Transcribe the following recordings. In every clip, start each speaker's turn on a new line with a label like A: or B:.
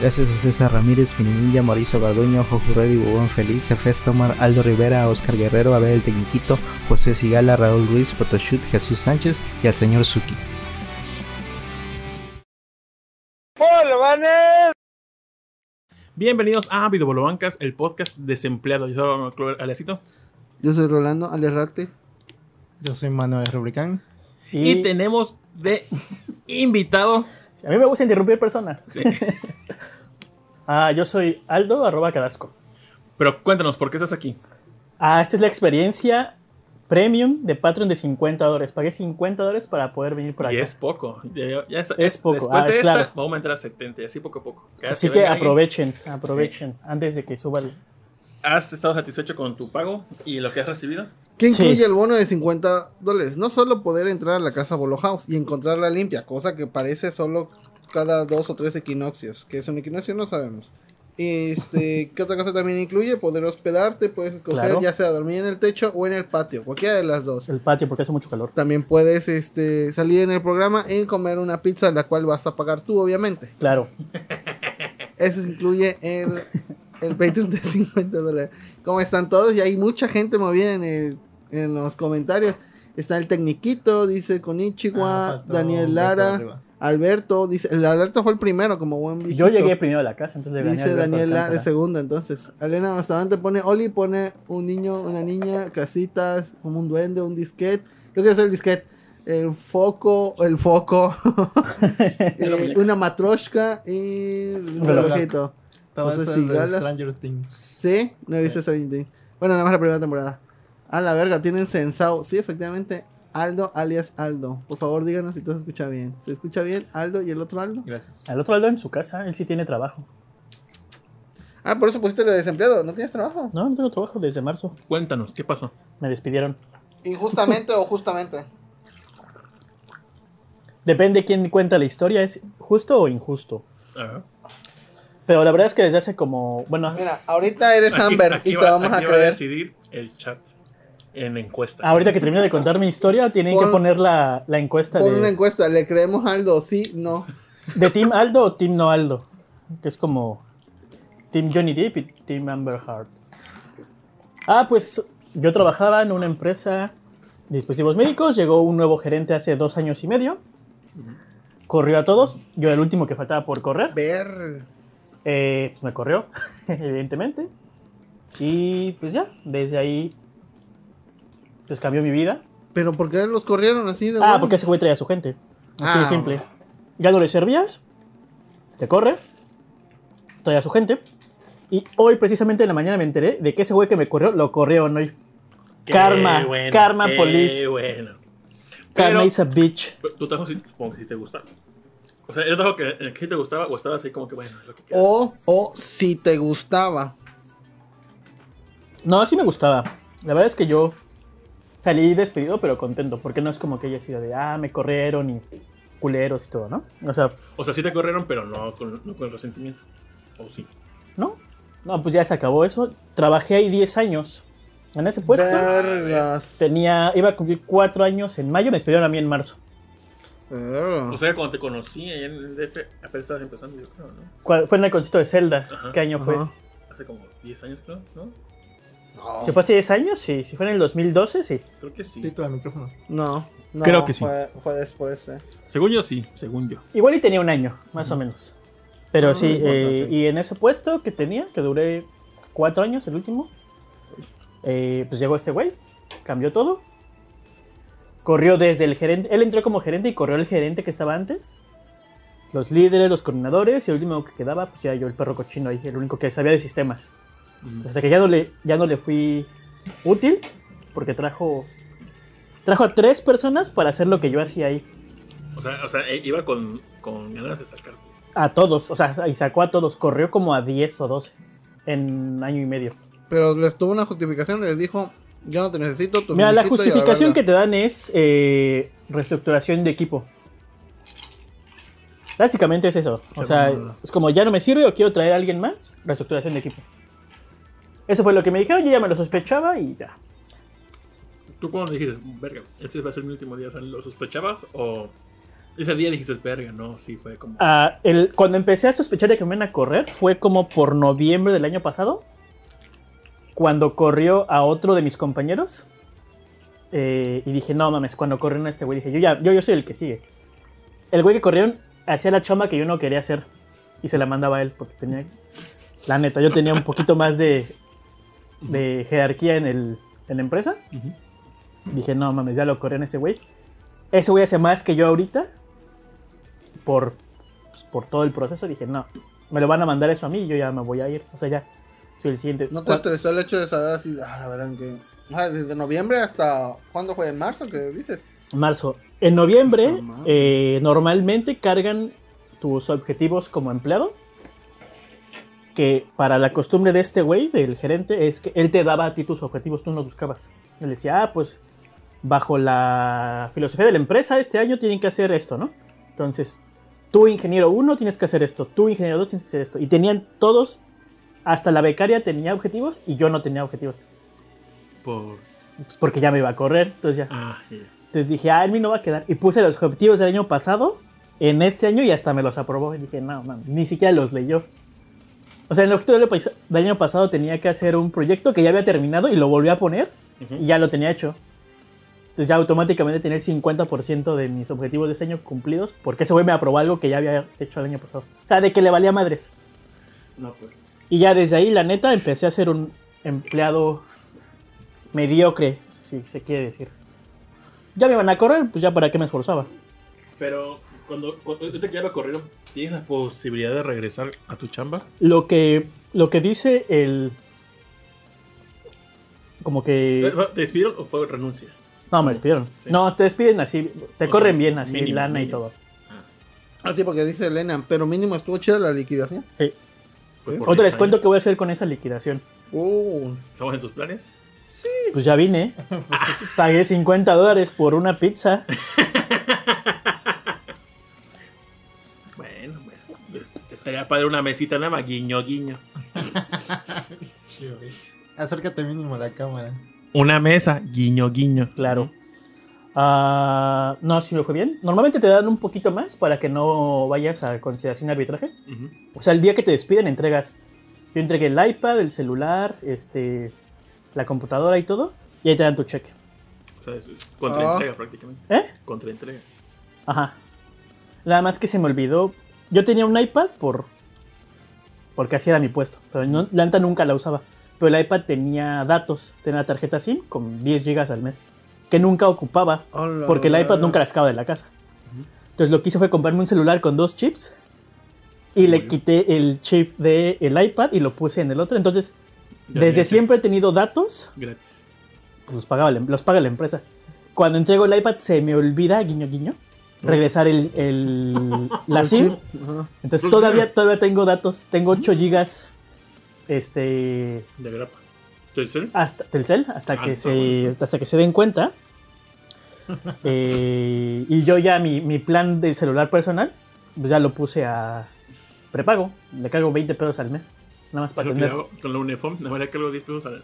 A: Gracias a César Ramírez, Pinilla, Mauricio Garduño, Jorge Reddy, Bubón Feliz, Efes Tomar, Aldo Rivera, Oscar Guerrero, Abel El Tecniquito, José Sigala, Raúl Ruiz, Photoshoot, Jesús Sánchez y al señor Suki.
B: Bienvenidos a Videobolobancas, el podcast desempleado. Yo soy Alecito.
C: Yo soy Rolando, Alex Radcliffe.
A: Yo soy Manuel Rubricán.
B: Y, tenemos de invitado.
D: A mí me gusta interrumpir personas.
B: Sí.
D: Ah, yo soy Aldo, arroba Cadasco.
B: Pero cuéntanos, ¿por qué estás aquí?
D: Ah, esta es la experiencia premium de Patreon de 50 dólares. Pagué 50 dólares para poder venir por acá.
B: Y es poco. Ya- ya
D: Es poco,
B: Después
D: ah,
B: de esta,
D: claro.
B: vamos a aumentar a 70 y así poco a poco. Cada
D: Así
B: que
D: que
B: venga alguien,
D: aprovechen, aprovechen, antes de que suba el...
B: ¿Has estado satisfecho con tu pago y lo que has recibido?
C: Que
D: Sí.
C: incluye el bono de 50 dólares. No solo poder entrar a la casa Bolo House y encontrarla limpia, cosa que parece solo cada dos o tres equinoccios. Que es un equinoccio? No sabemos. Este, ¿qué otra cosa también incluye? Poder hospedarte, puedes escoger
D: Claro.
C: ya sea dormir en el techo o en el patio, cualquiera de las dos.
D: el patio porque hace mucho calor.
C: También puedes este, salir en el programa y comer una pizza, la cual vas a pagar tú, obviamente.
D: Claro.
C: Eso incluye el, el Patreon de 50 dólares. ¿Cómo están todos? Y hay mucha gente movida en, el- en los comentarios. Está el Tecniquito, dice
A: Ah,
C: Konichiwa,
A: faltó
C: Daniel
A: Humberto
C: Lara,
A: arriba.
C: Alberto, dice, el Alberto fue el primero, como buen
D: Yo
C: viejito.
D: llegué primero a la casa, entonces le gané a
C: Dice
D: Alberto
C: Daniel "Ah, Lara, el
D: Alcántara.
C: segundo, entonces. Elena Bastamante pone, Oli pone un niño, una niña, casitas, como un duende, un disquete. Yo quiero hacer el disquete. El foco, el foco, eh, una matroshka y un
D: reloj.
C: relojito.
E: Todo
C: José
E: eso es de
C: Sigala.
E: Stranger Things.
C: Sí, no he visto Stranger Things. Bueno, nada más la primera temporada. A la verga, tienen sensado. Sí, efectivamente. Aldo alias Aldo. Por favor, díganos si todo se escucha bien. ¿Se escucha bien Aldo y el otro Aldo?
E: Gracias.
D: Al otro lado en su casa, él sí tiene trabajo.
C: Ah, por eso pusiste lo de desempleado. ¿No tienes trabajo?
D: No, no tengo trabajo desde marzo.
B: Cuéntanos, ¿qué pasó?
D: Me despidieron.
C: ¿Injustamente o justamente?
D: Depende quién cuenta la historia, es justo o injusto.
B: Ajá.
D: Pero la verdad es que desde hace como, bueno,
C: Mira, ahorita eres
B: Aquí-
C: Amber
B: aquí
C: y te
B: va-
C: vamos a
B: aquí va
C: creer.
B: decidir el chat en la encuesta.
D: ahorita que termino de contar mi historia, tienen
C: Pon-
D: que poner la, la encuesta
C: Pon una
D: de,
C: encuesta. ¿Le creemos a Aldo? Sí, no.
D: de Team Aldo o Team No Aldo, que es como Team Johnny Depp y Team Amber Heard. Ah, pues yo trabajaba en una empresa de dispositivos médicos, llegó un nuevo gerente hace dos años y medio, corrió a todos, yo era el último que faltaba por correr.
C: Ver.
D: Eh, pues me corrió, evidentemente. Y pues ya, desde ahí pues cambió mi vida.
C: ¿Pero por qué los corrieron así de
D: Ah,
C: bueno?
D: porque ese güey traía a su gente.
C: Ah,
D: Así de simple. Ya no le servías, te corre, trae a su gente. Y hoy precisamente en la mañana me enteré de que ese güey que me corrió, lo corrieron hoy.
B: Qué
D: karma,
B: bueno,
D: karma
B: qué
D: police.
B: bueno.
D: Karma
B: Pero-
D: is a bitch.
B: Pero Tu trabajo sí, supongo que sí te gustaba. O sea, ¿era trabajo que, en el que sí te gustaba o estaba así como que, bueno, es lo que queda?
C: O, o si te gustaba.
D: No, sí me gustaba. La verdad es que yo salí despedido pero contento, porque no es como que haya sido de, ah, me corrieron y culeros y todo, ¿no? O sea,
B: O sea, sí te corrieron, pero no con, no con resentimiento. O sí.
D: ¿No? No, pues ya se acabó eso. Trabajé ahí 10 años. En ese puesto
C: Vergas.
D: tenía, iba a cumplir 4 años en mayo, me despidieron a mí en marzo.
C: Verga.
B: O sea, cuando te conocí allá en el DF, apenas estabas empezando, yo creo, ¿no?
D: Cual- Fue en el concierto de Zelda.
B: Ajá.
D: ¿Qué año fue?
C: Ajá.
B: Hace como 10 años, creo, ¿no?
D: ¿Se fue hace 10 años? Sí. ¿Si fue en el 2012? Sí.
B: Creo que sí.
E: Tito al micrófono.
C: No, no,
B: Creo que sí.
C: Fue, fue después, eh.
B: Según yo, sí, según yo.
D: Igual y tenía un año, más o menos. Pero
C: Ah,
D: sí,
C: importante.
D: eh, y en ese puesto que tenía, que duré 4 años, el último, eh, pues llegó este güey, cambió todo. Corrió desde el gerente, él entró como gerente y corrió el gerente que estaba antes. Los líderes, los coordinadores y el último que quedaba, pues ya yo, el perro cochino ahí, el único que sabía de sistemas. Hasta que ya no le, ya no le fui útil, porque trajo, trajo a tres personas para hacer lo que yo hacía ahí.
B: O sea, o sea eh, iba con, con ganas de sacarte.
D: A todos, o sea, y sacó a todos, corrió como a 10 o 12 en año y medio.
C: Pero les tuvo una justificación, les dijo, yo no te necesito, tu
D: Mira, la
C: finiquito y
D: justificación que
C: verga.
D: te dan es eh, reestructuración de equipo. Básicamente es eso. O
C: Qué
D: sea,
C: mamada.
D: es como ya no me sirve o quiero traer a alguien más, reestructuración de equipo. Eso fue lo que me dijeron, yo ya me lo sospechaba y ya.
B: ¿Tú cuando dijiste, verga, este va a ser mi último día? O sea, ¿Lo sospechabas o Ese día dijiste, verga, no, sí, fue como.
D: Ah, el- cuando empecé a sospechar de que me iban a correr fue como por noviembre del año pasado, cuando corrió a otro de mis compañeros. Eh, y dije, no mames, cuando corrieron a este güey, dije, yo ya, yo, yo soy el que sigue. El güey que corrieron hacía la chamba que yo no quería hacer y se la mandaba a él porque tenía. La neta, yo tenía un poquito más de, de jerarquía en, el, en la empresa.
B: Ujú.
D: Dije, no mames, ya lo corrieron a ese güey. Ese güey hace más que yo ahorita por, pues, por todo el proceso, dije, no, me lo van a mandar eso a mí y yo ya me voy a ir. O sea, ya soy el siguiente.
C: ¿No te
D: Cua-
C: estresó el hecho de saber así, ah, la verdad que... Ah, desde noviembre hasta... ¿Cuándo fue? ¿En marzo que dices?
D: marzo. En noviembre,
C: Marzo, marzo.
D: eh, normalmente cargan tus objetivos como empleado. Que para la costumbre de este güey, del gerente, es que él te daba a ti tus objetivos, tú no los buscabas. Él decía, ah, pues bajo la filosofía de la empresa, este año tienen que hacer esto, ¿no? Entonces, tú ingeniero 1 tienes que hacer esto, tú ingeniero 2 tienes que hacer esto. Y tenían todos, hasta la becaria tenía objetivos y yo no tenía objetivos.
B: Por.
D: Pues, porque ya me iba a correr, entonces ya.
B: Ah, ya.
D: Entonces dije, ah, en mí no va a quedar. Y puse los objetivos del año pasado en este año y hasta me los aprobó. Y dije, no, no, ni siquiera los leyó. O sea, en el objetivo del pais- del año pasado tenía que hacer un proyecto que ya había terminado y lo volví a poner
B: Ujú.
D: y ya lo tenía hecho. Entonces ya automáticamente tenía el 50% de mis objetivos de este año cumplidos porque ese güey me aprobó algo que ya había hecho el año pasado. O sea, de que le valía madres.
B: No, pues.
D: Y ya desde ahí, la neta, empecé a ser un empleado mediocre, si se quiere decir. Ya me iban a correr, pues ya para qué me esforzaba.
B: Pero cuando, cuando ahorita que ya lo corrieron, ¿tienes la posibilidad de regresar a tu chamba?
D: Lo que, lo que dice el... Como
B: Eh,
D: que...
B: ¿Te despidieron o fue renuncia?
D: No, me despidieron.
B: Sí.
D: No, te despiden así, te
B: O
D: corren
B: sea,
D: bien así,
B: mínimo,
D: lana y
B: mínimo.
D: todo.
C: Ah, sí, porque dice Elena, pero mínimo estuvo chida la liquidación.
D: Sí.
B: Pues
C: ¿Eh?
B: por
D: Otro
B: diez
D: descuento
B: años.
D: que voy a hacer con esa liquidación.
C: Uh,
B: ¿Estamos en tus planes?
D: Pues ya vine. Pagué 50 dólares por una pizza.
B: Bueno, bueno. este, Estaría padre una mesita nada más, guiño, guiño.
A: Acércate mínimo a la cámara.
B: Una mesa, guiño, guiño.
D: Claro. Ah, no, sí me fue bien. Normalmente te dan un poquito más para que no vayas a consideración de arbitraje.
B: Ujú.
D: O sea, el día que te despiden entregas. Yo entregué el iPad, el celular, este, la computadora y todo. Y ahí te dan tu cheque.
B: O sea, es, es contraentrega prácticamente.
D: ¿Eh?
B: Contraentrega.
D: Ajá. Nada más que se me olvidó. Yo tenía un iPad por. Porque así era mi puesto. Pero no, la neta nunca la usaba. Pero el iPad tenía datos. Tenía la tarjeta SIM con 10 GB al mes. Que nunca ocupaba.
C: hola,
D: Porque el iPad
C: hola.
D: nunca la sacaba de la casa. Entonces lo que hice fue comprarme un celular con dos chips y
B: Muy
D: le
B: bien.
D: quité el chip del iPad y lo puse en el otro. Entonces,
B: Ya
D: desde
B: tenía-
D: siempre he tenido datos,
B: Gratis.
D: pues, los, pagaba la, los paga la empresa. Cuando entrego el iPad se me olvida, guiño guiño, regresar el, el- la
C: El
D: SIM.
C: chip, ajá.
D: Entonces todavía, todavía tengo datos, tengo 8 gigas este,
B: De grapa. ¿Estoy serio?
D: hasta Telcel hasta
B: Ah,
D: que
B: está
D: se
B: bueno.
D: hasta que se den cuenta Eh, y yo ya mi, mi plan del celular personal pues ya lo puse a prepago le cargo 20 pesos al mes nada más para
B: Eso que
D: tener
B: hago Con la uniforme, la verdad que los 10 pesos al-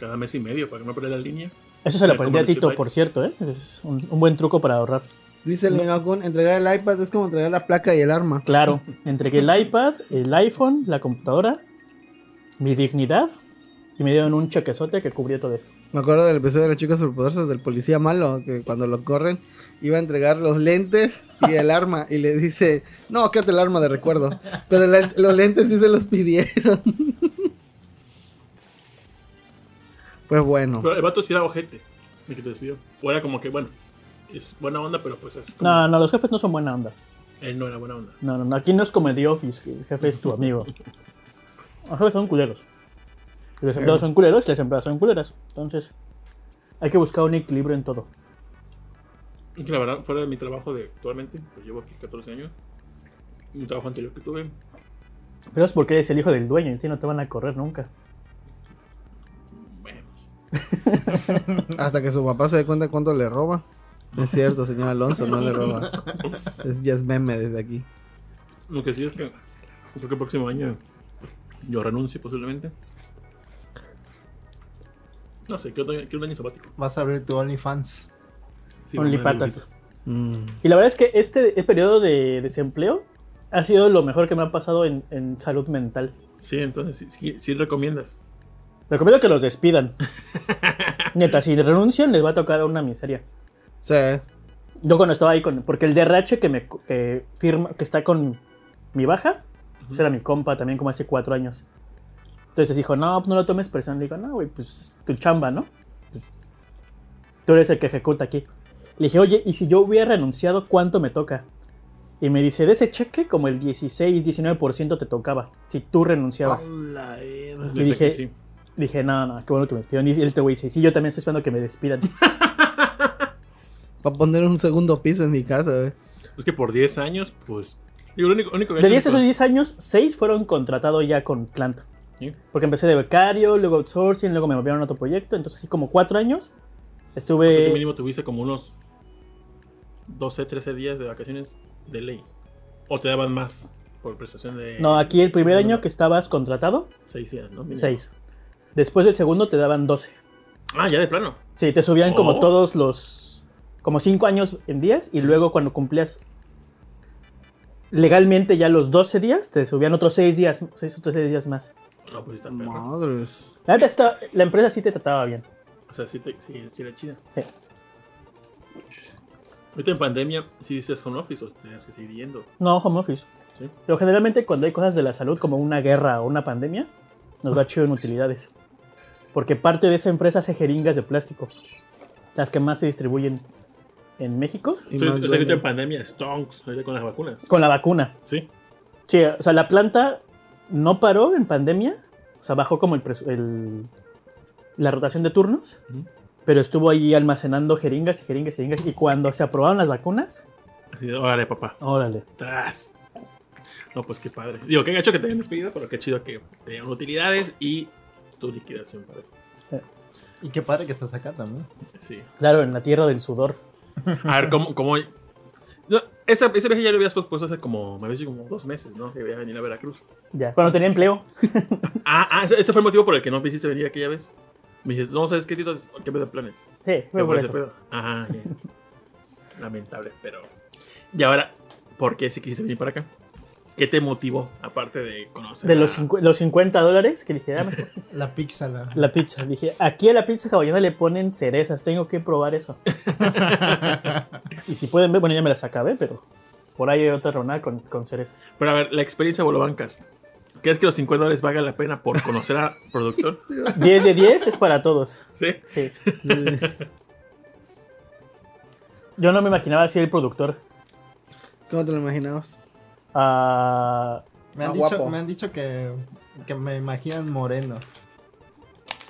B: cada mes y medio para que no pierda la línea.
D: eso se lo
B: Ya,
D: aprendí
B: como
D: a
B: el
D: Tito
B: chip
D: por cierto ¿eh? Ese es un, un buen truco para ahorrar
C: Dice Elena Kun, entregar el iPad es como entregar la placa y el arma.
D: claro entregué el iPad el iPhone la computadora mi dignidad y me dieron un chequezote que cubrió todo eso
C: Me acuerdo del episodio de los chicos superpoderosas del policía malo, que cuando lo corren iba a entregar los lentes y el arma. Y le dice, no, quédate el arma de recuerdo. Pero la- los lentes sí se los pidieron. pues bueno.
B: Pero el vato sí era ojete, el que te despidió. O era como que, bueno, es buena onda, pero pues es como.
D: no no los jefes no son buena onda
B: Él no era buena onda.
D: No, no, no. Aquí no es como en The Office, que el jefe es tu amigo. Los jefes son culeros. Y Los empleados son culeros y las empleadas son culeras. Entonces, hay que buscar un equilibrio en todo.
B: Y que la verdad, fuera de mi trabajo de actualmente, pues llevo aquí 14 años. Un trabajo anterior que tuve,
D: Pero es porque eres el hijo del dueño y a ti no te van a correr nunca.
B: bueno, pues,
C: Hasta que su papá se dé cuenta cuánto le roba. Es cierto, señor Alonso, no le roba. Es, ya es meme desde aquí.
B: Lo que sí es que creo que el próximo año yo renuncie posiblemente. No sé, quiero, otro- quiero un año sabático.
A: Vas a abrir tu OnlyFans.
B: Sí,
D: Only
B: vamos a ver
D: patas.
B: dibujitos.
C: Mm.
D: Y la verdad es que este eh, periodo de desempleo ha sido lo mejor que me ha pasado en, en salud mental.
B: Sí, entonces sí, sí, sí recomiendas.
D: Recomiendo que los despidan. Neta, si renuncian les va a tocar una miseria.
C: Sí.
D: Yo cuando estaba ahí con... Porque el DRH que me que firma, que está con mi baja, pues era mi compa también como hace cuatro años. Entonces dijo, no, pues no lo tomes personal. Le digo, no, güey, pues tu chamba, ¿no? Pues, tú eres el que ejecuta aquí. Le dije, oye, ¿y si yo hubiera renunciado, cuánto me toca? Y me dice, de ese cheque como el 16, 19% te tocaba, si tú renunciabas.
C: Hola, verga.
B: Yo sé
D: dije-
B: que sí.
D: Dije, no, no, qué bueno que me despidieron. Y él te güey dice, sí, yo también estoy esperando que me despidan.
C: Para poner un segundo piso en mi casa, eh. güey.
B: Es que por 10 años, pues. Digo, lo único, único que
D: De
B: he
D: 10 a
B: hecho-
D: esos 10 años, 6 fueron contratados ya con planta.
B: Sí.
D: Porque empecé de becario, luego outsourcing, luego me movieron a otro proyecto. Entonces, así como 4 años,
B: O sea Pues que
D: estuve...
B: mínimo tuviste como unos 12, 13 días de vacaciones de ley. O te daban más por prestación de
D: No, aquí el primer
B: mínimo.
D: año que estabas contratado,
B: 6 días, ¿no? Mínimo.
D: 6. Después del segundo te daban 12.
B: Ah, ya de plano.
D: Sí, te subían como
B: Oh.
D: todos los... Como 5 años en 10 y luego cuando cumplías legalmente ya los 12 días, te subían otros 6 días, 6 otros 6 días más.
B: No, pues está perro.
C: Madres.
D: La neta, esta- la empresa sí te trataba bien.
B: O sea, sí, te, sí, sí era chida.
D: Sí.
B: Ahorita en pandemia, si dices home office, o tenías que seguir yendo.
D: No, home office.
B: ¿sí?
D: Pero generalmente cuando hay cosas de la salud, como una guerra o una pandemia, nos va chido en utilidades. Porque parte de esa empresa hace jeringas de plástico. Las que más se distribuyen en México.
C: Y
B: Soy-
C: más
B: o sea, ahorita en
C: duele.
B: pandemia, stonks, ahorita con las vacunas.
D: Con la vacuna.
B: Sí.
D: Sí, o sea, la planta no paró en pandemia. O sea, bajó como el, presu- el- la rotación de turnos.
B: Ujú.
D: Pero estuvo ahí almacenando jeringas y jeringas y jeringas. Y cuando se aprobaron las vacunas,
B: Así de, órale, papá.
D: órale.
B: Tras. No, pues qué padre. Digo, qué gacho que te hayan despedido, pero qué chido que te dieron utilidades y tu liquidación, padre.
A: Y qué padre que estás acá también.
B: Sí.
D: Claro, en la tierra del sudor.
B: A ver, ¿cómo...? cómo... No, esa- ese viaje ya lo habías propuesto hace como, me habías dicho como dos meses, ¿no? Que voy a venir a Veracruz.
D: Ya. Cuando tenía empleo.
B: Ah, ah, ese, ese fue el motivo por el que no me hiciste venir aquella vez. Me dijiste, no, ¿sabes qué, Tito? ¿Qué me de planes?
D: Sí,
B: ¿Qué
D: fue por eso.
B: Ajá, bien. Lamentable, pero... Y ahora, ¿por qué si quisiste venir para acá? ¿Qué te motivó, aparte de conocer
D: De
B: a-
D: los, cincu- los 50 dólares que dije, ah, mejor
A: La pizza, la.
D: la pizza. Dije, aquí a la pizza hawaiana le ponen cerezas, tengo que probar eso. y si pueden ver, bueno, ya me las acabé, pero por ahí hay otra ronada con, con cerezas.
B: Pero a ver, la experiencia Bolobancast. ¿Crees que los 50 dólares valga la pena por conocer a productor?
D: 10 de 10 es para todos.
B: Sí.
D: Sí. Yo no me imaginaba así el productor.
C: ¿Cómo te lo imaginabas?
D: Ah,
A: Me han,
C: Ah,
A: dicho,
C: guapo.
A: me han dicho que, que me imaginan moreno.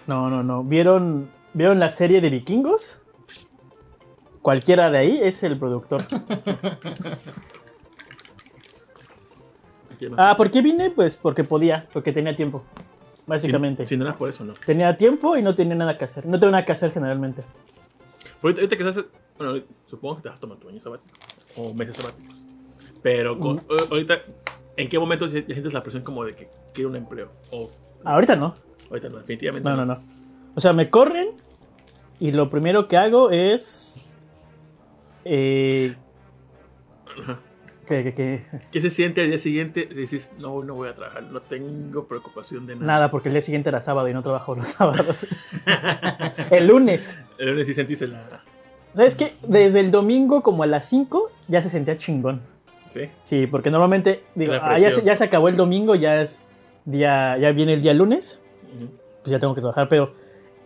D: no, no, no. ¿Vieron, ¿Vieron la serie de vikingos? Cualquiera de ahí es el productor.
B: Aquí hay más.
D: Ah, ¿por qué vine? Pues porque podía, porque tenía tiempo.
B: Si-
D: Básicamente.
B: Si no era por eso, no.
D: Tenía tiempo y no tenía nada que hacer. No tengo nada que hacer generalmente.
B: Ahorita, ahorita que estás. Bueno, supongo que te vas a tomar tu año sabático. O meses sabáticos. Pero con- eh, ahorita, ¿en qué momento si- ya sientes la presión como de que quiero un empleo? O
D: Ahorita no.
B: ahorita no, definitivamente.
D: No, no, no. O sea, me corren y lo primero que hago es. Eh, que, que- que-
B: ¿Qué se siente al día siguiente? Dices, no, no voy a trabajar, no tengo preocupación de nada.
D: nada, porque el día siguiente era sábado y no trabajo los sábados. el lunes.
B: El lunes sí sentiste la.
D: ¿Sabes qué? Desde el domingo, como a las 5, ya se sentía chingón.
B: Sí.
D: Sí, porque normalmente digo,
B: La
D: "Ah, ya, se,
B: presión.
D: ya se acabó el domingo, ya es día, ya viene el día lunes.
B: Ujú.
D: pues ya tengo que trabajar, pero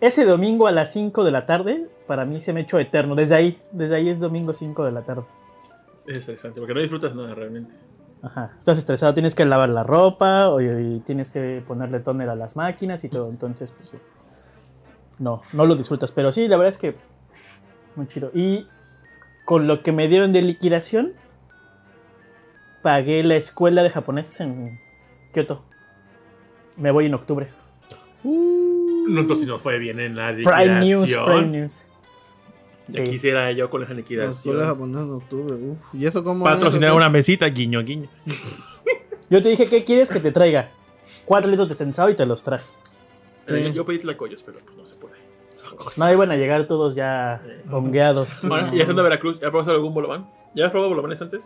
D: ese domingo a las 5 de la tarde, para mí se me echó eterno. Desde ahí, desde ahí es domingo 5 de la tarde.
B: Es estresante, porque no disfrutas nada realmente.
D: Ajá. Estás estresado, tienes que lavar la ropa o- y tienes que ponerle tóner a las máquinas y todo. Entonces, pues sí. No, no lo disfrutas, pero sí, la verdad es que muy chido. Y con lo que me dieron de liquidación, pagué la escuela de japonés en Kioto. Me voy en octubre.
B: Nosotros pues, si nos fue bien en la
D: Prime News,
B: liquidación.
D: Prime News.
B: Ya
D: Sí.
B: quisiera yo con esa
C: La
B: liquidación.
C: escuela japonesa en octubre. Uf. ¿Y eso cómo? es?
B: Patrocinar una mesita, guiño, guiño.
D: Yo te dije, ¿qué quieres que te traiga? Cuatro litros de sensado y te los traje.
C: Sí.
B: Yo pedí tlacoyos, pero pues no se puede.
D: No iban a llegar todos ya hongueados.
B: Bueno, y haciendo Veracruz, ¿ya probaste algún bolobán? ¿Ya has probado bolovanes antes?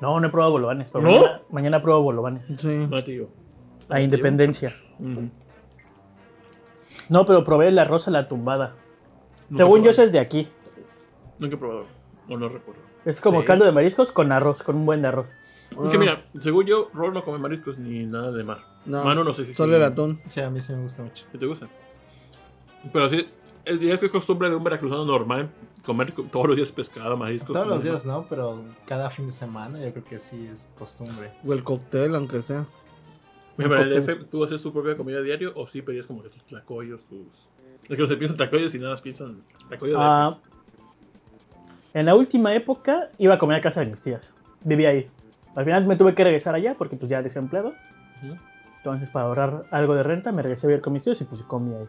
D: No, no he probado bolovanes. Pero
B: ¿No?
D: mañana, mañana pruebo bolovanes.
C: Sí.
B: No, te digo.
D: La independencia. No, pero probé la rosa la tumbada. Según yo, eso es de aquí.
B: Nunca he probado, o no recuerdo.
D: Es como
B: Sí.
D: caldo de mariscos con arroz, con un buen de arroz.
B: Es
C: Ah.
B: que mira, según yo, Rol no come mariscos ni nada de mar.
C: No,
B: Mano, no sé si.
C: Solo el atún.
A: O sea, a mí sí me gusta mucho.
B: Si te gusta. Pero sí, es, diría que es costumbre de un veracruzano normal comer co- todos los días pescado, mariscos.
A: Todos los
B: comer
A: días no, pero cada fin de semana yo creo que sí es costumbre.
C: O el cóctel, aunque sea.
B: mar. Mira, en el DF, ¿tú haces tu propia comida diario o sí pedías como que tus tlacoyos, tus. Es que no se piensan tlacoyos y nada más piensan tlacoyos de.
D: Ah, en la última época iba a comer a casa de mis tías. Vivía ahí. Al final me tuve que regresar allá porque pues ya desempleado.
B: Ujú.
D: Entonces para ahorrar algo de renta me regresé a vivir con mis tíos y pues comí ahí.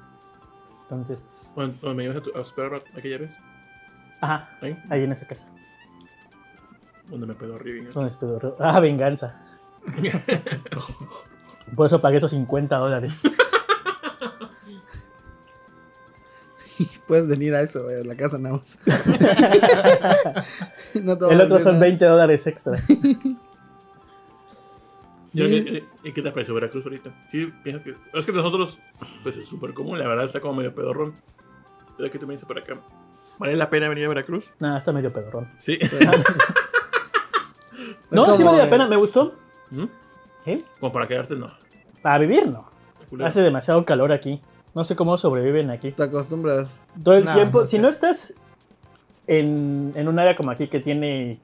D: Entonces,
B: Cuando, cuando me ibas a, tu, a hospedar aquella vez,
D: ajá,
B: ahí,
D: ahí en esa casa.
B: donde me pedó Riving.
D: Donde se pedorreó. Ah, venganza. Por eso pagué esos 50 dólares.
C: Puedes venir a eso, güey, a la casa nada más. No te va a
D: El otro
C: hacer
D: son
C: nada.
D: 20 dólares extra.
B: Yo,
D: Eh.
B: ¿y, y, qué te pareció Veracruz ahorita? Sí, piensas que. Es que nosotros, pues es súper común, la verdad está como medio pedorrón. Es que tú me dices para acá. ¿Vale la pena venir a Veracruz?
D: Nada, está medio pedorrón. Ah,
B: Sí.
C: Es
D: No, sí
C: como
D: vale la
C: de-
D: pena, me gustó.
B: ¿Mm?
D: ¿Sí?
B: Como para quedarte, no.
D: Para vivir, no.
B: Está culero.
D: Hace demasiado calor aquí. No sé cómo sobreviven aquí.
C: Te acostumbras.
D: Todo el
A: No,
D: tiempo,
A: no
D: si
A: sé.
D: no estás en, en un área como aquí que tiene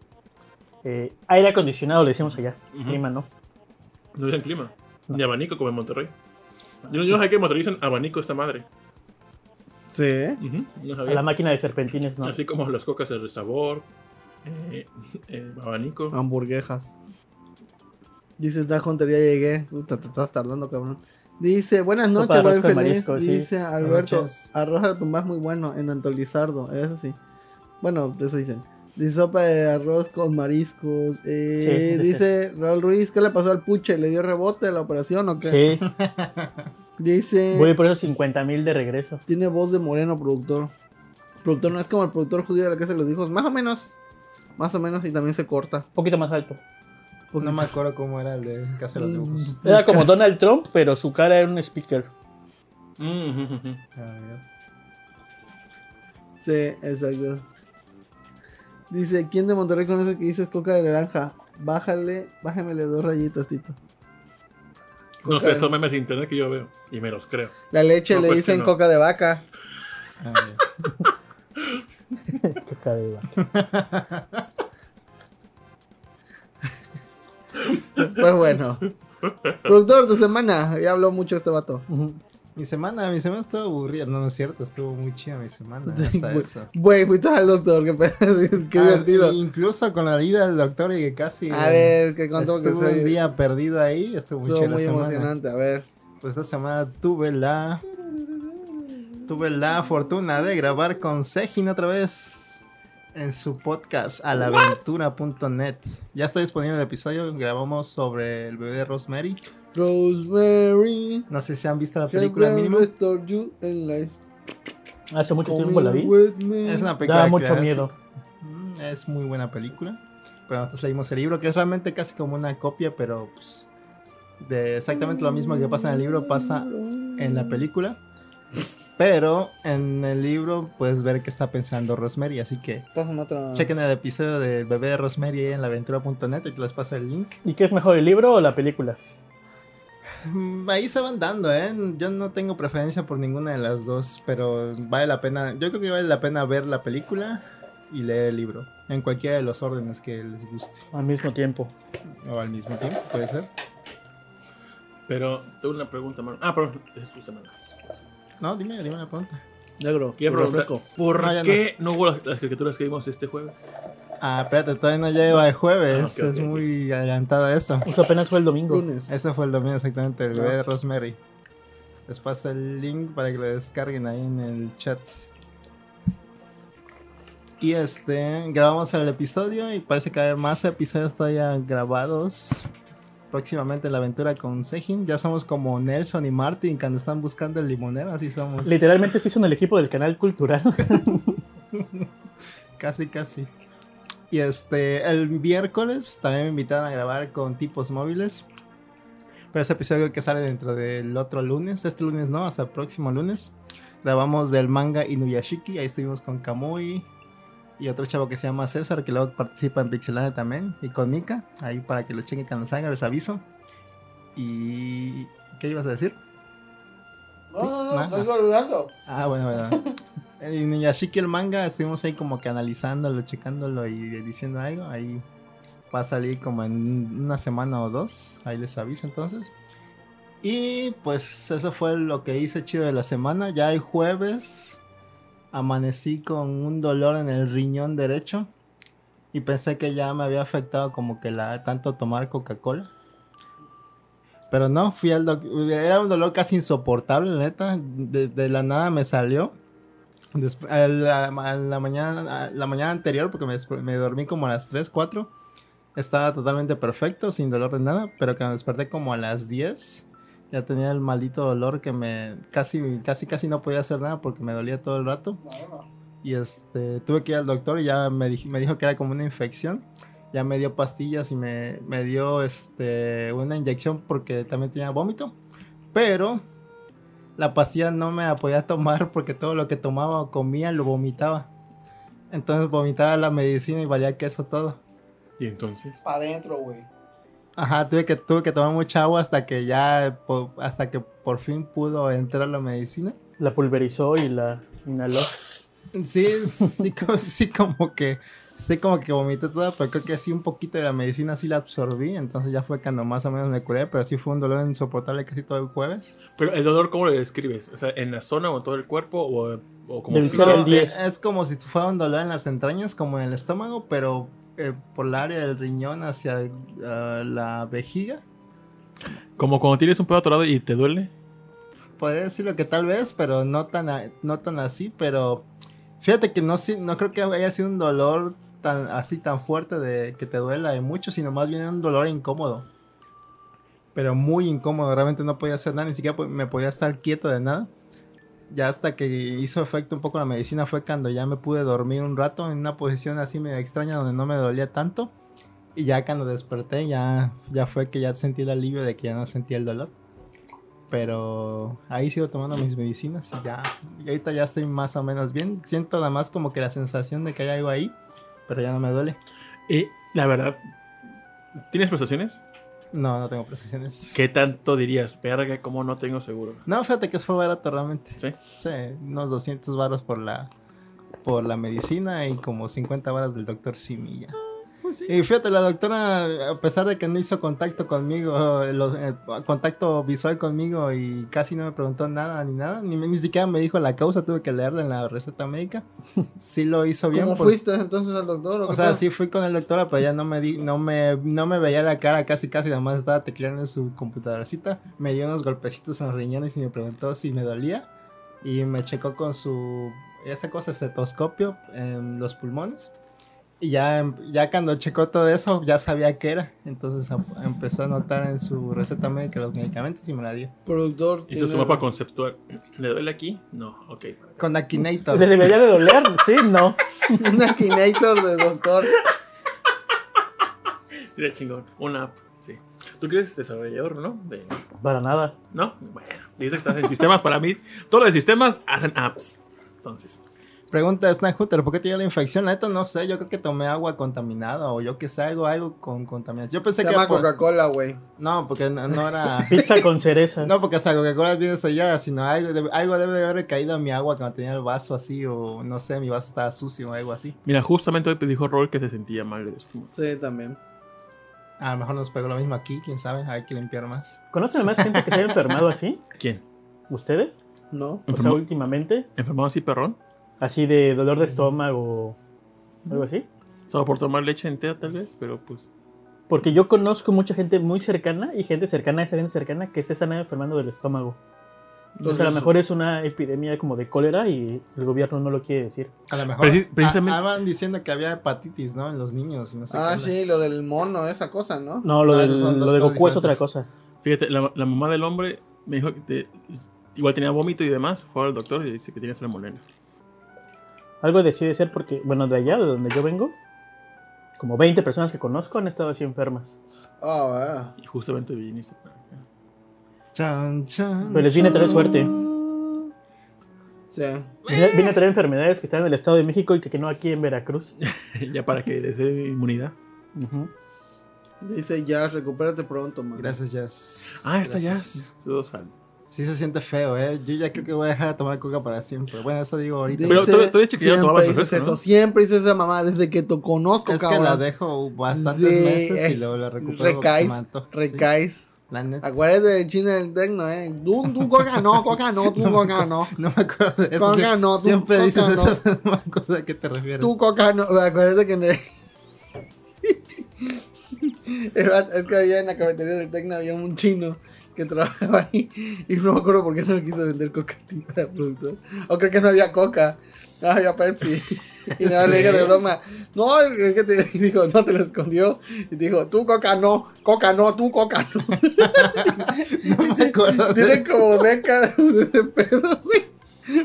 D: eh, aire acondicionado, le decimos allá,
B: Ujú.
D: clima, ¿no?
B: No dicen clima. Ni abanico como en Monterrey. Yo, yo no sabía que en Monterrey dicen abanico esta madre.
C: Sí.
B: No
D: A
B: sabía.
D: la máquina de serpentines, ¿no?
B: Así como las cocas de sabor, eh, eh, abanico.
C: Hamburguesas. Dices, da Hunter, ya llegué. Puta, te estás tardando, cabrón. Dice, buenas noches,
D: Sopa de
C: buen
D: arroz con
C: feliz.
D: marisco, sí.
C: Dice Alberto,
A: noches.
C: arroz a la tumba es muy bueno en Antolizardo, eso sí. Bueno, eso dicen. Dice sopa de arroz con mariscos. Eh,
D: Sí, sí,
C: dice Raúl Ruiz, ¿qué le pasó al puche? ¿Le dio rebote a la operación o qué?
D: Sí,
C: Dice,
D: voy por esos 50 mil de regreso.
C: tiene voz de moreno productor. Productor no es como el productor judío de la casa de los hijos, más o menos. Más o menos, y también se corta.
D: Un poquito más alto.
A: No me acuerdo cómo era el de Casa de los Dibujos.
D: Era como Donald Trump, pero su cara era un speaker.
B: Mm, ujú, ujú.
A: A ver.
C: Sí, exacto. Dice, ¿quién de Monterrey conoce que dices coca de naranja? Bájale, bájamele dos rayitas, Tito.
B: No
C: Coca-
B: sé, son memes de internet que yo veo. Y me los creo.
C: La leche
B: No,
C: le
B: pues
C: dicen
B: que no.
C: coca de vaca. Ah,
A: A ver.
D: Qué cara de vaca.
C: Pues bueno. Productor, tu semana. Ya habló mucho este vato.
D: Ujú.
A: Mi semana, mi semana estuvo aburrida. No, no es cierto, estuvo muy chida mi semana. Hasta
C: Güey,
A: eso.
C: Güey, fuiste al doctor, qué pedo. Qué
A: Ah,
C: divertido.
A: Incluso con la ida del doctor y que casi.
C: A ver, ¿qué contó que
A: Estuve un
C: soy?
A: día perdido ahí, estuvo muy
C: Estuvo
A: chévere
C: muy
A: semana.
C: emocionante, a ver.
A: Pues esta semana tuve la tuve la fortuna de grabar con Sejin otra vez en su podcast alaventura.net. Ya está disponible el episodio, grabamos sobre el bebé de Rosemary.
C: Rosemary.
A: No sé si han visto la
C: help
A: película
C: me
A: mínimo.
C: Restore you in life.
D: Hace mucho
C: Come
D: tiempo la vi.
C: with me.
A: Es una película
D: Daba
A: de
D: mucho
A: clase.
D: miedo.
A: Mm, Es muy buena película. Pero nosotros leímos el libro, que es realmente casi como una copia, pero pues, de exactamente lo mismo que pasa en el libro pasa en la película. Pero en el libro puedes ver qué está pensando Rosemary, así que
C: Pásame otra.
A: chequen el episodio del bebé de Rosemary ahí en laventura.net y te les paso el link.
D: ¿Y qué es mejor, el libro o la película?
A: Mm, Ahí se van dando, ¿eh? Yo no tengo preferencia por ninguna de las dos, pero vale la pena, yo creo que vale la pena ver la película y leer el libro, en cualquiera de los órdenes que les guste.
D: Al mismo tiempo.
A: O al mismo tiempo, puede ser.
B: Pero tengo una pregunta, mano. Ah, perdón, es tu semana.
A: No, dime, dime la pregunta.
C: Negro,
B: Quiero
C: con
B: preguntar,
C: refresco.
B: ¿por
A: No, ya no.
B: qué no, hubo las, las caricaturas que vimos este jueves?
A: Ah, espérate, todavía no lleva de jueves,
B: Ah, ok, ok,
A: es
B: ok.
A: muy adelantada eso.
D: Eso apenas fue el domingo.
C: Lunes.
A: Eso fue el domingo exactamente, el bebé
C: Ah.
A: de Rosemary. Les paso el link para que lo descarguen ahí en el chat. Y este, grabamos el episodio y parece que hay más episodios todavía grabados. próximamente en la aventura con Sejin. Ya somos como Nelson y Martin cuando están buscando el limonero, así somos.
D: Literalmente se hizo en el equipo del canal cultural.
A: Casi, casi. Y este, el miércoles también me invitaron a grabar con tipos móviles. Pero ese episodio que sale dentro del otro lunes, este lunes no, hasta el próximo lunes. Grabamos del manga Inuyashiki, ahí estuvimos con Kamui y otro chavo que se llama César, que luego participa en Pixelania también, y con Mika, ahí para que los chequen cuando salga, les aviso. ¿Y qué ibas a decir?
C: No, no, no,
A: Nada.
C: estoy saludando.
A: Ah, bueno, bueno. Eh, En Inuyashiki el manga estuvimos ahí como que analizándolo, checándolo y diciendo algo. Ahí va a salir como en una semana o dos. Ahí les aviso entonces. Y pues eso fue lo que hice chido de la semana. Ya el jueves amanecí con un dolor en el riñón derecho. Y pensé que ya me había afectado como que la tanto tomar Coca-Cola. Pero no, fui al doc- Era un dolor casi insoportable, la neta. De, de la nada me salió. Desp- a la, a la mañana, a la mañana anterior, porque me, desp- me dormí como a las 3, 4. Estaba totalmente perfecto, sin dolor de nada. Pero cuando desperté como a las 10, ya tenía el maldito dolor que me casi, casi, casi no podía hacer nada porque me dolía todo el rato. Y este, tuve que ir al doctor y ya me, dij- me dijo que era como una infección. Ya me dio pastillas y me, me dio este, una inyección porque también tenía vómito. Pero la pastilla no me la podía tomar porque todo lo que tomaba o comía lo vomitaba. Entonces vomitaba la medicina y valía queso todo.
B: Y entonces.
C: Para adentro, güey.
A: Ajá, tuve que, tuve que tomar mucha agua hasta que ya, po- hasta que por fin pudo entrar la medicina.
D: La pulverizó y la inhaló.
A: Sí, sí, como, sí, como que. Sí, como que vomité toda, pero creo que sí, un poquito de la medicina sí la absorbí. Entonces ya fue cuando más o menos me curé, pero sí fue un dolor insoportable casi todo el jueves.
B: Pero el dolor, ¿cómo lo describes? O sea, ¿en la zona o en todo el cuerpo? ¿O, o como.?
D: Del
B: pica?
D: cero
A: No,
D: al diez.
A: Es como si fuera un dolor en las entrañas, como en el estómago, pero eh, por el área del riñón hacia eh, la vejiga.
B: Como cuando tienes un pedo atorado y te duele.
A: Podría decirlo que tal vez, pero no tan, a- no tan así, pero fíjate que no, si- no creo que haya sido un dolor tan así tan fuerte de que te duela de mucho, sino más bien un dolor incómodo. Pero muy incómodo, realmente no podía hacer nada, ni siquiera po- me podía estar quieto de nada. Ya hasta que hizo efecto un poco la medicina fue cuando ya me pude dormir un rato en una posición así medio extraña donde no me dolía tanto. Y ya cuando desperté ya, ya fue que ya sentí el alivio de que ya no sentía el dolor. Pero ahí sigo tomando mis medicinas y ya. Y ahorita ya estoy más o menos bien. Siento nada más como que la sensación de que hay algo ahí, pero ya no me duele.
B: Y Eh, la verdad, ¿tienes prestaciones?
A: No, no tengo prestaciones.
B: ¿Qué tanto dirías? Verga, ¿cómo no tengo seguro?
A: No, fíjate que eso fue barato realmente.
B: ¿Sí?
A: Sí, unos 200 varos por la por la medicina y como 50 varas del doctor Similla. Y fíjate, la doctora, a pesar de que no hizo contacto conmigo, lo- eh, contacto visual conmigo y casi no me preguntó nada ni nada, ni, ni siquiera me dijo la causa, tuve que leerla en la receta médica. Sí lo hizo bien.
C: ¿Cómo
A: porque-
C: fuiste entonces al doctor?
A: o sea, sí fui con el doctor, pero ya no me, di- no me no me veía la cara casi casi, nada más estaba tecleando en su computadorcita. Me dio unos golpecitos en los riñones y me preguntó si me dolía. Y me checó con su, esa cosa, estetoscopio en los pulmones. Y ya, ya cuando checó todo eso, ya sabía qué era. Entonces a- empezó a notar en su receta médica los medicamentos y me la dio.
C: Productor.
B: Hizo su
C: tiene-
B: mapa conceptual. ¿Le duele aquí? No, ok. para acá.
A: Con Akinator.
D: ¿Le debería de doler? Sí, no.
C: Un Akinator de doctor.
B: Sería chingón. Una app, sí. Tú quieres desarrollador, ¿no? De-
D: Para nada.
B: ¿No? Bueno, dice que estás en sistemas. Para mí, todos los sistemas hacen apps. Entonces,
A: Pregunta Snack Hunter, ¿por qué te dio la infección? La neta no sé, yo creo que tomé agua contaminada o yo que sé, algo, algo con contaminación. Yo pensé
C: Se
A: que pues.
C: llama
A: era por-
C: Coca-Cola, güey.
A: No, porque no, no era...
D: Pizza con cerezas.
A: No, porque hasta Coca-Cola viene sellada, sino algo, de- algo debe haber caído en mi agua cuando tenía el vaso así o no sé, mi vaso estaba sucio o algo así.
B: mira, justamente hoy dijo Rol que se sentía mal de estómago.
C: Sí, también.
A: A lo mejor nos pegó lo mismo aquí, quién sabe, hay que limpiar más.
D: ¿Conocen a más gente que se haya enfermado así?
B: ¿Quién?
D: ¿Ustedes?
C: ¿No?
D: O sea, últimamente.
B: ¿Enfermado así, perrón?
D: Así de dolor de estómago algo así.
B: Solo por tomar leche entera, tal vez, pero pues.
D: Porque yo conozco mucha gente muy cercana y gente cercana a esa gente cercana que se están enfermando del estómago. O sea, a lo mejor es una epidemia como de cólera y el gobierno no lo quiere decir.
A: A lo mejor
B: Preci- precisamente-
A: estaban diciendo que había hepatitis, ¿no? En los niños y no sé
C: Ah,
A: qué onda.
C: sí, lo del mono, esa cosa, ¿no?
D: No, lo,
A: Ah,
D: del-
A: esas son dos
D: lo de
A: cosas
D: Goku es otra
A: diferentes.
D: cosa.
B: Fíjate, la, la mamá del hombre me dijo que te- igual tenía vómito y demás. Fue al doctor y dice que tenía salmonella.
D: Algo decide ser porque, bueno, de allá, de donde yo vengo, como 20 personas que conozco han estado así enfermas.
C: Oh, ah.
B: Y justamente viniste para acá.
A: Chan, chan,
D: Pero les viene a traer suerte.
C: Sí.
D: Vine vine a traer enfermedades que están en el Estado de México y que, que no aquí en Veracruz.
B: ya para que les dé inmunidad.
D: Ujú.
C: Dice ya, recupérate pronto, man.
A: Gracias, Jazz.
B: Ah, está ya.
A: Gracias.
B: Saludos al-
A: Sí se siente feo, ¿eh? Yo ya creo que voy a dejar de tomar coca para siempre. Bueno, eso digo ahorita.
B: Pero
C: Dice,
B: todavía- todavía chiquillo
C: siempre
B: tomabas
C: dices
B: refresco,
C: eso,
B: ¿no?
C: siempre dices esa mamá, desde que te conozco,
A: es que
C: cabrón.
A: la dejo bastantes
C: Sí,
A: meses
C: eh,
A: y luego la recupero.
C: recaes,
A: porque me antoja,
C: Recaes.
A: sí, la neta.
C: Acuérdate de China del Tecno, eh. Tú, tú coca no, coca no, tú coca no.
A: No me acuerdo de eso.
C: Coca
A: siempre-
C: no, tú
A: siempre
C: coca
A: dices
C: no.
A: eso, pero no me acuerdo a qué te refieres.
C: Tú coca no. Acuérdate que en el- Era- Es que había en la cafetería del Tecno había un chino que trabajaba ahí y no me acuerdo por qué no le quiso vender coca tinta al productor. O creo que no había coca, no había Pepsi. Y no le dije de broma, no, es que te dijo, no te lo escondió. Y dijo, tú coca no, coca no, tú coca no.
A: no me acuerdo de
C: Tiene
A: eso.
C: como décadas de ese pedo, güey.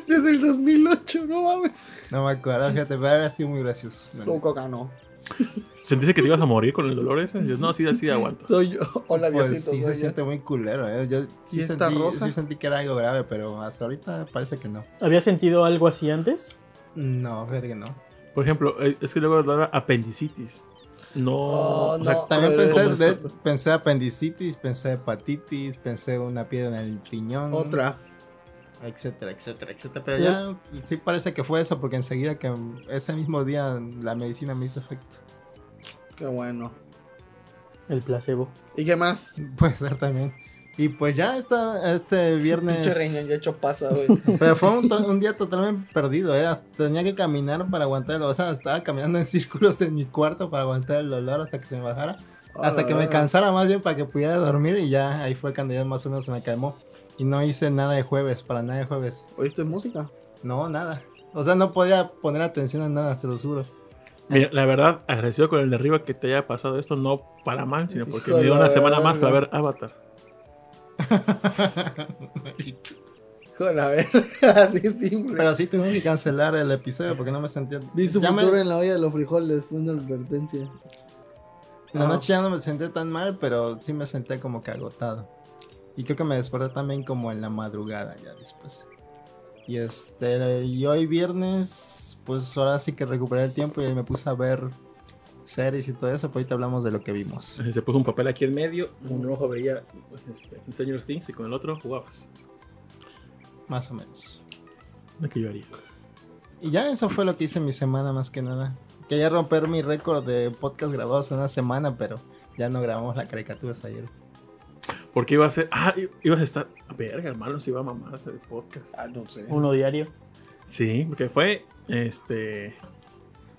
C: Desde el 2008, no mames.
A: No me acuerdo, fíjate, pero había sido muy gracioso. la
C: Tú
A: neta.
C: coca no.
B: ¿Sentiste que te ibas a morir con el dolor ese? Y yo, no, sí, así aguanto.
C: Soy yo. Hola, Diosito.
A: Pues sí
C: soy yo.
A: se siente muy culero, ¿eh? Yo sí
C: ¿Y esta
A: sentí,
C: rosa?
A: sí sentí que era algo grave, pero hasta ahorita parece que no.
D: ¿Había sentido algo así antes?
A: No, fíjate que no.
B: Por ejemplo, eh, es que luego daba apendicitis. No.
C: Oh,
B: o
A: O
B: sea,
A: sea,
C: No,
A: también
C: pero-
A: pensé,
B: ¿Cómo es
A: de-
B: esto?
A: pensé apendicitis, pensé hepatitis, pensé una piedra en el riñón.
C: Otra.
A: Etcétera, etcétera, etcétera. Pero ya sí parece que fue eso, porque enseguida que ese mismo día la medicina me hizo efecto.
C: Qué bueno.
D: El placebo.
C: ¿Y qué más?
A: Puede ser también. Y pues ya está este viernes.
C: Pinche riñón, yo he hecho pasa, güey.
A: Pero fue un, to- un día totalmente perdido, ¿eh? Hasta- Tenía que caminar para aguantar el dolor. O sea, estaba caminando en círculos en mi cuarto para aguantar el dolor hasta que se me bajara. Hasta
C: Hola,
A: que me
C: hola.
A: cansara más bien para que pudiera dormir y ya ahí fue cuando ya más o menos se me calmó. Y no hice nada de jueves, para nada de jueves.
C: ¿Oíste música?
A: No, nada. O sea, no podía poner atención a nada, se lo juro.
B: Mira, la verdad, agradecido con el de arriba que te haya pasado esto, no para mal, sino porque
C: Hijo
B: me dio
C: de
B: una
C: la
B: semana más para
C: verga.
B: ver Avatar.
C: Joder, a ver. Así simple.
A: Pero sí tuvimos que cancelar el episodio porque no me sentía...
C: Vi su
A: ya me-
C: futuro en la olla de los frijoles, fue una advertencia.
A: La noche ya no me senté tan mal, pero sí me senté como que agotado. Y creo que me desperté también como en la madrugada ya después. Y este, y hoy viernes, pues ahora sí que recuperé el tiempo y me puse a ver series y todo eso, pues ahorita hablamos de lo que vimos.
B: Se puso un papel aquí en medio, un ojo veía este, Stranger Things y con el otro jugabas.
A: Más o menos.
B: Lo que yo haría.
A: Y ya eso fue lo que hice en mi semana más que nada. Quería romper mi récord de podcast grabados en una semana, pero ya no grabamos la caricatura ayer.
B: Porque iba a ser. Ah, i- ibas a estar. Verga, hermano, se iba a mamar de podcast.
C: Ah, no sé.
D: Uno diario.
B: Sí, porque fue. Este.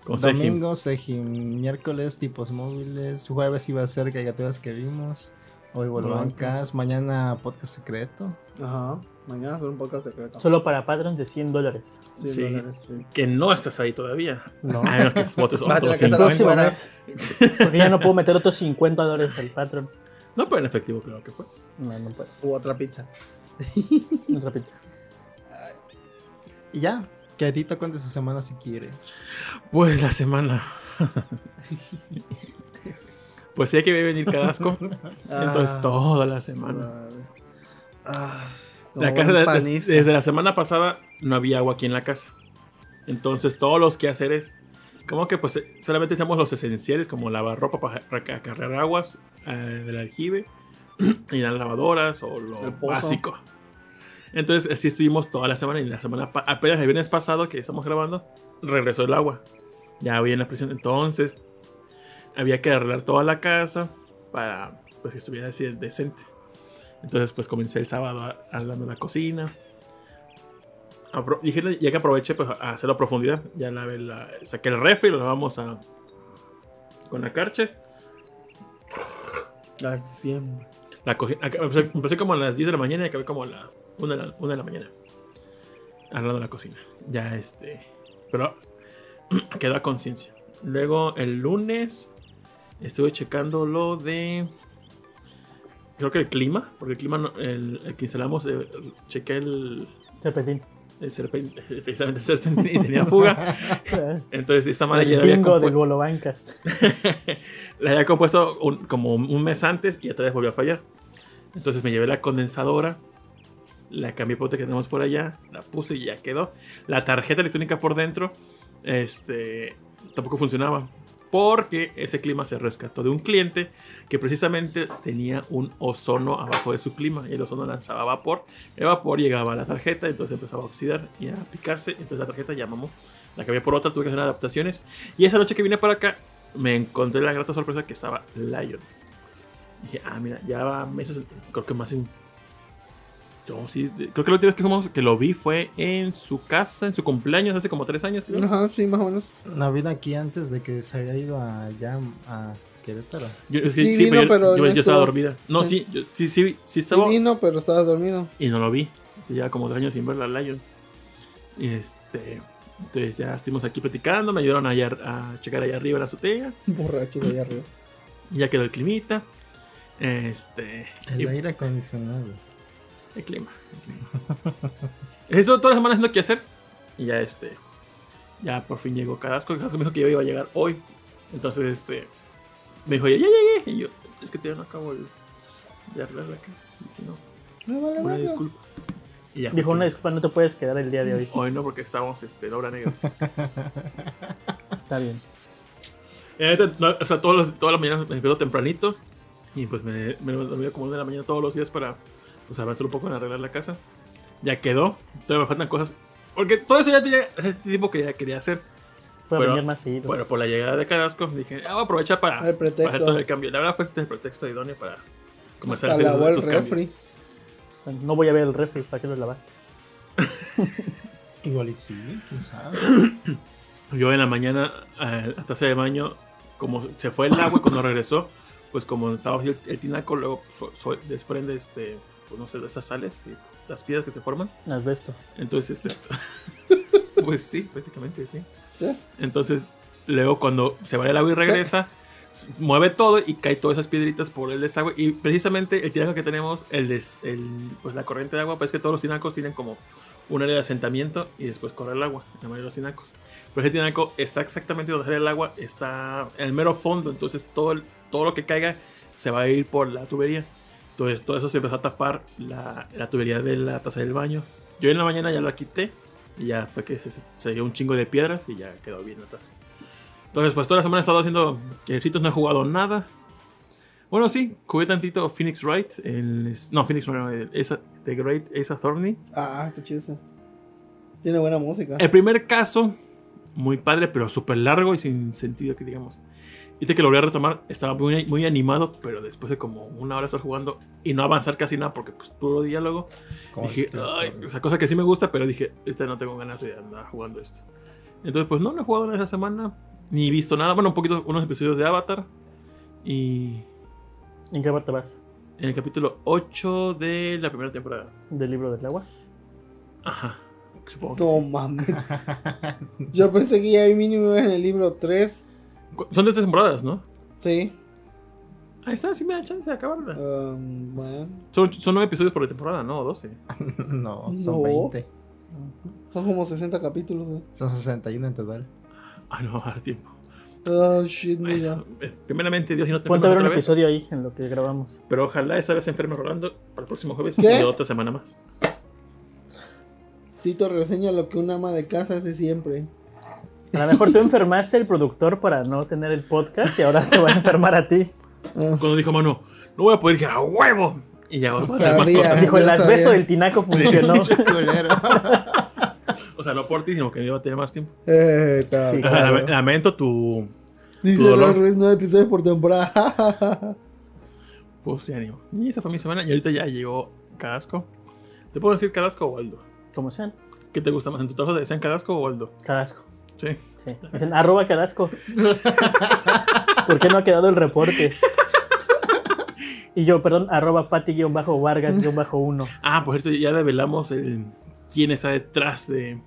B: Con Sejim.
A: Domingo, Sejim, miércoles, tipos móviles, jueves iba a ser caricaturas que vimos, hoy Volvancas, mañana podcast secreto.
C: Ajá. Mañana será un podcast secreto.
D: Solo para patrons de 100 dólares.
C: Sí,
B: Sí.
C: dólares, sí.
B: Que no estás ahí todavía.
D: No.
B: A menos que votes
C: Va a tener que
D: El
C: Pero
D: próximo
C: bueno.
D: mes. Porque ya no puedo meter otros 50 dólares al patron.
B: No, pero en efectivo, claro que fue.
D: No, no puedo.
C: U otra pizza.
D: Otra pizza.
A: Y ya, que Tito cuente su semana si quiere.
B: Pues la semana. pues sí, hay que venir Carrasco. Entonces, toda la semana.
C: Ah,
B: La
C: como
B: casa
C: buen
B: de-
C: panista.
B: desde la semana pasada no había agua aquí en la casa. Entonces, todos los quehaceres, como que pues eh, solamente hacíamos los esenciales, como lavar ropa para para cargar aguas eh, del aljibe, y las lavadoras o lo
C: El pozo.
B: básico. Entonces, así estuvimos toda la semana y la semana pa- apenas el viernes pasado que estamos grabando, regresó el agua. Ya había en la presión. Entonces, había que arreglar toda la casa para pues, que estuviera así de decente. Entonces, pues comencé el sábado a- arreglando la cocina. Apro- dije, ya que aproveché pues, a hacerlo a profundidad, ya lavé la, saqué el refri, lo lavamos a, con la carche.
C: La siempre.
B: La cogí- ac- o sea, empecé como a las 10 de la mañana y acabé como a la 1 de la, una de la mañana. Al lado de la cocina. Ya este. Pero quedó a conciencia. Luego el lunes estuve checando lo de. Creo que el clima, porque el clima, no- el, el que instalamos, eh, chequé el,
D: Serpentín.
B: el serpente, precisamente el serpente y tenía fuga. Entonces esta madre ya
D: El
B: la había
D: bingo del
B: compu-
D: Bolo Bancas.
B: la había compuesto un- como un mes antes y otra vez volvió a fallar. Entonces me llevé la condensadora, la cambié por otra que tenemos por allá, la puse y ya quedó. La tarjeta electrónica por dentro este, tampoco funcionaba porque ese clima se rescató de un cliente que precisamente tenía un ozono abajo de su clima y el ozono lanzaba vapor. El vapor llegaba a la tarjeta, entonces empezaba a oxidar y a picarse. Entonces la tarjeta ya mamó. La cambié por otra, tuve que hacer adaptaciones. Y esa noche que vine para acá, me encontré la grata sorpresa que estaba Lion. Dije, ah, mira, ya va meses, creo que más en... Yo sí, de- creo que lo última vez que, jugamos- que lo vi fue en su casa, en su cumpleaños, hace como tres años. creo.
C: Ajá, sí, más o menos.
A: No vino aquí antes de que se había ido allá a Querétaro.
B: Yo, es que
C: Sí
B: sí,
C: vino,
B: yo-
C: pero
B: yo,
C: no
B: yo estaba
C: estuvo.
B: dormida. No, sí,
C: Sí.
B: yo- sí, sí, sí
C: Sí
B: estaba
C: vino, pero estabas dormido.
B: y no lo vi. Ya como dos años sin ver la Lion. Y este, entonces ya estuvimos aquí platicando, me ayudaron allá a checar allá arriba en la azotea.
C: Borracho de allá arriba.
B: y ya quedó el climita. Este,
A: El
B: y-
A: aire acondicionado.
B: El clima. Esto todas las semanas haciendo qué hacer. Y ya este. Ya por fin llegó Carrasco. Carrasco me dijo que yo iba a llegar hoy. Entonces este. Me dijo, ya, ya llegué. Y yo, es que todavía no acabo el- de arreglar la casa. Y dije, no,
C: Me Ah, vale,
B: una
C: verga.
B: disculpa. Y ya.
D: Dijo
B: porque-
D: una disculpa, no te puedes quedar el día de hoy.
B: Hoy no, porque estábamos este, de obra negra.
D: Está bien.
B: Eh, La neta, no, o sea, todos los- todas las mañanas me despierto tempranito. Y pues me, me levanto medio como de la mañana todos los días para pues, avanzar un poco en arreglar la casa. Ya quedó. Todavía me faltan cosas. Porque todo eso ya tenía ese tipo que ya quería hacer.
D: Voy a
B: Bueno,
D: venir más seguido.
B: Bueno, por la llegada de Carrasco dije, ah, voy a aprovechar para,
C: El pretexto.
B: para hacer todo el cambio. La verdad fue este el pretexto idóneo para comenzar
C: Hasta
B: a hacer
C: lavó el
B: estos cambios.
C: refri.
D: No voy a ver el refri, ¿para qué lo lavaste?
A: Igual y sí, quién sabe.
B: Yo en la mañana, eh, la taza de baño, como se fue el agua cuando regresó, pues como estaba así el, el tinaco, luego so- so- desprende, este, pues no sé, de esas sales, que- las piedras que se forman.
D: Asbesto.
B: Entonces, este, pues sí, prácticamente sí.
C: ¿Sí?
B: Entonces, luego cuando se va el agua y regresa, s- mueve todo y cae todas esas piedritas por el desagüe. Y precisamente el tinaco que tenemos, el des- el- pues la corriente de agua, pues es que todos los tinacos tienen como un área de asentamiento y después corre el agua, la mayoría de los tinacos. Pero ese tinaco está exactamente donde sale el agua, está en el mero fondo, entonces todo, el- todo lo que caiga se va a ir por la tubería. Entonces todo eso se empezó a tapar la, la tubería de la taza del baño. Yo en la mañana ya la quité y ya fue que se, se dio un chingo de piedras y ya quedó bien la taza. Entonces, pues toda la semana he estado haciendo ejercicios, no he jugado nada. Bueno, sí, jugué tantito Phoenix Wright. el- no, Phoenix Wright, no, el Ace- The Great Ace Attorney.
C: Ah, está chido ese. Tiene buena música.
B: El primer caso, muy padre, pero súper largo y sin sentido, que digamos. Viste que lo volví a retomar, estaba muy, muy animado, pero después de como una hora estar jugando y no avanzar casi nada porque pues puro diálogo.
A: Como
B: dije,
A: que-
B: "Ay", o sea, cosa que sí me gusta, pero dije, este no tengo ganas de andar jugando esto. Entonces, pues no, no he jugado nada esa semana, ni visto nada. Bueno, un poquito, unos episodios de Avatar. Y
D: ¿En qué parte vas?
B: en el capítulo 8 de la primera temporada.
D: ¿Del libro del agua?
B: Ajá, supongo.
C: No mames. Yo pensé que ya hay mínimo en el libro 3.
B: Cu- Son de tres temporadas, ¿no?
C: Sí.
B: Ahí está, sí me da chance de acabarla.
C: Um, bueno.
B: Son, son nueve episodios por temporada, ¿no? O doce.
A: no, son
C: No.
A: 20.
C: Son como 60 capítulos, ¿eh? güey.
A: Son 61 en total.
B: Ah, no, va a dar tiempo.
C: Oh, shit, mira.
B: Bueno, eh, primeramente, Dios, y no te
D: Ponte a ver
B: enfermas
D: un
B: otra vez.
D: episodio ahí en lo que grabamos.
B: Pero ojalá esa vez se enferme Rolando para el próximo jueves
C: ¿Qué?
B: y otra semana más.
C: Tito reseña lo que un ama de casa hace siempre.
D: A lo mejor tú enfermaste al productor para no tener el podcast y ahora te va a enfermar a ti.
C: Ah,
B: Cuando dijo Manu, no voy a poder, dije, ¡a huevo! Y ya vamos a hacer más
C: Sabía.
B: cosas.
D: Dijo, el
C: Ya
D: asbesto
C: sabía.
D: del tinaco funcionó.
A: Pinche culero.
B: O sea, no por ti, sino que me iba a tener más tiempo.
C: eh, está
D: Sí,
B: O sea,
D: claro.
B: lame- Lamento tu.
C: Dice
B: Tu dolor.
C: Rol Ruiz, 9 episodios por temporada.
B: Pues ya ánimo. Y esa fue mi semana. Y ahorita ya llegó Cadasco. ¿Te puedo decir Cadasco o Waldo?
D: Como sean.
B: ¿Qué te gusta más? ¿En tu trabajo te decían Cadasco o Waldo?
D: Cadasco.
B: Sí.
D: Sí. Dicen, arroba cadasco. ¿Por qué no ha quedado el reporte? Y yo, perdón, arroba pati-vargas-1.
B: Ah, por cierto, ya revelamos el, quién está detrás de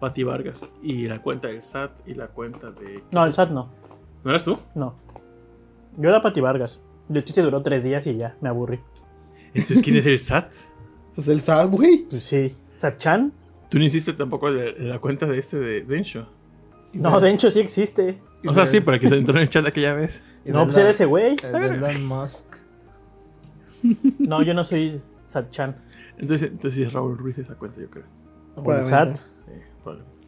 B: Pati Vargas. Y la cuenta del SAT y la cuenta de.
D: No, el SAT no.
B: ¿No eras tú?
D: No. Yo era Pati Vargas. De hecho, duró tres días y ya, me aburrí.
B: Entonces, ¿quién es el SAT?
C: Pues el SAT, güey.
D: Pues sí. ¿Satchan?
B: Tú no hiciste tampoco la, la cuenta de este de Densho.
D: No, de hecho sí existe.
B: O sea, sí, pero que se entró en el chat aquella vez.
A: Y
D: No,
A: de
D: pues era
A: Elon-
D: ese güey.
A: eh, de Elon Musk.
D: No, yo no soy Satchan.
B: Entonces, entonces sí es Raúl Ruiz esa cuenta, yo creo.
D: Por el SAT.
B: Sí, probablemente.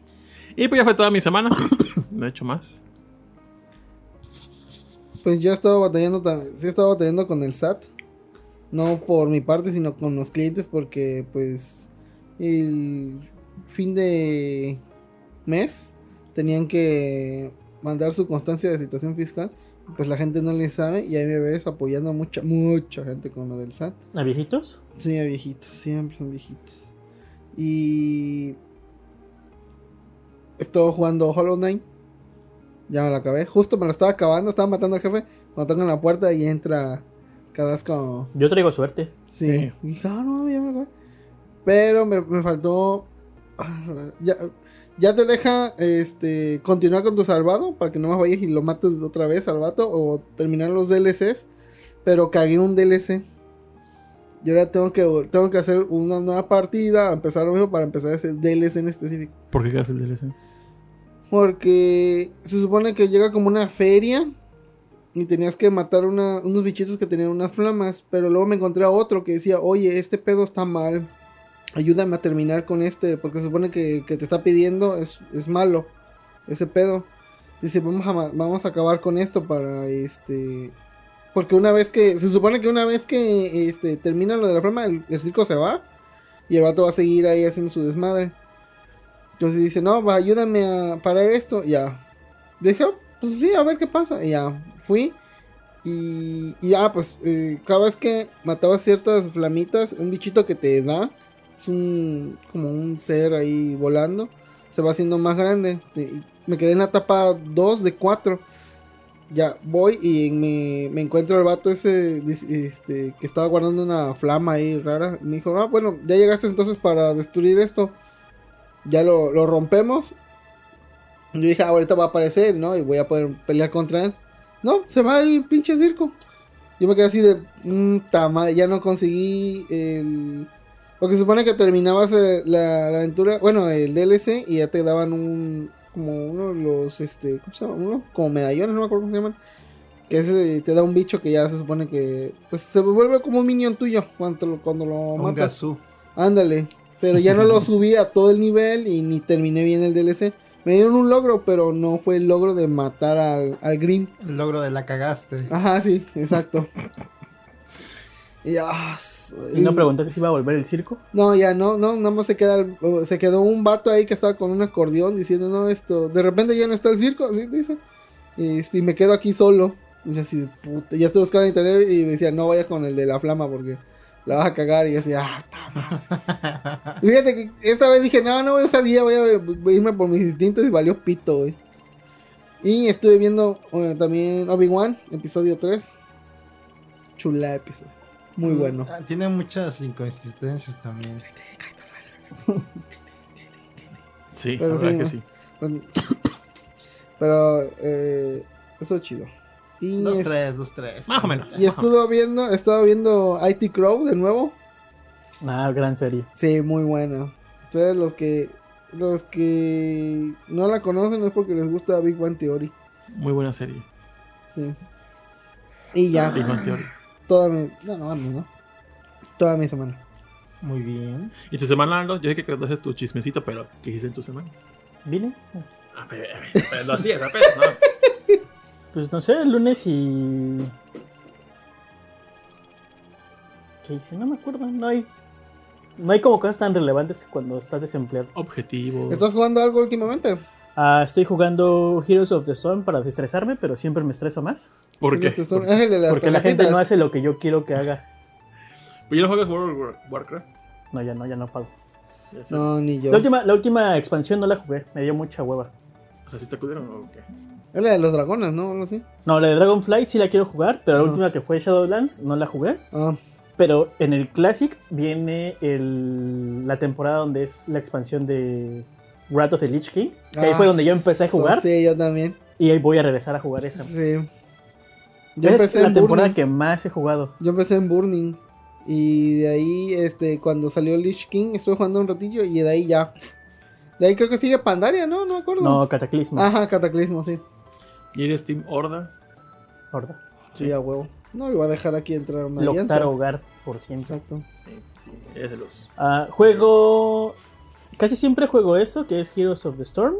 B: Y pues ya fue toda mi semana. no he hecho más.
C: Pues yo he estado batallando también. Sí, he estado batallando con el SAT. No por mi parte, sino con los clientes, porque pues el fin de mes tenían que mandar su constancia de situación fiscal. y Pues la gente no le sabe y ahí me ves apoyando a mucha, mucha gente con lo del SAT.
D: ¿A viejitos?
C: Sí, a viejitos, siempre son viejitos. Y. He estado jugando Hollow Knight. Ya me lo acabé. Justo me lo estaba acabando, estaba matando al jefe. Cuando tocan la puerta y entra Cadasco.
D: Yo traigo suerte.
C: Sí.
B: Sí.
C: Y dije, ah, no, ya me lo acabé. Pero me, me faltó. ah, Ya, ya te deja este continuar con tu salvado para que no más vayas y lo mates otra vez al vato o terminar los DLCs. Pero cagué un DLC. Y ahora tengo que, vol- tengo que hacer una nueva partida, empezar lo mismo para empezar ese DLC en específico.
B: ¿Por qué haces el DLC?
C: Porque se supone que llega como una feria y tenías que matar una- unos bichitos que tenían unas flamas. Pero luego me encontré a otro que decía, oye, este pedo está mal. Ayúdame a terminar con este. Porque se supone que, que te está pidiendo es, es malo. Ese pedo. Dice, vamos a, ma- vamos a acabar con esto para este... Porque una vez que... Se supone que una vez que este, termina lo de la flama, el, el circo se va. Y el vato va a seguir ahí haciendo su desmadre. Entonces dice, no, va, ayúdame a parar esto. Ya. Yo dije, "Ah, pues sí, a ver qué pasa. Y ya, fui. Y, y ya, pues, eh, cada vez que matabas ciertas flamitas, un bichito que te da, es un, como un ser ahí volando, se va haciendo más grande. Te- y me quedé en la etapa 2 de 4. Ya, voy y me, me encuentro al vato ese dice, este, que estaba guardando una flama ahí rara. Me dijo, ah, bueno, ya llegaste entonces para destruir esto ya lo, lo rompemos. Yo dije, "Ah, ahorita va a aparecer, ¿no? Y voy a poder pelear contra él. No, se va el pinche circo. Yo me quedé así de, "Mm, ta madre, ya no conseguí el... Porque se supone que terminabas eh, la, la aventura, bueno, el DLC, y ya te daban un... Como uno de los, este, ¿cómo se llama? Uno, como medallones, no me acuerdo cómo se llaman. Que es el- te da un bicho que ya se supone que... Pues se vuelve como un minion tuyo cuando, lo- cuando lo
A: Un
C: matas.
A: gasú.
C: Ándale. Pero ya no lo subí a todo el nivel y ni terminé bien el DLC. Me dieron un logro, pero no fue el logro de matar al, al Grim.
A: El logro de la cagaste.
C: Ajá, sí, exacto. Y, ah, s-
D: ¿Y no preguntaste si iba a volver el circo?
C: No, ya no, no, nada más se queda el- se quedó un vato ahí que estaba con un acordeón diciendo, no, esto, de repente ya no está el circo, así dice. Y, este, y me quedo aquí solo. Y yo así, puta, ya estoy buscando en internet y me decía, no vayas con el de la flama porque la vas a cagar. Y yo así, ah, ta madre". Y fíjate que esta vez dije, no, no voy a salir, ya voy a voy a irme por mis instintos y valió pito, güey. Y estuve viendo eh, también Obi-Wan, episodio 3. Chula episodio. Muy bueno.
A: Ah, Tiene muchas inconsistencias también.
B: Sí,
C: Pero
B: la verdad
C: sí,
B: que
C: ¿no?
B: sí.
C: Bueno, Pero eh, eso chido. Y,
A: Dos,
C: es-
A: tres, dos, tres.
B: Más o menos.
C: y estuve viendo, he estado viendo IT Crow de nuevo.
D: Ah, gran serie.
C: Sí, muy bueno. Entonces los que los que no la conocen es porque les gusta Big Bang Theory.
B: Muy buena serie.
C: Sí. Y ya,
B: Big Bang Theory.
C: toda mi no, no, mames, no. Toda mi semana.
A: Muy bien.
B: ¿Y tu semana, Aldo? Yo sé que contaste tu chismecito, pero ¿qué hiciste en tu semana?
D: ¿Vine?
B: A ver, a ver, pero lo hacías apenas, ¿no?
D: Pues no sé, el lunes y. ¿Qué hice? No me acuerdo. No hay. No hay como cosas tan relevantes cuando estás desempleado.
B: Objetivo.
C: ¿Estás jugando algo últimamente?
D: Ah, estoy jugando Heroes of the Storm para desestresarme, pero siempre me estreso más.
B: ¿Por
C: Sí,
B: qué?
C: los que son- Es el de las
D: Porque la gente
C: tarjetitas.
D: no hace lo que yo quiero que haga.
B: Pues yo no juego World of Warcraft.
D: No, ya no, ya no pago.
B: Ya sé.
C: No, ni yo.
D: La última, la última expansión no la jugué, me dio mucha hueva.
B: O sea, si te acudieron o qué?
C: Es Es la de los dragones, ¿no? Algo así.
D: No, la de Dragonflight sí la quiero jugar, pero la
C: Ajá.
D: última que fue Shadowlands no la jugué.
C: Ah,
D: Pero en el Classic viene el- la temporada donde es la expansión de Wrath of the Lich King. Que ahí
C: ah,
D: fue donde yo empecé a
C: so-
D: jugar
C: Sí, yo también.
D: y ahí voy a regresar a jugar esa.
C: Sí. Yo
D: Esa es
C: empecé
D: la
C: en
D: temporada
C: Burning.
D: que más he jugado.
C: Yo empecé en Burning. Y de ahí, este, cuando salió Lich King, estuve jugando un ratillo y de ahí ya. De ahí creo que sigue Pandaria, ¿no? No Ah. me acuerdo.
D: No, Cataclismo.
C: Ajá, Cataclismo, sí.
B: Y eres Team Horda.
D: Horda.
C: Sí, a huevo. No, iba a dejar aquí entrar una
D: Loctar
C: alianza.
D: hogar por siempre.
C: Exacto.
B: Sí, sí, eres de los.
D: Ah, juego. Casi siempre juego eso, que es Heroes of the Storm.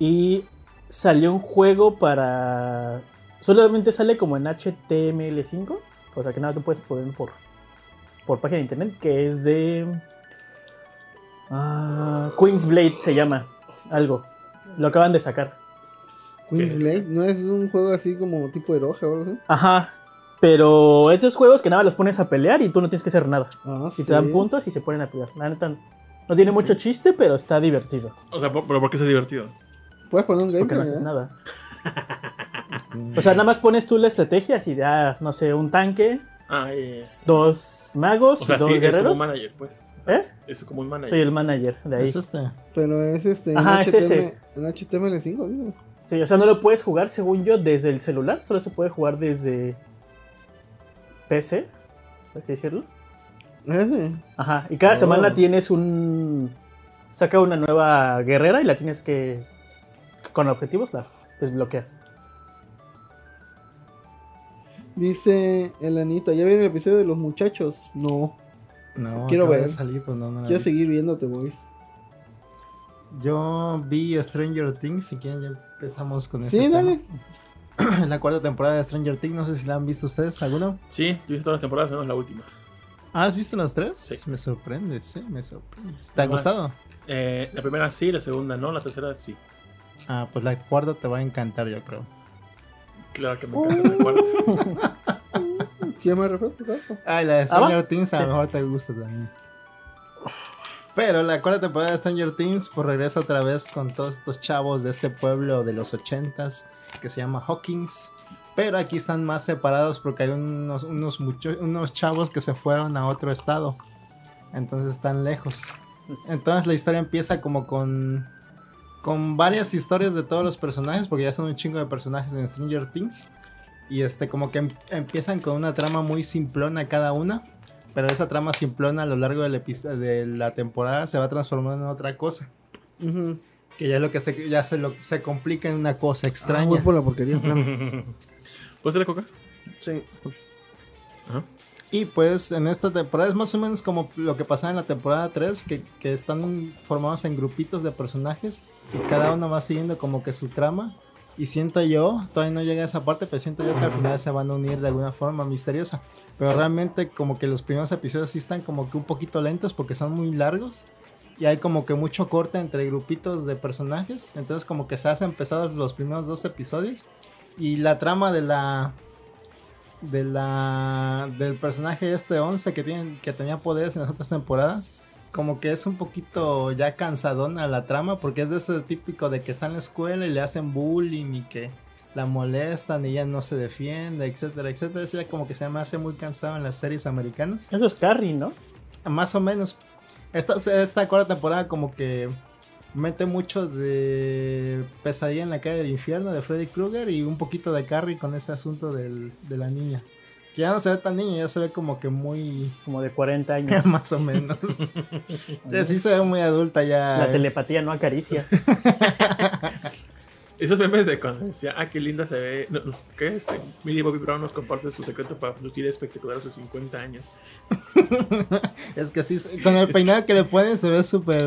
D: Y salió un juego para. Solamente sale como en HTML5, cosa que nada te puedes poner por, por página de internet, que es de. ah, Queen's Blade se llama, algo. Lo acaban de sacar.
C: Queen's
B: Ok.
C: Blade, ¿no es un juego así como tipo eroge o algo así?
D: Ajá. Pero estos juegos que nada los pones a pelear y tú no tienes que hacer nada.
C: Ah,
D: Y te dan puntos y se ponen a pelear. La neta, no tiene mucho chiste, pero está divertido.
B: O sea, por- pero porque es divertido.
C: Puedes poner un
D: Porque no
C: gameplay,
D: haces
C: ¿eh?
D: nada. O sea, nada más pones tú la estrategia, así de, ah, no sé, un tanque,
B: Ah, eh,
D: dos magos,
B: O sea,
D: y dos
B: sí, es como
D: guerreros.
B: un manager, pues.
D: ¿Eh?
B: Es como un
D: Soy
B: manager.
D: el manager de ahí.
A: Es este.
C: Pero es este. en
D: Ajá, es
C: HTML
D: ese.
C: En HTML5, digo.
D: Sí, o sea, no lo puedes jugar, según yo, desde el celular, solo se puede jugar desde PC, por así decirlo.
C: Ese.
D: Ajá, y cada
C: Oh.
D: semana tienes un... Saca una nueva guerrera y la tienes que... Con objetivos las desbloqueas.
C: Dice Elanita, ¿ya vieron el episodio de los muchachos? No.
A: No,
C: Quiero
A: acaba de
C: ver.
A: salir, pues, no, no la
C: Quiero
A: vi.
C: seguir viéndote, boys.
A: Yo vi Stranger Things, si quieren ya empezamos con
C: Sí,
A: ese este tema.
C: dale.
A: La cuarta temporada de Stranger Things, no sé si la han visto ustedes, ¿alguno?
B: Sí, tuviste todas las temporadas menos la última.
A: Ah, ¿Has visto las tres?
B: Sí.
A: Me sorprende, sí, me sorprende. ¿Te ha
B: Más-
A: gustado?
B: Eh, la primera sí, la segunda no, la tercera sí.
A: Ah, pues la cuarta te va a encantar, yo creo.
B: Claro que me encanta la cuarta.
C: ¿Quién me refresco, gato?
A: Ay, la de
D: ¿Ah, va?
A: Stranger Things a
D: Sí.
A: lo mejor te gusta también. Pero la cuarta temporada de Stranger Things pues regresa otra vez con todos estos chavos de este pueblo de los ochentas que se llama Hawkins. Pero aquí están más separados porque hay unos, unos, mucho- unos chavos que se fueron a otro estado. Entonces están lejos. Entonces la historia empieza como con, con varias historias de todos los personajes, porque ya son un chingo de personajes en Stranger Things. Y este, como que em- empiezan con una trama muy simplona cada una. Pero esa trama simplona a lo largo del episo- de la temporada se va transformando en otra cosa.
C: Ujú.
A: Que ya es lo que se, ya se, lo, se complica en una cosa
C: Ah,
A: extraña.
C: voy por la porquería. espérame.
B: Uh. ¿Puedes la coca?
C: sí.
B: Ajá.
A: Y pues en esta temporada es más o menos como lo que pasaba en la temporada 3, que, que están formados en grupitos de personajes y cada uno va siguiendo como que su trama. Y siento yo, todavía no llega a esa parte, pero siento yo que al final se van a unir de alguna forma misteriosa. Pero realmente como que los primeros episodios sí están como que un poquito lentos porque son muy largos. Y hay como que mucho corte entre grupitos de personajes. Entonces como que se hacen pesados los primeros dos episodios. Y la trama de la de la del personaje este 11 que tiene que tenía poderes en las otras temporadas como que es un poquito ya cansadona la trama porque es de ese típico de que está en la escuela y le hacen bullying y que la molestan y ella no se defiende, etcétera, etcétera. Eso ya como que se me hace muy cansado en las series americanas.
D: Eso es Carrie, ¿no?
A: Más o menos. Esta, esta cuarta temporada como que mete mucho de pesadilla en la calle del infierno de Freddy Krueger y un poquito de Carrie con ese asunto del- de la niña. Que ya no se ve tan niña, ya se ve como que muy...
D: Como de 40 años.
A: más o menos. sí se ve muy adulta ya.
D: La telepatía no acaricia.
B: Esos memes de cuando decía, ah, qué linda se ve. No, no, ¿Qué este? Millie Bobby Brown nos comparte su secreto para lucir espectacular a sus 50 años.
A: Es que sí, con el peinado que le ponen se ve súper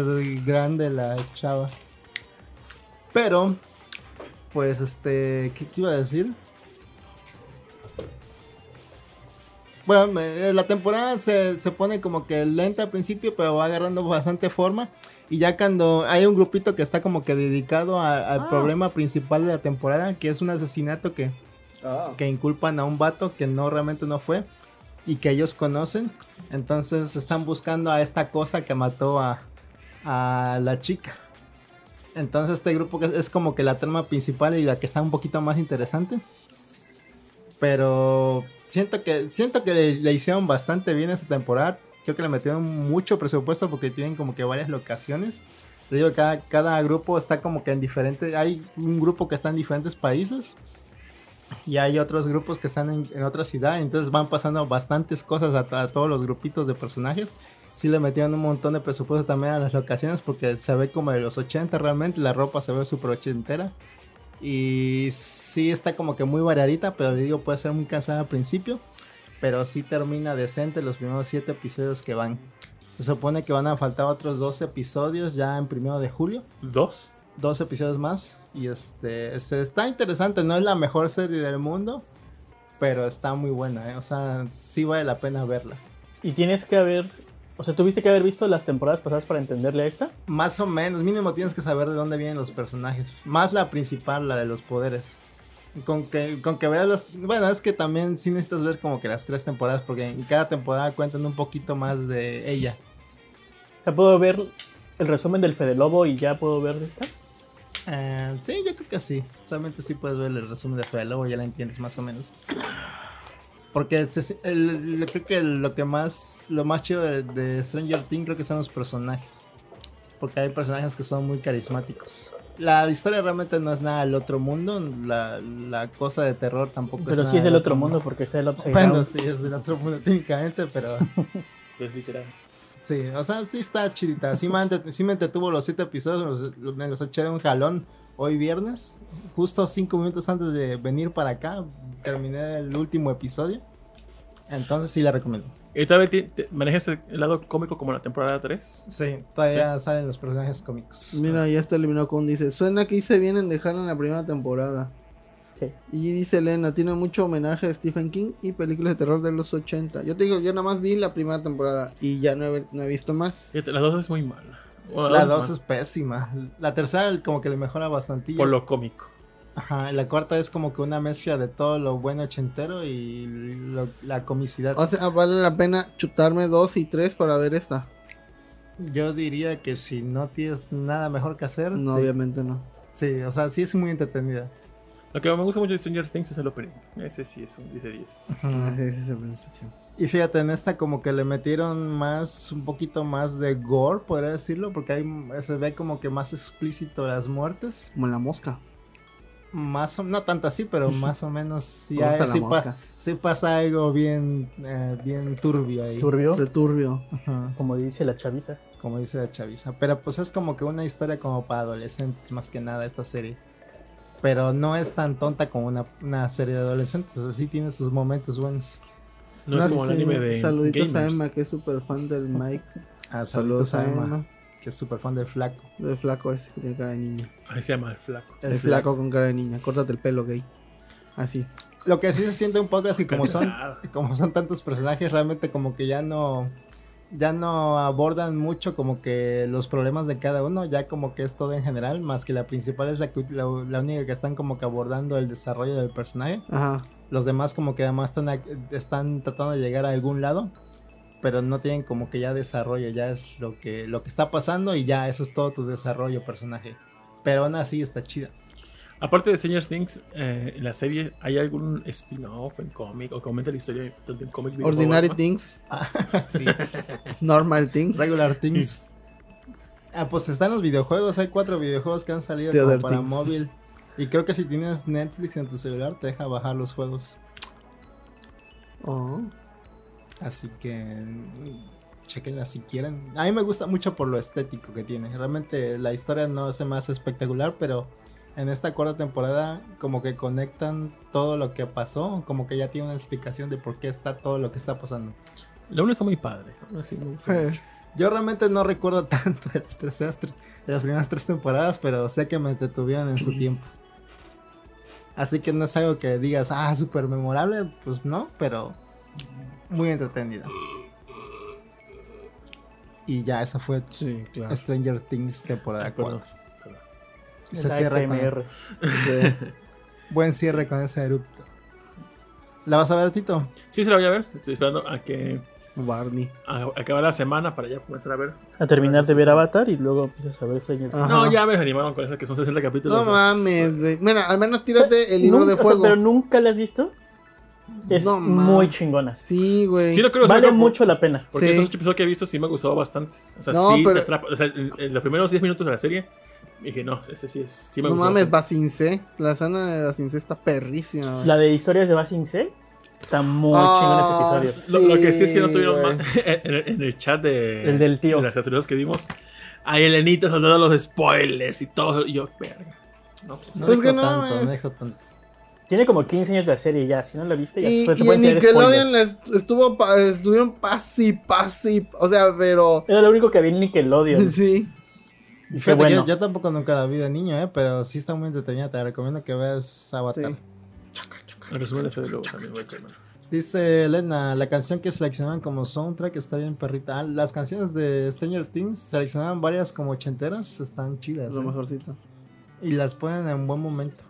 A: grande la chava. Pero, pues este, ¿qué, qué iba a decir? Bueno, me- eh, la temporada se, se pone como que lenta al principio, pero va agarrando bastante forma. Y ya cuando hay un grupito que está como que dedicado a- al problema principal de la temporada, que es un asesinato que
C: Ah.
A: que inculpan a un vato que no realmente no fue y que ellos conocen. Entonces están buscando a esta cosa que mató a, a la chica. Entonces este grupo que es- es como que la trama principal y la que está un poquito más interesante. Pero siento que siento que le, le hicieron bastante bien esta temporada. Creo que le metieron mucho presupuesto porque tienen como que varias locaciones. Te Digo, cada, cada grupo está como que en diferentes... Hay un grupo que está en diferentes países. Y hay otros grupos que están en, en otra ciudad. Entonces van pasando bastantes cosas a, a todos los grupitos de personajes. Sí le metieron un montón de presupuesto también a las locaciones porque se ve como de los 80 realmente. La ropa se ve súper ochentera. Y sí está como que muy variadita, pero le digo, puede ser muy cansada al principio. Pero sí termina decente los primeros 7 episodios que van. Se supone que van a faltar otros 12 episodios ya en primero de julio
B: Dos.
A: dos episodios más. Y este, este, está interesante, no es la mejor serie del mundo, pero está muy buena, ¿eh? o sea, sí vale la pena verla.
D: Y tienes que haber. O sea, tuviste que haber visto las temporadas pasadas para entenderle a esta.
A: Más o menos, mínimo tienes que saber de dónde vienen los personajes, más la principal, la de los poderes. Con que, con que veas las... Bueno, es que también sí necesitas ver como que las tres temporadas, porque en cada temporada cuentan un poquito más de ella.
D: O sea, puedo ver el resumen del Fede Lobo y ya puedo ver esta.
A: Eh, sí, yo creo que sí. Realmente sí puedes ver el resumen de Fede Lobo, ya la entiendes más o menos. Porque se- el- el- creo que lo que más, lo más chido de, de Stranger Things creo que son los personajes. Porque hay personajes que son muy carismáticos. La historia realmente no es nada del otro mundo. La, la cosa de terror tampoco
D: Pero
A: Pues nada
D: sí es
A: del
D: el otro mundo porque está el Upside
A: Bueno,
D: Down.
A: sí, es del otro mundo técnicamente, pero
B: Es literal.
A: Sí, o sea, sí está chidita. Sí me, entre- sí me entretuvo los siete episodios, me los, me los eché de un jalón hoy viernes, justo cinco minutos antes de venir para acá. Terminé el último episodio. Entonces sí la recomiendo.
B: Y todavía ti- te- manejas el el lado cómico como la temporada 3.
A: Sí, todavía salen los personajes cómicos.
C: Mira, ya está eliminado con dice, suena que hice bien en dejarla en la primera temporada.
D: Sí.
C: Y dice Elena, tiene mucho homenaje a Stephen King y películas de terror de los 80. Yo te digo, yo nada más vi la primera temporada y ya no he, no he visto más.
B: La 2 es muy mala. Bueno,
A: la
B: dos
A: dos
B: es
A: es pésima. La tercera como que le mejora bastante.
B: mala por lo cómico.
A: Ajá, y la cuarta es como que una mezcla de todo lo bueno ochentero y lo- la comicidad.
C: O sea, ah, vale la pena chutarme dos y tres para ver esta.
A: Yo diría que si no tienes nada mejor que hacer,
C: No,
A: Ah, sí.
C: obviamente no.
A: sí, o sea, sí es muy entretenida.
B: Lo que me gusta mucho de Stranger Things es el opening. Ese sí es un 10 de 10.
C: Ah, sí, sí, se ve, está chido.
A: Y fíjate, en esta como que le metieron más, un poquito más de gore, podría decirlo, porque ahí se ve como que más explícito las muertes.
C: Como la mosca.
A: Más o, no tanto así, pero más o menos sí,
C: Vamos
A: hay-
C: a la
A: sí
C: mosca.
A: pasa, sí pasa algo bien, eh, bien turbio ahí.
D: Turbio,
C: De turbio.
A: Ajá,
D: como dice la chaviza.
A: como dice la chaviza. Pero pues es como que una historia como para adolescentes, más que nada, esta serie. Pero no es tan tonta como una, una serie de adolescentes, o sea, sí tiene sus momentos buenos.
B: No,
C: No,
B: es como el
C: sí,
B: anime de.
C: Saluditos a
B: gamers.
C: Emma, que es súper fan del Mike.
A: Ah,
C: Saludos a Emma,
A: que es súper fan del flaco.
C: del flaco ese que tiene cara de niña.
B: Ahí se llama el flaco.
C: El, flaco con cara de niña. Córtate el pelo, gay. Así.
A: Lo que sí se siente un poco es que como son,
B: Nada.
A: como son tantos personajes, realmente como que ya no, ya no abordan mucho como que los problemas de cada uno, ya como que es todo en general, más que la principal es la, que- la, la única que están como que abordando el desarrollo del personaje.
C: Ajá.
A: Los demás como que además están, ac- están tratando de llegar a algún lado, pero no tienen como que ya desarrollo, ya es lo que, lo que está pasando y ya eso es todo tu desarrollo personaje. Pero aún así está chida.
B: Aparte de Stranger Things, eh, en la serie, ¿hay algún spin-off en cómic o comenta la historia de un cómic? videojuego,
C: Ordinary
B: ¿no?
C: things,
A: Sí.
C: normal things.
A: Regular Things. Ah, pues están los videojuegos. Hay cuatro videojuegos que han salido
C: The
A: como
C: Other
A: para
C: Things.
A: móvil. Y creo que si tienes Netflix en tu celular, te deja bajar los juegos.
C: Oh.
A: Así que. mm, Chequenla si quieren. A mí me gusta mucho por lo estético que tiene. Realmente la historia no se más espectacular, pero en esta cuarta temporada, como que conectan todo lo que pasó. Como que ya tiene una explicación de por qué está todo lo que está pasando.
B: La 1 está muy padre. La uno sí me gusta
C: Eh,
B: mucho.
A: Yo realmente no recuerdo tanto de las, tres, de las primeras tres temporadas, pero sé que me entretuvieron en su tiempo. Así que no es algo que digas, ah, súper memorable, pues no, pero muy entretenida. Y ya, esa fue
C: Sí, claro.
A: Stranger Things temporada
B: Ay, perdón.
A: 4. Y se
D: La
A: cierra con-
D: ASMR.
C: Sí.
A: buen cierre con ese erupto. ¿La vas a ver, Tito?
B: Sí, se la voy a ver. Estoy esperando a que
C: Barney.
B: A- Acaba la semana para ya comenzar a ver.
D: A terminar de ver Avatar y luego pues, empiezas a ver Stranger
A: Ah,
D: Things.
C: Ajá.
B: No, ya me desanimaron con eso, que son 60 capítulos.
C: No mames, güey. Mira, al menos tírate el libro
D: Nunca-
C: de
D: o sea,
C: fuego.
D: pero nunca la has visto. Es
C: No, ma.
D: muy chingona.
C: Sí, güey.
B: Sí, lo creo. sí lo
D: vale
B: creo, por-
D: mucho la pena.
B: Porque
C: Sí.
B: esos ocho episodios que he visto sí me ha gustado bastante. O sea,
C: No,
B: sí te
C: pero-
B: atrapa. O sea, en- en los primeros 10 minutos de la serie dije, no, este sí, es, sí me
C: no
B: gustó
C: mames,
B: bastante.
C: Basinse. La zona de Basinse está perrísima, güey.
D: La de historias de Basing C está muy
C: Ah,
D: chingona ese episodio.
B: Lo, lo que sí es que no
C: Sí,
B: tuvieron
C: güey.
B: más. En, el- en el chat de.
D: El del tío.
B: De las categorías que dimos. Ahí Elenita soltando los spoilers y todo. Y yo, verga. No, pues,
A: No
C: Pues
A: dijo
C: que no
A: tanto,
C: mames.
A: no dijo tanto.
D: Tiene como 15 años la serie ya. Si no la viste, ya
C: Y,
D: pues,
C: y
D: te
C: en
D: pueden tirar
C: Nickelodeon
D: spoilers.
C: la est- estuvo pa- estuvieron pasi, pasi. O sea, pero.
D: Era lo único que había en Nickelodeon.
C: Sí.
A: Y fíjate,
D: bueno.
A: yo, yo tampoco nunca la vi de niño, ¿eh? Pero sí está muy entretenida. Te recomiendo que veas Avatar.
C: Sí.
B: en resumen, eso de luego también, güey, que, bueno.
A: Dice Elena, la canción que seleccionaban como soundtrack está bien perrita. Ah, las canciones de Stranger Things seleccionaban varias como ochenteras, están chidas.
C: Lo
A: ¿eh?
C: mejorcito.
A: Y las ponen en buen momento.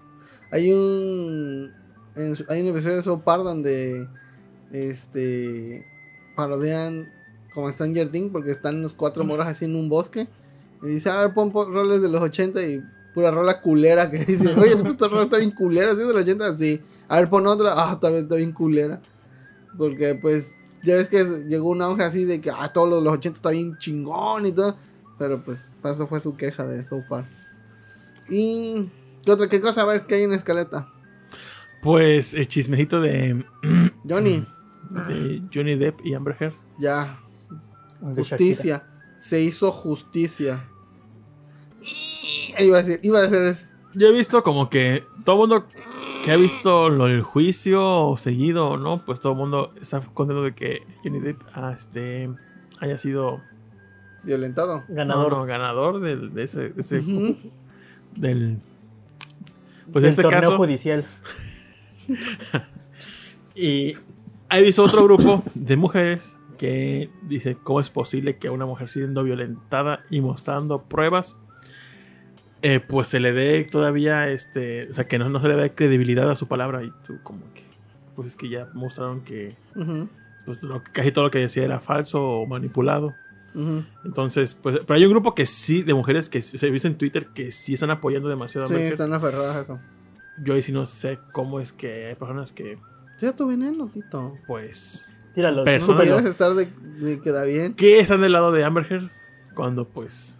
C: Hay un. en su- hay un episodio de South Park donde. Este. Parodian como Stranger Things porque están los cuatro moros así en un bosque. Y dice, a ver, pon, pon roles de los 80 y pura rola culera que dice, oye, pues esta rola está bien culera, ¿sí? De los 80, sí. A ver, pon otra, ah, también está bien culera. Porque pues, ya ves que es- llegó un auge así de que, ah, todos los, los 80 está bien chingón y todo. Pero pues, para eso fue su queja de South Park. Y... ¿Qué otra qué cosa? A ver, ¿qué hay en la escaleta?
B: Pues el chismecito de,
A: Mm.
C: Johnny,
B: de Johnny Depp y Amber Heard.
C: ya.
D: el de Shakira.
C: Justicia. Se hizo justicia. Iba a decir, iba a decir eso.
B: Yo he visto como que todo el mundo que ha visto lo del juicio seguido, ¿no? Pues todo el mundo está contento de que Johnny Depp ah, este, haya sido
C: Violentado.
D: Ganador.
B: no, no, ganador del, de ese, de ese-
C: Ujú.
B: del pues
D: Del
B: de este
D: torneo
B: caso.
D: judicial.
B: Y he visto otro grupo de mujeres que dice cómo es posible que a una mujer siendo violentada y mostrando pruebas, eh, pues se le dé todavía, este, o sea, que no, no se le dé credibilidad a su palabra y tú como que, pues es que ya mostraron que
C: Ujú.
B: pues, lo- casi todo lo que decía era falso o manipulado.
C: Ujú.
B: Entonces, pues, pero hay un grupo que sí, de mujeres que sí- se visto en Twitter que sí están apoyando demasiado. a
C: Sí,
B: Merkel.
C: están aferradas a eso.
B: Yo ahí sí no sé cómo es que hay personas que,
C: Ya tu veneno, Tito.
B: pues,
D: Tíralo.
B: Pero-
C: No
D: escúpelo.
C: quieres estar de, de queda bien.
B: que están del lado de Amber Heard cuando pues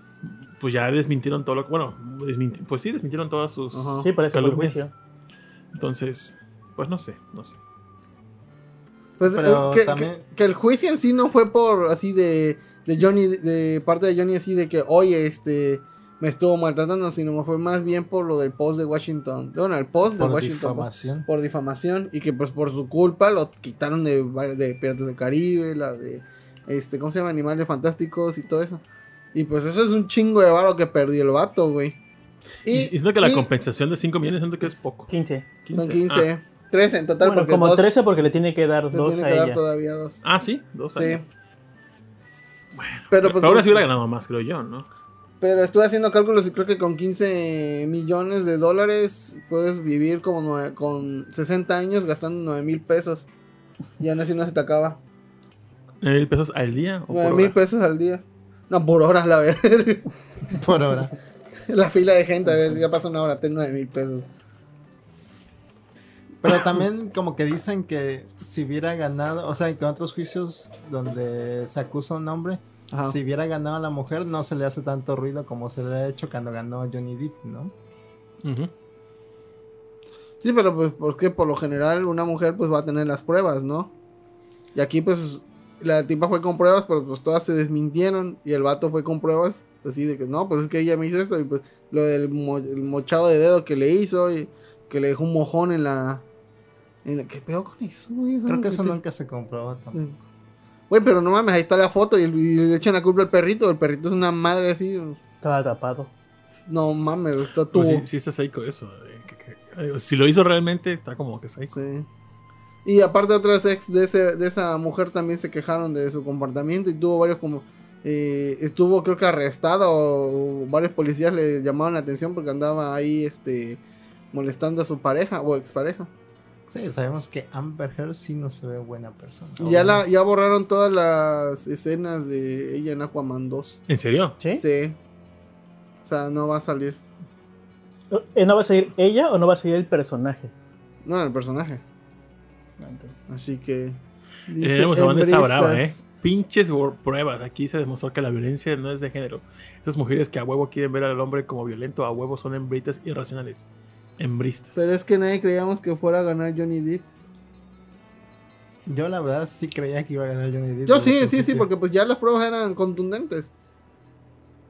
B: pues ya desmintieron todo lo que bueno desminti- pues sí desmintieron todas sus
C: Ajá.
D: Sí, parece por el
B: calumnias.
D: juicio.
B: entonces pues no sé no sé
C: Pues
A: Pero
C: eh, que,
A: también-
C: que- que el juicio en sí no fue por así de, de Johnny, de parte de Johnny así de que, oye, este, me estuvo maltratando, sino fue más bien por lo del post de Washington. Bueno, el post de
A: Por
C: Washington. pues. po-
A: difamación.
C: por difamación y que pues por su culpa lo quitaron de, var- de Piratas del Caribe, la de este, ¿cómo se llama? Animales Fantásticos y todo eso. Y pues eso es un chingo de varo que perdió el vato, güey.
B: y, y siento que la compensación de 5 millones siento que es poco
D: 15.
C: son
B: 15.
C: 15,
B: Ah.
C: 13 en total
D: bueno,
C: porque
D: como
C: dos
D: 13 porque le tiene que dar
C: le
D: dos
C: tiene
D: a
C: que dar
D: ella.
C: todavía dos.
B: ah sí dos
C: Sí.
B: años.
C: pero
B: pero,
C: pues
B: ahora
C: con-
B: sí hubiera ganado más creo yo no
C: pero estuve haciendo cálculos y creo que con 15 millones de dólares puedes vivir como nueve- con 60 años gastando 9 mil pesos. Y aún así no se te acaba.
B: 9 mil pesos al día o por
C: 9 mil
B: hora?
C: pesos al día. No, por horas la verga.
A: Por ahora.
C: La fila de gente, a ver, ya pasa una hora, tengo 9 mil pesos.
A: Pero también como que dicen que si hubiera ganado, o sea, que en otros juicios donde se acusa a un hombre,
C: Ajá.
A: si hubiera ganado a la mujer, no se le hace tanto ruido como se le ha hecho cuando ganó Johnny Depp, ¿no?
B: Ujú.
C: Sí, pero pues porque por lo general una mujer pues va a tener las pruebas, ¿no? Y aquí pues la tipa fue con pruebas, pero pues todas se desmintieron y el vato fue con pruebas, así de que no, pues es que ella me hizo esto y pues lo del mo- el mochado de dedo que le hizo y que le dejó un mojón en la... En la ¿Qué pedo con eso, güey?
A: Creo que eso
C: Te-
A: nunca se comprobó tampoco.
C: Güey, pero no mames, ahí está la foto y, y le echan la culpa al perrito, el perrito es una madre así,
D: Estaba tapado.
C: no mames, está tu...
B: Pues sí, sí está psycho eso eh, que- que- digo, si lo hizo realmente está como que psycho
C: Sí. Y aparte otras ex de, ese- de esa mujer también se quejaron de su comportamiento y tuvo varios como... eh, estuvo creo que arrestada o, o varios policías le llamaron la atención porque andaba ahí este molestando a su pareja o expareja.
A: Sí, sabemos que Amber Heard sí no se ve buena persona.
C: Ya,
B: Oh.
C: la, ya borraron todas las escenas de ella en Aquaman 2.
B: ¿En serio? Eh,
D: ¿Sí?
C: Sí. O sea, no va a salir.
D: Eh, ¿No va a salir ella o no va a salir el personaje?
C: No, el personaje. Ah,
D: No, entonces.
C: Así que.
B: Eh, vamos a ver, está
C: hembristas.
B: brava, ¿eh? Pinches wor- pruebas. Aquí se demostró que la violencia no es de género. Esas mujeres que a huevo quieren ver al hombre como violento, a huevo son hembritas irracionales. Hembristas.
C: Pero es que nadie creíamos que fuera a ganar Johnny Depp.
A: Yo la verdad sí creía que iba a ganar Johnny Depp.
C: Yo
A: desde
C: sí,
A: el
C: sí, sí,
A: principio.
C: porque pues ya las pruebas eran contundentes.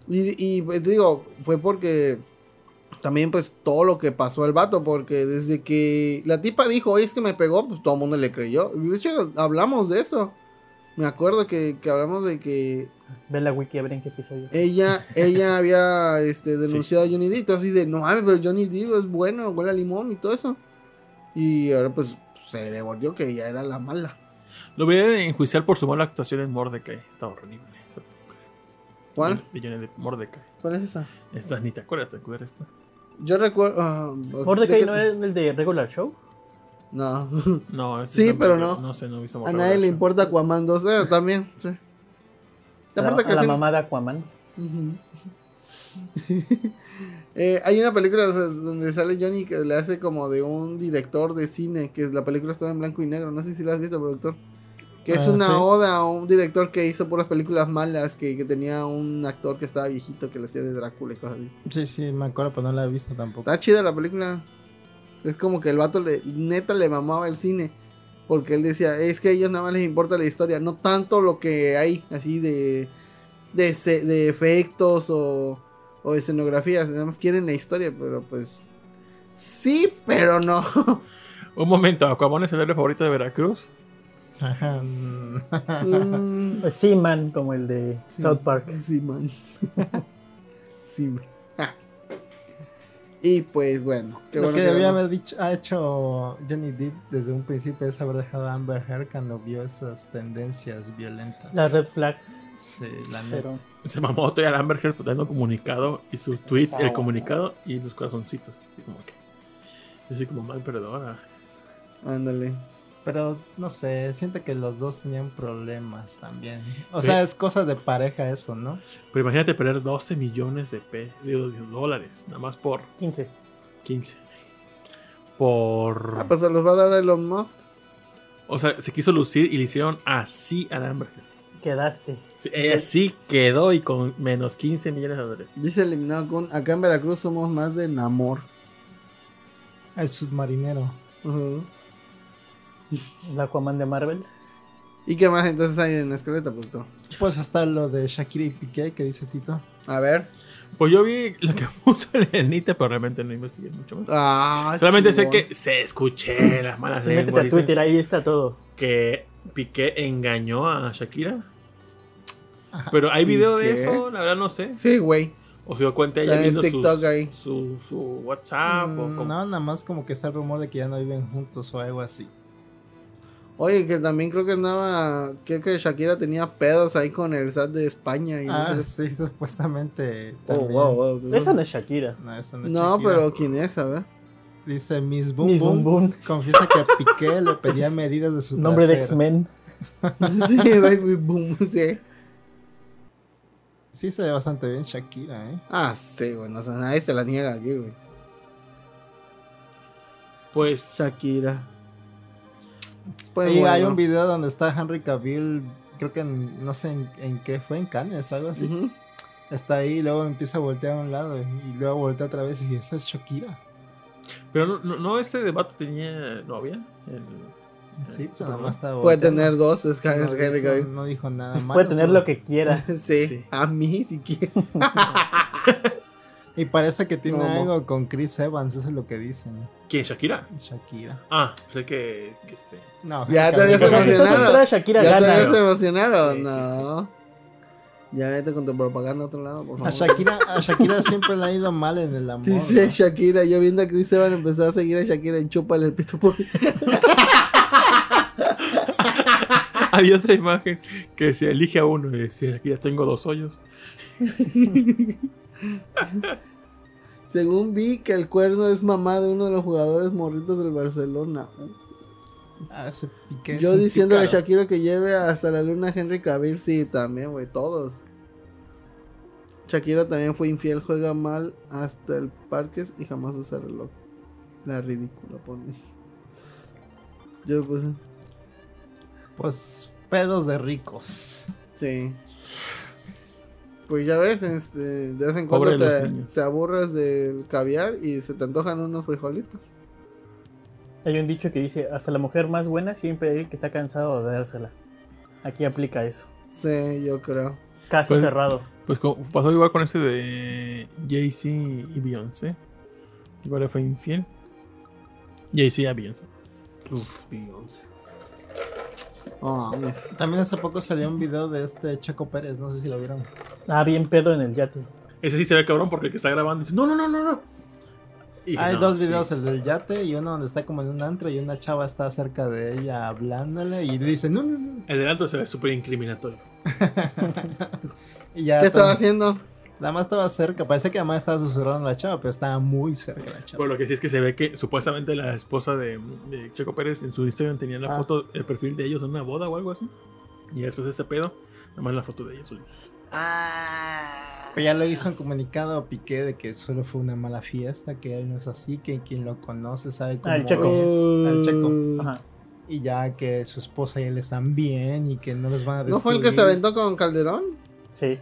C: Y, y, pues, te digo, fue porque también pues todo lo que pasó al vato, porque desde que la tipa dijo, oye, es que me pegó, pues todo el mundo le creyó. De hecho, hablamos de eso. Me acuerdo que, que hablamos de que
D: Ve la wiki a ver en qué episodio.
C: ella, ella había este, denunciado a Johnny Depp, entonces así de, no mames, pero Johnny Depp es bueno, huele a limón y todo eso. Y ahora pues se le volvió que ella era la mala.
B: Lo voy a enjuiciar por su mala actuación en Mordecai. Está horrible. esa película.
C: ¿Cuál?
B: De Johnny Depp, Mordecai.
C: ¿Cuál es esa?
B: Esta, ni te acuerdas, te acuerdas esta.
C: Yo recuerdo. ah, ¿de
D: ¿Mordecai
C: qué-
D: no es el de Regular Show?
C: No.
B: No, esta
C: Sí,
B: es la-
C: pero no.
B: No sé, no he visto
C: A
B: Mordecai.
C: nadie le importa Aquaman 2, eh, también. Sí.
D: La,
C: Aparte que
D: a
C: al
D: la
C: fin-
D: mamá de Aquaman.
C: Ujú. Eh, hay una película o sea, donde sale Johnny que le hace como de un director de cine, que la película está en blanco y negro, no sé si la has visto, productor. Que es
A: Ah,
C: una
A: sí.
C: oda a un director que hizo puras películas malas, que, que tenía un actor que estaba viejito que le hacía de Drácula y cosas así.
A: Sí, sí, me acuerdo, pero no la he visto tampoco.
C: Está chida la película. Es como que el vato le, neta le mamaba el cine. Porque él decía, es que a ellos nada más les importa la historia, no tanto lo que hay así de, de, ce- de efectos o, o escenografías. Nada más quieren la historia, pero pues... Sí, pero no.
B: Un momento, ¿Aquaman es el héroe favorito de Veracruz?
A: Ajá, mm.
C: Mm,
D: Sí, man, Eh, como el de
C: Sí.
D: South Park.
C: sí, man. sí, man. Ja. Y pues bueno, qué
A: Lo
C: bueno
A: que
C: que
A: debía
C: ganó.
A: haber dicho, ha hecho Johnny Depp desde un principio es haber dejado a Amber Heard cuando vio esas tendencias violentas.
D: Las red flags.
A: Sí, la neta.
D: Pero
B: Se mamó todavía Amber Heard dando comunicado y su tweet,
D: Ah,
B: el
D: bueno.
B: comunicado y los corazoncitos. Así como que. Así como mal perdona.
C: Ándale.
A: Pero no sé, siento que los dos tenían problemas también. O
B: Pe-
A: sea, es cosa de pareja eso, ¿no?
B: Pero imagínate perder 12 millones de, pe- de dólares, nada más por
D: 15.
B: 15. Por.
C: Ah, pues se los va a dar a Elon Musk.
B: O sea, se quiso lucir y le hicieron así a la Amber Heard.
D: Quedaste.
B: Sí,
C: pues,
B: ella sí quedó y con menos 15 millones de dólares.
C: Dice eliminado con acá en Veracruz somos más de Namor.
A: El submarinero.
C: Ujú.
D: El Aquaman de Marvel.
C: ¿Y qué más entonces hay en la escaleta, productor?
A: Pues está lo de Shakira y Piqué que dice Tito.
C: A ver.
B: Pues yo vi lo que puso en el NITE, pero realmente no investigué mucho más.
C: Ah,
B: Solamente sé
C: chingón.
B: que se escuché las malas
D: Sí, métete
B: lenguas.
D: a
B: dicen
D: Twitter, ahí está todo.
B: que Piqué engañó a Shakira.
A: Ajá.
B: Pero hay video de
C: Piqué.
B: eso, la verdad no sé.
C: Sí, güey.
B: O se dio cuenta ella
C: Está en
B: viendo
C: TikTok
B: sus-
C: ahí.
B: Su, su WhatsApp o
A: Mm,
B: como-
A: No, nada más como que está el rumor de que ya no viven juntos o algo así.
C: Oye, que también creo que andaba. Creo que Shakira tenía pedos ahí con el SAT de España. Y no
A: Ah,
C: sé-
A: sí, supuestamente.
C: Oh,
A: también.
C: wow, wow.
D: Esa no es Shakira.
A: No, esa no es
C: No,
A: Shakira.
C: pero ¿quién es? A ver.
A: Dice Miss Boom
D: Miss Boom
A: Boom.
D: Boom.
A: Confiesa que a Piqué le pedía
D: Es
A: medidas de su
D: Nombre de
A: trasero.
D: X-Men.
C: sí, baby boom. Sí.
A: Sí se ve bastante bien Shakira, ¿eh?
C: Ah, sí, bueno. O sea, nadie se la niega aquí, güey.
B: Pues
C: Shakira. Pues
A: y
C: bueno.
A: hay un video donde está Henry Cavill, creo que en- no sé en, en qué fue, en Cannes o algo así.
C: Ujú.
A: Está ahí y luego empieza a voltear a un lado ¿eh? y luego voltea otra vez y dice, esa es Shakira.
B: Pero no, no, no este debate tenía novia. El-
A: Sí,
B: el
A: nada
B: Superman.
A: más está
C: Puede
A: volteando.
C: tener dos, es
A: No
C: Henry
A: dijo-
C: Cavill.
A: no dijo nada malo.
D: Puede tener
A: solo-
D: lo que quiera.
C: Sí,
B: Sí.
C: a mí si quiere.
A: Y parece que tiene
C: No, mo-
A: algo con Chris Evans, eso es lo que dicen.
B: ¿Quién? ¿Shakira?
A: Shakira.
B: Ah, sé que, que este.
A: No,
C: Ya
A: Henry
C: te
A: Cavill.
D: O sea, si estás en
C: emocionado.
D: contra de Shakira,
C: ¿Ya te habías
D: gana.
C: emocionado?
B: Sí, sí,
C: no. Ya vete con tu propaganda a otro lado, por
A: A
C: favor.
A: Shakira, a Shakira siempre le ha ido mal en el amor.
C: Dice
A: ¿no?
C: Shakira, yo viendo a Chris Evans empezó a seguir a Shakira en chúpale el pito por
B: Había otra imagen que decía, elige a uno y decía, aquí ya tengo dos hoyos.
C: Según vi que el cuerno es mamá de uno de los jugadores morritos del Barcelona. Uh,
A: Ah, ese piqué
C: Yo
A: es un
C: diciendo a
A: pícaro.
C: Shakira que lleve hasta la luna a Henry Cavill, sí, también, güey, todos. Shakira también fue infiel, juega mal hasta el parque y jamás usa reloj. La ridícula, pone. Yo pues,
A: Pues pedos de ricos.
C: sí. Pues ya ves, este, de vez en cuando
B: Pobre de los
C: te,
B: niños.
C: te aburres del caviar y se te antojan unos frijolitos.
D: Hay un dicho que dice, hasta la mujer más buena siempre hay el que está cansado de dársela. Aquí aplica eso.
C: Sí, yo creo.
D: Caso
B: Pues-
D: cerrado.
B: Pues co- pasó igual con ese de Jay-Z y Beyoncé. Igual le fue infiel. Jay-Z a Beyoncé.
C: Uf, Beyoncé. Oh, mames.
A: También hace poco salió un video de este Checo Pérez, no sé si lo vieron.
D: Ah, bien pedo en el yate.
B: Ese sí se ve cabrón porque el que está grabando dice: No, no, no, no, no. Y dije,
A: Hay
B: "No,
A: dos
B: sí".
A: videos, el del yate y uno donde está como en un antro y una chava está cerca de ella hablándole y le dice, no, no, no.
B: El adelanto se ve súper incriminatorio.
A: Y ya
C: ¿Qué estaba
A: todo-
C: haciendo?
A: La más estaba cerca, parece que la más estaba susurrando a la chava, pero estaba muy cerca la chava.
B: Por lo que sí es que se ve que supuestamente la esposa de, de Checo Pérez en su Instagram tenía la
C: Ah.
B: foto, el perfil de ellos en una boda o algo así. Y después de ese pedo, nada más la foto de ellos.
A: Pero Pues ya lo hizo un comunicado a Piqué de que solo fue una mala fiesta, que él no es así, que quien lo conoce sabe cómo
D: Ah, el Checo.
A: es. Al
C: Uh.
A: Checo.
D: Ajá.
A: Y ya que su esposa y él están bien y que no los van a destruir.
C: ¿No fue el que se aventó con Calderón?
D: Sí.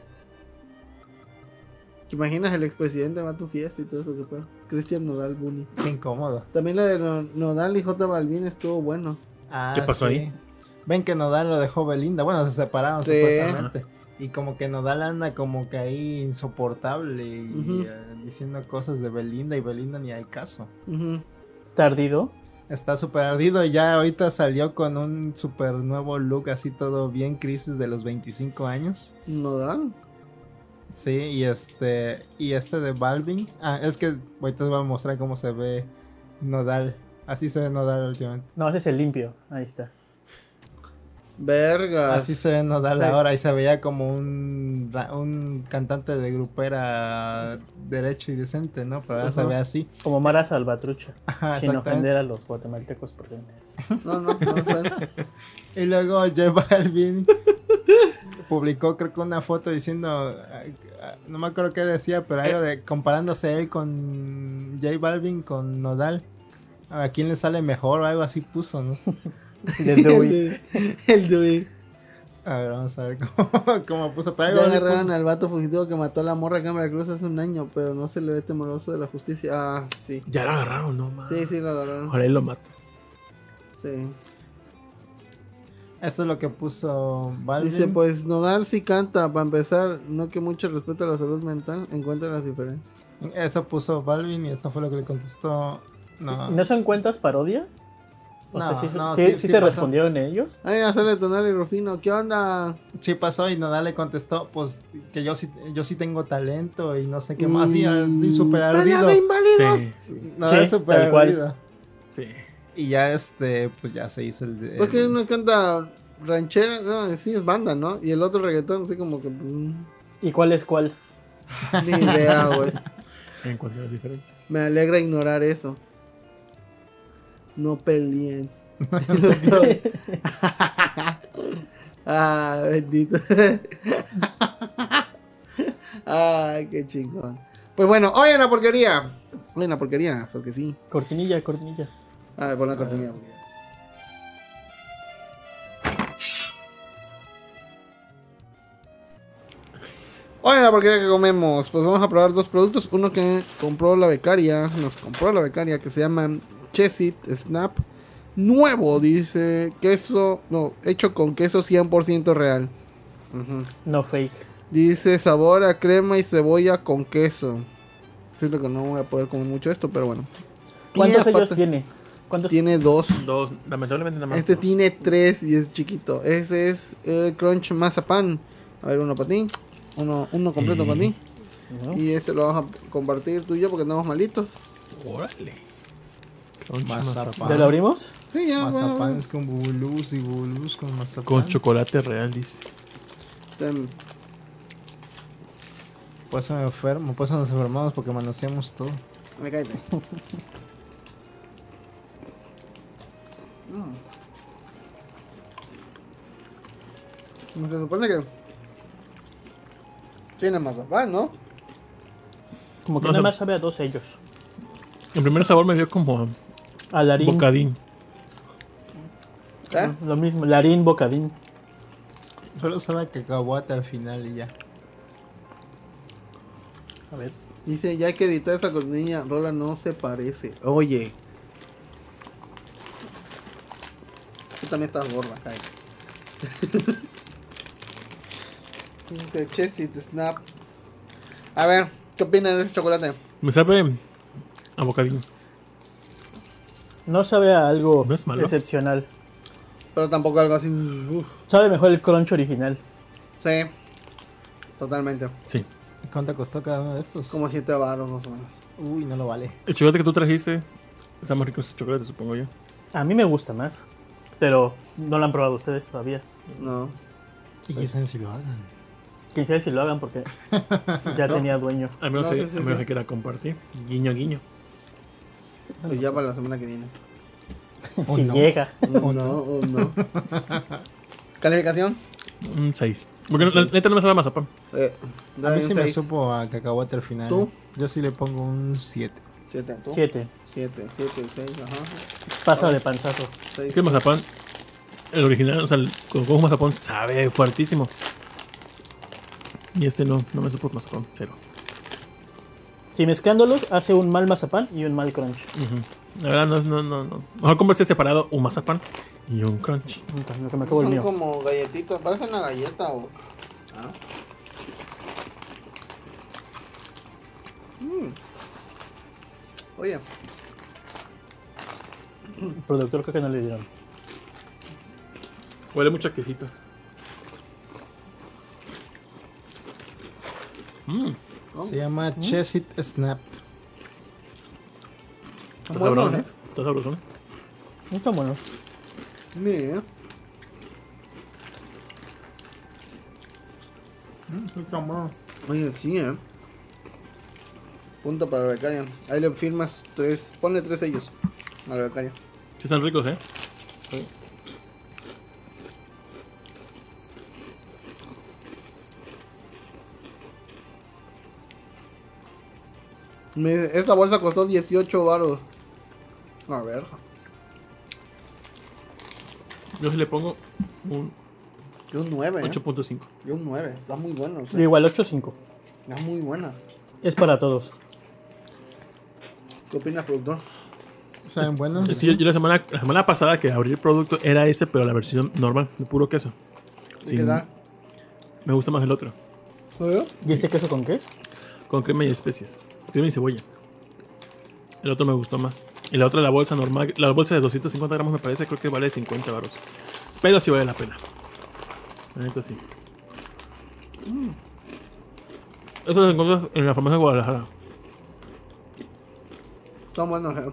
C: ¿Te imaginas el expresidente va a tu fiesta y todo eso que fue? Cristian Nodal Bunny.
A: Qué incómodo.
C: También la de No- Nodal y J Balvin estuvo bueno.
A: Ah,
B: ¿Qué pasó
A: sí.
B: ahí?
A: Ven que Nodal lo dejó Belinda. Bueno, se separaron
C: Sí.
A: supuestamente. Y como que Nodal anda como que ahí insoportable y
C: Ujú.
A: eh, diciendo cosas de Belinda y Belinda ni hay caso.
C: Ujú.
D: Está ardido.
A: Está súper ardido y ya ahorita salió con un súper nuevo look así todo bien crisis de los 25 años.
C: Nodal.
A: Sí, y este y este de Balvin. Ah, es que ahorita les voy a mostrar cómo se ve Nodal. Así se ve Nodal últimamente.
D: No, ese es el limpio. Ahí está.
C: Vergas.
A: Así se ve Nodal
D: Sí.
A: ahora y se veía como un, ra- un cantante de grupera derecho y decente, ¿no? Pero ahora se
C: Ujú.
A: ve así.
D: Como Mara Salvatrucha.
B: Ah,
A: Ajá,
D: sin
A: exactamente.
D: ofender a los guatemaltecos presentes.
C: No, no, no offense.
A: Y luego J Balvin publicó creo que una foto diciendo, ah, ah, no me acuerdo qué decía, pero algo de comparándose él con J Balvin con Nodal. A quién le sale mejor o algo así puso, ¿no?
D: De Dewey.
C: El Dewey.
A: A ver, vamos a ver cómo, cómo puso. Pero
C: Ya
A: algo así
C: agarraron
A: puso.
C: al vato fugitivo que mató a la morra acá en Veracruz hace un año, pero no se le ve temoroso de la justicia. Ah, sí.
B: Ya lo agarraron, no mames.
C: Sí, sí, lo agarraron.
B: Ojalá y lo mate.
C: Sí.
A: Esto es lo que puso Balvin.
C: Dice, pues Nodal sí canta, para empezar, no que mucho respeto a la salud mental, encuentra las diferencias.
A: Eso puso Balvin y esto fue lo que le contestó.
B: Ah.
A: No.
D: ¿No son cuentas parodia? O
A: No,
D: sea, sí,
A: no,
D: sí-
A: sí-
D: sí
A: sí
D: se
A: pasó.
D: respondieron ellos.
C: Ay, mira, sale Tonal y Rufino, ¿qué onda?
A: Sí pasó y Nodal le contestó, pues que yo sí, yo sí tengo talento y no sé qué más. Así,
C: Mm,
A: así súper ardido.
C: inválidos!
B: Sí,
A: Nodal
D: Sí,
A: súper
D: tal cual.
A: ardido.
B: sí.
A: Y ya este, pues ya se hizo el. el-
C: Porque uno canta ranchera, no, sí, es banda, ¿no? Y el otro reggaetón, así como que. mm,
D: ¿Y cuál es cuál?
C: ni idea, güey.
B: En cuanto a las diferencias.
C: Me alegra ignorar eso. No peleen. Los dos. ah, bendito. Ay, qué chingón. Pues bueno, hoy en la porquería. Hoy en la porquería, porque sí.
D: Cortinilla, cortinilla.
C: A ver, pon Ah, la cortinilla. porque- Hoy en la porquería que comemos, pues vamos a probar dos productos. Uno que compró la becaria, nos compró la becaria, que se llama Chesit Snap. Nuevo, dice, queso, no, hecho con queso 100% real. Ujú.
D: No fake.
C: Dice sabor a crema y cebolla con queso. Siento que no voy a poder comer mucho esto, pero bueno. Y
D: ¿Cuántos sellos
C: aparte,
D: tiene? ¿Cuántos?
C: Tiene dos.
B: Dos, lamentablemente nada más.
C: Este
B: dos.
C: tiene tres y es chiquito. Ese es el Crunch Mazapán. A ver, uno para ti. Uno, uno completo para ti.
D: Ujú.
C: Y ese lo vamos a compartir tú y yo porque andamos malitos.
B: Órale.
A: Mazapán.
B: Ah.
D: ¿Ya lo abrimos?
C: Sí, ya, bueno, bueno.
A: Mazapanes con bulus y bulus con mazapán.
B: Con chocolate real, dice.
C: Ten.
A: Por eso Pues me enfermo, por eso nos enfermamos porque manoseamos todo.
C: Me cállate. Mm. Se supone que. Tiene mazapán, ¿no?
D: Como que
B: No,
D: nada
B: no.
D: más sabe a dos sellos.
B: El primer sabor me dio como a
D: A Larín.
B: bocadín.
C: ¿Eh?
D: Lo mismo, Larín, Bocadín.
A: Solo sabe a cacahuate al final y ya.
D: A ver.
C: Dice, ya hay que editar esa con niña. Rola no se parece. Oye. Tú también estás gorda, Kai. Dice, Chessit Snap. A ver, ¿qué opinan de ese chocolate?
B: Me sabe a bocadín.
D: No sabe a algo
B: No es malo.
D: excepcional.
C: Pero tampoco algo así. uf.
D: Sabe mejor el crunch original.
C: Sí. Totalmente.
B: Sí.
A: ¿Y ¿Cuánto costó cada uno de estos?
C: Como 7 baros más o menos.
A: Uy, no lo vale.
B: El chocolate que tú trajiste está más rico que ese chocolate, supongo yo.
D: A mí me gusta más. Pero no lo han probado ustedes todavía.
C: No.
A: Y quizás si lo hagan.
D: Quién sabe si lo hagan porque ya tenía dueño.
B: Al menos,
C: No,
B: que,
C: sí, sí,
B: al menos
C: sí.
B: que quiera compartir. Guiño, guiño.
C: Pues ya para la semana que viene.
B: Oh,
D: si llega.
C: No, no, no. ¿Calificación?
B: Un 6. Porque no- la neta no me sabe a mazapán.
C: Eh,
A: A mí
C: dale un
A: sí me
C: seis.
A: supo a cacahuate al final.
C: ¿Tú?
A: Yo sí le pongo un 7.
C: Siete, ¿tú?
D: 7.
C: 7, 7, 6, ajá.
D: Pasa de panzazo.
B: Es
C: 6.
B: que el mazapán, el original, o sea, el- cuando como mazapán sabe fuertísimo. Y este no, no me supo mazapán, cero.
D: Si mezclándolos hace un mal mazapán y un mal crunch.
B: Ujú. La verdad, no, no, no, no. Mejor comprarse separado un mazapán y un crunch.
D: Entonces, lo que me acabo el
C: Son
D: mío.
C: como galletitas, parece una galleta o. Ah. Mm. Oye,
D: El productor creo que no le dieron.
B: Huele mucho a quesito. Mm,
A: Se llama Chesit Snap.
B: está
C: Bueno,
B: sabroso,
C: ¿eh?
B: ¿eh? Está sabroso, ¿eh?
D: No están buenos.
C: mire, eh. oye, sí, eh. Punto para la becaria. Ahí le firmas tres, ponle tres sellos a la becaria.
B: Sí están ricos, ¿eh?
C: Me dice, Esta bolsa costó 18 baros. A ver,
B: Yo sí le pongo un
C: yo un 9, eh.
B: 8.5.
C: Yo un 9, está muy bueno. o sea,
D: Yo igual 8-5.
C: Está muy buena.
D: Es para todos.
C: ¿Qué opinas, productor?
A: ¿Saben buenos?
B: Sí, yo, yo la, semana, la semana pasada que abrí el producto era ese, pero la versión normal, de puro queso.
C: ¿Y
B: Sí,
C: ¿Qué tal?
B: me gusta más el otro,
C: ¿Eh?
D: ¿Y este queso con qué es?
B: con crema y especias. Crema y cebolla. El otro me gustó más. Y la otra, la bolsa normal, la bolsa de 250 gramos me parece, creo que vale 50 baros. Pero sí vale la pena. La neta sí. Esto lo encuentras en la farmacia de Guadalajara.
C: Está bueno, eh.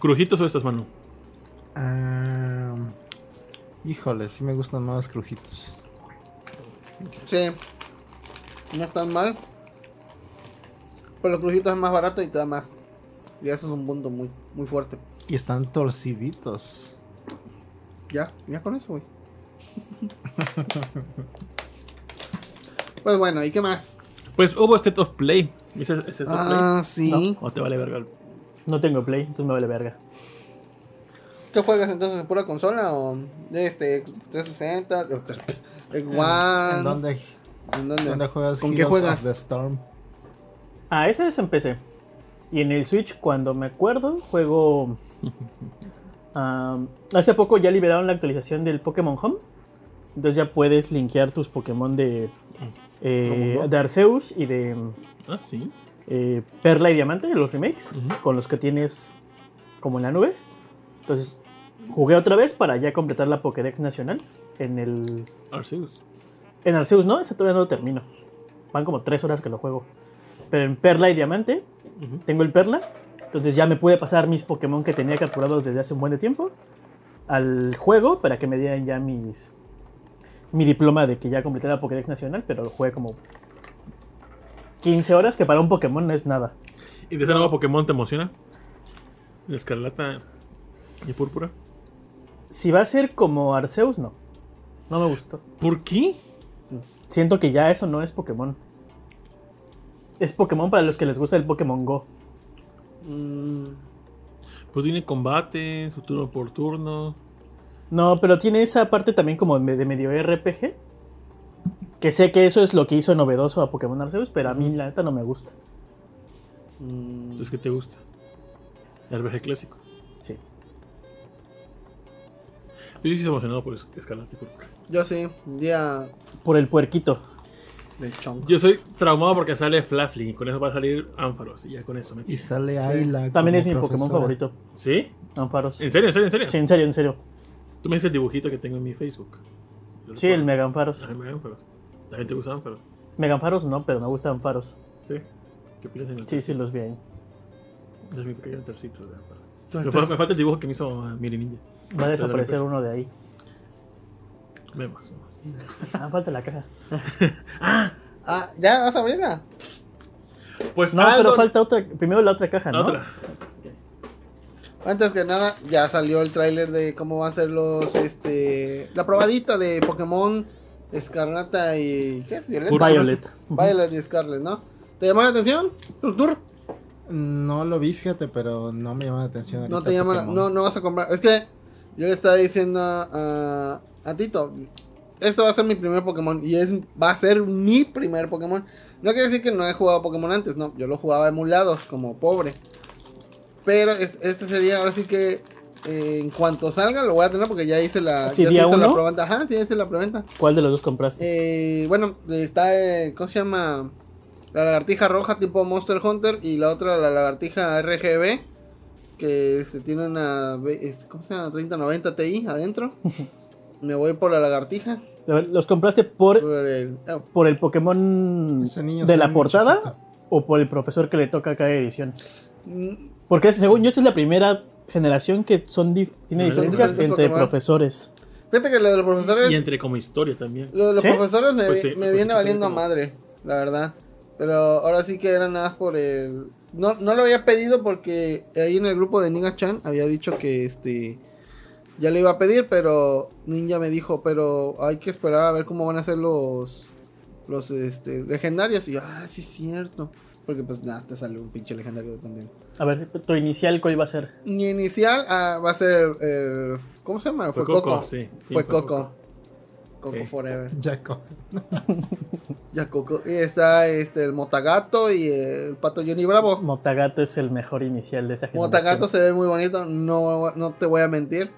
B: Crujitos o estas, Manu.
A: Ah, híjole, sí me gustan más los crujitos.
C: Sí. No están mal. Pero los crujitos es más barato y te da más. Y eso es un punto muy, muy fuerte.
A: Y están torciditos.
C: Ya, ya con eso, güey. pues bueno, ¿y qué más?
B: Pues hubo State of Play. ¿Viste ese State of
C: Ah, sí.
B: Play? ¿O te vale verga?
D: No tengo play, entonces me vale verga.
C: ¿Qué juegas entonces? ¿Pura consola o este 360? O tres- One.
A: ¿En dónde,
C: ¿En dónde?
A: dónde juegas?
C: Ah, ¿Con qué
A: Heroes
C: juegas?
A: of The Storm.
D: Ah, ese es en PC. Y en el Switch, cuando me acuerdo, juego. am, hace poco ya liberaron la actualización del Pokémon Home. Entonces ya puedes linkear tus Pokémon de, eh, de Arceus y de
B: Ah, sí.
D: eh, Perla y Diamante, los remakes,
B: Ujú.
D: con los que tienes como en la nube. Entonces jugué otra vez para ya completar la Pokédex nacional en el
B: Arceus.
D: en Arceus no, ese todavía no lo termino. Van como tres horas que lo juego. Pero en Perla y Diamante,
B: Ujú.
D: tengo el Perla. Entonces ya me pude pasar mis Pokémon que tenía capturados desde hace un buen de tiempo al juego para que me dieran ya mis mi diploma de que ya completé la Pokédex Nacional, pero lo jugué como 15 horas, que para un Pokémon no es nada.
B: ¿Y de ese nuevo Pokémon te emociona? ¿El Escarlata y Púrpura?
D: si va a ser como Arceus, no. No me gustó.
B: ¿Por qué?
D: Siento que ya eso no es Pokémon. Es Pokémon para los que les gusta el Pokémon Go.
C: Mm,
B: Pues tiene combate, su turno por turno.
D: No, pero tiene esa parte también como de de medio RPG. Que sé que eso es lo que hizo novedoso a Pokémon Arceus, pero a mí la neta no me gusta.
C: mm,
B: Entonces, ¿qué te gusta? El RPG clásico.
D: Sí.
B: Yo sí estoy emocionado por Esc- Escarlata y Púrpura.
C: Yo sí, día
D: Por el puerquito.
C: del chongo.
B: Yo soy traumado porque sale Flafling y con eso va a salir Ánfaros. Y ya con eso me
A: Y
B: quito.
A: sale Ayla.
D: También
A: como
D: es mi Pokémon
A: profesora.
D: favorito.
B: ¿Sí?
D: Amparos.
B: ¿En serio? ¿En serio? ¿En serio?
D: Sí, en serio, en serio.
B: Tú me dices el dibujito que tengo en mi Facebook. Yo lo
D: Sí,
B: pongo.
D: el Mega Amparos.
B: Ah, el Mega Ánfaros. También te gusta Ánfaros.
D: Mega Amparos no, pero me gusta Amparos.
B: ¿Sí? ¿Qué opinas en el
D: Sí, sí, los vi ahí.
B: Es mi pequeño tercito de Ánfaros. Me fal- me falta el dibujo que me hizo ah, Miri Ninja.
D: Va a desaparecer
B: pues
D: uno de ahí.
B: Vemos.
D: Ah, falta la caja.
C: Ah, ¿ya vas a abrirla?
B: Pues
D: No,
B: algo-
D: pero falta otra. Primero la otra caja,
B: la
D: ¿no?
B: otra.
C: Antes que nada, ya salió el tráiler de cómo va a ser los, este, la probadita de Pokémon Escarlata y, ¿qué? Violeta.
B: Púrpura.
D: Violet.
C: Violet y Scarlet, ¿no? ¿Te llamó la atención? ¿Tur, tur?
A: No lo vi, fíjate, pero no me llama la atención.
C: No
A: ahorita
C: te llama, la-
A: Pokémon.
C: no, no vas a comprar. Es que yo le estaba diciendo a, a Tito, esto va a ser mi primer Pokémon y es, va a ser mi primer Pokémon. No quiere decir que no he jugado Pokémon antes, no, yo lo jugaba emulados como pobre. Pero es- este sería ahora sí que eh, en cuanto salga lo voy a tener porque ya hice la,
D: Sí,
C: ya
D: día
C: se hizo la
D: uno.
C: preventa. Ajá, sí, ya hice la preventa.
D: ¿Cuál de los dos compraste?
C: Eh, bueno, está, eh, ¿cómo se llama? La lagartija roja tipo Monster Hunter y la otra, la lagartija RGB, que se tiene una, ve- es- ¿cómo se llama? 3090 Ti adentro. Me voy por la lagartija.
D: A ver, ¿Los compraste por,
C: Por el, oh,
D: por el Pokémon
A: Ese niño
D: de
A: está
D: la
A: muy
D: portada
A: chiquito.
D: o por el profesor que le toca a cada edición?
C: mm,
D: Porque según yo, esta es la primera generación que son dif- tiene
B: Son
D: diferencias
C: diferentes
D: entre
C: Pokémon.
D: profesores.
C: fíjate que lo de los profesores,
B: Y entre como historia también.
C: lo de los
D: ¿Sí?
C: profesores me,
B: Pues
C: vi-
B: sí,
C: me
B: pues
C: viene
B: sí,
C: valiendo a
B: como-
C: madre, la verdad. Pero ahora sí que era nada más por el... No, no lo había pedido porque ahí en el grupo de Niga Chan había dicho que este... Ya le iba a pedir, pero Ninja me dijo, pero hay que esperar a ver cómo van a ser los los este, legendarios. Y yo, ah, sí es cierto. Porque pues nada, te sale un pinche legendario de pendejo.
D: A ver, tu inicial, ¿cuál iba a ser?
C: Mi inicial ah, va a ser eh, ¿cómo se llama? Fue, Coco.
B: sí. Sí,
C: Fue Coco. Coco
B: Sí.
C: Forever.
A: Jaco.
C: Ya Coco. Y está este el Motagato y el Pato Johnny
A: Oh.
C: Bravo.
D: Motagato es el mejor inicial de esa generación.
C: Motagato se ve muy bonito, no, no te voy a mentir.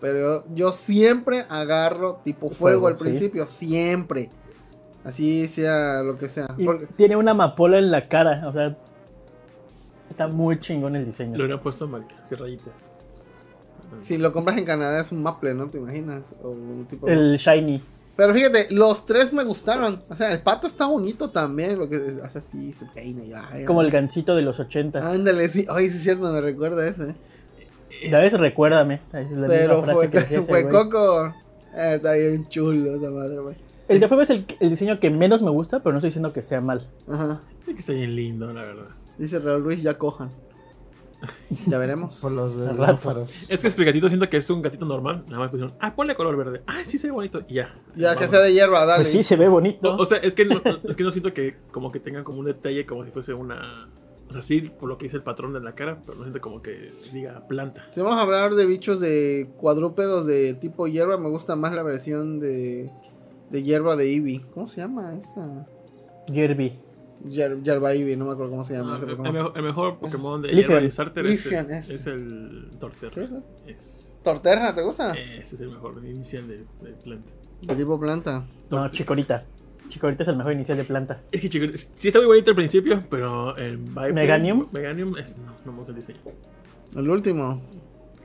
C: Pero yo, yo siempre agarro tipo fuego,
D: Fuego,
C: al
D: sí.
C: principio, siempre. Así sea lo que sea.
D: Y
C: Porque-
D: tiene una amapola en la cara, o sea, está muy chingón el diseño.
B: Lo hubieran puesto mal, así rayitas.
C: si lo compras en Canadá es un maple, ¿no? ¿Te imaginas? O un tipo
D: El shiny.
C: Pero fíjate, los tres me gustaron. O sea, el pato está bonito también. Lo que hace así, se peina y ay,
D: Es como el gancito de los
A: Ah,
D: ochentas.
C: Ándale, sí. Ay, sí es cierto, me recuerda ¿eh? a ese.
D: Ya ves, recuérdame. Es la
C: Este, Pero
D: misma frase
C: fue,
D: que decía ese
C: fue
D: güey.
C: Coco. Eh, está bien chulo esa madre, güey.
D: El de fuego es el, el diseño que menos me gusta, pero no estoy diciendo que sea mal.
C: Ajá.
B: Es que está bien lindo, la verdad.
C: Dice Raúl Ruiz, ya cojan. Ya veremos.
A: Por los de
D: Al rato.
A: lámparos.
B: Es que este gatito siento que es un gatito normal. Nada más pusieron, ah, ponle color verde. Ah, sí, se ve bonito. Y ya.
C: Ya que
B: Vámonos.
C: sea de hierba, dale.
D: Pues sí, se ve bonito.
B: No, o sea, es que, no, es que no siento que como que tengan como un detalle como si fuese una... O sea, sí, por lo que dice el patrón de la cara, pero no siento como que diga planta.
C: Si vamos a hablar de bichos de cuadrúpedos de tipo hierba, me gusta más la versión de, de hierba de Eevee. ¿Cómo se llama esta?
D: Kirby.
C: Hier- hierba Eevee, no me acuerdo cómo se llama.
B: Ah,
C: ese
B: el,
C: Pokémon.
B: el mejor, el mejor Pokémon de
D: Leafeon.
B: Hierba y Starter es, el-
C: Leafeon es.
B: es el Torterra.
C: ¿Sí? Ah.
B: Es-
C: Torterra, ¿te gusta?
B: ese es el mejor inicial de, de planta.
C: De tipo planta.
D: No, Chicorita. Chicorita es el mejor inicial de planta.
B: Es que chicos, sí está muy bonito al principio, pero el Viper-
D: ¿Meganium?
B: Meganium es, no, no me gusta el diseño.
C: El último.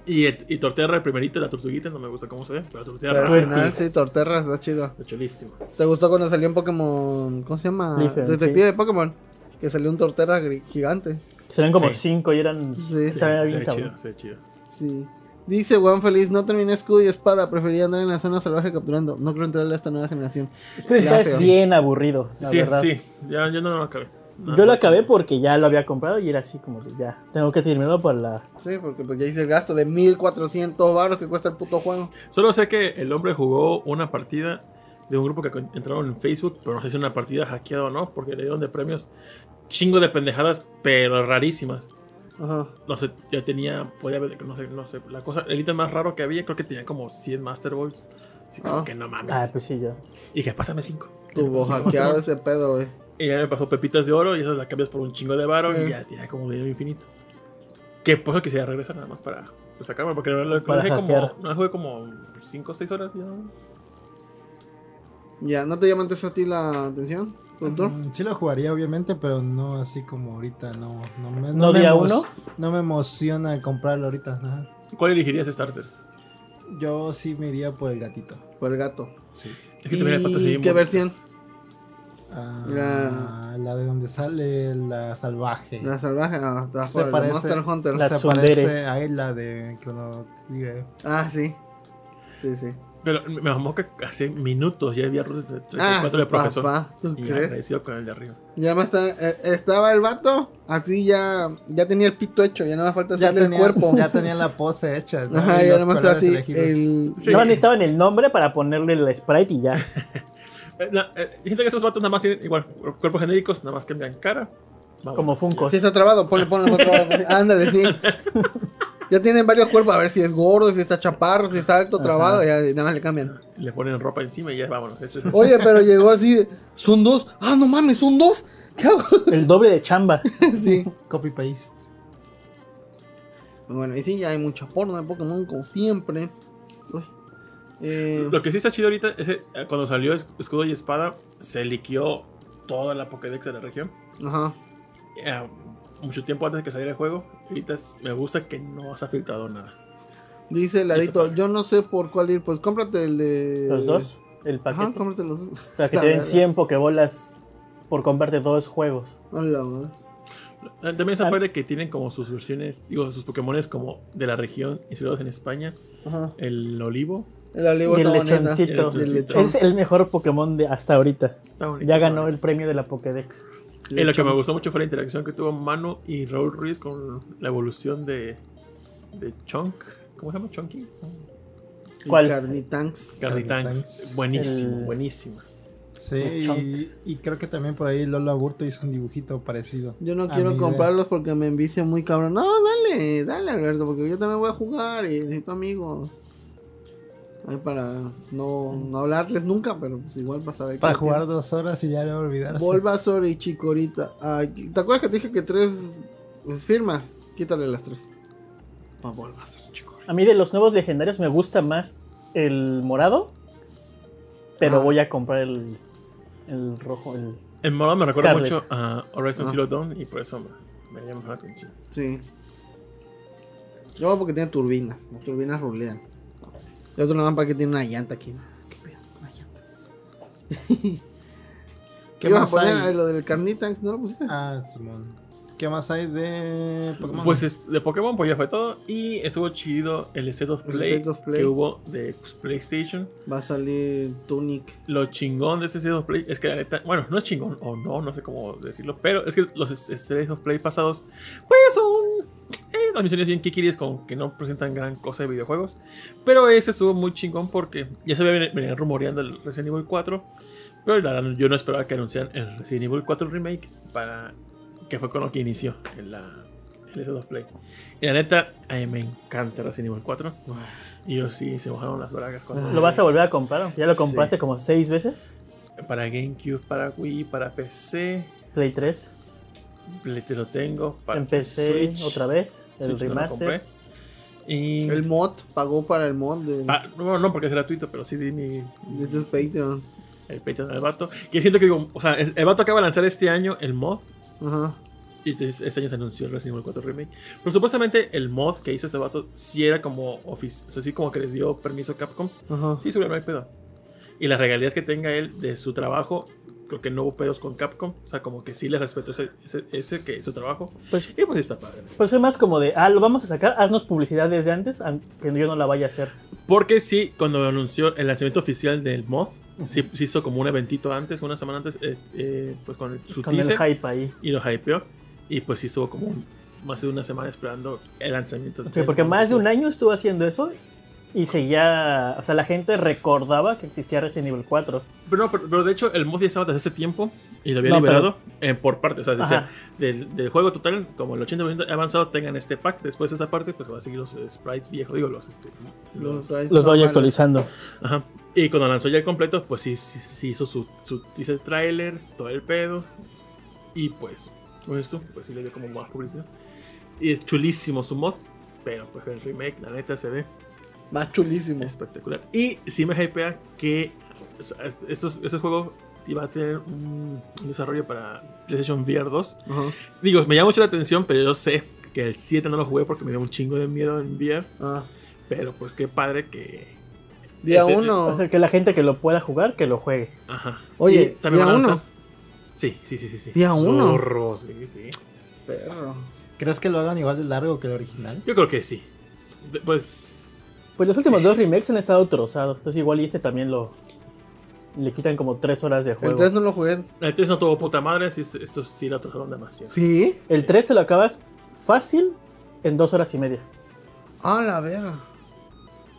B: Y, el- y Torterra, el primerito, la tortuguita, no me gusta cómo se ve, pero Torterra
C: Pero al
B: es
C: final, sí, Torterra está chido.
B: chulísimo.
C: ¿Te gustó cuando salió en Pokémon? ¿Cómo se llama?
D: Leafeon,
C: Detective de Pokémon. Que salió un Torterra gri- gigante.
D: Serían como
B: Sí.
D: cinco y eran.
C: Sí.
D: se veía
B: Sí,
D: bien
B: se ve
D: cabrón.
B: chido, se ve chido.
C: Sí. Dice Juan Feliz, no terminé escudo y espada, prefería andar en la zona salvaje capturando. No creo entrarle a esta nueva generación.
D: Pero
C: Ya
D: está
C: feo.
D: bien aburrido, la
B: Sí,
D: verdad.
B: sí, ya, ya no lo acabé.
D: Yo lo acabé porque ya lo había comprado y era así como que ya, tengo que terminarlo para la...
C: Sí, porque pues ya hice el gasto de 1400 baros que cuesta el puto juego.
B: Solo sé que el hombre jugó una partida de un grupo que con- entraron en Facebook, pero no sé si una partida hackeada o no, porque le dieron de premios chingo de pendejadas, pero rarísimas.
C: Ajá.
B: No sé, ya tenía, podía haber, no sé, no sé. La cosa, el ítem más raro que había, creo que tenía como 100 Master Balls. Así como
C: Ah.
B: que no mames.
D: Ah, pues sí, yo.
B: Y dije, pásame 5.
C: Tuvo hackeado ese pedo, güey.
B: Y ya me pasó pepitas de oro y esas las cambias por un chingo de varo
C: Mm.
B: y ya tiene como dinero infinito. Que por eso quisiera regresar nada más para pues, sacarme, porque no lo
D: Para
B: dejé como,
D: hackear.
B: no jugué como 5 o 6 horas. Ya.
C: Ya, ¿no te llaman eso a ti la atención, productor?
A: Mm, Sí lo jugaría, obviamente, pero no así como ahorita. No, no me,
D: ¿No día
A: emo-
D: uno?
A: No me emociona comprarlo ahorita. ajá.
B: ¿Cuál elegirías starter?
A: Yo sí me iría por el gatito.
C: Por el gato.
A: Sí.
B: Es que también el pato se ve
C: ¿Y
B: muy-
C: qué versión?
A: Ah,
C: La-
A: La de donde sale la salvaje.
C: La salvaje. Ah, te vas
A: Se
C: por el
A: parece-
C: Monster Hunter.
D: La-
A: se
D: tsundere.
A: parece a la de que uno vive.
C: Ah, sí. Sí, sí.
B: Pero me mamó que hace minutos ya había rutas de
C: Ah,
B: 34 de
C: su
B: profesor.
C: papá, ¿tú
B: Y
C: crees?
B: agradecido con el de arriba.
C: Ya más está- eh, estaba el vato, así ya, ya tenía el pito hecho, ya nada más falta
A: Ya
C: hacerle
A: tenía,
C: el cuerpo.
A: ya tenía la pose hecha. ¿no?
C: Ajá,
A: Y
C: ya
A: los
C: nada más
A: colores
C: así
A: elegidos.
C: el...
B: Sí.
D: No necesitaban el nombre para ponerle el sprite y ya.
B: Eh, la- eh, siento que esos vatos nada más tienen igual cuerpos genéricos, nada más cambian cara. Vamos.
D: Como Funko.
C: Si está trabado, ponle, ponle otro lado. Ándale, sí. Ya tienen varios cuerpos, a ver si es gordo, si está chaparro, si está alto, trabado, ya nada más le cambian.
B: Le ponen ropa encima y ya vámonos. Ese es-
C: Oye, pero llegó así, son dos. Ah, no mames, son dos. ¿Qué hago?
D: El doble de chamba.
C: Sí.
A: Copy paste.
C: Bueno, y sí, ya hay mucha porno de Pokémon, como siempre. Uy. Eh,
B: Lo que sí está chido ahorita es que, eh, cuando salió Es- Escudo y Espada, se liqueó toda la Pokédex de la región.
C: ajá.
B: Eh, mucho tiempo antes de que saliera el juego. Ahorita es- me gusta que no has filtrado nada.
C: Dice el ladito, yo no sé por cuál ir, pues cómprate el de...
D: Los dos. El
C: Ajá,
D: paquete.
C: cómprate los dos.
D: Para que
C: La
D: te den
C: verdad.
D: 100 pokebolas por comprarte dos juegos.
C: A la madre.
B: Eh, También está
D: Ah.
B: padre que tienen como sus versiones, digo, sus Pokémones como de la región inspirados en España.
C: Ajá.
B: El Olivo.
C: El olivo
D: Y el
C: está bonita.
D: lechoncito.
B: bonita. El
C: lechón.
D: Es el mejor Pokémon de hasta ahorita.
B: Está bonito.
D: Ya ganó el premio de la Pokédex.
B: Y Eh, lo que me gustó mucho fue la interacción que tuvo Manu y Raúl Ruiz con la evolución de, de Chunk. ¿Cómo se llama? Chunky.
C: Y
D: ¿Cuál?
C: Carnitanks.
B: Carnitanks.
A: Carnitanks.
B: Buenísimo,
D: El-
B: buenísimo.
A: Sí,
D: Chunks.
A: y, y creo que también por ahí Lola Burto hizo un dibujito parecido.
C: Yo no
A: a
C: quiero
A: mi
C: comprarlos porque me envicio muy cabrón. No, dale, dale Alberto, porque yo también voy a jugar y necesito amigos. Ahí para no, no hablarles nunca, pero pues igual para saber
A: idea. Para
C: qué
A: jugar dos horas y ya le
C: tienen.
A: olvidarse.
C: Bulbasaur y Chikorita. Ah, ¿Te acuerdas que te dije que tres pues, firmas? Quítale las tres. Para Bulbasaur y Chikorita.
D: A mí de los nuevos legendarios me gusta más el morado. Pero
C: Ah.
D: voy a comprar el, el rojo. El...
B: El morado me recuerda
D: Scarlet.
B: mucho a Horizon
C: Ah.
B: Zero Dawn y por eso me, me llama la atención.
C: Sí. Yo porque tiene turbinas. Las turbinas rulean. Y otro nada más para que tiene una llanta aquí. ¿Qué pedo? Una llanta.
A: ¿Qué
C: Ibas
A: más
C: a poner
A: hay?
C: eh, lo del Carnitanks? ¿No lo pusiste?
A: Ah, Simón. ¿Qué más hay de Pokémon?
B: Pues es- de Pokémon pues ya fue todo y estuvo chido el State of
C: El
B: Play,
C: State of Play.
B: que hubo de pues, PlayStation.
C: Va a salir Tunic.
B: Lo chingón de ese State of Play es que la neta, bueno, no es chingón o no, no sé cómo decirlo, pero es que los es- State of Play pasados pues son eh, las misiones bien kikiris con que no presentan gran cosa de videojuegos, pero ese estuvo muy chingón porque ya se venía venía rumoreando el Resident Evil 4, pero la verdad, yo no esperaba que anunciaran el Resident Evil 4 Remake para que fue con lo que inició en la el State of Play. Y la neta, a mí me encanta Resident Evil 4. Y yo sí, se mojaron las bragas cuando...
D: ¿Lo vas a volver a comprar? aunque ¿Ya lo
B: Sí.
D: compraste como seis veces?
B: Para GameCube, para Wii, para PC.
D: Play 3.
B: Play te lo tengo. Para
D: Empecé
B: Switch.
D: otra vez. El
B: Switch no lo
D: remaster.
B: compré. y...
C: El mod pagó para el mod de,
B: pa- no, no, porque es gratuito, pero sí vi mi...
C: de este Patreon.
B: El Patreon del vato. Que siento que digo, o sea, es- el vato acaba de lanzar este año el mod.
C: Ajá.
B: Y entonces este año se anunció el Resident Evil 4 Remake. Pero supuestamente el mod que hizo este vato sí era como ofici- O sea, sí como que le dio permiso a Capcom.
C: Ajá.
B: Sí, sube, no hay pedo. Y las regalías que tenga él de su trabajo, creo que no hubo pedos con Capcom. O sea, como que sí le respeto ese, ese, ese que es su trabajo.
D: Pues,
B: Y pues está padre.
D: pues soy más como de, ah, lo vamos a sacar, haznos publicidad desde antes, aunque yo no la vaya a hacer.
B: Porque sí, cuando anunció el lanzamiento oficial del mod, sí, sí hizo como un eventito antes, una semana antes, eh, eh, pues con el- su
D: Con el
B: teaser,
D: hype ahí.
B: y lo hypeó. Y pues sí estuvo como un- más de una semana esperando el lanzamiento.
D: Sí, porque más de un año estuvo haciendo eso y seguía. O sea, la gente recordaba que existía Resident Evil 4.
B: Pero, no, pero, pero de hecho el mod ya estaba desde hace tiempo y lo había
D: No,
B: liberado eh, por parte. O sea, decía,
D: Ajá.
B: del, del juego total, como el 80% avanzado, tengan este pack. Después de esa parte, pues va a seguir los eh, sprites viejos, digo, los... este, los-
D: Los voy
C: normales.
D: actualizando.
B: ajá. Y cuando lanzó ya el completo, pues sí, sí, sí hizo su, su teaser trailer, todo el pedo. Y pues, con esto, pues sí le dio como más publicidad. Y es chulísimo su mod, pero pues el remake, la neta, se ve
C: Más chulísimo.
B: Espectacular. Y sí me hypea que es- es- esos, ese juego iba a tener un un desarrollo para PlayStation VR 2.
C: Ajá.
B: Digo, me llama mucho la atención, pero yo sé que el 7 no lo jugué porque me dio un chingo de miedo en VR.
C: Ah.
B: Pero pues qué padre que.
C: Día
B: Ese-
C: uno.
D: O sea, que la gente que lo pueda jugar, que lo juegue.
B: Ajá.
C: Oye,
B: Y también
C: día
B: van a
C: uno.
B: lanzar- Sí, sí, sí, sí, sí.
C: Día uno.
B: Zorro, sí, sí.
C: Perro.
A: ¿Crees que lo hagan igual de largo que el original?
B: Yo creo que sí. De- Pues.
D: Pues los últimos
B: Sí.
D: dos remakes han estado trozados. Entonces, igual y este también lo. Le quitan como tres horas de
C: El
D: juego.
C: 3 no lo jugué.
B: El 3 E no tuvo puta madre, sí, eso sí la tocaron demasiado.
C: ¿Sí?
D: El 3 te lo acabas fácil en dos horas y media.
C: Ah, la verga.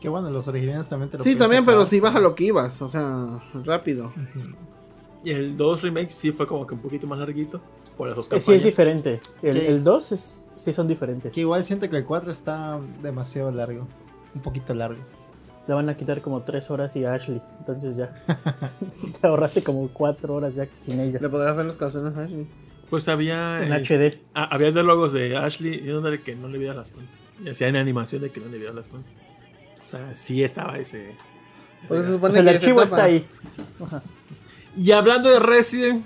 A: Que bueno, los originales también te lo
C: Sí,
A: puedes
C: también,
A: acabar.
C: pero sí baja lo que ibas. O sea, rápido.
A: Ujú.
B: Y el 2 remake sí fue como que un poquito más larguito por las dos
D: Eh,
B: campañas.
D: Sí, es diferente. El,
A: Sí.
D: el 2 es, sí son diferentes.
A: Que igual siento que el 4 está demasiado largo. Un poquito largo.
D: Le van a quitar como tres horas y a Ashley. Entonces ya. te ahorraste como cuatro horas ya sin ella.
C: Le podrás ver los calzones a Ashley.
B: Pues había
D: En
B: eh,
D: HD.
B: ah, había diálogos de Ashley y donde que no le vieras las puntas. Y hacían animación de que no le vieras las puntas. O sea, sí estaba ese.
C: Por eso se
B: ese-
D: O
C: supone
D: sea, el
C: que se
D: archivo
C: tapa.
D: está ahí.
B: Y hablando de Resident,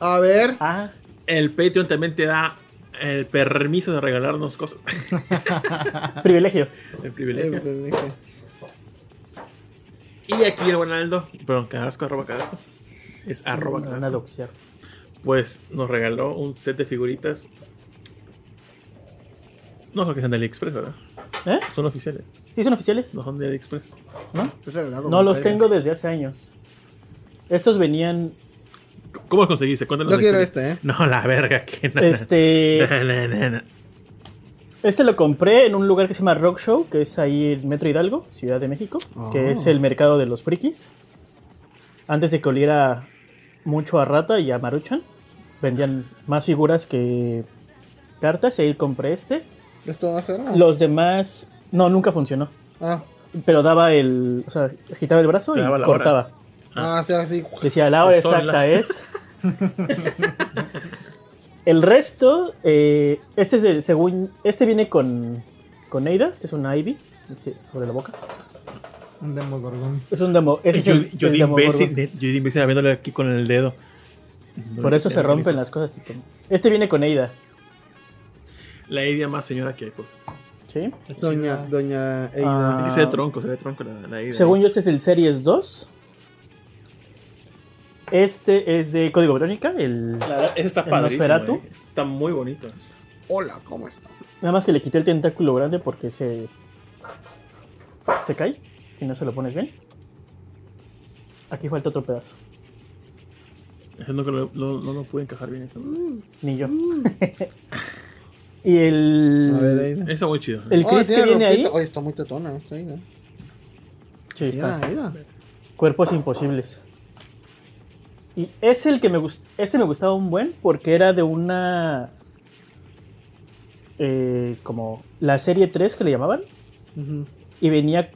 C: A ver. Eh,
D: Ah,
B: el Patreon también te da el permiso de regalarnos cosas.
D: privilegio.
B: el
C: Eh,
B: privilegio.
C: pero dije,
B: Y aquí el Buenaldo, perdón, Carrasco, arroba Carrasco. Es arroba
C: Mm,
D: Me van a
B: Carrasco.
D: doxear.
B: pues nos regaló un set de figuritas. No son que sean de AliExpress, ¿verdad?
D: ¿Eh?
B: Son oficiales,
D: ¿Sí son oficiales?
B: no son de AliExpress.
D: ¿No?
C: es regalado,
D: No
C: me
D: los
C: parece.
D: tengo desde hace años. Estos venían.
B: ¿Cómo los conseguiste? Cuéntanos.
C: Yo
B: la
C: quiero
B: historia.
C: este, ¿eh?
B: No, la verga, que no.
D: Este.
B: No, no, no, no.
D: Este lo compré en un lugar que se llama Rock Show, que es ahí en Metro Hidalgo, Ciudad de México,
C: Ah.
D: que es el mercado de los frikis. Antes de que oliera mucho a Rata y a Maruchan, vendían más figuras que cartas y ahí compré este.
C: ¿Esto va a ser? o?
D: Los demás, no, nunca funcionó.
C: Ah,
D: Pero daba el, o sea, agitaba el brazo
B: Te
D: y
B: daba la
D: cortaba.
C: ah, o sea, así.
D: Decía, la hora
B: Pues son
D: exacta
B: la-
D: es. el resto, eh, este es de- según. Este viene con. Con Ada, este es un Ivy. Este, sobre la boca.
A: Un Demogorgon.
D: Es un demo. Ese es
B: yo,
D: el,
B: yo
D: el
B: de
D: Demogorgon.
B: imbécil, net, yo de imbécil abriéndole aquí con el dedo.
D: Por eso se rompen las cosas, Tito. Este viene con Ada,
B: La idea más señora que hay. Pues.
D: ¿sí?
C: Doña, doña Eida.
D: Ah.
B: Hay que ser de tronco, se ve tronco la, la idea.
D: Según yo, este es el Series 2. Este es de Código Verónica, el.
B: La verdad, ese está
D: ¿El
B: padrísimo.
D: Nosferatu?
B: eh. Está muy bonito.
C: Hola, ¿cómo está?
D: Nada más que le quité el tentáculo grande porque se. Se cae. Si no se lo pones bien. Aquí falta otro pedazo.
B: Ese no, no, no, no lo pude encajar bien. Eso.
D: Ni yo. y
C: Mm. A ver,
D: el.
C: Eida.
B: Está muy chido. eh.
D: El
C: Oh,
D: Chris que
C: tiene
D: viene ahí.
C: ropita. Oye, está muy tetona esta Eida.
D: Sí, está.
C: Mira, Eida.
D: Cuerpos imposibles. Y es el que me gustó. Este me gustaba un buen porque era de una. eh, como la serie 3 que le llamaban.
C: Ujú.
D: Y venía.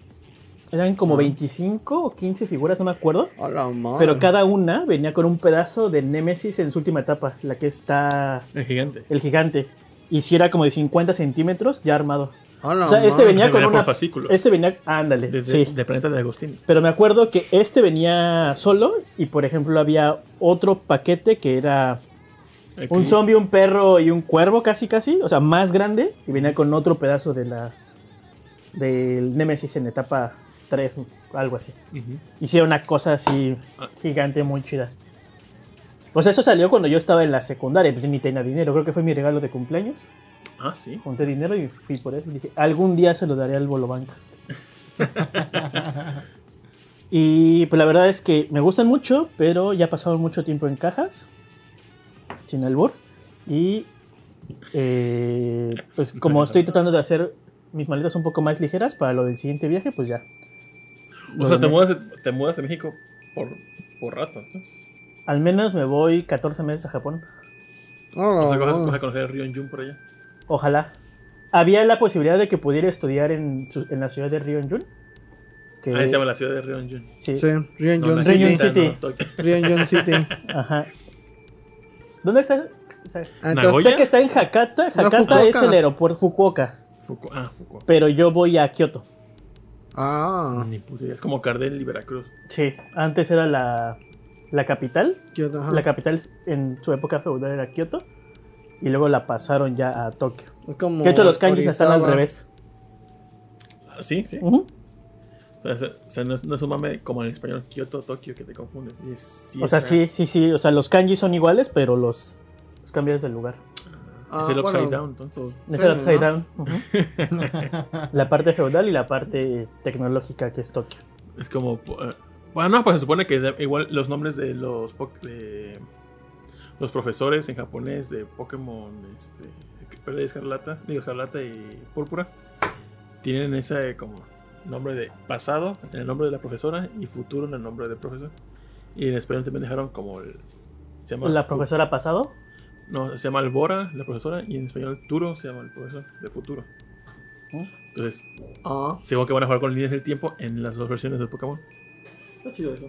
D: Eran como 25 o 15 figuras, no me acuerdo.
C: A la madre.
D: Pero cada una venía con un pedazo de Nemesis en su última etapa, la que está
B: El gigante.
D: el gigante. Y si era como de 50 centímetros, ya armado.
C: A la
D: O sea, este
C: madre.
D: venía
B: Se
D: con
B: venía por
D: una.
B: fascículo.
D: Este venía. Ándale,
B: De,
D: sí.
B: de, de Planeta de Agustín.
D: Pero me acuerdo que este venía solo y, por ejemplo, había otro paquete que era
B: El
D: un
B: Chris.
D: zombie, un perro y un cuervo, casi, casi. O sea, más grande y venía con otro pedazo de la. del Nemesis en etapa 3, algo así.
B: Ujú.
D: Hicieron una cosa así
B: Ah.
D: gigante, muy chida. Pues eso salió cuando yo estaba en la secundaria, pues yo ni tenía dinero, creo que fue mi regalo de cumpleaños.
B: Ah, sí.
D: Junté dinero y fui por eso y dije, algún día se lo daré al Bolobancast. y pues la verdad es que me gustan mucho, pero ya pasaron mucho tiempo en cajas, sin albur. Y eh, pues como estoy tratando de hacer mis maletas un poco más ligeras para lo del siguiente viaje, pues ya.
B: O sea, te mudas, te mudas de México por, por rato, entonces.
D: Al menos me voy 14 meses a Japón.
B: O sea,
C: Ah,
B: vas,
C: ah.
B: vas a conocer el río Jun por allá.
D: Ojalá. Había la posibilidad de que pudiera estudiar en, su- en la ciudad de Ryonjun. Que,
B: Ahí se llama Ah, la ciudad de río Jun.
D: sí.
C: Sí, Rion
B: No,
C: John
B: la capital,
C: City.
D: Ryun Este, City.
B: no, Tokio.
C: Rion John City.
D: Ajá. ¿Dónde está? O sea,
C: Ah,
B: Nagoya.
D: sé que está en Hakata.
C: No,
D: Hakata
C: Fukuoka.
D: es el aeropuerto Fukuoka.
B: Fuku- ah, Fukuoka.
D: Pero yo voy a Kioto.
C: Ah,
B: Ni puta idea. Es como Cardel y Veracruz.
D: Sí, antes era la, la capital.
C: Kyoto, ajá.
D: La capital en su época feudal era Kioto. Y luego la pasaron ya a Tokio.
C: Es como.
D: Que de hecho los kanjis están al
C: Orizaba.
D: revés.
B: Ah, sí, sí.
D: Ujú.
B: O sea, o sea, no, es, no es un mame como en español Kyoto, Tokio, que te confunde. Es- sí
D: O sea,
B: está-
D: sí, sí, sí. O sea, los kanjis son iguales, pero los, los cambias del lugar.
C: Ah,
B: es el upside
C: bueno.
B: down, entonces.
D: Es
C: Sí,
D: el upside
C: ¿no?
D: down. Ujú. la parte feudal y la parte tecnológica que es Tokio.
B: Es como. eh, bueno, no, pues se supone que da- igual los nombres de los po- de los profesores en japonés de Pokémon, este, Perla y Escarlata, digo Escarlata y Púrpura, tienen ese como nombre de pasado en el nombre de la profesora y futuro en el nombre del profesor. Y en español también dejaron como el. Se llama
D: La
B: fu-
D: profesora pasado.
B: No, se llama Albora, la profesora, y en español Turo se llama el profesor de futuro.
D: ¿Mm?
B: Entonces,
C: Ah,
B: seguro que van a jugar con líneas del tiempo en las dos versiones de Pokémon. Está chido eso.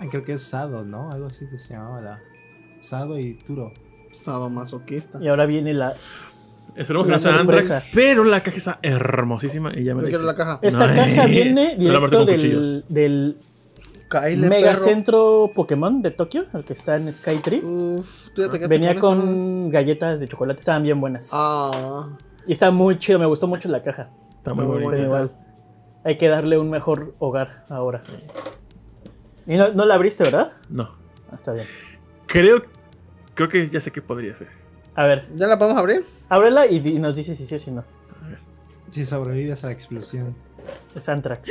A: Ah, creo que es Sado, ¿no? Algo así que se llamaba la. Sado y Turo.
C: sadomasoquista.
D: Y ahora viene la.
B: Esperemos que
D: Una
B: no sea
D: sorpresa.
B: Antrax, pero la caja está hermosísima y ya me la
C: Yo quiero
B: hice.
C: la caja.
D: Esta
B: No,
D: caja
B: eh.
D: viene
B: Me la maté
D: directo
B: con
D: del,
B: cuchillos.
D: del
C: Kyle,
D: mega
C: perro.
D: centro Pokémon de Tokio, el que está en Sky Tree.
C: Uf, tú ya te quedaste
D: Venía
C: eso, ¿no?
D: con galletas de chocolate, estaban bien buenas.
C: Ah,
D: Y está muy chido, me gustó mucho la caja.
B: Está muy
C: Muy
B: bonita.
D: Pero
C: bonita.
D: igual, hay que darle un mejor hogar ahora. Y no, no la abriste, ¿verdad?
B: No.
D: Ah, está bien.
B: Creo, creo que ya sé qué podría ser.
D: A ver,
C: ¿ya la podemos abrir?
D: ábrela y, di- nos dices si sí o si no.
A: Si sobrevives a la explosión.
D: Es Antrax.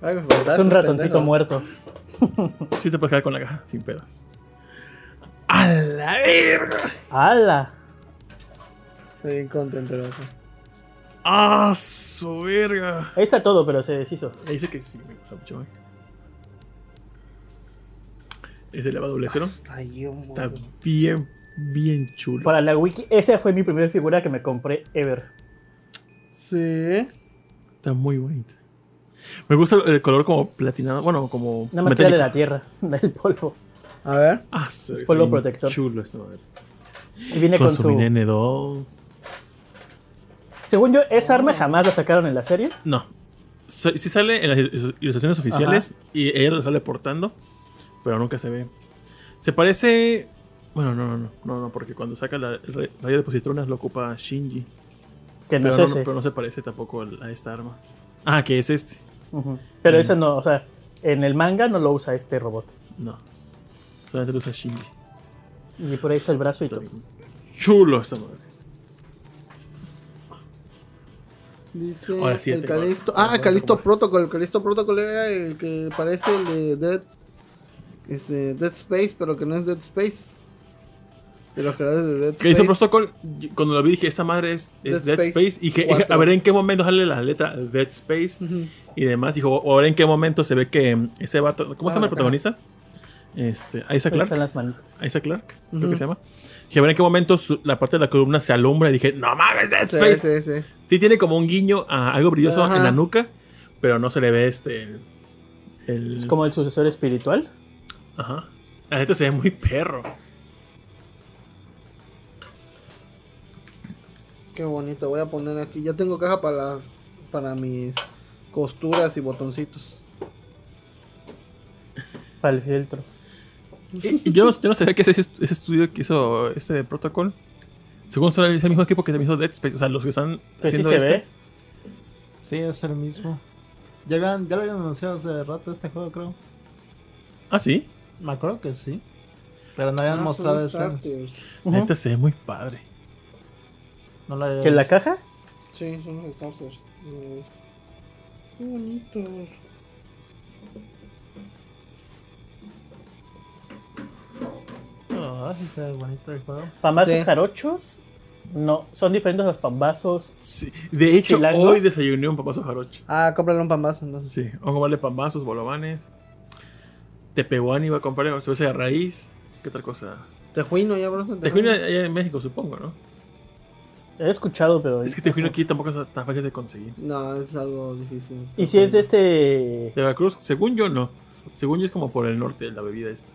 C: Ay, me faltaste,
D: Es un ratoncito
C: pendejo.
D: muerto.
B: Sí te puedes quedar con la caja, sin pedos. ¡A la verga!
D: ¡Hala!
C: Sí, contento. ¿no?
B: ¡Ah, su verga!
D: Ahí está todo, pero se deshizo.
B: Me dice que sí, me gusta mucho más. Ese le va a doblecer, ¿no?
C: Está bien,
B: Está
C: bueno.
B: bien, bien chulo.
D: Para la wiki, esa fue mi primera figura que me compré ever.
C: Sí.
B: Está muy bonita. Me gusta el color como platinado, bueno, como
D: Nada más
B: metálico.
D: de la tierra, del polvo.
C: A ver.
B: Ah, su-
D: Es
B: está
D: polvo
B: bien
D: protector.
B: Chulo esta madre.
D: Y viene
B: Con
D: con
B: su
D: su.
B: N2.
D: Según yo, esa arma jamás la sacaron en la serie.
B: No. Si sale en las ilus- ilustraciones oficiales y ella lo sale portando, pero nunca se ve. Se parece. Bueno, no, no, no, no, no, porque cuando saca la el ra- rayo de positrones lo ocupa Shinji.
D: Que Eh,
B: Pero,
D: no es
B: no, no,
D: ese.
B: pero no se parece tampoco al- a esta arma. Ah, que es este.
D: Ujú. Pero ese no, o sea, en el manga no lo usa este robot.
B: No. Solamente lo usa Shinji.
D: Y por ahí está el brazo y
B: Está
D: todo.
B: bien Chulo esta madre.
C: Dice
B: Ahora sí, ya
C: el
B: tengo-
C: Calisto.
B: ahora
C: Ah,
B: tengo
C: Calisto
B: como-
C: Protocol. Calisto Protocol era el que parece el de Dead, este, Dead Space, pero que no es Dead Space. De los creadores de Dead
B: Que
C: Space.
B: hizo Protocol, yo- cuando lo vi dije, esa madre es, es
C: Dead
B: Dead
C: Space
B: Space. Y que, dije,
C: cuatro.
B: a ver en qué momento sale la letra Dead Space
C: Ujú.
B: y demás. Dijo, o a ver en qué momento se ve que mm, ese vato, ¿cómo
C: Ah,
B: se llama
C: la
B: el protagonista? Este, Isaac
D: Pero
B: Clark.
D: están las manitas.
B: Isaac Clark, creo
C: Ujú.
B: que se llama. Dije, a ver en qué momento su- la parte de la columna se alumbra y dije, no mames, Dead Space.
C: Sí,
B: Sí,
C: sí, sí.
B: tiene como un guiño a algo brilloso
C: Ajá.
B: en la nuca, pero no se le ve este. El, el-
D: Es como el sucesor espiritual.
B: Ajá. La gente se ve muy perro.
C: Qué bonito. Voy a poner aquí. Ya tengo caja para las, para mis costuras y botoncitos.
D: Para el filtro.
B: Y- y yo, no- yo no sabía que ese, ese estudio que hizo este protocolo. Según son el es el mismo equipo que también hizo Dead Space. O sea, los que están
D: Que Pues sí
B: haciendo
D: se
B: este.
D: ve.
A: Sí, es el mismo. Ya, habían- ya lo habían anunciado hace rato este juego, creo.
B: Ah, sí.
A: Me acuerdo que sí. Pero no habían
C: Ah,
A: mostrado
C: son
A: escenas.
C: starters.
B: La
D: Ujú.
B: gente se ve muy padre.
A: No lo habían
D: Que la
A: visto.
D: caja
C: Sí, son los starters. Mm,
E: Qué bonito.
A: Oh, sí se ve bonito el juego.
D: Pambazos
C: Sí.
D: jarochos. No, son diferentes los pambazos.
B: Sí, De hecho,
D: ¿Chilangos?
B: hoy desayuné un pambazo jarocho.
C: Ah, cómprale un pambazo, entonces.
B: Sí, vamos a comprarle pambazos, bolobanes. Tepehuán iba a comprarle cerveza de raíz. ¿Qué otra cosa?
C: Tejuino, ya, bro.
B: Tejuino allá en México, supongo, ¿no?
D: He escuchado, pero.
B: Es que Tejuino aquí tampoco es tan fácil de conseguir.
C: No, es algo difícil.
D: Y si es de este.
B: De Veracruz, según yo, no. Según yo es como por el norte la bebida esta.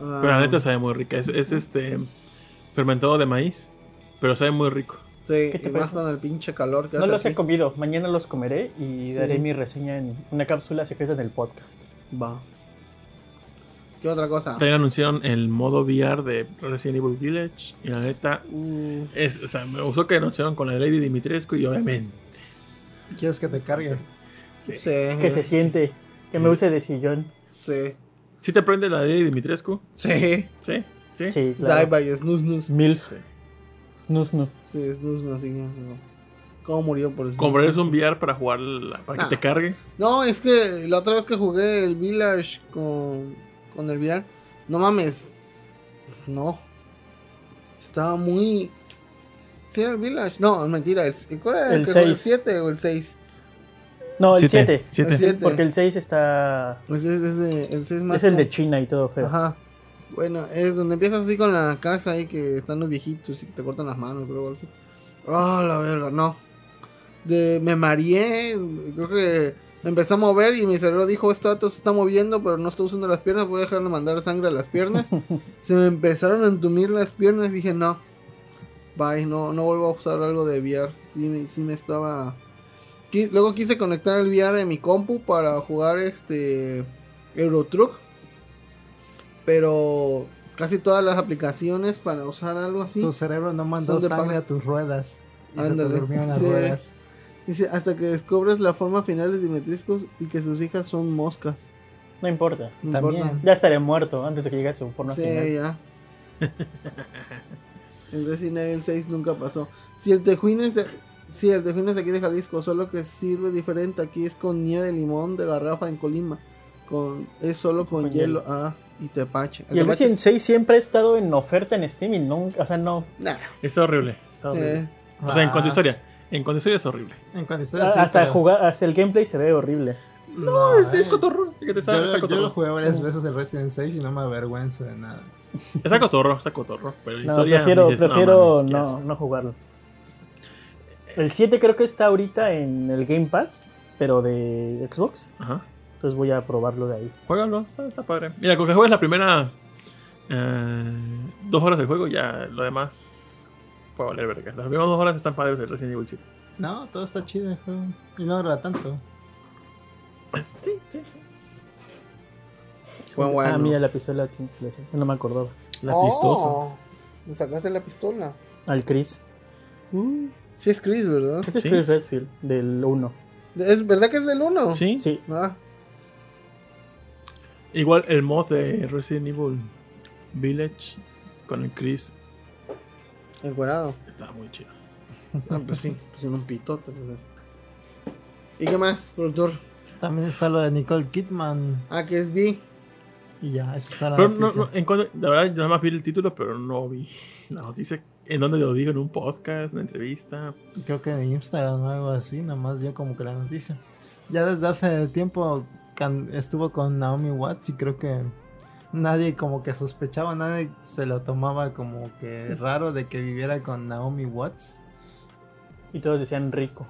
C: Ah,
B: Pero la neta sabe muy rica. Es, es este fermentado de maíz, pero sabe muy rico.
C: Sí,
D: ¿Qué te
C: y más
D: parece?
C: con el pinche calor que
D: No
C: hace
D: los he
C: aquí.
D: comido. Mañana los comeré y
C: Sí.
D: daré mi reseña en una cápsula secreta en el podcast.
C: Va. ¿Qué otra cosa?
B: También anunciaron el modo VR de Resident Evil Village. Y la neta,
C: Mm,
B: es, o sea, me gustó que anunciaron con la Lady Dimitrescu y obviamente.
A: ¿Quieres que te cargue?
B: Sí.
C: sí,
D: Que se siente. Que
C: Mm.
D: me use de sillón.
C: sí.
B: ¿Sí te aprende la Lady Dimitrescu?
C: Sí.
B: Sí, sí.
D: Sí, claro.
C: Die by Snus Nus.
D: Milf. Snus, no.
C: Sí, Snus Nus, sí. no. ¿Cómo murió por Snus?
B: Comprarles un VR para jugar, la- para que
C: Ah.
B: te cargue.
C: No, es que la otra vez que jugué el Village con, con el VR, no mames. No. Estaba muy. ¿Sí era el Village? No, mentira. es- ¿Cuál era el,
D: El
C: que jugué? ¿El
D: seis.
C: 7 o el 6?
D: No, Oh, el 7.
C: El 7.
D: Porque el 6 está.
C: Pues es, es de- el 6 más.
D: Es el de
C: como-
D: China y todo feo.
C: Ajá. Bueno, es donde empiezas así con la casa ahí que están los viejitos y que te cortan las manos, creo, algo así. Ah, la verga, no. De, me mareé, creo que me empecé a mover y mi cerebro dijo, este dato se está moviendo, pero no está usando las piernas, voy a dejarle mandar sangre a las piernas. se me empezaron a entumir las piernas, dije, no. Bye, no, no vuelvo a usar algo de VR. Sí, me- sí me estaba... Qui- Luego quise conectar el VR en mi compu para jugar este Eurotruck pero casi todas las aplicaciones para usar algo así.
A: Tu cerebro no mandó
C: Son de
A: sangre
C: paja.
A: a tus ruedas. Y se te
C: Ándale.
A: durmieron las
C: Sí.
A: ruedas.
C: Dice, hasta que descubres la forma final de Dimitriscos y que sus hijas son moscas.
D: No importa.
C: No
A: También.
C: importa.
D: Ya estaré muerto antes de que llegue a su forma
C: Sí,
D: final.
C: ya. el Resident Evil 6 nunca pasó. Si el tejuino es de, sí, el tejuino es de aquí de Jalisco, solo que sirve diferente. Aquí es con nieve de limón de garrafa en Colima. Con, es solo con,
D: Con
C: hielo.
D: hielo.
C: Ah, y tepache.
D: Y el
C: tepache
D: Resident 6 siempre ha estado en oferta en Steam y nunca, o sea, no.
C: es- Nah,
B: Está horrible. Está horrible.
C: eh,
B: O sea, en cuanto a
A: Ah,
B: historia. Ah, En cuanto a historia es horrible.
A: En cuanto a historia, sí,
D: Hasta,
A: pero-
D: jugar, hasta el gameplay se ve horrible.
A: No,
B: Es, es
A: eh.
B: cotorro. fíjate,
A: Yo,
B: Está, está
A: lo- yo lo
B: cotorro.
A: jugué varias veces el Resident 6 y no me avergüenzo de nada.
B: Está cotorro, está cotorro. Pero la
D: No,
B: historia.
D: prefiero,
B: dices,
D: prefiero
B: mames, qué
D: no,
B: asco.
D: no jugarlo. El 7 creo que está ahorita en el Game Pass, pero de Xbox.
B: Ajá.
D: Entonces voy a probarlo de ahí.
B: Juégalo, está, está padre. Mira, con que juegues la primera. eh, dos horas del juego, ya lo demás. Puede valer verga. Las primeras dos horas están padres del Resident Evil 7.
A: No, todo está chido el juego. Y no dura tanto.
B: Sí, sí. sí.
C: fue bueno.
D: Ah, mira, la pistola tiene insulación. No me acordaba.
B: La
C: Oh,
B: pistosa.
C: Le sacaste la pistola.
D: Al Chris.
C: Sí, es Chris, ¿verdad?
D: Ese es
B: Uh, Sí.
D: Chris Redfield, del 1.
C: ¿Es verdad que es del
A: Oh.
C: 1?
B: ¿Sí?
D: Sí.
C: Ah,
B: Igual el mod de Resident Evil Village con el Chris
C: encuerado.
B: está muy chido.
C: Ah, pues sí, pues en un pitote. pues. ¿Y qué más, productor?
A: También está lo de Nicole Kidman.
C: Ah, que es B.
A: Y ya, eso está la
B: Pero no,
A: noticia.
B: no, en cuanto- la verdad, yo nada más vi el título, pero no vi la noticia. ¿En dónde lo dijo? ¿En un podcast? ¿Una entrevista?
A: Creo que en Instagram o algo así, nomás dio como que la noticia. Ya desde hace tiempo can- estuvo con Naomi Watts y creo que nadie como que sospechaba, nadie se lo tomaba como que raro de que viviera con Naomi Watts.
D: Y todos decían rico.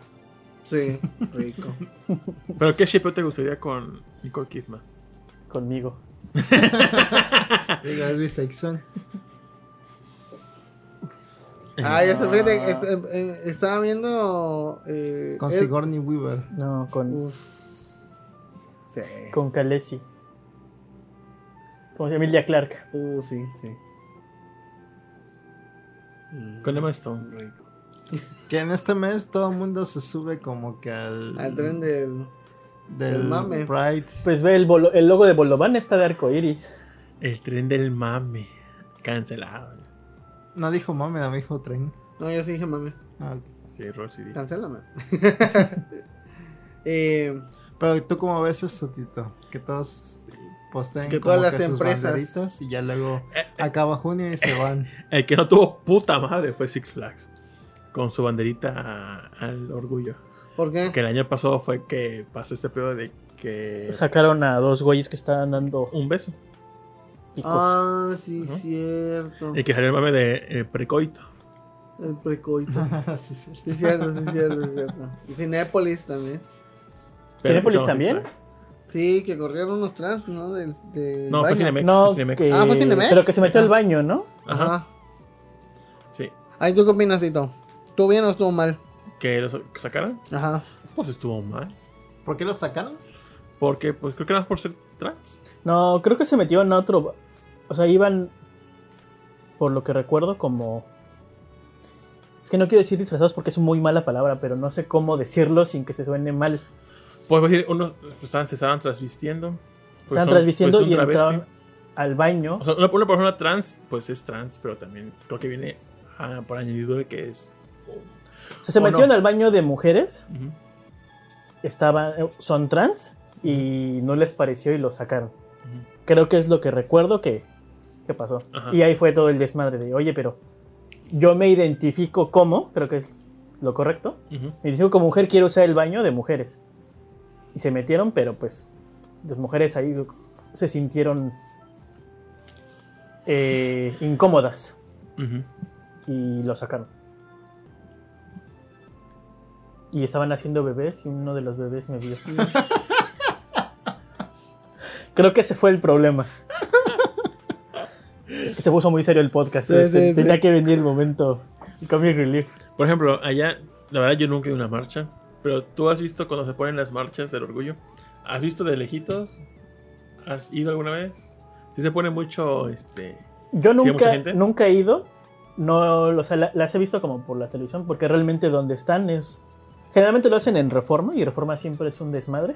C: Sí, rico.
B: ¿Pero qué ship te gustaría con Nicole Kidman?
D: Conmigo.
A: Digo, es bisexual.
C: Ah, ya se fíjate, es- em, em, estaba viendo. Eh,
A: Con
C: es-
A: Sigourney Weaver.
D: No,
C: Uh.
D: con,
C: Uf. Sí.
D: con Khaleesi. Con Emilia Clark.
C: Uh, sí, sí. Mm.
B: Con Emma Stone.
A: Que en este mes todo el mundo se sube como que al,
C: Al tren del.
A: del
C: del mame.
A: Pride.
D: Pues ve el, bolo- el logo de Bolovan está de arco iris.
B: El tren del mame. Cancelado.
A: No dijo mame, no dijo tren.
C: No, yo sí dije mami.
A: Ah, ok.
B: Sí, Roll CD.
C: Cancélame. eh,
A: Pero tú cómo ves eso, Tito, que todos posteen
C: Que
A: como
C: todas las
A: sus
C: empresas-
A: banderitas y ya luego acaba junio y se van.
B: El que no tuvo puta madre fue Six Flags. Con su banderita a- al orgullo.
C: ¿Por qué?
B: Que el año pasado fue que pasó este pedo de que.
D: Sacaron a dos güeyes que estaban dando
B: Un beso.
D: picos.
C: Ah, sí,
B: Ajá.
C: cierto.
B: Y que salió el mame de eh, precoito.
C: El precoito.
A: Sí, sí, sí.
C: Sí, cierto, sí, cierto, sí, cierto. Y Cinépolis también.
B: Pero
D: ¿Cinépolis
B: son Six
D: también?
B: Flags.
C: Sí, fue corrieron unos trans, ¿no? Del, del
B: No, fue
C: baño.
B: Cinemex.
D: no,
B: fue Cinemex.
D: que-
C: Ah, fue Cinemex.
D: pero que se metió al baño, ¿no?
B: Ajá.
C: Ajá.
B: Sí.
C: Ay, ¿tú qué opinas, Tito? ¿Estuvo bien o estuvo mal?
B: Que los que sacaron.
C: Ajá.
B: Pues estuvo mal.
A: ¿Por qué lo sacaron?
B: Porque, pues creo que era por ser trans.
D: No, creo que se metió en otro. ba- O sea, iban. Por lo que recuerdo, como. Es que no quiero decir disfrazados porque es muy mala palabra, pero no sé cómo decirlo sin que se suene mal.
B: Pues voy a decir, unos pues, estaban- se estaban transvistiendo. Pues,
D: Estaban
B: son-
D: transvistiendo
B: pues,
D: y
B: son travesti.
D: entraron al baño.
B: O sea, una, una persona trans, pues es trans, pero también creo que viene ah, por añadido de que es.
D: O sea, se
B: o
D: metieron
B: no.
D: al baño de mujeres,
B: Ujú.
D: estaban, eh, son trans y no les pareció y lo sacaron. Creo que es lo que recuerdo que, que pasó.
B: Ajá.
D: Y ahí fue todo el desmadre de, oye, pero yo me identifico como, creo que es lo correcto,
B: Ujú.
D: Me dijo, como mujer quiero usar el baño de mujeres. Y se metieron, pero pues las mujeres ahí se sintieron eh, incómodas
B: Ujú.
D: y lo sacaron. Y estaban haciendo bebés y uno de los bebés me vio. Creo que ese fue el problema. Es que se puso muy serio el podcast.
C: Sí,
D: este,
C: sí,
D: tenía
C: sí.
D: que venir el momento. Comic Relief.
B: Por ejemplo, allá, la verdad yo nunca he ido a una marcha, pero tú has visto cuando se ponen las marchas del orgullo, ¿has visto de lejitos? ¿Has ido alguna vez? Sí se pone mucho, este...
D: Yo
B: mucha
D: nunca,
B: gente?
D: nunca he ido. No, o sea, la- las he visto como por la televisión, porque realmente donde están es. Generalmente lo hacen en reforma y reforma siempre es un desmadre.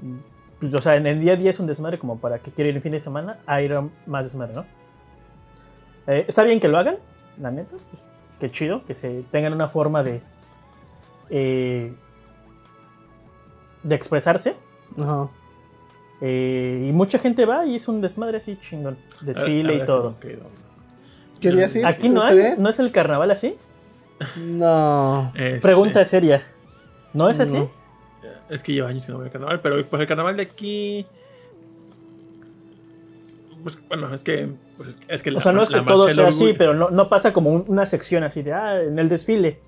D: Mm, O sea, en el día a día es un desmadre como para que quiera ir el fin de semana a ir a más desmadre, ¿no? Eh, está bien que lo hagan, la neta. Pues, qué chido, que se tengan una forma de. eh, de expresarse.
C: Ajá.
D: eh, y mucha gente va y es un desmadre así chingón.
B: La
D: Desfile
B: verdad
D: y
B: es que
D: todo.
B: nunca he ido.
C: ¿Querías ir?
D: Aquí no hay,
C: ¿Ustedes?
D: no es el carnaval así.
C: No.
B: Este,
D: Pregunta seria. ¿No es así?
C: No.
B: Es que llevo años que no voy al carnaval, pero pues el carnaval de aquí... Pues bueno, es que... pues, es que, es que la-
D: o sea, no es
B: la
D: que todo
B: marcha del
D: sea así,
B: orgullo-
D: pero no, no pasa como un- una sección así de, ah, en el desfile.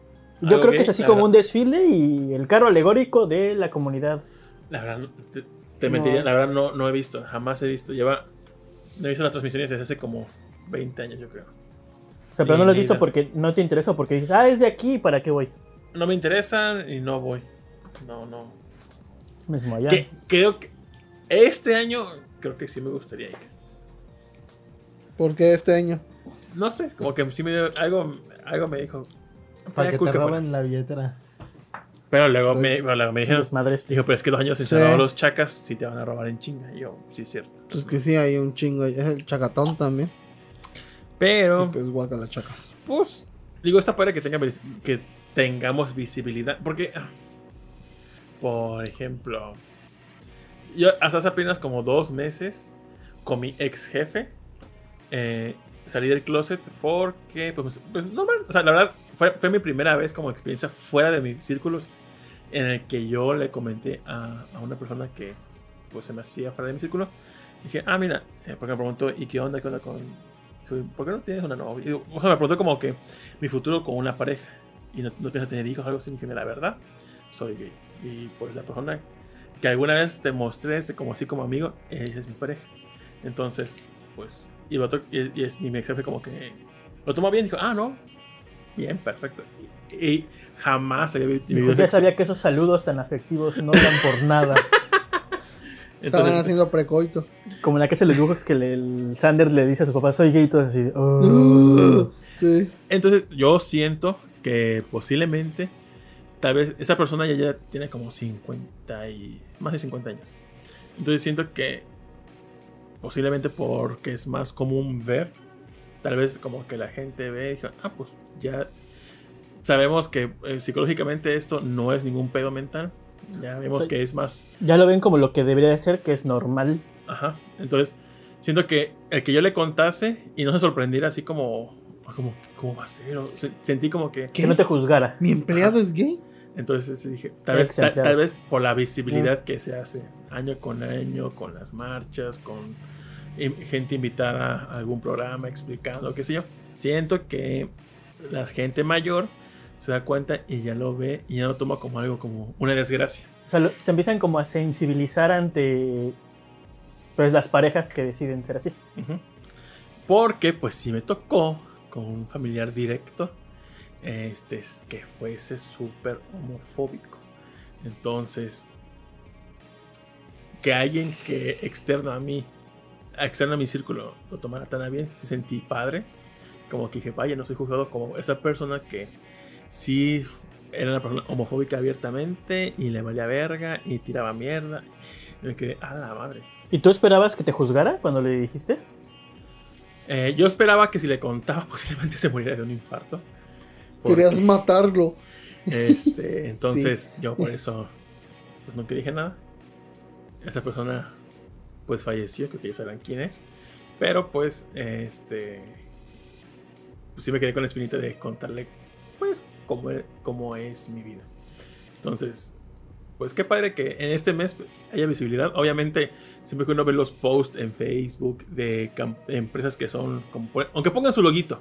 D: Yo
B: Ah,
D: creo
B: ok,
D: que es así
B: la
D: como
B: verdad.
D: un desfile y el carro alegórico de la comunidad.
B: La verdad, no- te, te mentiría,
C: No.
B: la verdad no, no he visto, jamás he visto, lleva... No he visto las transmisiones desde hace como 20 años, yo creo.
D: O sea, pero no lo has
B: Ni
D: visto
B: idea.
D: porque no te interesa o porque dices, ah, es de aquí, ¿para qué voy?
B: No me interesan y no voy. No, no,
D: Mismo allá.
B: Que, creo que este año creo que sí me gustaría ir.
C: ¿Por qué este año?
B: No sé, como que sí me dio, algo, algo me dijo.
A: Para
B: "Estaría
A: que
B: cool
A: te roben
B: fueras".
A: la Pues, billetera.
B: Pero luego me, pero luego me
D: Qué
B: dijeron,
D: desmadre este.
B: dijo, pero es que dos años
C: Sí.
B: encerrados los chacas sí te van a robar en chinga. Y yo, sí es cierto.
C: Pues que sí, hay un chingo. Es el chacatón también.
B: Pero,
C: Y pues guaca las chacas.
B: pues, digo, está para que, tenga, vis- que tengamos visibilidad. Porque, ah, por ejemplo, yo hasta hace apenas como dos meses con mi ex jefe eh, salí del closet porque, pues, pues, no, man, o sea, la verdad, fue, fue mi primera vez como experiencia fuera de mis círculos en el que yo le comenté a, a una persona que, pues, se me hacía fuera de mi círculo. Dije, ah, mira, eh, porque me preguntó, ¿y qué onda? ¿Qué onda con.? dijo, ¿Por qué no tienes una novia? Y digo, O sea, me preguntó como que mi futuro con una pareja y no, no pienso tener hijos o algo así. Dije, "Mira, la verdad, soy gay. Y pues la persona que alguna vez te mostré, este, como así como amigo, ella es mi pareja. Entonces, pues, y, el vato- y, y es, y mi ex jefe como que lo tomó bien, dijo, ah, no, bien, perfecto. Y, y jamás había vi-
D: Dijo,
B: vivido
D: ya
B: eso.
D: sabía que esos saludos tan afectivos no dan por nada.
B: Entonces,
D: este-
C: Estaban haciendo precoito.
D: Como la que se los dibujos que le- el Sander le dice a su papá, soy gay y todo así. "Oh".
C: Uh, sí.
B: entonces, yo siento que posiblemente, tal vez, esa persona ya, ya tiene como 50 y más de 50 años. Entonces, siento que posiblemente porque es más común ver, tal vez como que la gente ve y dice, ah, pues ya sabemos que eh, psicológicamente esto no es ningún pedo mental. Ya vemos
D: Sí.
B: que es más.
D: Ya lo ven como lo que debería de ser, que es normal.
B: Ajá. Entonces, siento que el que yo le contase y no se sorprendiera así como. como ¿Cómo va a ser? O se- sentí como que.
C: ¿Qué?
D: Que no te Ah. juzgara.
C: ¿Mi empleado es gay?
B: Entonces dije, tal vez, tal,
D: Exemplar.
B: tal vez por la visibilidad que se hace año con año, con las marchas, con im- gente invitada a algún programa explicando, qué sé yo. Siento que la gente mayor se da cuenta y ya lo ve y ya lo toma como algo, como una desgracia.
D: O sea, lo- se empiezan como a sensibilizar ante pues las parejas que deciden ser así.
B: Ujú. Porque pues sí me tocó con un familiar directo este, es- que fuese súper homofóbico. Entonces, que alguien que externo a mí, externo a mi círculo, lo tomara tan a bien, se sentí padre. Como que dije, vaya, no soy juzgado como esa persona que sí era una persona homofóbica abiertamente y le valía verga y tiraba mierda. Y me quedé, a la madre.
D: ¿Y tú esperabas que te juzgara cuando le dijiste?
B: Eh, yo esperaba que si le contaba posiblemente se muriera de un infarto. Porque,
C: Querías matarlo.
B: este, entonces yo por eso pues, nunca dije nada. Esa persona pues falleció, creo que ya sabrán quién es. Pero pues este pues, sí me quedé con la espinita de contarle pues cómo, e- cómo es mi vida. Entonces, pues qué padre que en este mes haya visibilidad. Obviamente, siempre que uno ve los posts en Facebook de cam- empresas que son, como pon- aunque pongan su loguito,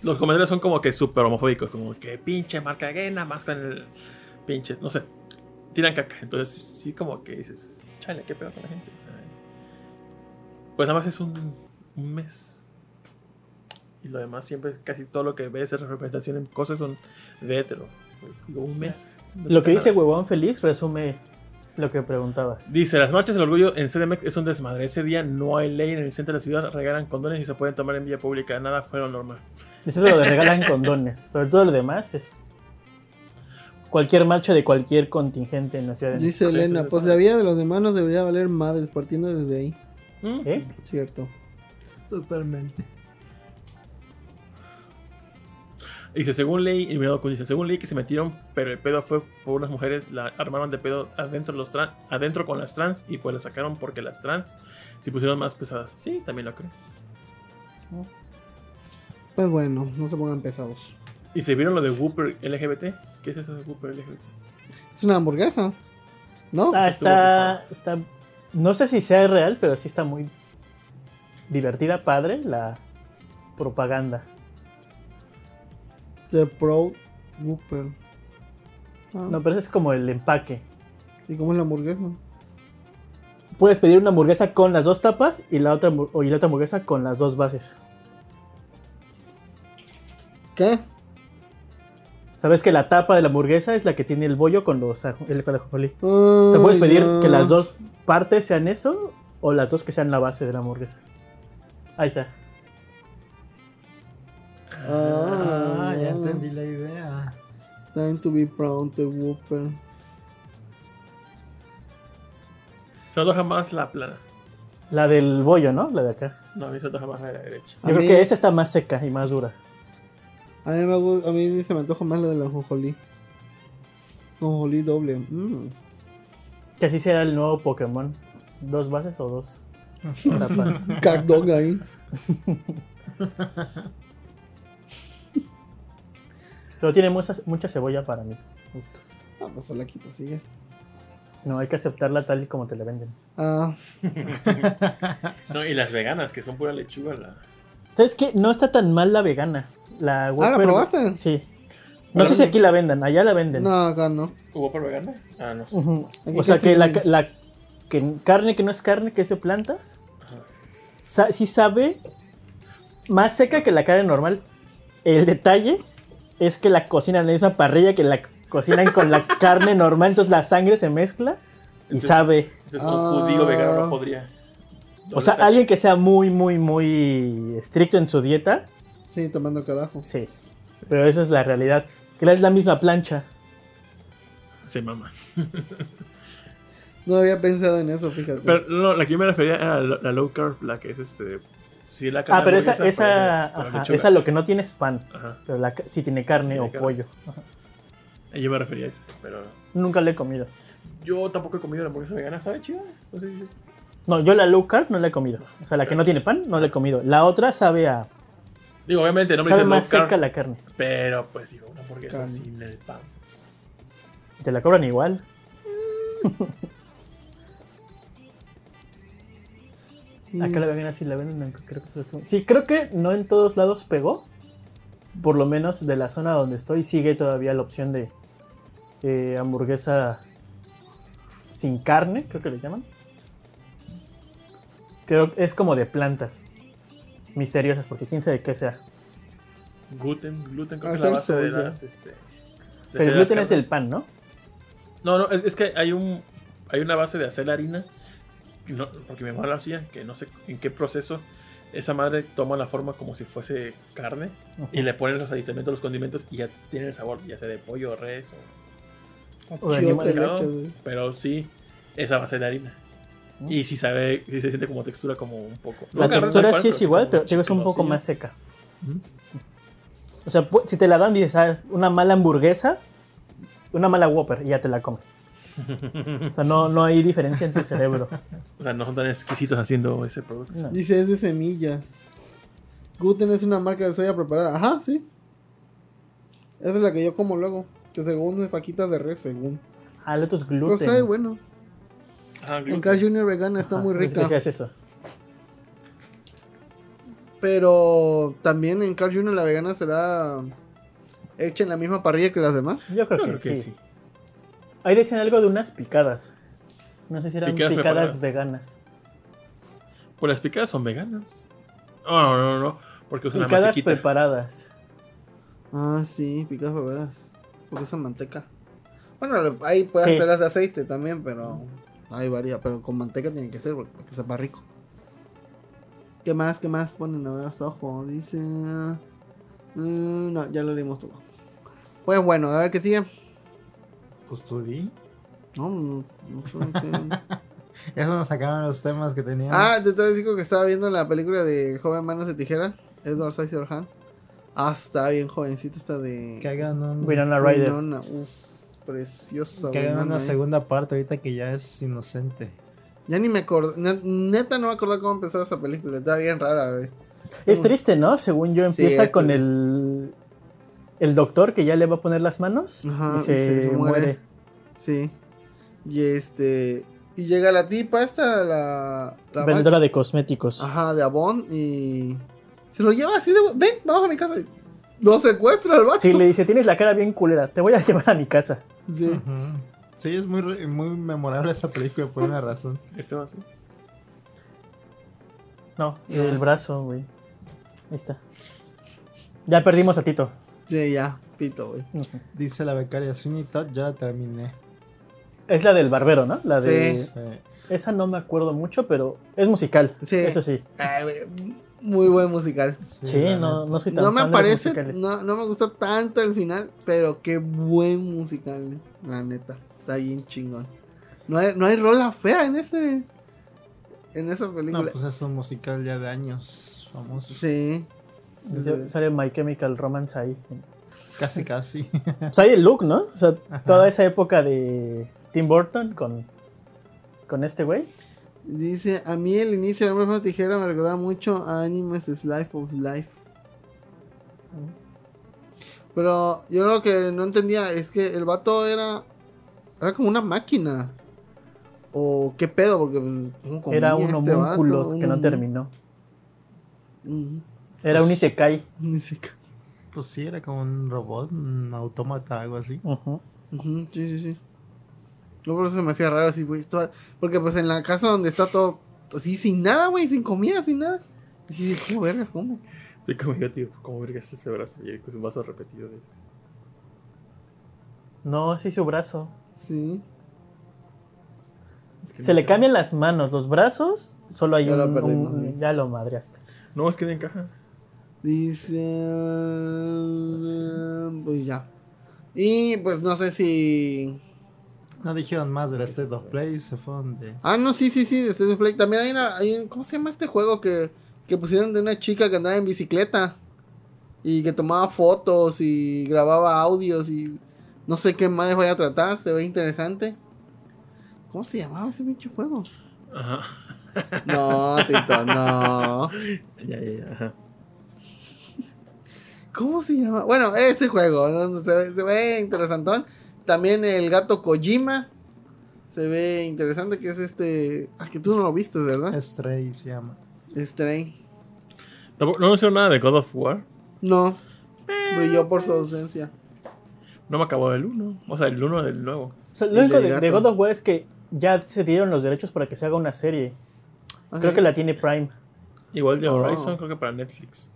B: los comentarios son como que súper homofóbicos, como que pinche marca gay, nada más con el pinche, no sé, tiran caca. Entonces, sí, como que dices, chale, qué pedo con la gente. Pues nada más es un, un mes. Y lo demás, siempre, casi todo lo que ves es representación en cosas son de hetero. Pues, digo, un mes. No
D: Lo que
B: pasa
D: dice
B: nada.
D: Huevón Feliz resume lo que preguntabas.
B: Dice, las marchas del orgullo en CDMX es un desmadre. Ese día no hay ley en el centro de la ciudad, regalan condones y se pueden tomar en vía pública. Nada fue lo normal.
D: Dice lo de regalan condones, pero todo lo demás es cualquier marcha de cualquier contingente en la ciudad de México.
C: Dice
B: Sí, sí,
C: Elena,
B: sí.
C: pues la vida de los demás nos debería valer madres partiendo desde ahí.
B: Mm.
D: ¿Eh?
C: Cierto.
A: Totalmente.
B: Dice, según ley, y me doy cuenta, dice, según ley que se metieron, pero el pedo fue por unas mujeres, la armaron de pedo adentro, los tran- adentro con las trans y pues la sacaron porque las trans se pusieron más pesadas. Sí, también lo creo.
C: Pues bueno, no se pongan pesados.
B: Y se vieron lo de Whooper LGBT. ¿Qué es eso de Whooper LGBT?
C: Es una hamburguesa. ¿No?
D: Ah,
B: estuvo
D: está, está. No sé si sea real, pero sí está muy divertida, padre, la propaganda.
C: The Proud Whooper. Ah,
D: No, pero ese es como el empaque.
C: ¿Y cómo es la hamburguesa?
D: Puedes pedir una hamburguesa con las dos tapas y la otra, hambu- o- y la otra hamburguesa con las dos bases.
C: ¿Qué?
D: Sabes que la tapa de la hamburguesa es la que tiene el bollo con los aj- el, con el ajonjolí. O
C: Se
D: sea, puedes pedir que las dos partes sean eso o las dos que sean la base de la hamburguesa. Ahí está.
C: Ah,
A: Ah, ya entendí la idea.
C: Time to be proud, the Whooper.
B: Se antoja más la plana.
D: La del bollo, ¿no? La de acá.
B: No, a mí se antoja más la de la derecha.
C: A
D: Yo creo
C: mí-
D: que esa está más seca y más dura.
C: A mí, me gu- a mí se me antoja más lo de la jojolí. Jojolí doble. Mm.
D: Que así será el nuevo Pokémon. Dos bases o dos tapas.
C: Cagdog ahí.
D: Pero tiene mucha, mucha cebolla para mí. Justo.
C: Ah, pues se la quito, sigue.
D: No, hay que aceptarla tal y como te la venden.
C: Ah,
B: No, y las veganas, que son pura lechuga. La...
D: ¿Sabes qué? No está tan mal la vegana. La
C: Ah, ¿la
D: Whopper-
C: probaste?
D: Sí. No sé si aquí la vendan, allá la venden.
C: no, acá no.
B: ¿Whopper vegana? Ah, no sé.
D: Ujú.
C: Aquí
D: O sea
C: casi
D: que la,
C: no.
D: la que carne que no es carne, que es de plantas, sa- sí sabe más seca que la carne normal. El detalle es que la cocinan en la misma parrilla que la cocinan con la carne normal, entonces la sangre se mezcla y
B: Entonces-
D: sabe.
B: Entonces, un
C: Ah.
B: judío vegano no podría.
D: O sea,
B: Doble
D: alguien que sea muy, muy, muy estricto en su dieta,
C: Sí, tomando carajo.
D: sí. Pero esa es la realidad. Que es la misma plancha.
B: tache. Sí, mamá.
C: No había pensado en eso, fíjate.
B: Pero no, la que yo me refería era la, la low carb, la que es este. Sí, la carne
D: Ah, pero esa,
B: hamburguesa,
D: esa,
B: pero es- pero
D: ajá,
B: lechuga.
D: esa lo que no tiene es pan.
B: Ajá.
D: Pero la, ca- sí tiene carne
B: Sí,
D: o
B: carne.
D: pollo. Ajá.
B: Yo me refería a esa, pero.
D: Nunca la he comido.
B: Yo tampoco he comido la hamburguesa vegana, ¿sabe chida? Entonces dices,
D: No, yo la low carb no la he comido. O sea, la que no tiene pan, no la he comido. La otra sabe a.
B: digo, obviamente no me
D: sabe
B: dicen low
D: más
B: carb,
D: seca la carne.
B: pero pues digo, una hamburguesa
C: Carne.
B: sin el pan.
D: Te la cobran igual. Acá la ven así, la ven en- creo que se lo estuvo- Sí, creo que no en todos lados pegó. Por lo menos de la zona donde estoy sigue todavía la opción de eh, hamburguesa sin carne, creo que le llaman. Creo que es como de plantas misteriosas, porque quién sabe qué sea.
B: Gluten, gluten creo
C: Ah,
B: que es la
C: es el
B: base de
C: soya.
B: las este de-
D: Pero el
B: de las
D: gluten es
B: carnes.
D: el pan, ¿no?
B: No, no, es, es que hay un hay una base de hacer la harina no, porque mi mamá la hacía, que no sé en qué proceso esa madre toma la forma como si fuese carne
D: Ujú.
B: y le ponen los aditamentos, los condimentos y ya tiene el sabor, ya sea de pollo, res o
D: O de
C: Chido
D: animal
C: te
B: ¿no?
C: le echas, güey.
B: Pero sí, esa base de harina.
D: Mm.
B: Y sí sabe, sí se siente como textura, como un poco.
D: La
B: no carne
D: textura
B: tal cual,
D: sí es
B: sí
D: igual,
B: como
D: pero digo, es un poco
B: chiclosillo.
D: más seca.
A: Ujú.
D: O sea, pu- si te la dan, dices, ah, una mala hamburguesa, una mala Whopper, y ya te la comes. O sea, no, no hay diferencia en tu cerebro.
B: O sea, no son tan exquisitos haciendo ese producto.
D: No.
C: Dice, es de semillas. Gluten es una marca de soya preparada. Ajá, sí. Esa es la que yo como luego. Que según es faquitas de res, según.
D: Ah, el otro es
C: Pero
D: gluten.
C: sabe bueno.
D: Mm.
B: Ah,
C: En Carl Jr. vegana Pues, está
D: Ajá,
C: muy
D: no sé
C: rica.
D: ¿Qué Ah, es eso?
C: Pero también en Carl Jr. la vegana será hecha en la misma parrilla que las demás.
D: Yo creo,
B: creo
D: que,
B: que
D: sí.
B: sí.
D: Ahí decían algo de unas picadas. No sé si eran
B: Picadas
D: picadas,
B: preparadas.
D: veganas.
B: Pues las picadas son veganas. Oh, no, no, no. Porque usan Pues la
D: Picadas
B: mantequita.
D: preparadas.
C: Ah, sí, picas verdaderas. Porque son manteca. Bueno, ahí puedes
D: Sí.
C: hacerlas de aceite también, pero ahí varía. Pero con manteca tiene que ser porque- para que sepa rico. ¿Qué más? ¿Qué más ponen? A ver, hasta abajo. Dice. mm, no, ya lo leímos todo. Pues bueno, a ver qué sigue.
A: Pues tú di.
C: No, no, no sé qué-
A: Eso nos sacaban los temas que teníamos.
C: Ah, te estaba diciendo que estaba viendo la película de Joven Manos de Tijera. Edward Scissorhands. Ah, está bien jovencita esta de.
A: que hagan un-
D: Winona Ryder.
C: Winona, uf, preciosa.
A: que hagan
C: Winona,
A: una
C: eh.
A: segunda parte ahorita que ya es inocente.
C: Ya ni me acuerdo. ne- Neta, no me acuerdo cómo empezó esa película. Está bien rara, güey.
D: Es triste, ¿no? Según yo,
C: Sí,
D: empieza
C: es
D: con
C: triste.
D: el, el doctor que ya le va a poner las manos
C: Ajá,
D: y se, muere.
C: Sí. Y este. Y llega la tipa esta, la. la
D: Vendedora de cosméticos.
C: ma- Ajá, de Avon. Y. Se lo lleva así de. Ven, vamos a mi casa. Lo secuestra el vato.
D: Sí, le dice, tienes la cara bien culera, te voy a llevar a mi casa.
C: Sí.
A: Ujú. Sí, es muy, re- muy memorable esa película por una razón.
B: Este va así.
D: No, el brazo, güey. Ahí está. Ya perdimos a Tito.
C: Sí, ya. Pito, güey.
A: Dice la becaria Sweeney Todd, ya la terminé.
D: Es la del barbero, ¿no? La de...
C: Sí.
A: Eh,
D: Esa no me acuerdo mucho, pero es musical.
C: Sí.
D: Eso sí.
C: Ay, güey, Muy buen musical.
A: sí,
D: Sí,
A: la
D: no,
A: neta.
D: no soy tan
C: No me
D: fan de los
C: parece,
D: musicales.
C: no, no me gusta tanto el final, pero qué buen musical, eh, la neta. Está bien chingón. No hay, no hay rola fea en ese. En esa película.
A: No, pues es un musical ya de años famoso.
C: Sí.
D: Dice-
C: Sí.
D: Sale My Chemical Romance ahí.
A: Casi, casi.
D: Pues ahí el look, ¿no? O sea,
A: Ajá.
D: toda esa época de Tim Burton con, con este güey.
C: Dice, a mí el inicio de Hombre Manos de Tijera me recordaba mucho a Animes Life of Life. Pero yo lo que no entendía es que el vato era. Era como una máquina. O qué pedo, porque. ¿cómo comía
D: Era un
C: este vato?
D: homúnculo que
C: Un
D: no
C: homú-
D: terminó.
C: Ujú.
D: Era un Isekai.
C: Ni siquiera.
A: Pues sí, era como un robot, un autómata, algo así.
D: Ujú.
C: Ujú, sí, sí, sí. No, por eso se me hacía raro así, güey. esto- Porque pues en la casa donde está todo así, sin nada, güey, sin comida, sin nada. Y sí, ¿cómo verga, cómo?
B: Estoy como yo, tío. ¿Cómo ver que es ese brazo? Y con un vaso repetido de este.
D: No, sí, su brazo.
C: Sí.
B: Es que
D: Se
B: no
D: le
B: encaja.
D: cambian las manos, los brazos. Solo hay
C: Ya lo
D: un-
C: perdimos,
D: un-
C: sí.
D: Ya lo madreaste.
B: No, es que no encaja.
C: Dice. eh, Pues ya. Y pues no sé si.
A: No dijeron más de la State of Play, se fueron de.
C: Ah, no, sí, sí, sí, de State of Play. También hay una. hay un- ¿Cómo se llama este juego que, que pusieron de una chica que andaba en bicicleta? Y que tomaba fotos y grababa audios y. No sé qué más voy a tratar, se ve interesante. ¿Cómo se llamaba ese pinche juego?
B: Ajá.
C: No, Tito, no.
B: Ya, ya, ya. Ajá.
C: ¿Cómo se llama? Bueno, ese juego ¿no? No, se, ve, se ve interesantón. También el gato Kojima. Se ve interesante que es este. Ah, que tú no lo viste, ¿verdad?
A: Stray se llama.
C: Stray.
B: Tampoco- No anunció nada de God of War.
C: No. Brilló por su ausencia.
B: No me acabó el 1. O sea, el 1 del nuevo.
D: O sea,
C: El
D: lo único
C: del
D: de, de
C: gato.
D: God of War es que ya se dieron los derechos para que se haga una serie. Creo
C: Ajá.
D: que la tiene Prime.
B: Igual de
C: Oh.
B: Horizon, creo que para Netflix.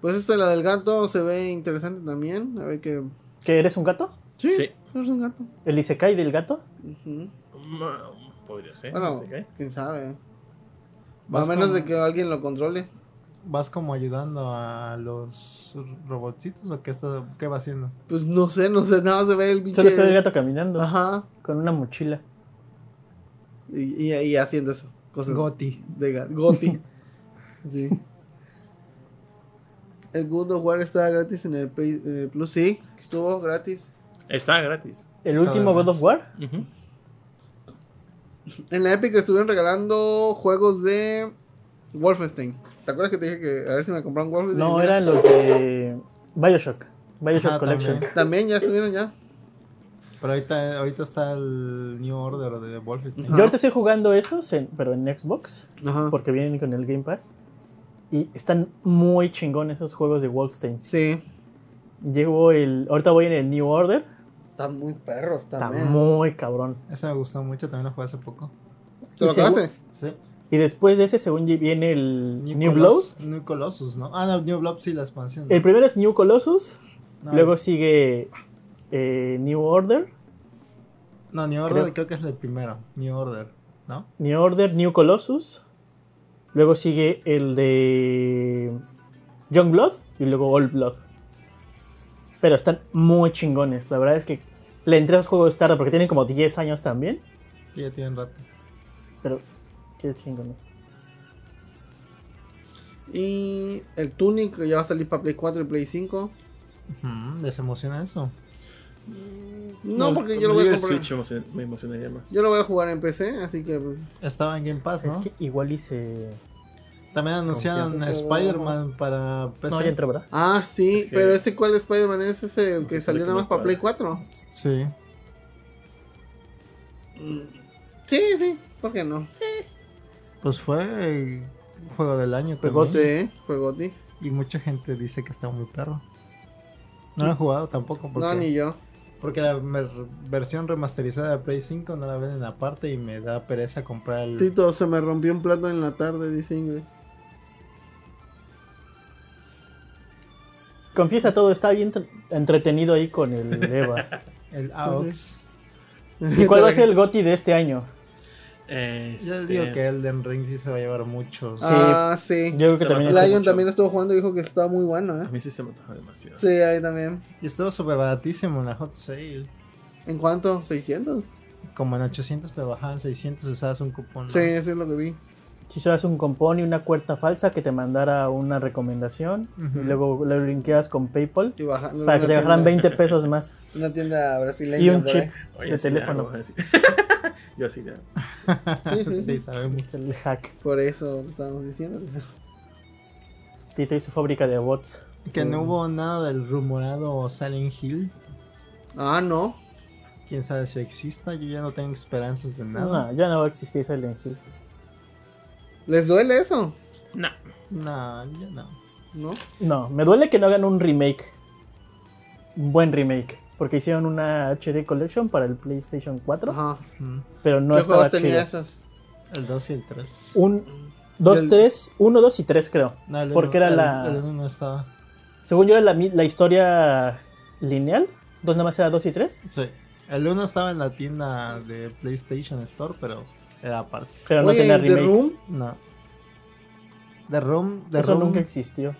C: Pues esta, la del gato, se ve interesante también. A ver que.
D: ¿Que eres un gato?
C: Sí,
B: Sí.
C: es un gato.
D: ¿El Isekai del gato?
C: Ujú.
B: Mm, Podría ser.
C: Bueno,
B: no sé qué.
C: quién sabe. A
A: Vas
C: menos
A: con-
C: de que alguien lo controle.
A: ¿Vas como ayudando a los robotcitos o qué, está, qué va haciendo?
C: Pues no sé, no sé, nada más se ve el bicho.
D: Solo está el gato caminando
C: Ajá.
D: con una mochila.
C: Y, y- y haciendo eso. Cosas
A: Goti.
C: de gato. Goti. sí. El God of War está gratis en el, Play- en el Plus. Sí, estuvo gratis.
B: Está gratis.
D: ¿El
A: Nada
D: último God
A: más.
D: of War?
B: Ujú.
C: En la Epic estuvieron regalando juegos de Wolfenstein. ¿Te acuerdas que te dije que a ver si me compraron Wolfenstein?
D: No,
C: Mira,
D: eran los de Bioshock. Bioshock
A: Ajá,
D: Collection.
A: también.
C: También ya estuvieron ya.
A: Pero ahorita, ahorita está el New Order de Wolfenstein.
D: Yo ahorita estoy jugando esos, en- pero en Xbox,
C: Ajá.
D: porque vienen con el Game Pass. Y están muy chingones esos juegos de Wolfenstein.
C: Sí.
D: Llevo el. Ahorita voy en el New Order.
C: Están muy perros
D: Está
C: también.
D: muy cabrón.
A: Ese me gustó mucho, también lo jugué hace poco.
C: ¿Te lo
D: Y se-
C: acabaste?
A: Sí.
D: Y después de ese, según yo, viene el New, Blood.
A: Colos- New Colossus, ¿no? Ah, no, New Blood sí, la expansión.
D: El primero es New Colossus.
A: No,
D: Luego sigue eh, New Order.
A: no, New Order
D: creo-
A: creo. que es el primero. New Order, ¿no?
D: New Order, New Colossus. Luego sigue el de Young Blood y luego Old Blood. Pero están muy chingones. La verdad es que le entré a esos juegos tarde porque tienen como 10 años también.
A: Sí, ya tienen rato.
D: Pero qué chingones.
C: Y el Tunic que ya va a salir para Play 4 y Play 5.
A: Ujú, ¿Les emociona eso?
C: No, porque
B: cuando
C: yo lo voy a
B: llegue el
C: comprar.
B: Switch me emocion- me emocionaría más.
C: Yo lo voy a jugar en PC, así que pues,
A: Estaba en Game Pass, ¿no?
D: Es que igual hice.
A: También anunciaron
C: Confío.
A: Spider-Man para PC.
D: No, ya entró, ¿verdad?
C: Ah, sí,
B: Ok.
C: pero ese cuál Spider-Man es ese el que
B: sé,
C: salió
B: sale
C: nada más
B: como
C: para Play 4.
A: Sí.
C: Sí, sí, ¿por qué no?
A: Pues fue el juego del año
C: Juego
A: también.
C: sí, fue Goti.
A: Y mucha gente dice que está muy perro. No lo he jugado tampoco porque,
C: No, ni yo.
A: porque la mer- versión remasterizada de Play 5 no la venden aparte y me da pereza comprar el...
C: Tito, se me rompió un plato en la tarde, dice Ingrid.
D: Confiesa todo, está bien t- entretenido ahí con el Eva.
A: El AOX.
D: ¿Y cuál va a ser el GOTI de este año?
A: Yo
B: Este,
A: digo que Elden Ring sí se va a llevar muchos.
C: Ah, sí.
D: Yo creo que
B: Se
D: también
B: mató.
D: es-
C: Lion
B: mucho.
C: también estuvo jugando y dijo que estaba muy bueno,
B: A
C: ¿eh?
B: mí sí se me antoja demasiado.
C: Sí, ahí también.
A: Y estuvo súper baratísimo en la hot sale.
C: ¿En cuánto? ¿600?
A: Como en 800, pero bajaban 600 usabas un cupón. ¿no?
C: Sí, eso es lo que vi.
D: Si usabas un compón y una cuarta falsa que te mandara una recomendación
A: Ujú.
D: y luego lo linkeabas con PayPal
C: Y bajando.
D: para que te
C: dejaran
D: bajaran 20 pesos más
C: Una tienda brasileña.
D: y un
C: por
D: chip
B: Oye,
D: de
B: sí le
D: teléfono.
B: hago, así. Yo sí le hago.
C: ahí. Sí, sí,
A: sí,
C: sí.
A: sabemos.
D: Es el hack.
C: Por eso estábamos diciendo.
D: Tito y su fábrica de bots.
A: Que no hubo nada del rumorado Silent Hill.
C: Ah, no.
A: Quién sabe si exista. Yo ya no tengo esperanzas de nada.
D: No, ya no va a existir Silent Hill.
C: ¿Les duele eso?
B: No.
A: No, ya no.
C: ¿No?
D: No, me duele que no hagan un remake. Un buen remake. Porque hicieron una HD Collection para el PlayStation 4,
C: Ajá.
A: Ujú.
D: pero no
C: ¿Qué
D: estaba
C: juegos
D: chido.
C: tenía esos?
A: Mm. El 2 y el 3.
D: Un, dos,
C: Del-
D: tres, uno, dos y tres creo. Porque era la-
A: El 1 no estaba.
D: Según yo era la, mi- la historia lineal. Dos nada más era dos y tres.
A: Sí. El 1 estaba en la tienda de PlayStation Store, pero era aparte.
D: Pero no
C: Oye,
D: tenía
C: ¿y The
D: remake.
C: Room?
A: No. The Room. The
D: Eso
A: Room
D: nunca existió.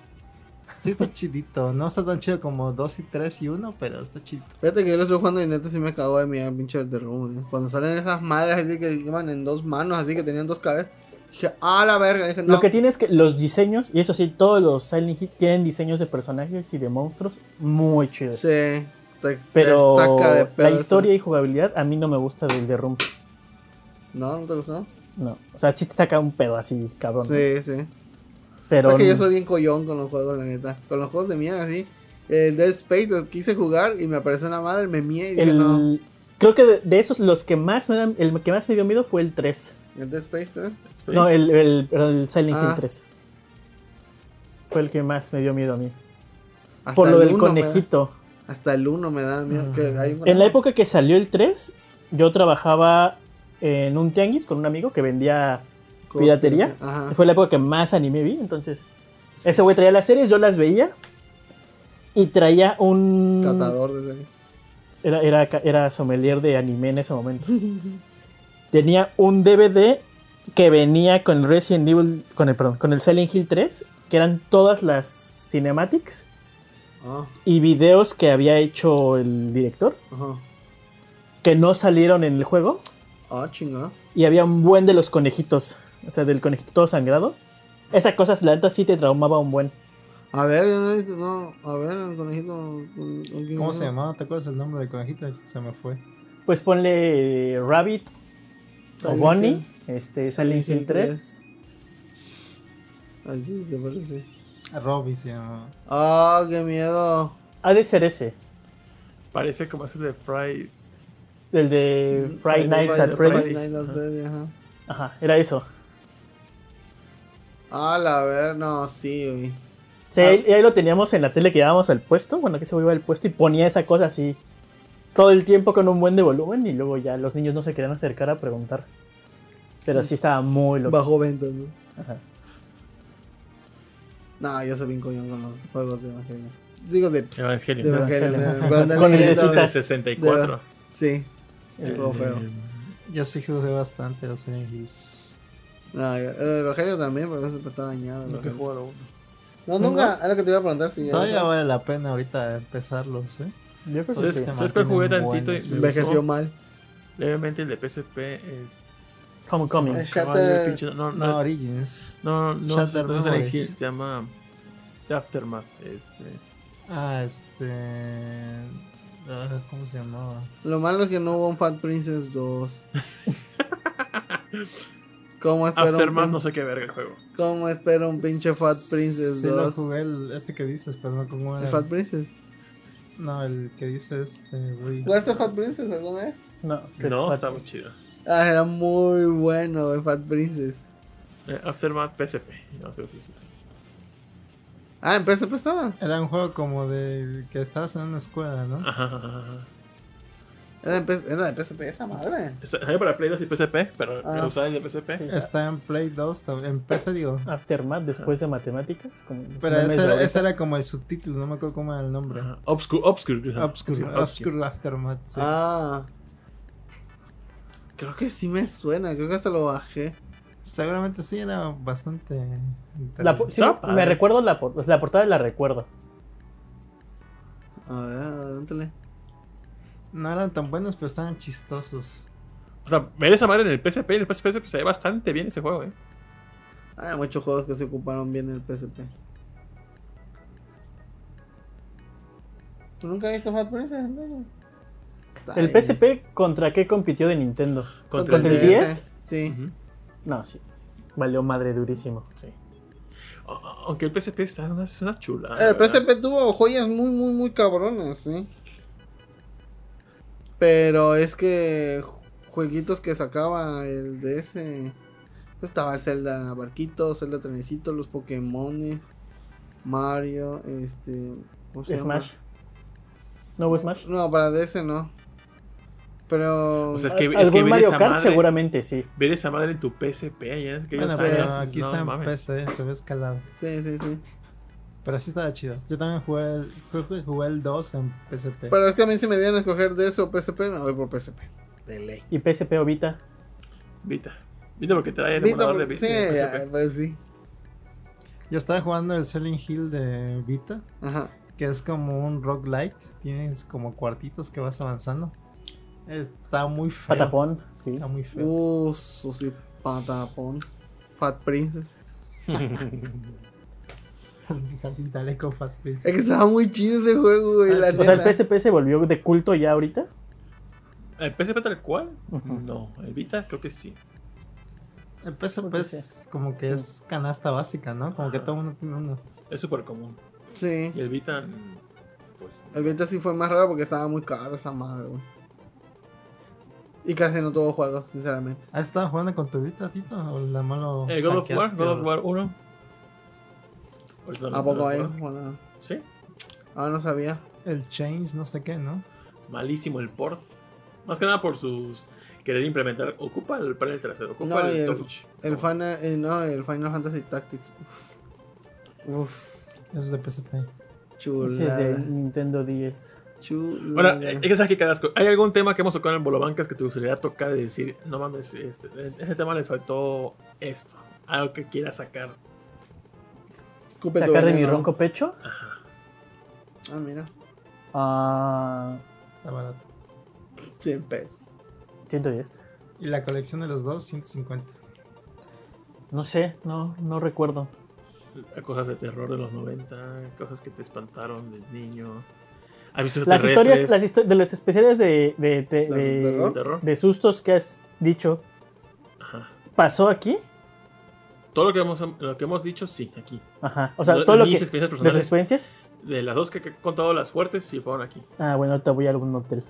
A: Sí está chidito, no está tan chido como 2 y 3 y 1, pero está chido.
C: Fíjate que yo lo estoy jugando y neta sí me cagó de mi pinche de Room. eh. Cuando salen esas madres así que iban en dos manos, así que tenían dos cabezas. Dije, ah, la verga. Dije, no.
D: Lo que tiene es que los diseños, y eso sí, todos los Silent Hill tienen diseños de personajes y de monstruos muy chidos.
C: Sí. te, te
D: Pero
C: saca de pedo.
D: la
C: eso.
D: historia y jugabilidad a mí no me gusta del de Room.
C: No, no te gustó.
D: No. O sea, sí te saca un pedo así, cabrón.
C: Sí, sí.
D: Pero
C: Es que yo soy bien collón con los juegos, la neta. Con los juegos de mierda, así. El Dead Space los quise jugar y me apareció una madre, me mié y dije,
D: el-
C: no.
D: creo que de, de esos los que más me dan- el que más me dio miedo fue el 3.
C: El Dead Space 3.
B: Pues,
D: No, el, el- el Silent
C: Ah.
D: Hill 3. Fue el que más me dio miedo a mí.
C: Hasta
D: Por
C: el
D: lo del
C: uno me da-
D: conejito. Ah.
C: hasta el 1 me da miedo. que hay una-
D: En la época que salió el 3, yo trabajaba en un tianguis con un amigo que vendía
C: co-
D: piratería.
C: Ajá.
D: Fue la época que más anime vi, entonces ese güey traía las series, yo las veía y traía un
C: Catador de ese.
D: era era ca- era sommelier de anime en ese momento. Tenía un DVD que venía con Resident Evil con el perdón, con el Silent Hill 3, que eran todas las cinematics
C: Ah,
D: y videos que había hecho el director
C: ajá.
D: que no salieron en el juego
C: Ah, chingada.
D: y había un buen de los conejitos, o sea, del conejito todo sangrado. Esas cosas la neta sí te traumaba un buen.
C: A ver, yo no, he visto- no, a ver, el conejito. un- un-
A: ¿Cómo se llamaba? ¿Te acuerdas el nombre del conejito? Se me fue.
D: Pues ponle eh, Rabbit o
C: Silent
D: Bonnie,
C: Hill.
D: este Silent Hill 3.
C: Así se parece.
A: Robbie se llamaba.
C: Ah, qué miedo.
D: Ha de ser ese,
B: Parece como ese de Fry.
D: Mm, el de Friday
B: Friday
D: Nights at
B: Nights at
D: Freddy's.
B: Freddy's.
C: Nights at Freddy's, ajá.
D: Ajá, era eso.
C: Ah, la ver, no, sí, güey.
D: Sí, ahí, ahí lo teníamos en la tele que llevábamos al puesto, bueno, que se iba al puesto y ponía esa cosa así todo el tiempo con un buen de volumen y luego ya los niños no se querían acercar a preguntar. Pero sí estaba muy loco.
C: Bajo ventas, ¿no?
D: Ajá.
C: No, yo soy bien coñón con los juegos de Evangelio. Digo de. de
B: Evangelio.
C: Evangelio.
D: Evangelio,
C: de-
D: ajá.
C: Brandon
D: Con
C: Lee,
D: necesitas-
B: De
C: entonces,
B: 64. Eh,
C: Sí.
B: El-
C: juego feo.
B: eh,
A: Yo sí jugué bastante los Silent Hills.
C: No, yo- el Evangelio también, pero ese está dañado. el
B: Lo que
C: Evangelio.
B: jugaron uno.
C: No, nunca. Es lo que te iba a preguntar si.
A: Todavía vale la pena ahorita empezarlos, ¿eh?
D: Yo creo que
B: ¿Sabes,
D: sí.
A: se
B: ¿sabes cuál jugué
A: mantienen
B: tantito?
A: buenos.
B: Y me
C: Envejeció
B: gustó
C: mal.
B: levemente el de PSP. Es...
D: Homecoming.
C: Eh,
B: Caballo,
C: Shatter-
B: pinche- No,
A: No,
B: no,
A: Origins.
B: no. no, no
A: Shatter
B: no es Silent
A: Memories.
B: Hill, se llama The Aftermath. Este.
A: Ah, este. ah, ¿Cómo se llamaba?
C: Lo malo es que no hubo un Fat Princess 2. ¿Cómo espero, un,
B: Aftermath,
C: pin-
B: no sé qué verga el juego.
C: ¿Cómo espero un pinche Fat Princess
A: Sí, lo
C: 2?
A: jugué el, ese que dices, pero no como
C: ¿El
A: era.
C: Fat Princess?
A: No, el que dice este, güey.
C: ¿Jugaste Fat Princess alguna vez?
D: No, que es
B: No,
D: Fat
B: está muy
D: Boys.
B: chido.
C: Ah, era muy bueno el Fat Princess.
B: Eh, Aftermath PSP. No, creo que sí.
C: Ah, en PSP estaba.
A: Era un juego como de que estabas en una escuela, ¿no?
B: Ajá, ajá, ajá.
C: Era, en PS era de PSP esa madre.
B: Está- Salió para Play 2 y PSP, pero
C: Ah.
B: lo usaba en el PSP.
D: Sí.
A: Está en Play 2, tam- en PC digo.
D: Aftermath después
B: Ah.
D: de matemáticas. Como los
A: Pero
D: memes
A: ese
D: de
A: era,
D: ahorita.
A: ese era como el subtítulo, no me acuerdo cómo era el nombre.
B: Ajá. Obscure, Obscure. creo. Sí,
A: Obscure, Obscure Aftermath. sí.
C: Ah. Creo que sí me suena, creo que hasta lo bajé.
A: Seguramente sí, era bastante.
D: La
A: interesante.
D: po- sí,
B: Está
D: me- me
B: padre.
D: recuerdo la, por- la portada, la recuerdo.
C: A ver, adelántale.
A: No eran tan buenos, pero estaban chistosos.
B: O sea, ver esa madre en el PSP y en el PSP pues, se ve bastante bien ese juego, ¿eh?
C: Hay Ah, muchos juegos que se ocuparon bien en el PSP. ¿Tú nunca viste Fat Princess entonces? Está
D: ¿El
C: bien.
D: PSP contra qué compitió de Nintendo?
B: Contra
D: el
B: el
D: DS.
C: 10? Sí.
B: Ujú.
D: No, sí. Valió madre durísimo. Sí.
B: O- o- Aunque el PSP está en una, es una chula.
C: El PSP tuvo joyas muy, muy, muy cabronas, sí. Pero es que jueguitos que sacaba el DS. pues, estaba el Zelda Barquito, Zelda Trenecito, los Pokémones, Mario, este. ¿cómo se llama?
D: Smash. ¿No hubo Smash?
C: No, para DS no. Pero.
B: O sea, es que, es que
D: Ah, ¿Algún
B: ver
D: Mario
B: esa
D: Kart?
B: madre-
D: Seguramente sí.
B: Ver esa madre en tu PSP allá en aquellos
A: Bueno,
C: sé,
A: pero
B: años,
A: aquí
B: no
A: está en
B: mames.
A: PC, se ve escalado.
C: Sí, sí, sí.
A: Pero sí estaba chido. Yo también jugué el, creo que jugué el 2 en PSP.
C: Pero es que a mí si me dieron a escoger DS o PSP, me voy por PSP. De ley.
D: ¿Y PSP o Vita?
B: Vita. Vita porque trae el
C: Vita,
B: emulador de
C: porque-
B: Vita.
C: sí,
B: de PSP.
C: ya, pues sí.
A: Yo estaba jugando el Selling Hill de Vita,
C: Ajá.
A: que es como un roguelite. Tienes como cuartitos que vas avanzando. Está muy feo.
D: Patapón. Sí.
A: Está muy feo.
C: Uh, Susi Patapón. Fat Princess.
A: Dale con Fat Prince.
C: Es que estaba muy chido ese juego, güey.
A: Ah,
C: la
A: sí.
D: O sea, el
C: neta.
D: PSP se volvió de culto ya ahorita.
B: ¿El PSP tal cual?
D: Ujú.
B: No, el Vita creo que sí.
A: El PSP
D: Porque
A: es como que es canasta básica, ¿no? Como que todo uno tiene uno.
B: Es súper común.
C: Sí.
B: Y el Vita, mm, pues.
C: El Vita sí fue más raro porque estaba muy caro esa madre, güey. Y casi no tuvo juegos, sinceramente.
A: ¿Has estado jugando con tu Vita, Tito? ¿O la malo
B: El eh, God of War,
A: hackeaste,
B: God of
A: o-
B: War 1. Ahorita no-
C: ¿A poco
B: no
C: hay?
B: recuerdo.
C: Bueno,
B: Sí,
C: ah, no sabía.
A: El Chains, no sé qué, ¿no?
B: malísimo el port. Más que nada por sus. Querer implementar. Ocupa el panel trasero, ocupa
C: No, y
B: el,
C: el-
B: touch.
C: El,
B: No.
C: fan, eh, no, el Final Fantasy Tactics. Uf. Uf.
A: Eso es de PSP.
D: Ese es de
C: Chulada.
D: Nintendo 10.
B: Bueno, eh,
D: Mm.
C: Chulada.
B: es que sabes que cada ¿Hay algún tema que hemos tocado en el Bolobancas que te gustaría tocar y decir, no mames, este, en ese tema les faltó esto? Algo que quiera sacar.
C: Escupe tu
D: Sacar de mi
C: veneno.
D: ronco pecho.
C: Ah, mira.
D: Ah,
A: Está barato.
C: 100 pesos.
D: 110.
A: Y la colección de los dos, 150.
D: No sé, no, no recuerdo.
B: Cosas de terror de los 90, cosas que te espantaron del niño. ¿Has visto
D: Las historias,
B: extraterrestres?
D: las histo- de los especiales de, de, de-
C: ¿De
D: de-
C: terror?
B: terror.
D: de sustos que has dicho,
B: Ajá.
D: ¿pasó aquí?
B: Todo lo que, hemos, lo que hemos dicho, sí, aquí.
D: Ajá. O sea,
B: Lo-
D: todo lo que.
B: mis
D: ¿De
B: experiencias
D: tus
B: personales.
D: experiencias?
B: De las dos que que he contado, las fuertes, sí fueron aquí.
D: Ah, bueno, ahorita voy a algún hotel.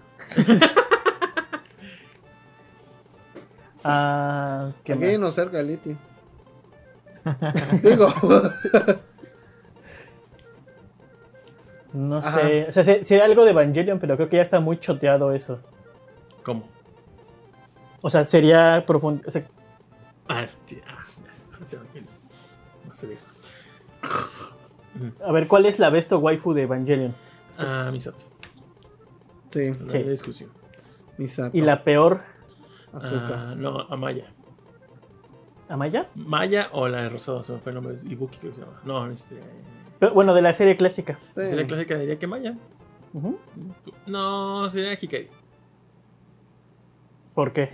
D: ah, ¿qué
C: Aquí hay uno
D: más?
C: cerca, el Liti. Digo.
D: No
C: Ajá.
D: sé. O sea, sé- sé algo de Evangelion, pero creo que ya está muy choteado eso.
B: ¿Cómo?
D: O sea, sería profundo. o sea,
B: Ah, sí, ah, no sé, aquí no. No se dijo.
D: a ver, ¿cuál es la besto waifu de Evangelion?
B: Ah, Misato.
C: sí,
B: No
D: Sí.
B: hay discusión.
C: Misato.
D: Y la peor,
C: Azúcar.
B: Ah, no, Amaya.
D: ¿Amaya?
B: Maya o la de Rosado, se me fue el nombre. Ibuki creo que se llama. No, este.
D: Pero, bueno, de la serie clásica.
B: Sería
C: sí.
B: clásica, diría que Maya.
D: Ujú.
B: No, sería Hikari.
D: ¿Por qué?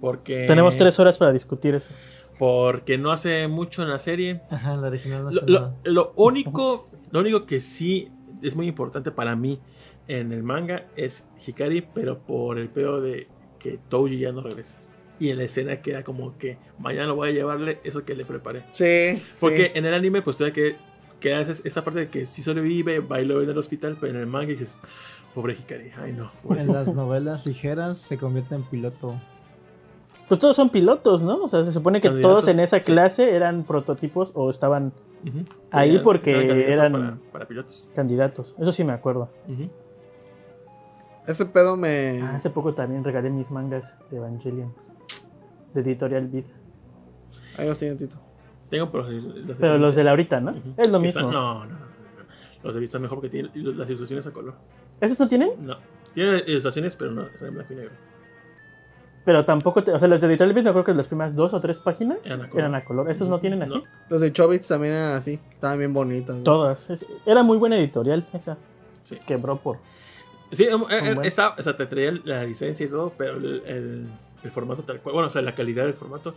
B: Porque.
D: Tenemos tres horas para discutir eso.
B: Porque no hace mucho en la serie.
A: Ajá, la original no
B: Lo,
A: hace
B: lo-
A: nada.
B: lo único, lo único que sí es muy importante para mí en el manga es Hikari, pero por el pedo de que Touji ya no regresa. Y en la escena queda como que mañana voy a llevarle eso que le preparé.
C: Sí.
B: Porque
C: sí.
B: en el anime, pues todavía que queda esa, esa parte de que sí sobrevive, bailó en el hospital, pero en el manga dices, pobre Hikari, ay no. pobre-
A: En las novelas ligeras se convierte en piloto.
D: Pues todos son pilotos, ¿no? O sea, se supone que
B: Candidatos,
D: todos en esa
B: sí.
D: clase eran prototipos o estaban
B: Ujú.
D: Ahí
B: Tenían-
D: porque
B: candidatos
D: eran-
B: Para, para pilotos.
D: candidatos. Eso sí me acuerdo.
B: Ujú.
C: Ese pedo me.
D: Ah, hace poco también regalé mis mangas de Evangelion. De Editorial Beat.
C: Ahí los tiene Tito.
B: Tengo pero los, de-
D: Pero los de la ahorita, ¿no?
B: Ujú.
D: Es lo
B: Que son-
D: mismo.
B: no, no, no, no. Los de vista mejor porque tienen las ilustraciones a color.
D: ¿Esos no tienen?
B: No. Tienen ilustraciones, pero no, están en blanco y negro.
D: Pero tampoco, te- o sea, los de Editorial Beat, no creo que las primeras dos o tres páginas
B: Eran
D: eran
B: a
D: a
B: color.
D: color. ¿Estos no tienen así?
B: No.
C: Los de Chobits también eran así. Estaban bien bonitas. güey.
D: Todas. Es- era muy buena editorial esa.
B: Sí.
D: Quebró por.
B: Sí, em- em-
D: buen-
B: está- o sea, te traía la licencia y todo, pero el, el- el formato tal cual. Bueno, o sea, la calidad del formato.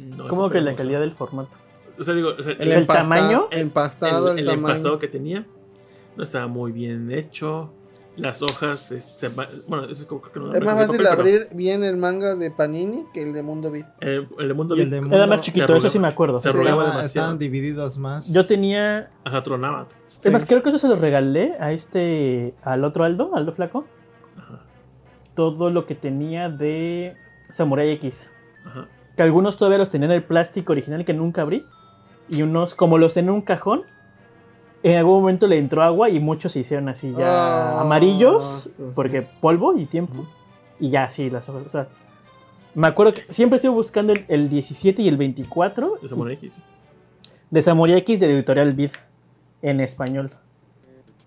B: No
D: ¿Cómo que la
B: o sea,
D: calidad del formato?
B: O sea, digo, o sea,
D: ¿El
C: empasta-
D: tamaño?
C: Empastado, el,
B: el
C: tamaño.
B: empastado que tenía no estaba muy bien hecho. Las hojas, es- se va- bueno, eso es como que no
C: Es más
B: de
C: fácil
B: papel, pero
C: abrir bien el manga de Panini que el de Mundo Beat.
B: El, el de mundo
A: Y el
B: Big
A: de
D: Era
A: Mundo
D: más chiquito,
B: arruinaba.
D: eso sí me acuerdo.
B: Se arruinaba
A: Estaba-
B: demasiado.
A: Estaban divididos más.
D: Yo tenía.
B: hasta tronaba.
D: Es más,
C: Sí.
D: creo que eso se lo regalé a este. Al otro Aldo, Aldo Flaco.
B: Ajá,
D: Todo lo que tenía de Samurai X.
B: ajá.
D: que algunos todavía los tenían en el plástico original que nunca abrí y unos como los tenía en un cajón en algún momento le entró agua y muchos se hicieron así ya
C: Ah,
D: amarillos
C: eso sí.
D: porque polvo y tiempo y ya así las hojas o sea me acuerdo que siempre estuve buscando el, el 17 y el 24
B: De Samurai X.
D: de Samurai X de la editorial Vid en español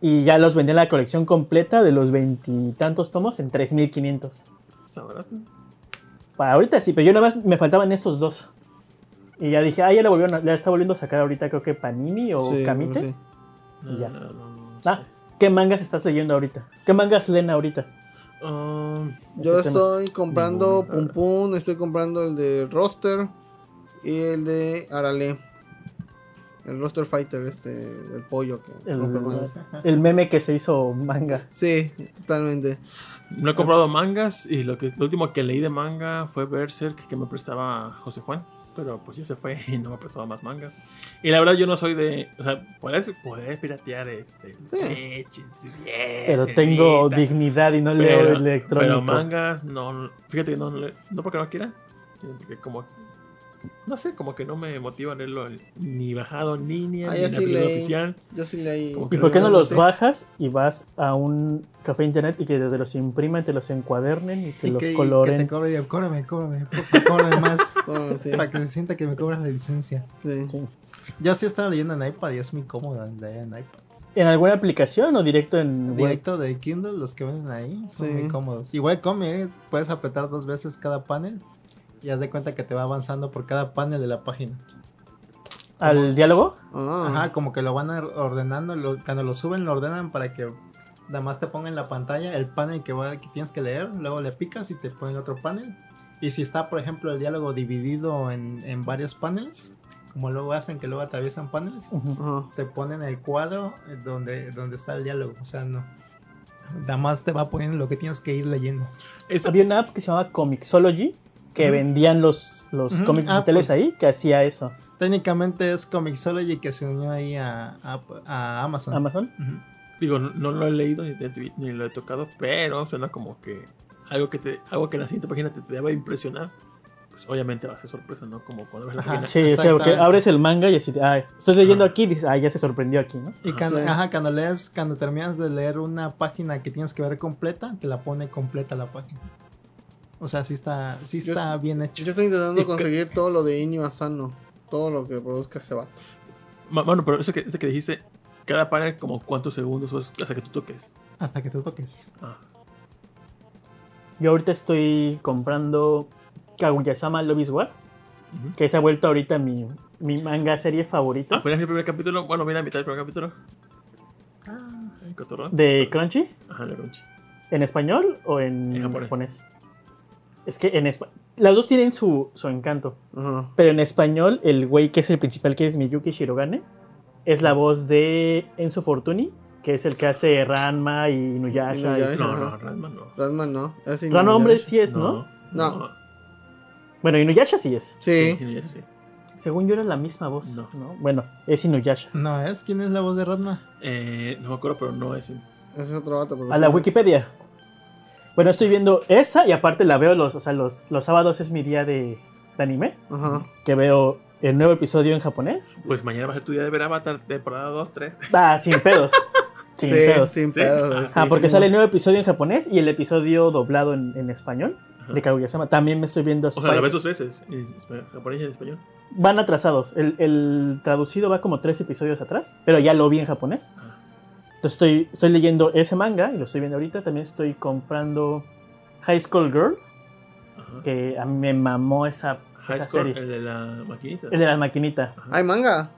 D: y ya los vendían la colección completa de los veintitantos tomos en 3500
B: Está barato.
D: para ahorita sí, pero yo nada más me faltaban estos dos. Y ya dije, ah, ya la, volvieron a- la está volviendo a sacar ahorita, creo que Panini o
C: Sí,
D: Kamite.
C: sí.
B: No,
D: Ya.
B: no, no, no
D: Ah,
B: sé.
D: ¿Qué mangas estás leyendo ahorita? ¿Qué mangas leen ahorita?
B: Um,
C: Yo
D: Ese tema.
C: estoy comprando
B: Ninguno,
C: Pum
B: claro.
C: Pum, estoy comprando el de Roster y el de Arale. El Roster Fighter, este, el pollo que
D: El-
C: rompe madre.
D: El meme que se hizo manga.
C: Sí, totalmente.
B: No he comprado mangas y lo, que, lo último que leí de manga fue Berserk que me prestaba José Juan. Pero pues ya se fue y no me ha prestado más mangas. Y la verdad yo no soy de... O sea, podés, podés piratear este...
C: Sí.
B: Leche,
D: Pero tengo dignidad y no leo
B: pero,
D: electrónico.
B: pero mangas no... Fíjate que no, le- no porque no quiera. sino Porque como... No sé, como que no me motiva a leerlo el- ni bajado en línea,
C: Ah,
B: ni
C: yo
B: en la
C: sí
B: versión
C: leí.
B: oficial.
C: Yo sí leí.
B: ¿Y
D: ¿Y por qué no
C: lo
D: los
C: sé.
D: bajas y vas a un café internet y que te los impriman, te los encuadernen y que
A: Y
D: los
A: que, que
D: coloren?
A: te cobre, digo, cóbrame, cóbrame, por- cóbrame más.
C: Oh, sí,
A: Para que se sienta que me cobras la licencia.
C: sí.
D: Sí.
A: Yo sí estaba leyendo en iPad y es muy cómodo leer en iPad.
D: ¿En alguna aplicación o directo en web?
A: Directo de Kindle, los que venden ahí, son
C: Sí.
A: muy cómodos. Igual come, ¿eh? puedes apretar dos veces cada panel y haz de cuenta que te va avanzando por cada panel de la página.
D: ¿Al diálogo?
C: Ah,
A: Ajá, como que lo van or- ordenando, lo- cuando lo suben lo ordenan para que nada más te ponga en la pantalla el panel que, va, que tienes que leer, luego le picas y te ponen otro panel. Y si está, por ejemplo, el diálogo dividido en, en varios paneles, como luego hacen que luego atraviesan paneles,
D: Ujú.
C: ajá.
A: te ponen el cuadro eh, donde, donde está el diálogo, o sea, no. Nada más te va poniendo lo que tienes que ir leyendo.
B: Esa-
D: Había una app que se llamaba Comixology que vendían los, los
A: Ujú.
D: cómics
A: Ah,
D: digitales
A: pues.
D: ahí que hacía eso.
A: Técnicamente es Comixology que se unió ahí a, a- a Amazon.
D: Amazon.
A: Ujú.
B: Digo, no, no lo he leído ni, te- ni lo he tocado, pero suena como que algo que te, algo que en la siguiente página te, te va a impresionar, pues obviamente va a ser sorpresa, ¿no? Como cuando ves la
A: Ajá.
B: página.
D: Sí, o sea, porque
A: Exactamente.
D: abres el manga y así, te- ay, estoy leyendo
B: Ajá.
D: aquí y dices, ay, ya se sorprendió aquí, ¿no?
A: Y cuando,
C: Sí.
A: ajá, cuando lees, cuando terminas de leer una página que tienes que ver completa, te la pone completa la página. O sea, sí está, sí
C: Yo-
A: está bien hecho.
C: Yo estoy intentando
B: Y ca-
C: conseguir todo lo de Inio Asano. Todo lo que produzca ese vato.
B: Ma- Mano, pero eso que, eso que dijiste, cada panel como cuántos segundos es hasta que tú toques.
A: Hasta que tú toques.
B: Ah,
D: Yo ahorita estoy comprando Kaguya-sama Love is War,
B: ujú.
D: que se ha vuelto ahorita mi, mi manga serie
A: Ah,
D: favorita
A: pues,
B: Apenas mi primer capítulo, bueno, mira la mitad del primer capítulo. Ah, en cotorrón.
D: de Crunchy.
B: Ajá, de Crunchy.
D: ¿En español o en,
B: En japonés.
D: japonés. Es que en espa- las dos tienen su, su encanto.
C: Ajá.
D: Pero en español, el güey que es el principal, que es Miyuki Shirogane, es la voz de Enzo Fortuni, que es el que hace Ranma y Inuyasha. y-
C: Inuyasha.
B: No, no,
C: Ajá.
B: Ranma no.
C: Rasma no. Es Inuyasha.
D: Ranma, hombre, sí Pues, es, ¿no?
C: No.
D: Bueno, Inuyasha sí es.
C: Sí.
B: Sí, Inuyasha sí.
D: Según yo era la misma voz.
B: No.
D: No. Bueno, es Inuyasha.
A: ¿No es? ¿Quién es la voz de Ratma?
B: Eh, no me acuerdo, pero no es. en-
C: Ese es otro vato. pero
D: A
C: sí
D: la
C: es.
D: Wikipedia. Bueno, estoy viendo esa y aparte la veo los, o sea, los, los sábados es mi día de, de anime,
C: Ajá.
D: que veo el nuevo episodio en japonés.
B: Pues mañana va a ser tu día de ver Avatar, temporada 2, 3.
D: Ah, sin pedos. sin
C: sí,
D: pedos.
C: sin
B: Sí.
C: pedos.
D: Ah,
C: sí,
D: porque
C: como-
D: sale el nuevo episodio en japonés y el episodio doblado en, en español de Kaguya-sama. También me estoy viendo.
B: O sea, la
D: Spy-
B: ves dos veces, en espa- japonés y en español.
D: Van atrasados. El, el traducido va como tres episodios atrás, pero ya lo vi en japonés.
B: Ah.
D: Entonces estoy, estoy leyendo ese manga y lo estoy viendo ahorita. También estoy comprando High School Girl,
B: Ajá.
D: que a mí me mamó esa,
B: High
D: esa
B: Score,
D: serie.
B: el de la maquinita.
D: Es de la maquinita.
C: Hay manga.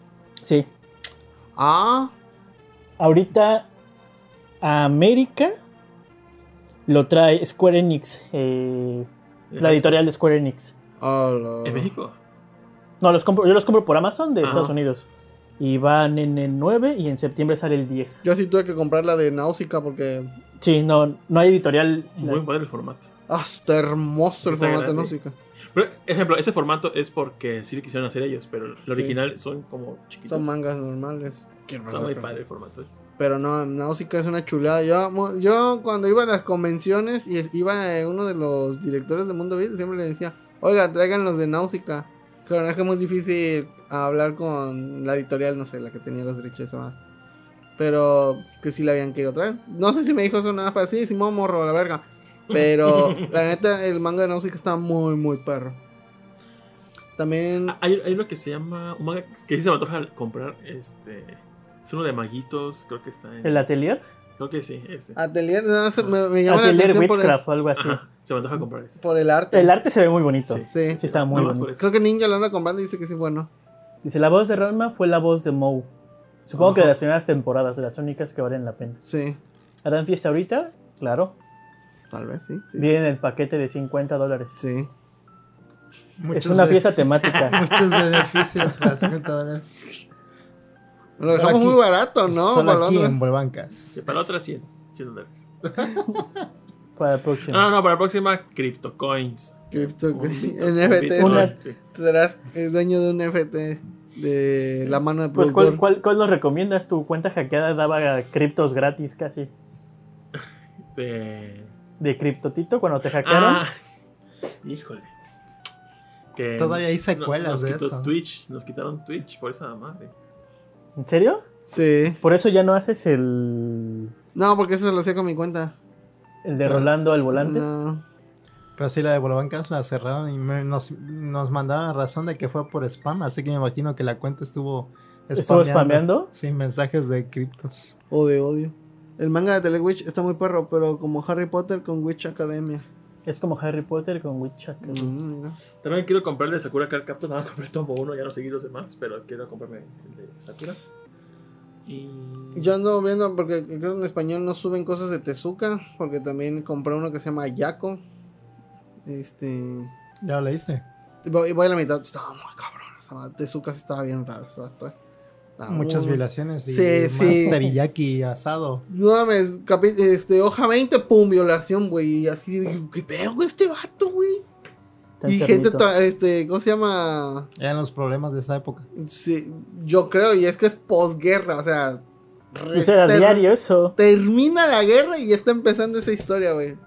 D: Sí.
C: Ah.
D: Ahorita a América lo trae Square Enix, eh,
B: ¿De
D: la
B: High
D: editorial de Square Enix.
C: Hola.
B: Score? ¿En México?
D: No, los compro, yo los compro por Amazon de
B: Ajá.
D: Estados Unidos. Y van en el 9 y en septiembre sale el 10.
C: Yo sí tuve que comprar la de Náusica porque.
D: Sí, no, no hay editorial.
B: Muy padre el formato.
C: Ah, está hermoso el
B: Está
C: formato de
B: grande.
C: Náusica.
B: Pero, ejemplo, ese formato es porque sí lo quisieron hacer ellos, pero el original son como chiquitos.
C: Son mangas normales.
B: Está muy padre el formato.
C: Pero no, Náusica es una chulada. Yo, amo- yo cuando iba a las convenciones y es- iba eh, uno de los directores de Mundo Beat, siempre le decía, oiga, traigan los de Náusica. Que la verdad es que es muy difícil hablar con la editorial, no sé, la que tenía los derechos. esa madre. Pero que sí la habían querido traer. No sé si me dijo eso nada para sí, Simón Morro, la verga. Pero la neta, el manga de Náusica está muy, muy perro. También...
B: Ah, Hay, hay uno que se llama. Un manga que sí se me antoja comprar. Este. Es uno de maguitos, creo que está en.
D: El atelier.
B: Creo que sí, ese.
C: Atelier, no, eso me, me llama la
D: Atelier
C: atención por el,
D: Witchcraft o algo así.
B: Ajá, se me antoja comprar ese.
C: por el arte.
D: El arte se ve muy bonito.
B: Sí.
D: Sí,
C: Sí.
D: está muy
B: Nada más por
D: bonito.
B: eso.
C: Pues Creo que Ninja lo anda comprando y dice que sí, bueno.
D: Dice, la voz de Ranma fue la voz de Moe. Supongo que de
C: Ajá.
D: las primeras temporadas, de las únicas que valen la pena.
C: Sí,
D: ¿Harán fiesta ahorita? Claro.
C: tal vez, sí. Sí.
D: Viene en el paquete de 50 dólares.
C: Sí.
D: es una
A: be-
D: fiesta temática.
A: Muchos beneficios para 50 dólares.
C: Lo dejamos
A: Solo aquí-
C: muy barato, ¿no?
A: Solo
C: Para la
A: aquí
C: otra.
A: en Vuelvancas.
B: Para la otra 100, 100 dólares. Ah,
D: Para la próxima.
B: No, no, no, para la próxima, CryptoCoins.
C: Crypto,
B: Un Bitcoin.
C: NFT.
B: Un
D: Una-
C: Unas...
B: Bitcoin, sí.
C: Serás es dueño de un NFT de la mano de
D: Pues,
C: productor.
D: ¿cuál, cuál, cuál nos recomiendas? Tu cuenta hackeada daba criptos gratis casi.
B: De-
D: De criptotito cuando te hackearon.
B: Eh, Ah, híjole. Que
A: Todavía hay
B: no-
A: secuelas
B: nos
A: de
B: quitó
A: eso.
B: Twitch, nos quitaron Twitch por esa madre.
D: ¿En serio?
C: Sí.
D: Por eso ya no haces el,
C: No, porque eso lo hacía con mi cuenta.
D: el de
A: Claro.
D: Rolando al volante.
C: Ah. No.
A: Pero sí, la de Vuelvancas la cerraron y me- nos, nos mandaban razón de que fue por spam, así que me imagino que la cuenta estuvo spameando.
D: ¿Estuvo spameando?
A: Sí, mensajes de criptos.
C: O de odio. El manga de Telewitch está muy perro, pero como Harry Potter con Witch Academia.
D: Es como Harry Potter con Witchak.
C: Mm, mira.
B: También quiero comprarle de Sakura Card Captor, nada más compré tomo uno, ya no seguí los demás, pero quiero comprarme el de Sakura. Y
C: Yo ando viendo, porque creo que en español no suben cosas de Tezuka, porque también compré uno que se llama Yako. Este.
A: ¿Ya lo leíste?
C: Y Voy, voy a la mitad. Estaba muy cabrón. esa madre. Tezuka sí estaba bien raro. esa madre. Estaba
A: Muchas
C: muy-
A: violaciones y
C: Uh, Sí,
A: más
C: sí.
A: teriyaki asado.
C: No mames, capi- este, hoja 20, pum, violación, güey. Y así, güey, ¿qué pedo, güey, este vato, güey?
D: Está
C: Y gente,
D: enfermito.
C: ta- este, ¿cómo se llama?
A: Eran los problemas de esa época.
C: Sí, yo creo, y es que es posguerra, o sea. re-
D: Pues era
C: ter-
D: diario eso.
C: Termina la guerra y está empezando esa historia, güey.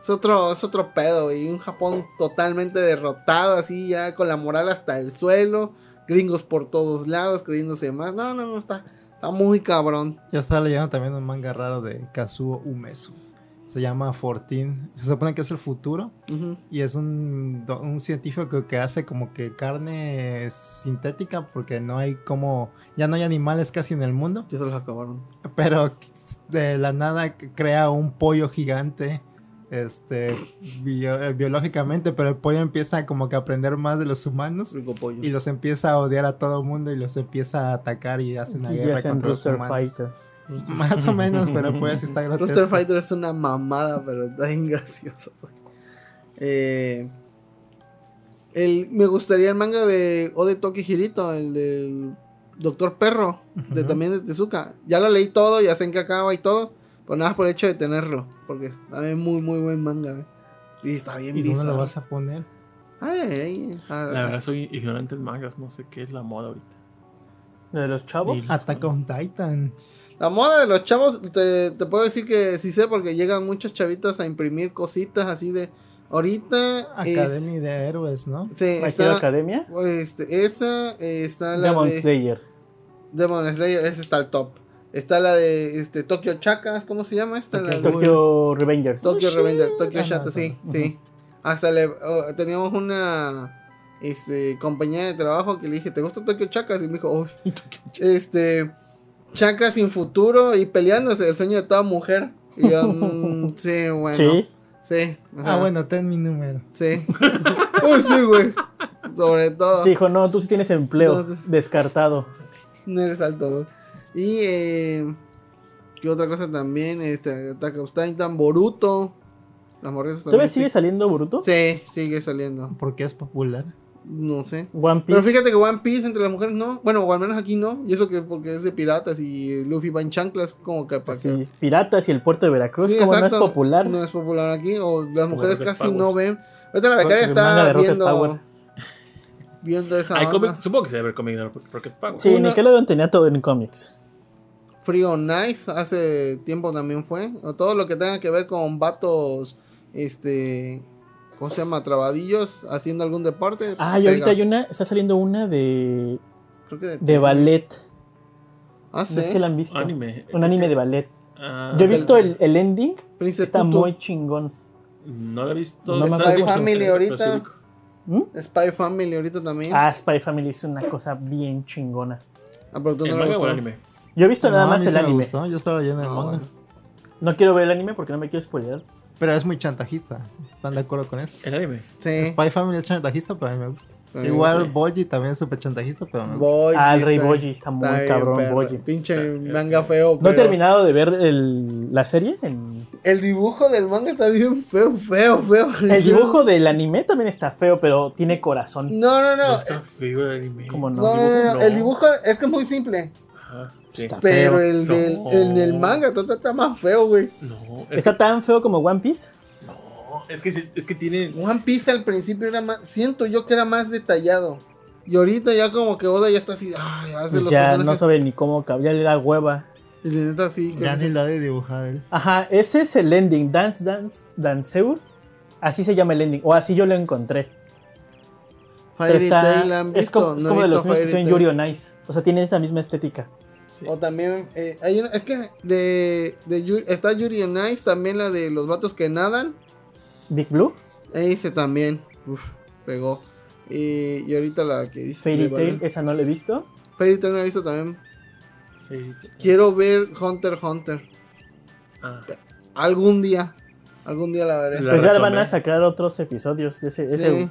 C: Es otro, es otro pedo, güey. Un Japón totalmente derrotado, así ya con la moral hasta el suelo. Gringos por todos lados, creyéndose más. No, no, no, está, está muy cabrón.
A: Yo estaba leyendo también un manga raro de Kazuo Umesu. Se llama Fortin. Se supone que es el futuro
C: Ujú.
A: y es un, do- un científico que hace como que carne sintética porque no hay como... Ya no hay animales casi en el mundo.
C: Ya se los acabaron.
A: Pero de la nada crea un pollo gigante. Este, bio- eh, biológicamente, pero el pollo empieza como que a aprender más de los humanos
C: Rico pollo.
A: y los empieza a odiar a todo el mundo y los empieza a atacar y hacen la
D: Y
A: guerra
D: hacen
A: contra los
D: Rooster
A: humanos.
D: Fighter.
A: Más o menos, pero pues está grotesco.
C: Rooster Fighter es una mamada, pero está bien gracioso. güey. Eh, el- me gustaría el manga de Ode Toki Hirito, el del Doctor Perro, de,
A: Ujú.
C: también de Tezuka. Ya lo leí todo, ya sé en qué acaba y todo, pero nada más por el hecho de tenerlo, porque es también muy, muy buen manga. güey. Y está bien
A: ¿Y dónde
C: bizarro.
A: lo vas a poner?
C: Ay, ay, ay, ah,
B: la verdad soy ignorante en mangas, no sé qué es la moda ahorita.
D: De los chavos.
B: Y-
A: Attack on Titan.
C: La moda de los chavos, te, te puedo decir que sí sé, porque llegan muchas chavitas a imprimir cositas así de... Ahorita... eh,
A: Academy de Héroes, ¿no?
C: sí,
D: ¿Aquí
C: está-
D: Academia.
C: Este, esa eh, está la
D: Demon
C: de
D: Slayer.
C: Demon Slayer, esa está al top. Está la de este Tokyo Chakas, ¿cómo se llama esta? La
A: Tokyo-
C: de-
D: Tokyo Revengers.
C: Tokyo Revender, Tokyo
A: Ah, no,
C: Shato,
A: esa
C: sí,
A: no.
C: sí. Hasta le- oh, teníamos una este, compañía de trabajo que le dije, ¿te gusta Tokyo Chakas? Y me dijo, "Uy". este Chakas sin futuro y peleándose, el sueño de toda mujer. Y yo, "Mm, sí, bueno. Sí.
D: Sí.
A: Ah,
C: ajá,
A: bueno, ten mi número.
C: Sí. Uy, sí, güey. Sobre todo.
D: Te dijo, no, tú sí tienes empleo.
C: Entonces-
D: Descartado.
C: No eres alto, güey. Y, eh, ¿qué otra cosa también? Este, Attack of Titan, Boruto. Las morritas
D: ¿Todavía
C: también.
D: sigue saliendo Bruto?
C: Sí, sigue saliendo.
A: Porque es popular.
C: No sé.
D: One
C: Pero
D: Piece.
C: fíjate que One Piece entre las mujeres no. Bueno, o al menos aquí no. Y eso que porque es de piratas y Luffy va en chanclas, como que para
D: pues Sí,
C: que-
D: Piratas y el puerto de Veracruz,
C: Sí,
D: como no es
C: exacto,
D: popular.
C: No es popular aquí. O las mujeres
B: Rocket
C: casi
B: Power.
C: no ven. Ahorita la becaria
D: Porque manga
C: está
D: de Rocket Power.
C: viendo. Viendo esa.
B: Hay
C: onda.
B: cómic- supongo que se debe haber cómic de Rocket Power.
D: Sí,
C: Una-
D: Nickelodeon tenía todo en cómics.
C: Free on Nice hace tiempo también fue. O todo lo que tenga que ver con vatos, este, ¿cómo se llama? Trabadillos haciendo algún deporte.
D: Ah, y ahorita
C: pega.
D: hay una, está saliendo una de,
C: Creo que
D: de ballet.
C: Ah,
D: No sé si
C: sí.
D: la han visto.
B: Anime.
D: Un anime de ballet.
B: Ah,
D: Yo he visto el, el ending,
C: Princess
D: está
C: Tutu.
D: muy chingón.
B: No lo he visto.
D: No me
B: Está
D: acuerdo.
B: como
C: Family
B: siempre,
C: ahorita.
B: pero sí ubico.
D: ¿Mm?
C: Spy Family ahorita también.
D: Ah, Spy Family es una cosa bien chingona.
C: Ah, pero tú
B: ¿El
C: no lo
B: manga o el
C: gustó.
B: anime?
D: Yo he visto nada
A: No, a
D: más
A: mí
D: el
A: sí me
D: anime.
A: gustó, Yo estaba leyendo el
C: Ah,
A: manga.
C: bueno.
D: No quiero ver el anime porque no me quiero spoiler.
A: Pero es muy chantajista. ¿Están de acuerdo con eso?
B: El anime.
C: Sí.
A: Spy Family es chantajista, pero a mí me gusta.
C: Pero
A: Igual
B: sí.
A: Boji también es súper chantajista, pero me gusta.
C: Boji
D: Ah, el Rey
C: está-
D: Boji está muy
C: está bien,
D: cabrón,
C: perro.
D: Boji.
C: Pinche
B: Está bien,
C: manga
B: perro.
C: feo.
D: No he
C: pero
D: terminado de ver el- la serie. en-
C: El dibujo del manga está bien feo, feo, feo.
D: El dibujo del anime también está feo, pero tiene corazón.
C: No, no,
B: No
C: no.
B: está feo el anime.
D: ¿Cómo no?
C: No, no, no, no, El dibujo es que es muy simple.
B: Ajá, Ah, sí.
A: Está
C: Pero
A: feo.
C: el del,
B: No.
C: el del manga está, está- está más feo, güey.
B: No, es,
D: ¿Está tan feo como One Piece?
B: que, no, es que, sí- es que tiene.
C: One Piece al principio era más. Siento yo que era más detallado. Y ahorita ya como que Oda ya está así. Ah, ya hace
D: Pues
C: los
D: ya
C: personajes.
D: no sabe ni cómo acab- ya le da hueva.
C: Y la neta sí. que
A: Ya
C: no
A: ni
C: sé.
A: lo ha de dibujar él.
D: Ajá, ese es el ending, Dance Dance Danceur. Así se llama el ending, o así yo lo encontré. Pero
C: Fairy
D: está-
C: Tail, ¿han
D: es como,
C: visto?
D: es
C: No he
D: como de los
C: visto
D: mismos que
C: Fairy
D: son en
C: Tail.
D: Yuri on Ice. O sea, tiene esa misma estética.
B: sí.
C: O también, eh, hay una- es que de, de Yuri- está Yuri on Ice, también la de los vatos que nadan.
D: Big Blue,
C: Ese también, uf, pegó. Y, y ahorita la que dice.
D: Fairy
C: de
D: Tail,
C: Valor-
D: esa no la he visto.
C: Fairy Tail no la he visto también.
B: Sí.
C: Quiero ver Hunter x Hunter.
B: Ah,
C: Algún día. Algún día la veré.
B: La
D: pues ya le
B: retomé.
D: van a sacar otros episodios de ese. ese
C: Sí.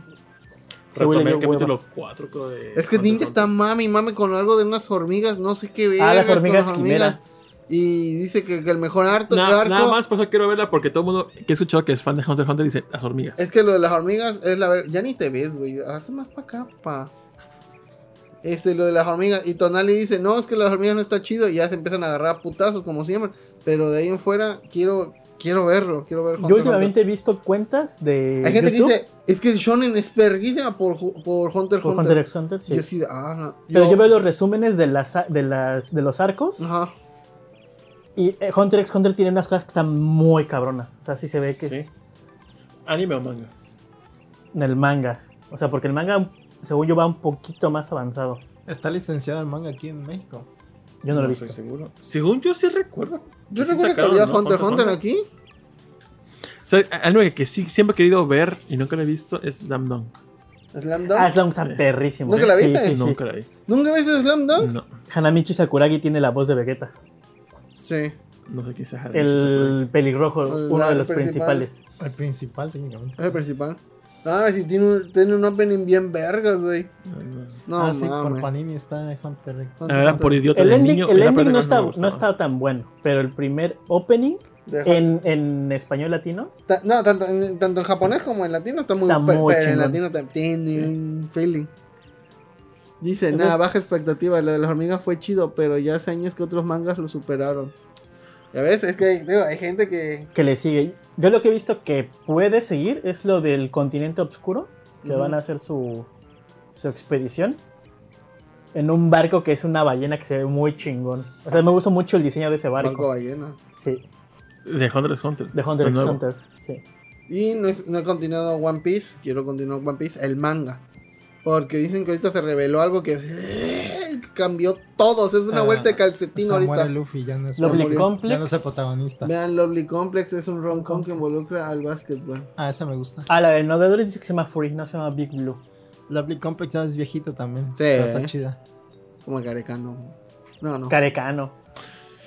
D: según
B: retomé el
D: yo, hueva.
B: capítulo 4 de.
C: Es que
B: Hunter
C: Ninja
B: x
C: está
B: Hunter.
C: mami, mami con algo de unas hormigas, no sé qué ver.
D: Ah, las hormigas quimera.
C: Y dice que, que el mejor harto
B: Na-
C: que arco
B: nada más, por eso quiero verla porque todo el mundo que he escuchado que es fan de Hunter x Hunter dice las hormigas.
C: Es que lo de las hormigas es la ver... Ya ni te ves, güey. Hace más para acá, pa. Este, lo de las hormigas. Y Tonali dice, no, es que las hormigas no está chido. Y ya se empiezan a agarrar a putazos, como siempre. Pero de ahí en fuera, quiero, quiero verlo. Quiero ver
D: Yo
C: Hunter x
D: últimamente he visto cuentas de.
C: Hunter. Hay gente
D: YouTube
C: que dice, es que el shonen es perguísima por, ju- por Hunter x
D: por
C: Hunter.
D: Hunter x Hunter, sí.
C: Yo sí, ah, no.
D: Pero yo veo los resúmenes de las, de las de los arcos.
C: Ajá.
D: Y eh, Hunter x Hunter tiene unas cosas que están muy cabronas. O sea, sí se ve que es
B: Sí. Anime o manga.
D: en el manga. O sea, porque el manga, según yo, va un poquito más avanzado.
A: Está licenciado el manga aquí en México.
D: Yo no, lo he visto.
B: estoy seguro. Según yo sí recuerdo.
C: Yo
B: Sí
C: recuerdo que
B: sacaron,
C: había
B: ¿no?
C: Hunter x Hunter aquí.
B: O sea, algo que sí siempre he querido ver y nunca lo he visto es Slam Dunk.
C: Slam
D: Ah,
C: Dunk.
D: es está perrísimo.
C: Eh, ¿Nunca la
D: Sí,
C: viste?
D: Sí, sí,
B: nunca la vi.
C: ¿Nunca viste Slam Dunk?
B: No,
D: Hanamichi Sakuragi tiene la voz de Vegeta.
C: Sí.
B: no sé qué es Harry.
D: El pelirrojo,
C: El-
D: uno de
C: el
D: los
C: principal.
D: principales.
A: El principal, técnicamente.
C: Es el principal. Ah, sí, tiene un, tiene un opening bien vergas, güey.
B: No, no.
C: No,
A: ah, sí, por
C: mames.
A: Panini está Hunter x
B: La verdad, Ah, por idiota
D: El
B: de
D: ending,
B: niño.
D: el
B: era la
D: ending
B: parte
D: no,
B: que
D: está,
B: más me
D: no
B: gustaba.
D: está tan bueno, pero el primer opening
C: De-
D: en, en español latino,
C: ta- no, tanto en, tanto en japonés como en latino está muy
D: Está
C: pe-
D: muy
C: pero en
D: chingón.
C: latino te- tiene
B: Sí.
C: un feeling. Dice,
D: Entonces-
C: nada, baja expectativa. La de las hormigas fue chido, pero ya hace años que otros mangas lo superaron. Ya ves, es que digo, hay gente que.
D: que le sigue. Yo lo que he visto que puede seguir es lo del continente oscuro, que
C: Ujú.
D: van a hacer su, su expedición en un barco que es una ballena que se ve muy chingón. O sea, me gusta mucho el diseño de ese barco.
C: Barco ballena.
D: Sí,
B: De Hunter x Hunter.
D: de Hunter
B: El
D: x
B: nuevo.
D: Hunter. Sí.
C: Y no, es- no he continuado One Piece. Quiero continuar One Piece, el manga. Porque dicen que ahorita se reveló algo que cambió todos. Es una
A: Ah,
C: vuelta de calcetín
A: Se
C: ahorita.
A: muere Luffy, ya no es,
D: Lovely
C: murió.
A: ya no es
D: Complex.
A: el protagonista.
C: Vean, Lovely Complex es un rom-com que involucra al básquetbol.
A: Ah, esa me gusta.
D: Ah, la de Novedores dice que se llama Free, no se llama Big Blue.
A: Lovely Complex ya es viejito también.
C: Sí.
A: pero está chida.
C: Como Carecano. No, no.
D: Carecano.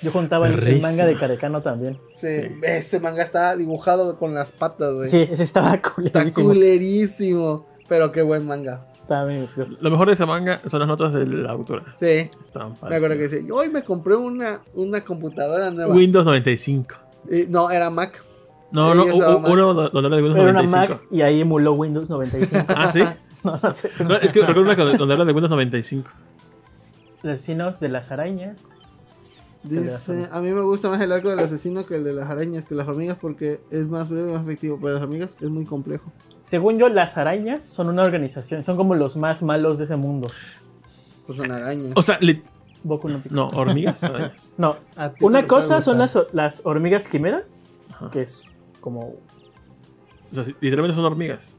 D: Yo juntaba el- el
B: Perrísimo.
D: manga de Carecano también.
C: Se-
B: Sí.
C: Ese manga está dibujado con las patas, güey.
D: Sí, ese estaba
C: Está
D: culerísimo.
C: culerísimo. Pero qué buen manga.
D: Estaba bien feo.
B: Lo mejor de esa manga son las notas de la autora.
C: Sí.
B: Estaban
C: Me acuerdo que sí. Yo hoy me compré una, una computadora nueva.
B: Windows 95.
C: Eh, no, era Mac.
B: No,
C: Sí,
B: no,
C: yo
B: u-
C: estaba
B: u-
C: mal.
B: uno donde habla de Windows
D: Era una
B: 95.
D: Mac y ahí emuló Windows 95.
B: Ah, sí.
D: no, no sé.
B: No, es que recuerdo una que- donde habla de Windows 95.
D: Los vecinos de las arañas.
C: Dice, a mí me gusta más el arco del asesino que el de las arañas, que las hormigas, porque es más breve y más efectivo. Pero las hormigas es muy complejo.
D: Según yo, las arañas son una organización. Son como los más malos de ese mundo.
C: Pues son arañas.
B: O sea, le-
D: Boku no Pico.
B: no, hormigas. arañas.
D: No.
A: A ti te
D: Una
A: puede
D: cosa son las,
A: gustar.
D: las hormigas quimera,
B: Ajá.
D: que es como.
B: O sea, sí, literalmente son hormigas.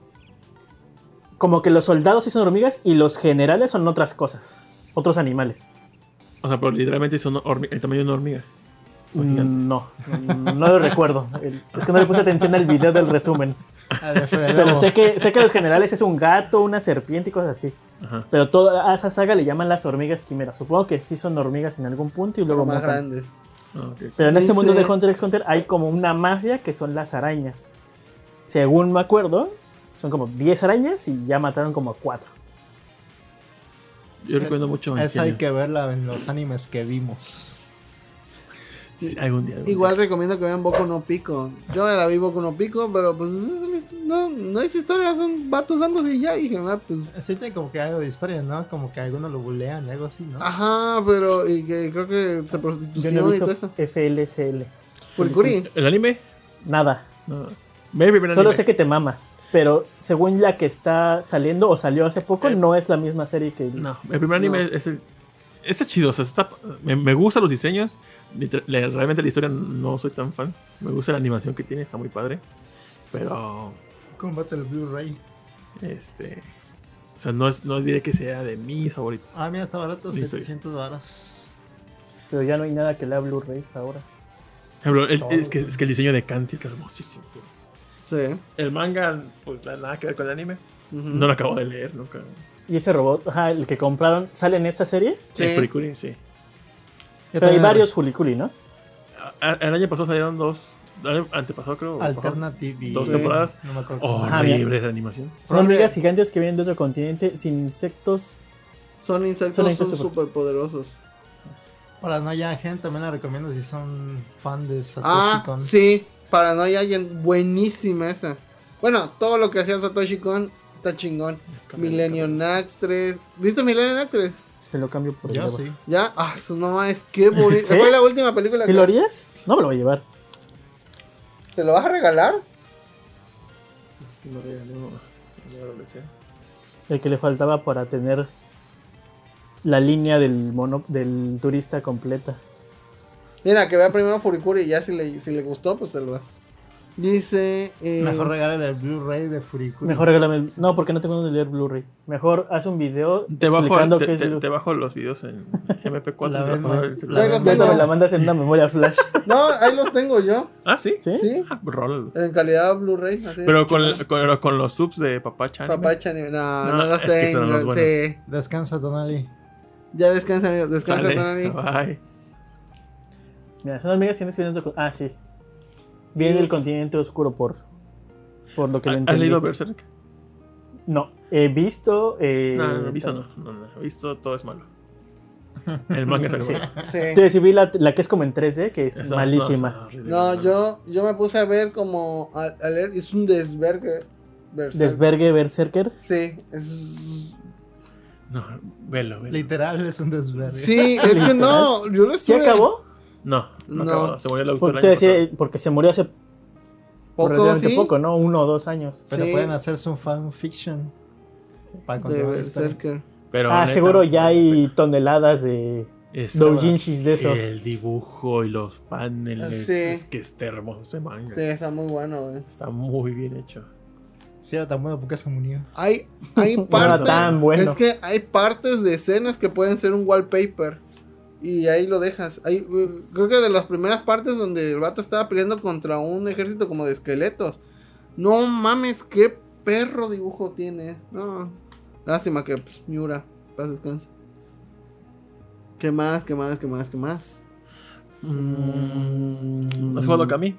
D: Como que los soldados sí son hormigas y los generales son otras cosas. Otros animales.
B: O sea, pero literalmente son hormi- el tamaño de una hormiga. Son gigantes.
D: No, no, no lo recuerdo. El- Es que no le puse atención al video del resumen.
A: Ah, de Fede
D: Pero
A: Lobo.
D: sé que, sé que los generales es un gato, una serpiente y cosas así.
B: Ajá.
D: Pero toda a esa saga le llaman las hormigas quimeras. Supongo que sí son hormigas en algún punto y luego
C: más
D: mutan.
C: grandes.
B: Ah, ok.
D: Pero en este
C: Dice-
D: mundo de Hunter x Hunter hay como una mafia que son las arañas. Según me acuerdo, son como 10 arañas y ya mataron como 4.
B: Yo recuerdo mucho.
A: Esa hay
B: Evangelion.
A: que verla en los animes que vimos.
B: Sí, algún día. algún
C: Igual
B: día.
C: recomiendo que vean Boku no Pico. Yo me la vi Boku no Pico, pero pues no, no es historia, son vatos dándose y ya. Y dije, ah, pues.
A: Sí, tiene como que algo de historia, ¿no? Como que algunos lo bulean, algo así,
C: Ah.
A: ¿no?
C: Ajá, pero y que creo que se
D: Yo
C: prostitución
D: no he
C: y
D: visto
C: todo eso.
D: FLCL.
C: Furikuri.
B: ¿El anime?
D: Nada.
B: No. Maybe, pero
D: Solo
B: anime.
D: sé que te mama. Pero según la que está saliendo o salió hace poco,
B: Eh,
D: no es la misma serie que.
B: No, el primer anime es el- Está chido, o sea, está, me, me gustan los diseños. liter- le- realmente la historia no soy tan fan. Me gusta la animación que tiene, está muy padre. Pero,
A: Combate el Blu-ray.
B: este. O sea, no, es, no diré que sea de mis favoritos.
A: Ah, mira, está barato,
B: Sí, sí.
A: 700 varas.
D: Pero ya no hay nada que lea Blu-rays ahora.
B: Pero el- es, que, es que el diseño de Kanti está hermosísimo.
C: Sí.
B: El manga, pues la- nada que ver con el anime.
C: ujú.
B: No lo acabo de leer nunca.
D: Y ese robot, ajá, el que compraron, sale en esa serie.
C: Sí.
B: El Furikuri, sí.
D: Pero hay varios Huliculi, ¿no?
B: A- a- El año pasado salieron dos. el año Antepasado, creo. o
A: Alternative.
B: Dos
A: Sí.
B: temporadas. Oh,
A: No me acuerdo. cómo.
D: Ajá,
B: Horrible de animación.
D: Son
A: Hombre.
D: hormigas gigantes que vienen de otro continente sin insectos.
C: Son insectos,
D: Son
C: son
D: insectos
C: superpoderosos.
A: Paranoia Gen también la recomiendo si son fan de Satoshi
C: Ah,
A: Kon.
C: sí. Paranoia Agent, buenísima esa. Bueno, todo lo que hacía Satoshi Kon está chingón. Millennium Actress. ¿Viste Millennium Actress?
D: Te lo cambio por el
A: Yo
D: robot.
A: sí.
C: Ya, ah, su no es que bonito.
D: ¿Sí?
C: Fue la última película
D: ¿Sí
C: que
D: lo harías? No me lo voy a llevar.
C: ¿Se lo vas a regalar?
B: No, no, no, no, no sé.
D: El que le faltaba para tener la línea del mono del turista completa.
C: Mira, que vea primero Furikuri y ya si le, si le gustó, pues se lo das. Dice. eh,
A: Mejor regálale el Blu-ray de Furikuri.
D: Mejor regálame. el- No, porque no tengo donde leer Blu-ray. Mejor haz un video
B: Te
D: explicando
B: bajo, te,
D: qué es
B: te-
D: Blu-ray.
B: te bajo los videos en MP4.
A: La
B: te
A: ven-
B: bajo el
A: la
B: celular.
C: Ahí los
A: ven-
D: Cuando me la
C: tengo.
D: mandas en una memoria flash.
C: No, ahí los tengo yo.
B: Ah, sí.
D: ¿Sí?
C: Sí,
B: Ah, rólalo.
C: en calidad Blu-ray. así.
B: Pero con, con, con los subs de Papá Chan.
C: Papá Chani- No, no,
B: No,
C: los
B: es que son los
C: tengo.
B: buenos.
C: Sí.
A: Descansa, Donali.
C: Ya descansa, amigos. Descansa,
B: Sale.
C: Tonali.
B: Bye.
D: Mira, son hormigas gigantes que vienen de otro. con- Ah, sí. Viene
C: Sí.
D: del continente oscuro por. Por lo que le
B: ¿Has
D: entendí.
B: leído Berserk?
D: No, he visto. eh,
B: No, no, he visto no. No, no, he visto todo es malo. El manga es
D: Sí.
B: algo malo.
C: Sí.
D: Entonces, sí vi la, la que es como en 3D, que es
B: Eso, no, es
D: malísima.
B: horrible,
C: No, yo, yo me puse a ver como. A, a leer. Es un desvergue. Berserk.
D: Desvergue Berserker.
C: Sí, es
B: No, velo, velo.
A: Literal es un desvergue.
C: Sí, es que no, yo no
D: ¿Sí
C: estuve-
D: acabó?
B: No, no,
C: No.
B: acabó, se murió el autor
D: Porque,
B: el año
D: te
B: pasado.
D: decía, porque se murió hace
C: Poco,
D: relativamente
C: sí.
D: poco, ¿no? Uno o dos años.
A: Pero
C: Sí.
A: pueden hacerse un fanfiction. Para
C: De
A: continuar la historia.
C: Berserker.
B: Pero
D: ah,
B: neta,
D: seguro ya hay toneladas de
B: es-
D: doujinshis de eso.
B: El dibujo y los paneles.
C: Sí.
B: Es que está hermoso ese manga.
C: Sí, está muy bueno, güey.
B: Está muy bien hecho.
A: Sí, era tan bueno porque se murió.
C: Hay, hay
D: No era
C: partes.
D: tan bueno.
C: Es que hay partes de escenas que pueden ser un wallpaper. Y ahí lo dejas. Hay, eh, creo que de las primeras partes donde el vato estaba peleando contra un ejército como de esqueletos. No mames, qué perro dibujo tiene. No. Lástima que pues, Miura. Paz descanse. ¿Qué más? ¿Qué más? ¿Qué más? ¿Qué más?
D: Mm.
B: ¿No has
C: Mm.
B: jugado Kami?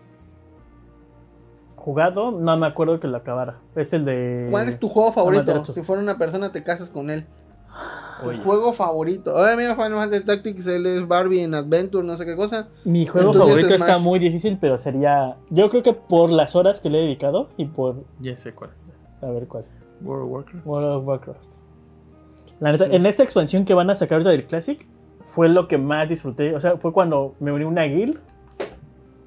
D: Jugado, no me acuerdo que lo acabara. Es el de.
C: ¿Cuál es tu juego favorito?
D: Amaterasu.
C: Si fuera una persona, te casas con él. Tu
B: Oye.
C: juego favorito. Oye, mira, Final Fantasy Tactics, él es Barbie en Adventure, no sé qué cosa.
D: Mi juego
C: Entonces,
D: favorito
C: es
D: está
C: Smash.
D: muy difícil, pero sería. Yo creo que por las horas que le he dedicado y por.
B: Ya sé cuál.
D: A ver cuál.
B: World of Warcraft.
D: World of Warcraft. La neta, en esta expansión que van a sacar ahorita del Classic, fue lo que más disfruté. O sea, fue cuando me uní a una guild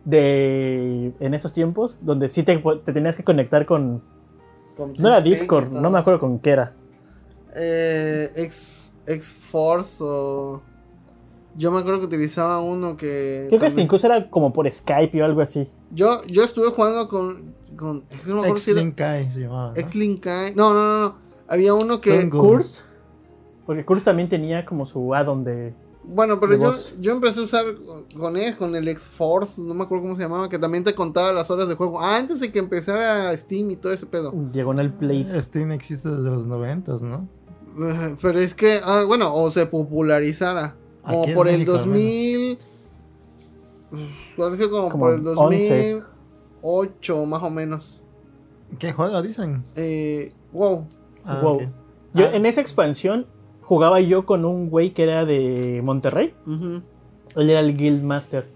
D: de. en esos tiempos, donde sí te, te tenías que conectar con.
C: Con
D: No era
C: Steam y
D: Discord,
C: todo.
D: no me acuerdo con qué era.
C: Eh, X, Force o. Yo me acuerdo que utilizaba uno que.
D: Creo que hasta
C: también-
D: incluso era como por Skype o algo así.
C: Yo, yo estuve jugando con. con es que no me acuerdo si era-
A: X-Link Kai se llamaba. ¿no?
C: X-Link Kai. No, no, no, no. Había uno que.
A: Tengo.
D: Curse. Porque Curse también tenía como su addon de.
C: Bueno, pero
D: de
C: yo,
D: voz.
C: yo empecé a usar con es, con el X-Force, no me acuerdo cómo se llamaba, que también te contaba las horas de juego. Ah, antes de que empezara Steam y todo ese pedo.
D: Diagonal Play.
A: Steam existe desde los noventas, ¿no?
C: Eh, Pero es que, ah, bueno, o se popularizara. Como
A: Aquí en
C: por el
A: México, al
C: 2000. Uf, Parece como,
D: Como
C: por el
D: 11.
C: 2008, más o menos.
A: ¿Qué juego dicen?
C: Eh, wow.
A: Ah,
D: Wow.
A: ok.
D: Yo,
C: Ah.
D: en esa expansión jugaba yo con un güey que era de Monterrey.
C: ujú.
D: Él era el Guildmaster.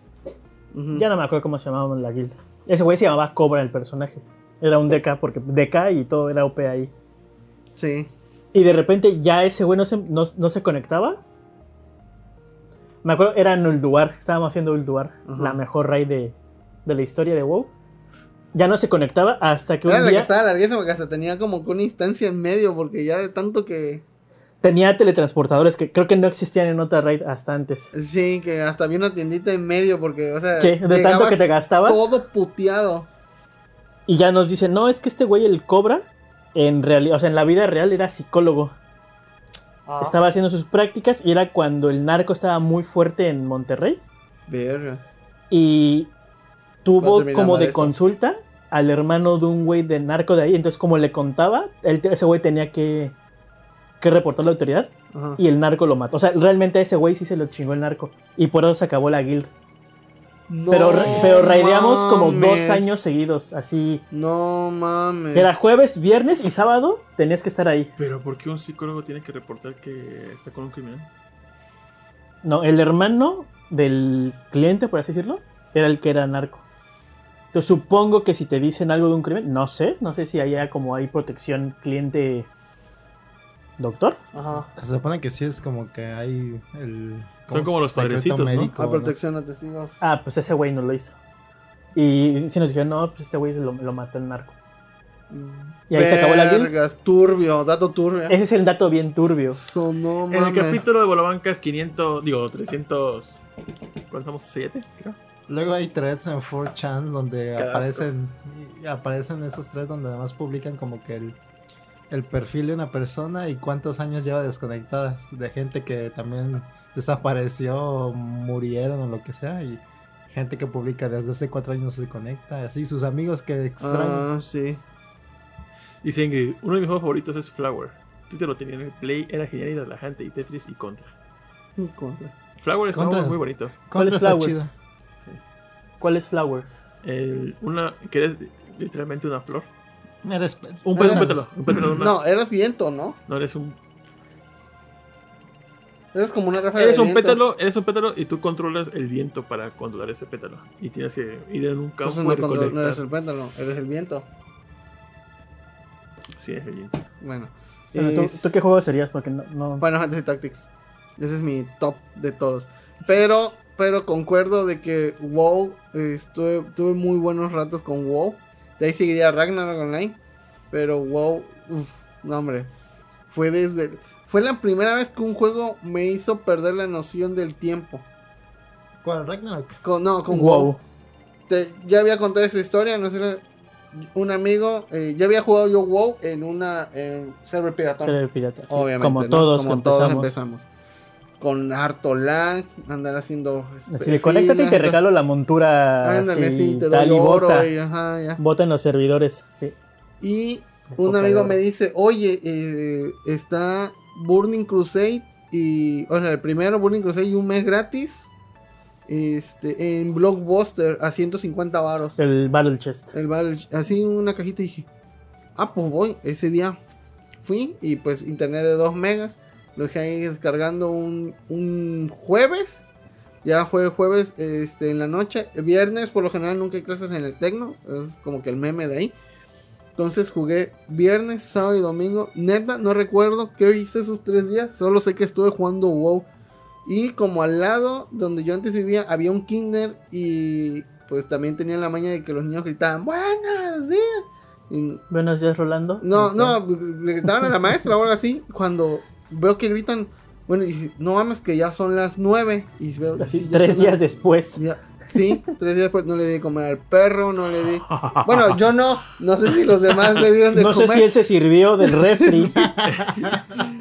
C: Ujú.
D: Ya no me acuerdo cómo se llamaba la guilda. Ese güey se llamaba Cobra el personaje. Era un DK porque DK y todo era OP ahí.
C: Sí.
D: Y de repente ya ese güey no se, no, no se conectaba. Me acuerdo, era en Ulduar. Estábamos haciendo Ulduar,
C: Ajá.
D: la mejor raid de, de la historia de WoW. Ya no se conectaba hasta que un
C: Era la que
D: día
C: estaba larguísima porque hasta tenía como que una instancia en medio porque ya de tanto que...
D: tenía teletransportadores que creo que no existían en otra raid hasta antes.
C: Sí, que hasta había una tiendita en medio porque, o sea...
D: Che, de tanto
C: llegabas
D: que te gastabas.
C: Todo puteado.
D: Y ya nos dicen, no, es que este güey, el Cobra, en realidad, o sea, en la vida real era psicólogo.
C: Ah,
D: Estaba haciendo sus prácticas y era cuando el narco estaba muy fuerte en Monterrey.
C: Verga.
D: Y
C: Va a
D: tuvo
C: terminar
D: como
C: mal
D: de
C: esto.
D: consulta al hermano de un güey de narco de ahí. Entonces, como le contaba, él- ese güey tenía que, que reportar a la autoridad
C: Ajá.
D: y el narco lo mató. O sea, realmente a ese güey sí se lo chingó el narco. Y por eso se acabó la guild. Pero,
C: No
D: pero raideamos como dos
C: mames.
D: años seguidos. Así.
C: No mames.
D: Era jueves, viernes y sábado tenías que estar ahí.
B: Pero ¿por qué un psicólogo tiene que reportar que está con un criminal?
D: No, el hermano del cliente, por así decirlo, era el que era narco. Entonces supongo que si te dicen algo de un crimen, no sé, no sé si haya como hay protección cliente doctor.
C: Ajá.
A: Se supone que sí es como que hay el.
B: Son como los
A: secreto
B: padrecitos, ¿no?
A: médico,
C: Hay Ah, protección a testigos.
D: Ah, pues ese güey no lo hizo. Y si nos dijeron, no, pues este güey lo, lo mató el narco.
C: Mm.
D: Y ahí se acabó la guild.
C: Vergas, turbio, dato turbio.
D: Ese es el dato bien turbio.
C: Eso no
B: En el
C: mames.
B: capítulo de Bolabancas 500, digo 300, ¿cuántos estamos? 7, creo.
A: Luego hay threads en 4chan donde
B: Qué asco.
A: aparecen, y aparecen esos threads donde además publican como que el, el perfil de una persona y cuántos años lleva desconectadas de gente que también desapareció, o murieron o lo que sea y gente que publica desde hace cuatro años se conecta, así sus amigos que extrañan.
C: Ah, sí.
B: Dice Ingrid, uno de mis juegos favoritos es Flower. Twitter lo tenía en el Play, era genial y relajante, y Tetris y Contra.
C: Contra.
B: Flower es un
A: Contra.
B: juego muy bonito.
A: Contra
D: ¿Cuál es
A: está
D: Flowers?
A: chido.
D: ¿Cuál es Flowers?
B: El- una, que eres literalmente una flor.
A: Eres-
B: Un,
A: eres-
B: pétalo, un pétalo, un pétalo de una-
C: No, eras viento, ¿no?
B: no, eres un
C: Eres como una ráfaga
B: Eres
C: de
B: un
C: viento.
B: pétalo, eres un pétalo y tú controlas el viento para controlar ese pétalo. Y tienes que ir en un campo
C: Entonces no,
B: y
C: control-
B: recolectar.
C: no eres el pétalo, eres el viento.
B: Sí, es el viento.
C: Bueno.
D: Bueno, ¿tú-
C: es-
D: ¿tú, qué juego serías? Porque no. no-
C: Final Fantasy Tactics. Ese es mi top de todos. Pero, pero concuerdo de que WoW, eh, estuve, tuve muy buenos ratos con WoW. De ahí seguiría Ragnarok Online. Pero WoW, uf, no hombre. Fue desde... Fue la primera vez que un juego me hizo perder la noción del tiempo.
A: ¿Cuál? Ragnarok.
C: Con, no, con WoW.
D: wow.
C: Te- ya había contado esa historia, no sé, un amigo, eh, ya había jugado yo WoW en una en server piratón.
D: Ser el pirata, sí.
C: Obviamente,
D: Como
C: ¿no?
D: todos
C: Como
D: que empezamos.
C: empezamos. Con harto lag, andar haciendo. este,
D: Así de, conéctate y te
C: filas, ah,
D: regalo la montura
C: Ándale,
D: así,
C: sí, te
D: tal,
C: doy
D: y
C: oro
D: bota,
C: y ajá, ya.
D: bota en los servidores. sí.
C: Y
A: Un
C: un
A: poco de
C: amigo
A: oro.
C: me dice, oye, eh, está Burning Crusade y, o sea, el primero Burning Crusade y un mes gratis este, en Blockbuster a 150 varos.
D: El Battle Chest.
C: El bar, así una cajita y dije, ah, pues voy. Ese día fui y pues internet de 2 megas. Lo dejé ahí descargando un, un jueves. Ya fue jueves este, en la noche. Viernes por lo general nunca hay clases en el Tecno. Es como que el meme de ahí. Entonces jugué viernes, sábado y domingo. Neta, no recuerdo qué hice esos tres días. Solo sé que estuve jugando WoW. Y como al lado donde yo antes vivía había un kinder y pues también tenía la maña de que los niños gritaban, buenos días. Y
D: Buenos días, Rolando. Este,
C: no,
D: Ok.
C: no, le gritaban a la maestra o algo así. Cuando veo que gritan, bueno, y dije, no mames, que ya son las nueve. Y veo,
D: Así,
C: sí, ya son
D: tres
C: las-
D: días después.
C: ya- sí, tres días después no le di de comer al perro, no le di. Bueno, yo no, no sé si los demás le dieron de
D: No sé
C: comer.
D: si él se sirvió del refri.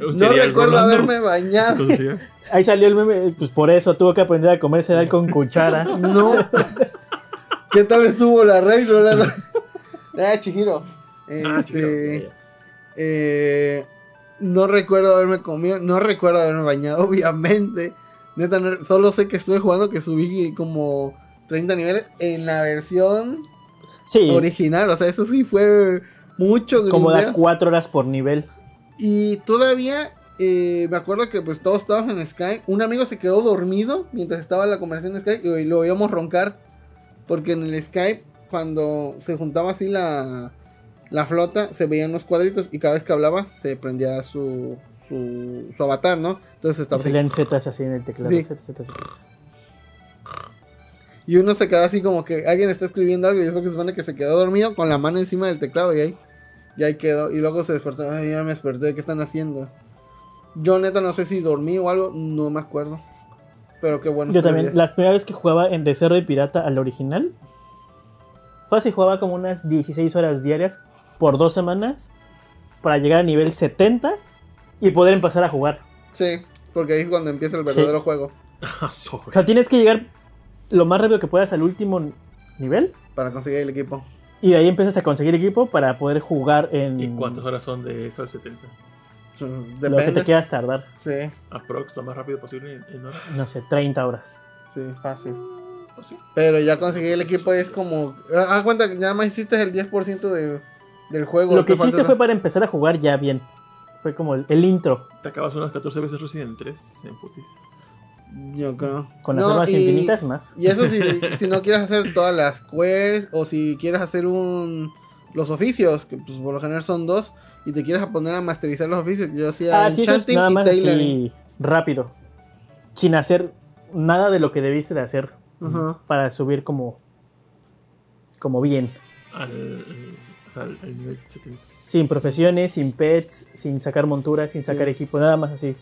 B: Un
C: No
B: cereal
C: recuerdo
B: rolando.
C: haberme bañado.
B: Con su cereal.
D: Ahí salió el meme. Pues por eso tuvo que aprender a comer cereal con cuchara.
C: No. ¿Qué tal estuvo la rey, Rolando? Ah, Chihiro.
B: Ah,
C: Este.
B: chido.
C: eh, no recuerdo haberme comido, no recuerdo haberme bañado, obviamente. Neta, no- solo sé que estuve jugando que subí como 30 niveles en la versión
D: Sí,
C: original. O sea, eso sí fue mucho
D: como da
C: grindeo.
D: cuatro horas por nivel.
C: Y todavía eh, me acuerdo que pues todos estábamos en Skype. Un amigo se quedó dormido mientras estaba la conversación en Skype y lo íbamos a roncar. Porque en el Skype, cuando se juntaba así la, la flota, se veían unos cuadritos y cada vez que hablaba se prendía su, su, su avatar, ¿no? Entonces estaba
D: Se
C: así.
D: leen zetas así en el teclado.
C: Sí.
D: zetas, zetas, zetas.
C: Y uno se queda así como que alguien está escribiendo algo y es porque se supone que se quedó dormido con la mano encima del teclado y ahí, y ahí quedó. Y luego se despertó, ay, ya me desperté, ¿qué están haciendo? Yo neta no sé si dormí o algo, no me acuerdo. Pero qué bueno.
D: Yo
C: que lo
D: también,
C: vi.
D: la primera vez que jugaba en de Cerro y Pirata al original, fue así, jugaba como unas 16 horas diarias por dos semanas para llegar a nivel 70 y poder empezar a jugar.
C: Sí, porque ahí es cuando empieza el verdadero juego
D: O
B: Sobre.
D: sea, tienes que llegar lo más rápido que puedas al último nivel
C: para conseguir el equipo.
D: y de ahí empiezas a conseguir equipo para poder jugar en
B: ¿Y cuántas horas son de eso al 70?
C: Sí,
D: lo que te
C: Depende.
D: quieras tardar.
C: Sí,
B: Aprox, lo más rápido posible en, en horas.
D: No sé, 30 horas.
C: sí, fácil.
B: Pues sí.
C: Pero ya conseguir el equipo es como. ah, Haz cuenta que nada más hiciste el 10% del- del juego.
D: Lo que
C: te falta
D: hiciste
C: otra-
D: fue para empezar a jugar ya bien. Fue como el, el intro
B: Te acabas unas 14 veces Resident 3 en putis.
C: Yo creo.
D: con las
C: No,
D: armas
C: y-
D: infinitas más.
C: Y eso si, si no quieres hacer todas las quests o si quieres hacer un los oficios, que pues, por lo general son dos, y te quieres a poner a masterizar los oficios, yo hacía
D: Ah, sí, eso es
C: enchanting
D: nada
C: y
D: más
C: tailoring.
D: así rápido. Sin hacer nada de lo que debiste de hacer
C: Ajá.
D: para subir como, como bien.
B: Al, o sea, al, al nivel 70.
D: Sin profesiones, sin pets, sin sacar monturas, sin sacar
C: Sí.
D: equipo, nada más así.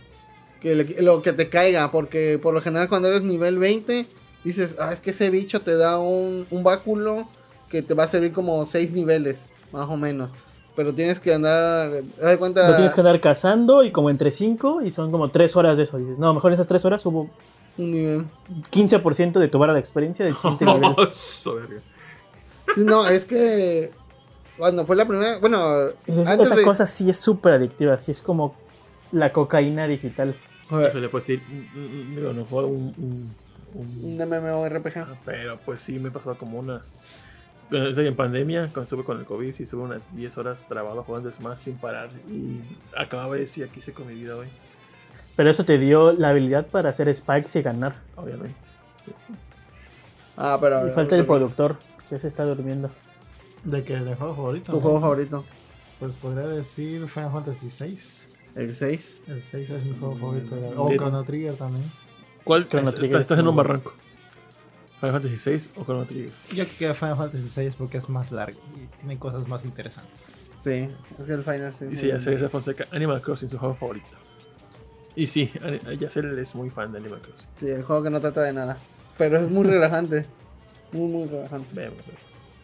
C: Que le- lo que te caiga, porque por lo general cuando eres nivel 20, dices, ah, es que ese bicho te da un, un báculo que te va a servir como 6 niveles, más o menos. Pero tienes que andar, haz de cuenta...
D: No tienes que andar cazando y como entre 5 y son como 3 horas de eso. Dices, no, mejor en esas 3 horas subo
C: Un nivel.
D: 15% de tu vara de experiencia del siguiente nivel.
B: Soberbio.
C: Sí, No, es que cuando fue la primera, bueno,
D: Dices,
C: antes
D: esa
C: de...
D: cosa sí es súper adictiva, sí es como la cocaína digital.
B: Eso le puedes decir, mm, mm, mm, digo, no juego un- un- un
C: Un MMORPG.
B: Ah, Pero pues sí, me he pasado como unas. cuando estoy En pandemia, cuando estuve con el COVID, sí, estuve unas 10 horas trabado jugando Smash sin parar. Y acababa de decir, aquí hice con mi vida hoy,
D: Pero eso te dio la habilidad para hacer spikes y ganar.
B: obviamente.
C: Ah, pero.
D: Y falta el productor, que ya se está durmiendo.
A: ¿De qué? ¿De juego favorito?
C: Tu
A: ¿no?
C: juego favorito.
A: Pues podría decir Final Fantasy VI.
C: El 6.
A: El 6 es mi juego favorito. de la- O
B: De-
A: Chrono Trigger también.
B: ¿Cuál?
D: Chrono
B: Estás,
D: Trigger
B: estás
D: es
B: en un
D: muy
B: barranco. ¿Final Fantasy VI o Chrono Trigger?
A: Yo creo que Final Fantasy VI porque es más largo y tiene cosas más interesantes.
C: Sí. Es que el Final sí.
B: Dice ya César Fonseca, Animal Crossing, su juego favorito. Y sí, Yacer es muy fan de Animal Crossing.
C: Sí, el juego que no trata de nada. Pero es muy relajante. Muy, muy relajante.
B: Vemos, vemos.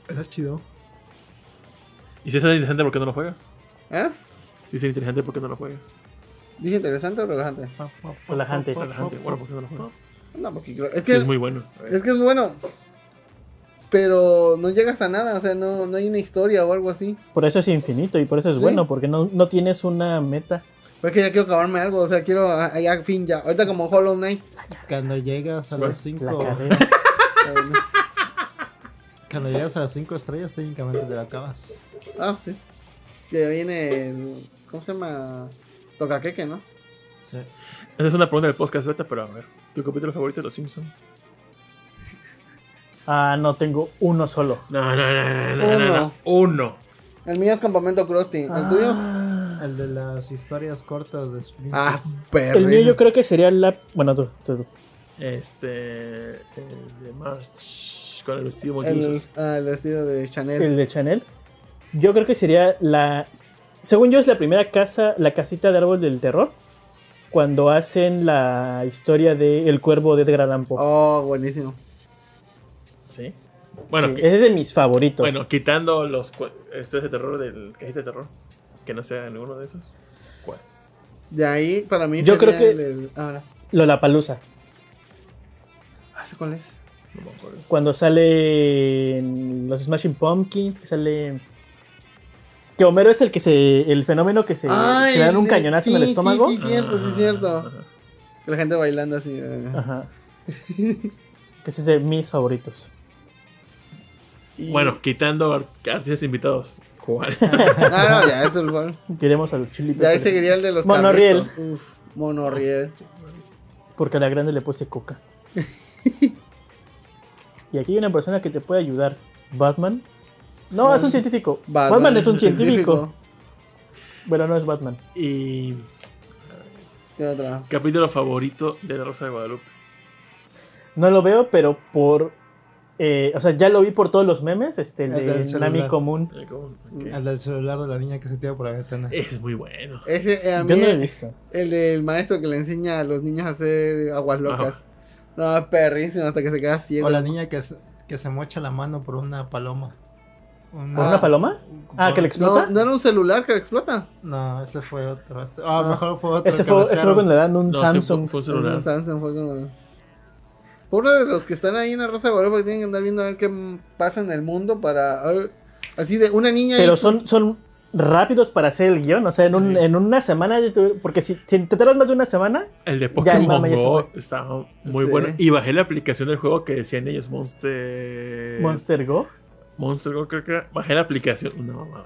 A: Eso es chido.
B: ¿Y si es interesante, por qué no lo juegas?
C: ¿Eh?
B: Si es interesante, ¿por qué no lo juegas?
C: ¿Dije interesante o relajante?
D: Ah.
A: Pa, pa, pa,
D: Relajante.
A: pa, pa,
B: Relajante,
A: pa,
B: bueno, ¿por qué no lo juegas?
C: No, porque creo- es
B: Sí,
C: que
B: es muy bueno.
C: es que es bueno. Pero no llegas a nada, o sea, no, no hay una historia o algo así.
D: Por eso es infinito y por eso es
C: Sí.
D: bueno, porque no, no tienes una meta.
C: Pero es que ya quiero acabarme algo, o sea, quiero a- ya fin ya. Ahorita como Hollow Knight.
A: Cuando llegas a
B: La
A: las
D: Pues, La
A: 5
D: carrera.
C: eh,
A: cuando llegas a las cinco estrellas técnicamente te la acabas.
C: ah, sí. Que viene el, ¿cómo se llama? Tocaqueque, ¿no?
A: Sí.
B: Esa es una pregunta del podcast beta, pero a ver. ¿Tu capítulo favorito de Los Simpsons?
D: Ah, no, tengo uno solo.
B: No, no, no, no, no, no, no. Uno.
C: El mío es Campamento Krusty. ¿El tuyo?
D: Ah,
A: El de las historias cortas de Spring.
C: Ah, perro.
D: el mío yo creo que sería la... Bueno, tú, tú, tú.
B: Este. El de March. Con el vestido
C: El,
B: multiusos.
C: ah, el vestido de Chanel.
D: El de Chanel. Yo creo que sería la... Según yo es la primera casa, la casita de árbol del terror. Cuando hacen la historia de El Cuervo de Edgar Allan Poe.
C: Oh, buenísimo.
B: Sí. Bueno,
D: Sí,
B: qui-
D: ese es de mis favoritos.
B: bueno, quitando los. cu- Esto es de terror del cajita de terror. Que no sea ninguno de esos. ¿Cuál?
C: De ahí, para mí,
D: Yo
C: sería
D: creo que-
C: el, del- ahora.
D: Lollapalooza.
C: Ah, ¿sí ¿Cuál es?
B: No me acuerdo.
D: Cuando salen los Smashing Pumpkins, que sale. Que Homero es el que se. el fenómeno que se.
C: Ah,
D: que le dan un
C: el-
D: cañonazo en el
C: sí, sí,
D: estómago.
C: sí. cierto, sí, cierto.
B: Ah, ajá.
C: La gente bailando así. eh.
D: Ajá. Que ese es de mis favoritos.
C: Y-
B: Bueno, quitando ar- artistas invitados. ¿Cuál?
C: Ah, no, ya, es el gol.
D: Queremos a los Chili
C: De ahí
D: Peppers.
C: seguiría el de los
D: Monorriel.
C: carritos. Uf, monorriel.
D: Porque a la grande le puse coca. Y aquí hay una persona que te puede ayudar. Batman. No, es un científico. Batman, es un científico. Bueno, no es Batman.
B: Y
C: ¿Qué otra?
B: capítulo favorito de La Rosa de Guadalupe.
D: No lo veo, pero por. eh, o sea, ya lo vi por todos los memes. Este, el
A: El del
D: de
A: celular.
D: Nami Común.
B: Eh, ¿cómo?
C: Mm.
B: Ok.
A: Al del celular de la niña que se tira por la ventana.
B: Es muy bueno.
C: Ese, eh, a
D: Yo
C: mí,
D: no lo he
C: el,
D: visto.
C: el del maestro que le enseña a los niños a hacer aguas locas. No, es perrísimo hasta que se queda ciego.
A: O la niña que se, que se mocha la mano por una paloma.
D: ¿Por
A: Una-
D: una paloma? Ah,
A: por-
D: que
C: no,
D: le explota.
C: no era un celular que le explota.
A: No, ese fue otro. Este- Ah,
C: Ah.
A: mejor fue otro.
D: Ese
A: que
D: fue, ese fue
A: rastrearon.
D: cuando le dan un
B: No, sí,
D: Samsung.
B: fue- fue un
C: Es un
B: celular.
C: Samsung, fue como- Pobre de los que están ahí en la Rosa de Guadalupe que tienen que andar viendo a ver qué mm, pasa en el mundo para. ay, Así de una niña.
D: Pero
C: hizo-
D: son, son rápidos para hacer el guión. O sea, en, un-
B: Sí.
D: en una semana. ya tuve- Porque si, si te tardas más de una semana.
B: El de
D: Ya, el
B: Pokémon
D: mame ya se
B: Go estaba muy
C: Sí.
B: bueno. Y bajé la aplicación del juego que decían ellos, Monster.
D: Monster Go.
B: Monster Go, creo que era. Bajé la aplicación. Una mamada.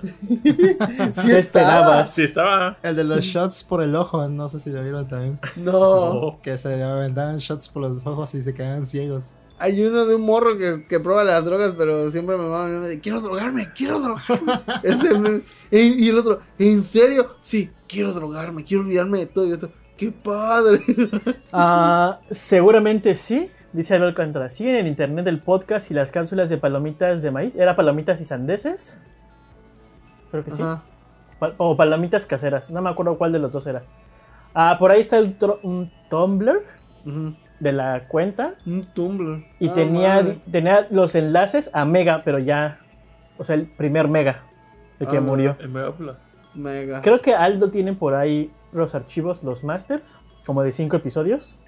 B: Ah,
C: sí
D: ¿Qué
C: estaba.
D: esperabas?
B: Sí, estaba.
A: El de los shots por el ojo, no sé si lo vieron también.
C: No.
B: No.
A: Que se aventaban shots por los ojos y se quedaban ciegos.
C: Hay uno de un morro que, que prueba las drogas, pero siempre me mama. me dice, quiero drogarme, quiero drogarme. Es el meme. y, y el otro, ¿en serio? Sí, quiero drogarme, quiero olvidarme de todo. Y otro, ¡qué padre!
D: Ah, seguramente sí, dice Albert Alcántara. Siguen en internet el podcast y las cápsulas de palomitas de maíz. ¿Era palomitas y sandeses? Creo que sí.
C: Ajá.
D: Pa- O palomitas caseras. No me acuerdo cuál de los dos era. Ah, por ahí está el tro- un Tumblr
C: Ujú.
D: de la cuenta.
C: Un Tumblr.
D: Y
C: Ah,
D: tenía,
C: madre.
D: tenía los enlaces a Mega, pero ya. O sea, el primer Mega, el que
C: Ah,
D: murió.
B: Oh. En Megaplus.
C: Mega.
D: Creo que Aldo tiene por ahí los archivos, los masters, como de cinco episodios.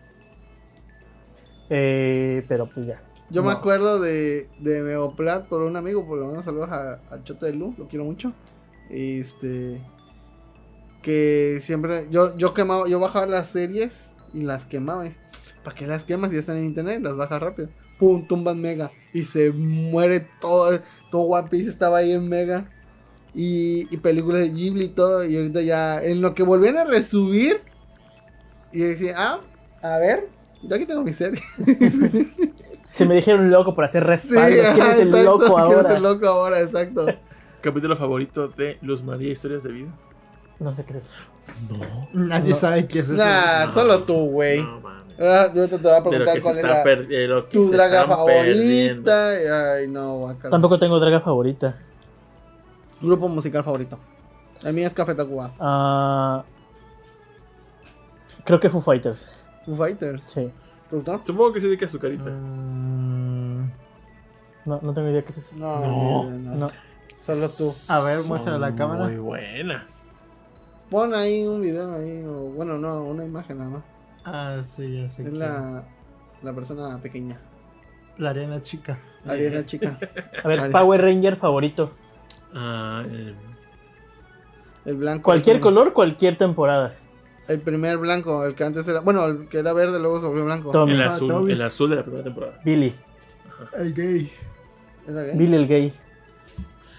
D: Eh, pero pues ya.
C: Yo me
A: No.
C: acuerdo de, de Megaplat por un amigo, por lo menos saludos a- al Choto de Lu, lo quiero mucho. Este. Que siempre. Yo, yo quemaba, yo bajaba las series y las quemaba. ¿Para qué las quemas si ya están en internet? Las bajas rápido. Pum, tumban Mega. Y se muere todo. Todo One Piece estaba ahí en Mega. Y, y películas de Ghibli y todo. Y ahorita ya. En lo que volvían a resubir. Y decía, ah, a ver. Yo aquí tengo mi serie.
D: Se me dijeron loco por hacer
C: Sí,
D: respaldos. ¿Quién
C: ajá,
D: es el
C: exacto,
D: loco
C: ¿quién es
D: ahora?
C: el loco ahora? Exacto.
B: Capítulo favorito de Luz María Historias de Vida.
D: No sé qué es eso.
B: No.
A: Nadie
D: No.
A: sabe qué es eso.
C: nah, solo tú, güey.
B: No mames.
C: Ahora yo te, te voy a
B: De lo
C: preguntar
B: que se
C: cuál
B: está
C: era
B: per- de lo que
C: tu
B: se
C: draga
B: están perdiendo.
C: favorita. Ay, no, guacala.
D: Tampoco tengo draga favorita.
C: Grupo musical favorito. El mío es Café Tacuba.
D: Ah, creo que Foo Fighters.
C: Foo Fighters.
D: Sí.
C: ¿Te gustó?
B: Supongo que se dedica a su carita.
A: Mm,
D: No, no tengo idea qué es eso.
C: No,
B: No.
C: ni idea, no.
D: No.
C: Solo tú.
A: a ver, muestra la cámara.
B: Muy buenas.
C: Pon ahí un video ahí. O, bueno, no, una imagen nada más.
A: Ah, sí, ya sé.
C: Es
A: quién.
C: la, la persona pequeña.
A: La arena chica.
C: Ariana chica.
D: A ver,
C: Vale.
D: Power Ranger favorito.
B: Ah, eh,
C: El blanco.
D: Cualquier
C: el-
D: color, cualquier temporada.
C: El primer blanco, el que antes era. Bueno, el que era verde, luego se volvió blanco.
D: Tommy.
B: el
A: Ah,
B: azul,
A: Toby.
B: el azul de la primera temporada.
D: Billy.
A: El gay.
C: ¿Era gay?
D: Billy el gay.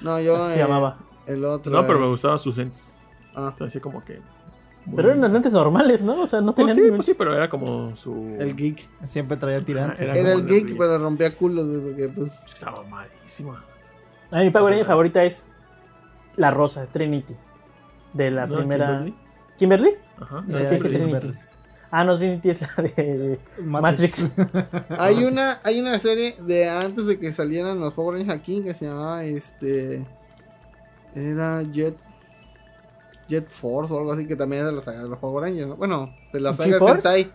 C: No, yo.
D: así
C: eh,
D: se llamaba.
C: El otro.
B: No, pero
C: eh,
B: me gustaban sus lentes.
C: ah,
B: Entonces, así como que. muy-
D: Pero eran los lentes normales, ¿no? O sea, no
B: Pues
D: tenían
B: sí,
D: ningún
B: pues sí,
D: chiste.
B: pero era como su.
C: el geek.
A: Siempre traía tirantes.
B: Era
C: Era
B: como
C: el
B: la
C: geek,
B: tuya.
C: pero rompía culos, güey, porque pues.
B: Es que Estaba malísima.
D: A mí mi Power Ranger favorita es La Rosa, Trinity. De la
B: ¿No?
D: primera.
B: Kimberly.
D: ¿Kimberly?
B: Ajá.
A: Sí,
D: Ok,
A: hay
D: que
A: que
D: Trinity.
A: verle.
D: Ah, no, Trinity es la de Matrix.
C: Hay una, hay una serie de antes de que salieran los Power Rangers aquí que se llamaba este. Era Jet. Jet Force o algo así, que también es de la saga de los Power Rangers. ¿no? Bueno, de la saga
D: ¿G-Force?
C: Sentai.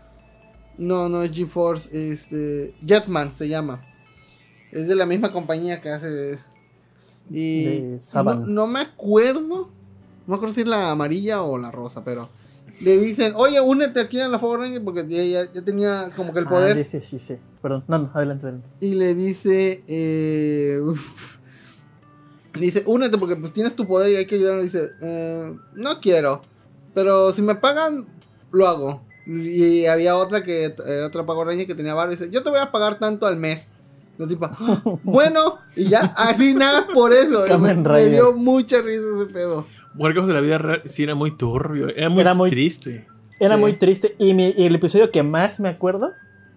C: No, no es G-Force, este. Jetman se llama. Es de la misma compañía que hace. Y.
D: De
C: y no,
D: Saban.
C: no me acuerdo. No me acuerdo si es la amarilla o la rosa, pero. Le dicen, oye, únete aquí a los Power Rangers porque ya, ya- ya tenía como que el poder.
D: Ah, sí, sí, sí. Perdón. No, no, adelante, adelante.
C: Y le dice. Eh, uf. le dice, únete porque pues tienes tu poder y hay que ayudarlo. Y dice, eh, no quiero. Pero si me pagan, lo hago. Y había otra que era otra Power Ranger que tenía barro y dice, yo te voy a pagar tanto al mes. La tipa, "Ah, bueno, y ya, así nada por eso. Y Me,
D: Kamen
C: me
D: Rider.
C: dio mucha risa ese pedo.
B: Muergos de la vida real sí era muy turbio. Era muy,
D: Era muy-
B: triste.
D: Era
C: Sí.
D: muy triste. Y, mi- y el episodio que más me acuerdo,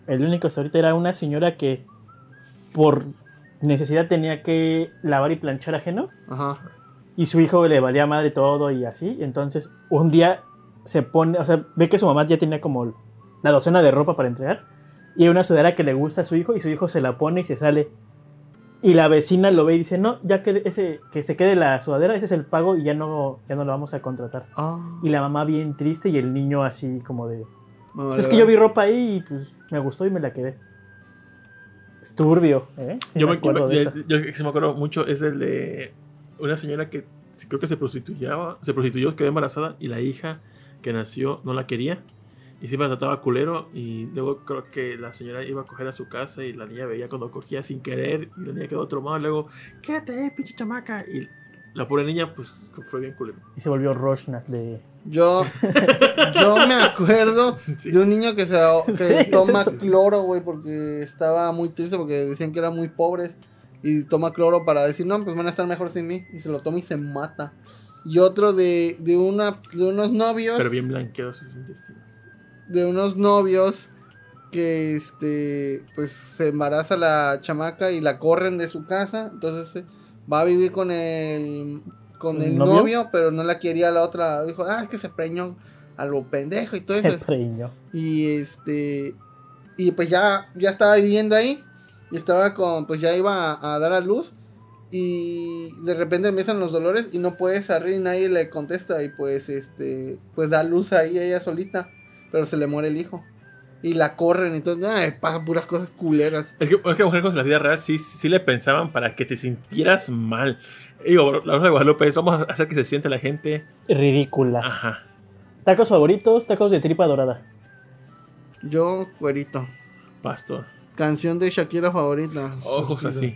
D: el único hasta ahorita, era una señora que por necesidad tenía que lavar y planchar ajeno.
C: Ajá.
D: Y su hijo le valía madre todo y así. Entonces, un día se pone, o sea, ve que su mamá ya tenía como la docena de ropa para entregar. Y hay una sudadera que le gusta a su hijo y su hijo se la pone y se sale. Y la vecina lo ve y dice, no, ya que, ese, que se quede la sudadera, ese es el pago y ya no, ya no lo vamos a contratar.
C: Ah.
D: Y la mamá bien triste y el niño así como de...
C: me
D: "Pues
C: vale
D: es que
C: ver.
D: yo vi ropa ahí y pues me gustó y me la quedé. Es turbio, ¿eh? Sí
B: yo,
D: me
B: me, yo,
D: acuerdo de
B: me-
D: esa.
B: yo- yo- sí me acuerdo mucho, es el de una señora que creo que se prostituyaba, se prostituyó, quedó embarazada y la hija que nació no la quería y siempre la trataba culero y luego creo que la señora iba a coger a su casa y la niña veía cuando cogía sin querer y la niña quedó traumada y luego, quédate ahí, pinche chamaca y la pobre niña pues fue bien culero.
D: Y se volvió Roshnak de...
C: Yo, yo me acuerdo
B: Sí.
C: de un niño que se que
D: Sí, es
C: toma
D: eso.
C: cloro, güey, porque estaba muy triste porque decían que eran muy pobres y toma cloro para decir, no, pues van a estar mejor sin mí. Y se lo toma y se mata. Y otro de, de, una, de unos novios,
B: Pero bien blanqueado sus intestinos.
C: de unos novios que, este, pues se embaraza la chamaca y la corren de su casa. Entonces eh, va a vivir con el, con el
D: ¿Novio?
C: novio? pero no la quería la otra. Dijo, ah, es que se preñó a lo pendejo y todo
D: Se
C: eso.
D: preñó.
C: Y este. Y pues ya, ya estaba viviendo ahí. Y estaba con. Pues ya iba a, a dar a luz. Y de repente empiezan los dolores. Y no puede salir y nadie le contesta. Y pues este. Pues da luz ahí ella solita. Pero se le muere el hijo. Y la corren. Entonces, ay, pasa puras cosas culeras.
B: Es que, es que mujeres con la vida real sí, sí le pensaban para que te sintieras mal. Digo, la Rosa de Guadalupe es, vamos a hacer que se siente la gente.
D: Ridícula.
B: Ajá.
D: Tacos favoritos, tacos de tripa dorada.
C: Yo, cuerito.
B: Pastor.
C: Canción de Shakira favorita.
B: Ojos así.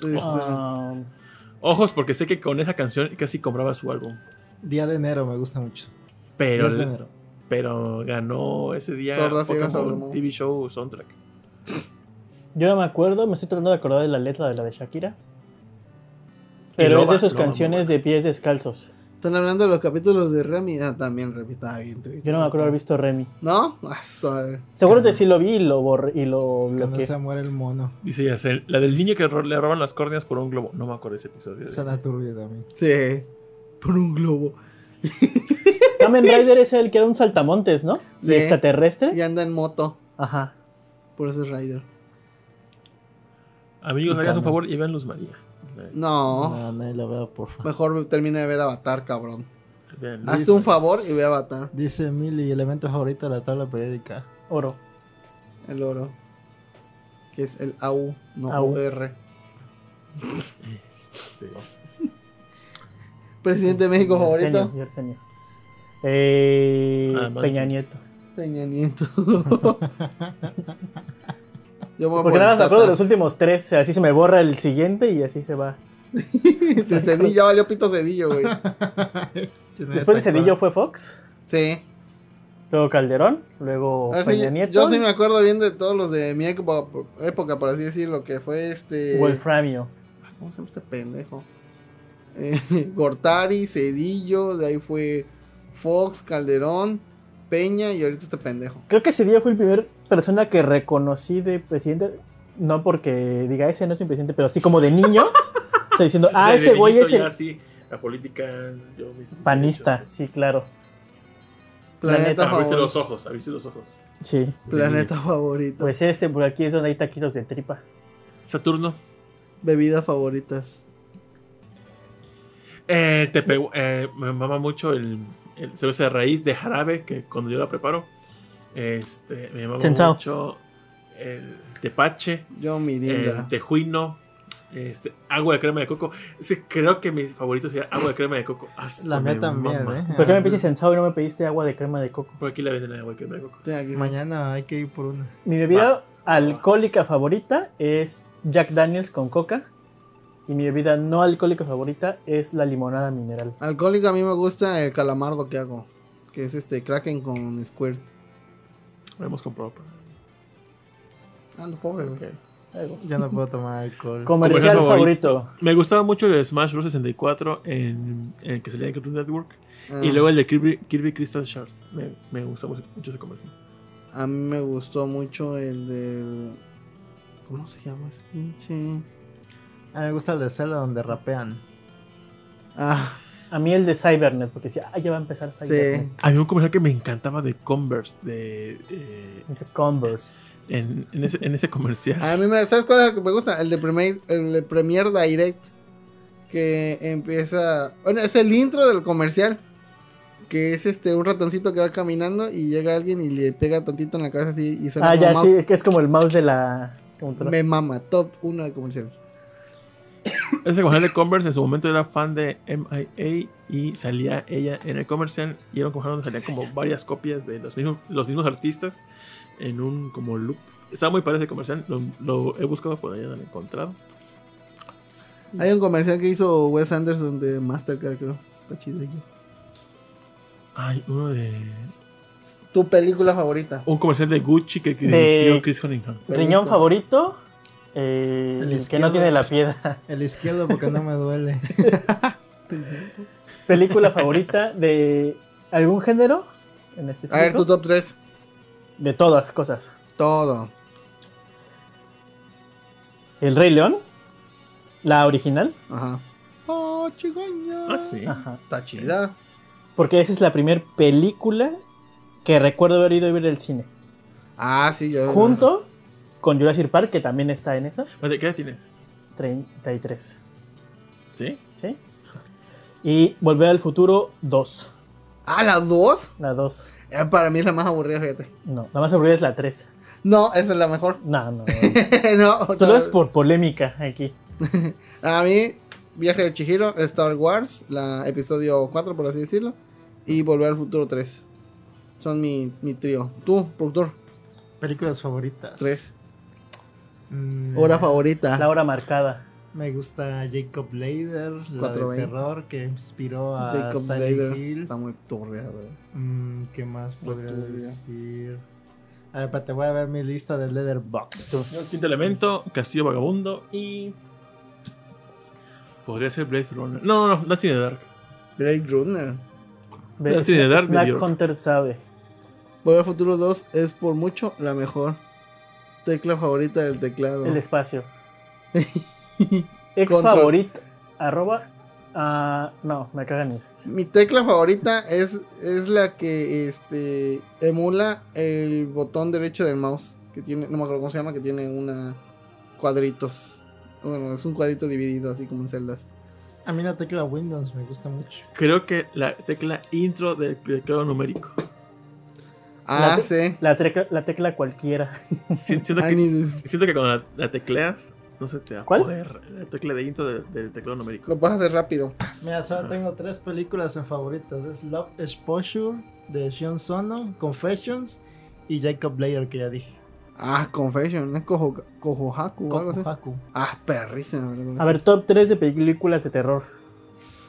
C: Este,
D: Ah,
B: Ojos porque sé que con esa canción casi compraba su álbum.
A: Día de enero me gusta mucho.
B: Pero,
A: 10 de enero.
B: pero ganó ese día
C: Sorda, ciega,
B: Pokémon
C: sordomuda.
B: TV Show Soundtrack.
D: yo no me acuerdo, me estoy tratando de acordar de la letra de la de Shakira.
B: Y
D: Pero
B: Loba,
D: es de sus
B: Loba, muy
D: canciones de pies descalzos.
C: Están hablando de los capítulos de Remy. Ah, también Remy estaba bien triste.
D: Yo no me acuerdo haber visto Remy.
C: ¿No? Ah, madre.
D: Seguramente sí lo vi y lo borré y lo
A: Cuando
D: bloqueé.
A: se muere el mono.
B: Dice Yacel, la del niño que ro- le roban las córneas por un globo. No me acuerdo de ese episodio.
A: Suena turbio también.
C: Sí. Por un globo.
D: Kamen Rider es el que era un saltamontes, ¿no?
C: Sí.
D: De extraterrestre.
C: Y anda en moto.
D: Ajá.
C: Por eso es Rider.
B: Amigos, hagan
A: Y
B: un
A: Canon.
B: favor y vean Luz María. Eh,
C: No.
A: No, nadie lo veo, por favor.
C: Mejor termina de ver Avatar, cabrón.
B: vean Luz-
C: Hazte un favor y ve Avatar.
A: Dice Mili, elemento favorito de la tabla periódica.
D: Oro.
C: El oro. Que es el AU, no
D: AU.
C: UR.
B: este,
C: Presidente de México favorito.
D: Arsenio, y Arsenio. Eh,
B: Ah, madre.
D: Peña Nieto.
C: Peña Nieto. Yo me voy a
D: Porque nada más me
C: poner
D: acuerdo de los
C: Tata.
D: últimos tres. Así se me borra el siguiente y así se va.
C: De Cedillo, ya valió pito Cedillo, güey.
D: Después de Cedillo fue Fox.
C: Sí.
D: Luego Calderón. Luego
C: A ver si-
D: Peña Nieto.
C: yo sí me acuerdo bien de todos los de mi época, época, por así decirlo, que fue este.
D: Wolframio.
C: ¿Cómo se llama este pendejo? Eh, Gortari, Cedillo, de ahí fue Fox, Calderón, Peña y ahorita este pendejo.
D: Creo que ese día fue el primer persona que reconocí de presidente. No porque diga ese no es mi presidente, pero así como de niño. o sea, diciendo, ah,
B: de-
D: ese
B: de
D: güey
B: niñito
D: es
B: ya
D: el
B: así, la política. yo mis- mis
D: panista.
B: derechos.
D: Sí, claro.
C: Planeta,
D: Planeta,
B: Abrirse
C: favorito.
B: los ojos, abrirse los ojos.
D: Sí.
C: Planeta favorito.
D: Pues este, por aquí es donde hay taquitos de tripa.
B: Saturno.
C: Bebidas favoritas.
B: Eh, te pegó- eh, me mama mucho el, el cerveza de raíz de jarabe que cuando yo la preparo. Este, me mama
D: Sensao.
B: mucho el tepache,
C: Yo
B: el
C: Mirinda.
B: tejuino, este, agua de crema de coco. Sí, creo que mi favorito sería agua de crema de coco. Ah, se
A: La
B: me
A: mía también,
B: mama.
A: ¿eh?
D: ¿Por qué me
A: Ah,
D: pediste sensado y no me pediste agua de crema de coco?
B: Por aquí la venden la agua de crema de coco.
C: Sí, aquí sí.
A: pues, Mañana hay que ir por una.
D: Mi bebida alcohólica favorita es Jack Daniels con coca. Y mi bebida no alcohólica favorita es la limonada mineral.
C: Alcohólica a mí me gusta el calamardo que hago. Que es este Kraken con Squirt.
B: Lo hemos comprado. pero-
C: Ah, no, pobre, güey.
B: ok.
D: Algo.
A: Yo no puedo tomar alcohol.
D: Comercial
B: Comercial favorito.
D: favorito.
B: Me gustaba mucho el de Smash Bros. 64 en, en el que salía en Cartoon Network.
C: Ah,
B: Y luego el de Kirby, Kirby Crystal Shard. Me, me gusta mucho mucho ese comercio.
C: A mí me gustó mucho el del. ¿Cómo se llama ese pinche?
A: A mí me gusta el de Zelda donde rapean.
C: Ah,
D: A mí el de Cybernet, porque decía, ah, ya va a empezar Cybernet.
C: sí.
B: Había un comercial que me encantaba de Converse, de, eh,
D: Dice Converse.
B: en, en ese, en ese comercial.
C: A mí me, ¿sabes cuál es el que me gusta? El de Premier, el de Premier Direct. Que empieza. Bueno, es el intro del comercial. Que es este un ratoncito que va caminando y llega alguien y le pega tantito en la cabeza así y suena
D: Ah,
C: como
D: ya,
C: mouse.
D: sí, es que es como el mouse de la. como te lo-
C: Me mama, top 1 de comerciales.
B: Ese comercial de Converse en su momento era fan de MIA y salía ella en el comercial y era un comercial donde salían como varias copias de los mismos, los mismos artistas en un como loop. Estaba muy padre ese comercial, lo, lo he buscado por allá, no lo he encontrado.
C: Hay un comercial que hizo Wes Anderson de Mastercard, creo. Está chido. ahí.
B: Ay, uno de...
C: Tu película favorita.
B: Un comercial de Gucci que, que
D: De-
B: dirigió Chris Hunningham.
D: Riñón
C: Película.
D: favorito. eh,
A: El
D: el que
A: izquierdo.
D: no tiene la piedra.
A: El izquierdo porque no me duele.
D: Película favorita de algún género en
C: A ver,
D: específico.
C: tu top 3.
D: De todas cosas.
C: Todo.
D: El Rey León. La original.
C: Ajá. Oh, chigoña.
B: Ah, sí.
D: Ajá.
C: Está chida.
D: Porque esa es la primera película que recuerdo haber ido a ver al cine.
C: Ah, sí, yo.
D: Junto con Jurassic Park, que también está en esa.
B: Espérate, ¿Qué edad tienes?
D: 33.
B: ¿Sí?
D: ¿Sí? Y Volver al Futuro 2.
C: Ah, las dos.
D: La 2.
C: Eh, Para mí es la más aburrida, fíjate.
D: No, la más aburrida es la 3.
C: No, esa es la mejor.
D: No, no. no.
C: no,
D: Todo es por polémica aquí.
C: A mí, Viaje de Chihiro, Star Wars, la episodio 4, por así decirlo, y Volver al Futuro 3. Son mi, mi trío. Tú, productor,
A: Películas favoritas.
C: 3.
A: Mm,
C: Hora favorita.
D: La hora marcada.
A: Me gusta Jacob Lader, la de
C: 420.
A: terror que inspiró a
C: Jacob
A: Silent
C: Slater.
A: Hill.
C: Está muy torreada, güey.
A: Mm, ¿Qué más
C: No
A: podría
C: tengo idea.
A: decir? A ver, te voy a ver mi lista de
B: Yo,
A: Leatherbox.
B: Quinto Elemento, Castillo Vagabundo y... Podría ser Blade Runner. No, no, no, Dancing in the Dark.
C: Blade Runner.
D: Ve-
B: Dancing in the Dark de
D: Snack
B: Bjork.
D: Hunter sabe.
C: Volver al Futuro 2 es por mucho la mejor. Tecla favorita del teclado.
D: El espacio. Ex
C: Control.
D: favorito. Arroba. ah, no, me cagan esas.
C: Mi tecla favorita es, es la que este, emula el botón derecho del mouse. Que tiene, no me acuerdo cómo se llama, que tiene una cuadritos. Bueno, es un cuadrito dividido, así como en celdas.
A: A mí la tecla Windows me gusta mucho.
B: Creo que la tecla intro del teclado numérico.
C: Ah,
D: te-
C: sí.
D: La, tecla, la tecla cualquiera.
B: Si- Siento
C: Ah,
B: que,
C: ni-
B: siento que cuando la, la tecleas, no se te da
D: ¿Cuál?
B: poder. La tecla de intro de- del teclado numérico.
C: Lo vas a hacer rápido.
A: Mira, solo tengo tres películas en favoritas. Es Love Exposure de Sean Sono, Confessions y Jacob Lader que ya dije.
C: Ah, Confession, es Kojo- Kojohaku o algo así.
A: Kokuhaku.
C: Ah, perrísima. la verdad.
D: A ver, top 3 de películas de terror.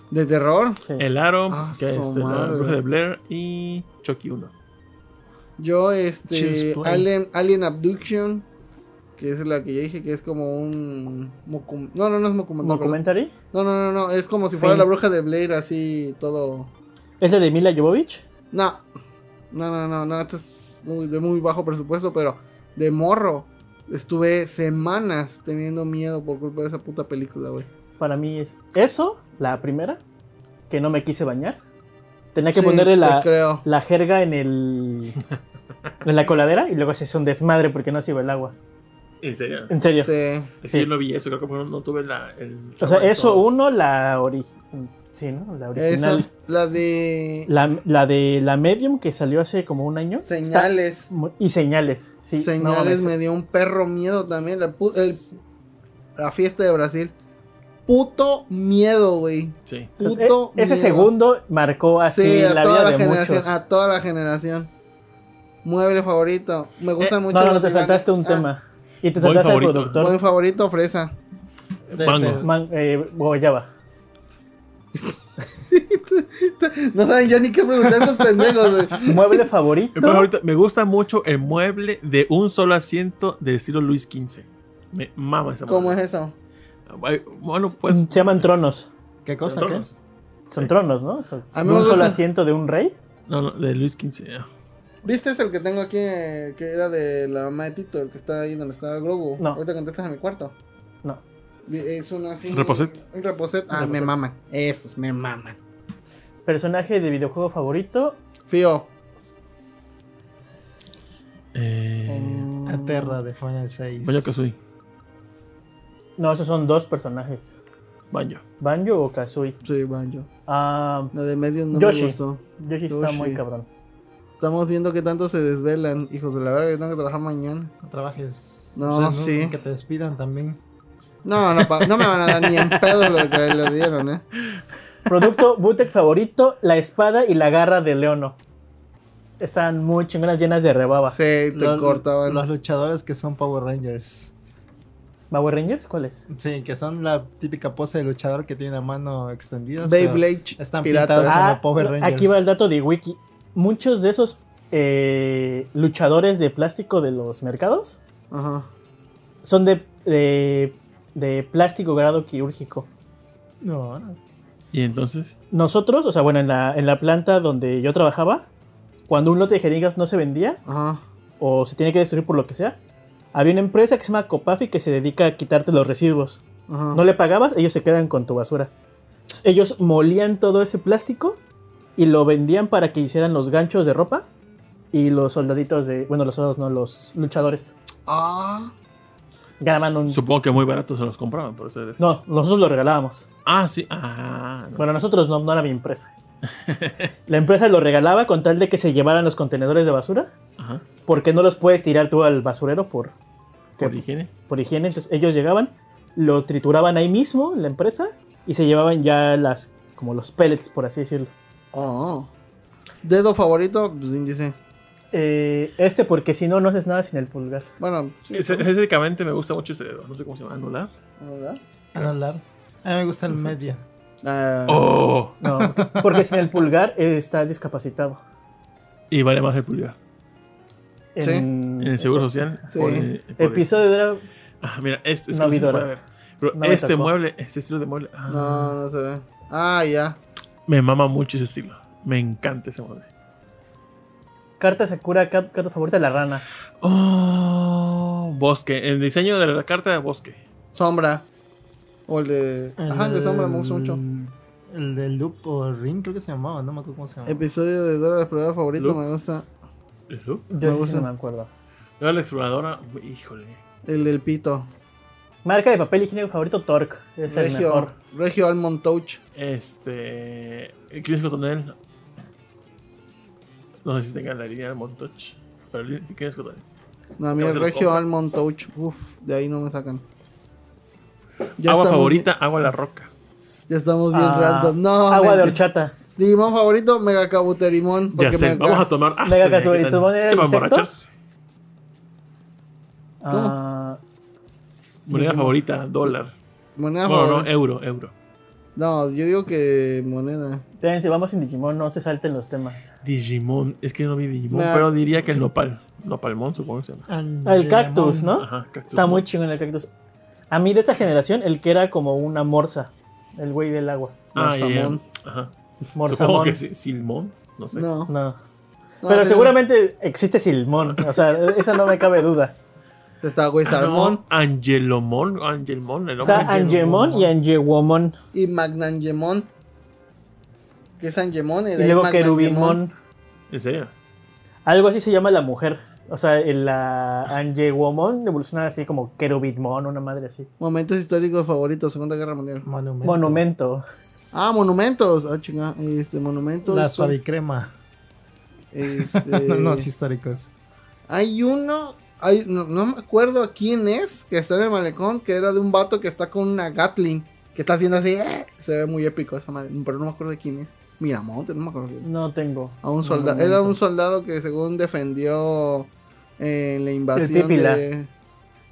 C: De terror,
D: Sí.
B: El Aro,
C: Ah,
B: que
C: su
B: es el- la
C: madre.
B: bruja de Blair, y Chucky 1.
C: yo
A: Child's
C: este
A: Play.
C: Alien, Alien Abduction, que es la que ya dije que es como un mocum- No, no, no es documental.
D: ¿Documentary?
C: No, no, no, no, es como si fuera
D: Sí.
C: la bruja de Blair, así todo.
D: ¿Es la de Mila Jovovich?
C: No, no, no, no, no, esto es muy- de muy bajo presupuesto, pero de morro. Estuve semanas teniendo miedo por culpa de esa puta película, güey.
D: Para mí es eso, la primera, que no me quise bañar. Tenía que
C: Sí,
D: ponerle
C: te
D: la,
C: creo.
D: la jerga en el en la coladera y luego se hizo un desmadre porque no se iba el agua.
B: ¿En serio?
D: En serio.
C: Sí.
B: Es que
D: Sí.
B: yo no vi eso, creo que no, no tuve la. El
D: o sea,
B: trauma de
D: eso
B: todos.
D: uno, la ori- sí, ¿no? La
C: Esa,
D: original.
C: la de
D: La, la de la medium que salió hace como un año. Está
C: señales.
D: mu- y señales. Sí, no
C: señales
D: mames.
C: me dio un perro miedo también. La, pu- el- la fiesta de Brasil. Puto miedo, güey.
B: Sí.
D: O sea,
C: puto
D: e- Ese
C: miedo.
D: segundo marcó así
C: Sí, a
D: la
C: toda
D: vida
C: la
D: de
C: generación. Ah,
D: muchos.
C: A toda la generación. Mueble favorito. Me gusta
D: Eh,
C: mucho.
D: no, no,
C: los
D: te
C: divanes.
D: saltaste un
C: Ah,
D: tema. Y te
B: Buen
D: saltaste al
B: favorito.
D: productor.
C: Buen favorito, fresa.
A: De-
B: Mango.
D: Man, eh, Guayaba.
C: No saben ya ni qué preguntar estos pendejos, güey.
D: Mueble
B: Mi
D: favorito.
B: mejor ahorita- me gusta mucho el mueble de un solo asiento de estilo Luis XV. Me mama esa
C: ¿Cómo es
B: madre.
C: eso?
B: Ay, Bueno, pues.
D: Mm, Se llaman tronos.
A: ¿Qué cosa? ¿Qué?
B: tronos.
D: Son
B: Sí.
D: tronos, ¿no? Son-
C: A mí
D: de
C: me
D: un solo
C: gusta-
D: asiento de un rey.
B: No, no, de Luis XV.
C: ¿Viste es el que tengo aquí eh, que era de la mamá de Tito, el que está ahí donde estaba Grogu?
D: No.
C: Ahorita contestas a mi cuarto.
D: No.
C: Vi- Es uno así.
B: ¿Reposet?
C: Un reposet. Ah,
D: Reposet.
C: me maman. Esos, me maman.
D: Personaje de videojuego favorito.
C: Fío.
B: Eh,
D: mm,
A: Aterra de Final 6.
B: Banjo Kazooie.
D: No, esos son dos personajes.
B: Banjo.
D: Banjo o Kazooie.
C: Sí, Banjo.
D: Ah,
C: La de medio no
D: Yoshi.
C: me gustó.
D: Yoshi está
C: Yoshi.
D: muy cabrón.
C: Estamos viendo que tanto se desvelan. Hijos de la verga, yo tengo que trabajar mañana.
A: No trabajes.
C: No, sí.
A: Que te despidan también.
C: No, no, pa- no me van a dar ni en pedo lo que le dieron, eh.
D: Producto Butec favorito, la espada y la garra de Leono. Están muy chingonas, llenas de rebaba.
C: Sí, te
A: Los-
C: cortaban.
A: Los luchadores que son Power Rangers.
D: ¿Power Rangers? ¿Cuál es?
A: Sí, que son la típica pose de luchador que tiene la mano extendida. pero
C: Beyblade
A: Están
C: piratas.
A: pintados. como Power Rangers.
D: Ah, Aquí va el dato de Wiki. Muchos de esos eh, luchadores de plástico de los mercados
C: Ajá.
D: son de, de, de plástico grado quirúrgico.
A: No, no.
B: ¿Y entonces?
D: Nosotros, o sea, bueno, en la, en la planta donde yo trabajaba, cuando un lote de jeringas no se vendía
A: Ah.
C: Ajá.
D: o se tiene que destruir por lo que sea, había una empresa que se llama Copafi que se dedica a quitarte los residuos.
C: Ajá.
D: No le pagabas, ellos se quedan con tu basura. Entonces, Ellos molían todo ese plástico y lo vendían para que hicieran los ganchos de ropa y los soldaditos de. Bueno, los soldados no, los luchadores.
C: Ah.
D: Ganaban un.
B: Supongo que muy barato se los compraban por eso. eres-
D: no, nosotros lo regalábamos.
B: Ah, sí. Ah, no.
D: Bueno, nosotros no, no era mi empresa. La empresa lo regalaba con tal de que se llevaran los contenedores de basura,
B: Ajá.
D: porque no los puedes tirar tú al basurero por,
B: Por
D: que-
B: higiene.
D: por higiene. Entonces ellos llegaban, lo trituraban ahí mismo, la empresa, y se llevaban ya las como los pellets, por así decirlo.
C: Oh. Dedo favorito, pues índice.
D: Eh, este porque si no, no haces nada sin el pulgar.
C: Bueno, sí.
B: Es- Estéticamente me gusta mucho este dedo. No sé cómo se llama. Anular.
C: ¿verdad?
A: Anular. A mí me gusta el media.
C: Ah,
B: ¡Oh!
D: No, porque sin el pulgar eh, estás discapacitado.
B: Y vale más el pulgar.
C: Sí.
D: En,
B: En el Seguro Social.
C: Sí.
B: el- por el-
D: Episodio de...
B: Ah, mira, este.
D: No
B: sí
D: vi
B: se puede
D: Dora.
B: ver. Pero
D: No me
B: este
D: tocó.
B: mueble, este estilo de mueble. ah,
C: No, no se ve. Ah, ya.
B: Me mama mucho ese estilo. Me encanta ese mueble.
D: Carta Sakura, cap- carta favorita de la rana.
B: Oh, bosque. El diseño de la carta de bosque.
C: Sombra. O el de. Ajá, el de sombra me gusta
A: Eh.
C: mucho.
A: El de Loop o Ring, creo que se llamaba, no me acuerdo cómo se llamaba.
C: Episodio de Dora la Exploradora favorito
B: Luke.
C: me gusta.
B: Yo
D: Yo
C: Me
D: sí, sí
C: gusta.
D: no me acuerdo.
B: la exploradora. Híjole.
C: El del pito.
D: Marca de papel higiénico favorito, Torque. Es el mejor.
C: Regio. Regio Almond Touch.
B: Este. Chris Cotonel. No sé si tenga la línea del Montoch. Pero Chris Cotonel.
C: No, a mí el
B: Creo que lo
C: Regio
B: compra.
C: Almond Touch. Uf, de ahí no me sacan.
B: agua
C: estamos
B: favorita, agua la roca.
C: bi- Ya estamos bien
D: Ah,
C: random. No,
D: agua de
C: mentira.
D: horchata.
C: Digimon favorito, Megacabuterimon.
B: Ya
C: Porque
B: sé,
C: Mega-
B: vamos a tomar. Ah,
D: Venga,
B: se me
D: Catu, ¿y
B: quitan.
D: tu moneda
B: Este
D: de
B: para
D: insecto?
B: emborracharse.
D: Ah,
B: Moneda favorita, dólar.
C: Moneda
B: Bueno, no, eh.
C: favorita.
B: euro, euro.
C: No, yo digo que moneda.
D: espérense, vamos en Digimon, no se salten los temas.
B: Digimon, es que no vi Digimon,
C: Nah.
B: pero diría que el nopal. Nopalmon, supongo que se llama.
A: Angelamon.
D: El cactus, ¿no?
B: Ajá, cactus.
D: Está muy chingón el cactus. A mí de esa generación, el que era como una morsa. El güey del agua.
B: Ah, ya, ya.
C: Morsamón.
B: Ajá. Supongo
D: Morsamón.
B: que sí, Silmón, no sé.
C: No.
D: No.
C: No,
D: Pero
C: tiene-
D: seguramente existe Silmón. O sea, e-, esa no me cabe duda.
C: Está güey
B: Ah, no,
C: Salmón
B: Angelomon, Angelmon, el hombre.
D: Está Angemon y Angewomon.
C: y Magnangemon. Que es Angemon y
D: Y
C: de ahí
D: luego
C: Magnangemon.
D: Kerubimon.
B: ¿En serio?
D: Algo así se llama la mujer. O sea, el- la Angewomon evoluciona así como Kerubimon, una madre así.
C: Momentos históricos favoritos, Segunda Guerra Mundial.
A: Monumento.
D: Monumento.
C: Ah, monumentos. Ah, chinga. Este, monumentos.
A: La
C: esto-
A: suavicrema.
C: Este,
A: No, no, históricos.
C: Hay uno. Hay, no, no me acuerdo a quién es. Que está en el malecón. Que era de un vato que está con una Gatling. Que está haciendo así. ¡eh! Se ve muy épico esa madre. Pero no me acuerdo de quién es. Miramonte, no me acuerdo.
D: No tengo.
C: A un soldado. Era un soldado que según defendió eh, la
D: El
C: invasión
D: Pípila.
C: de,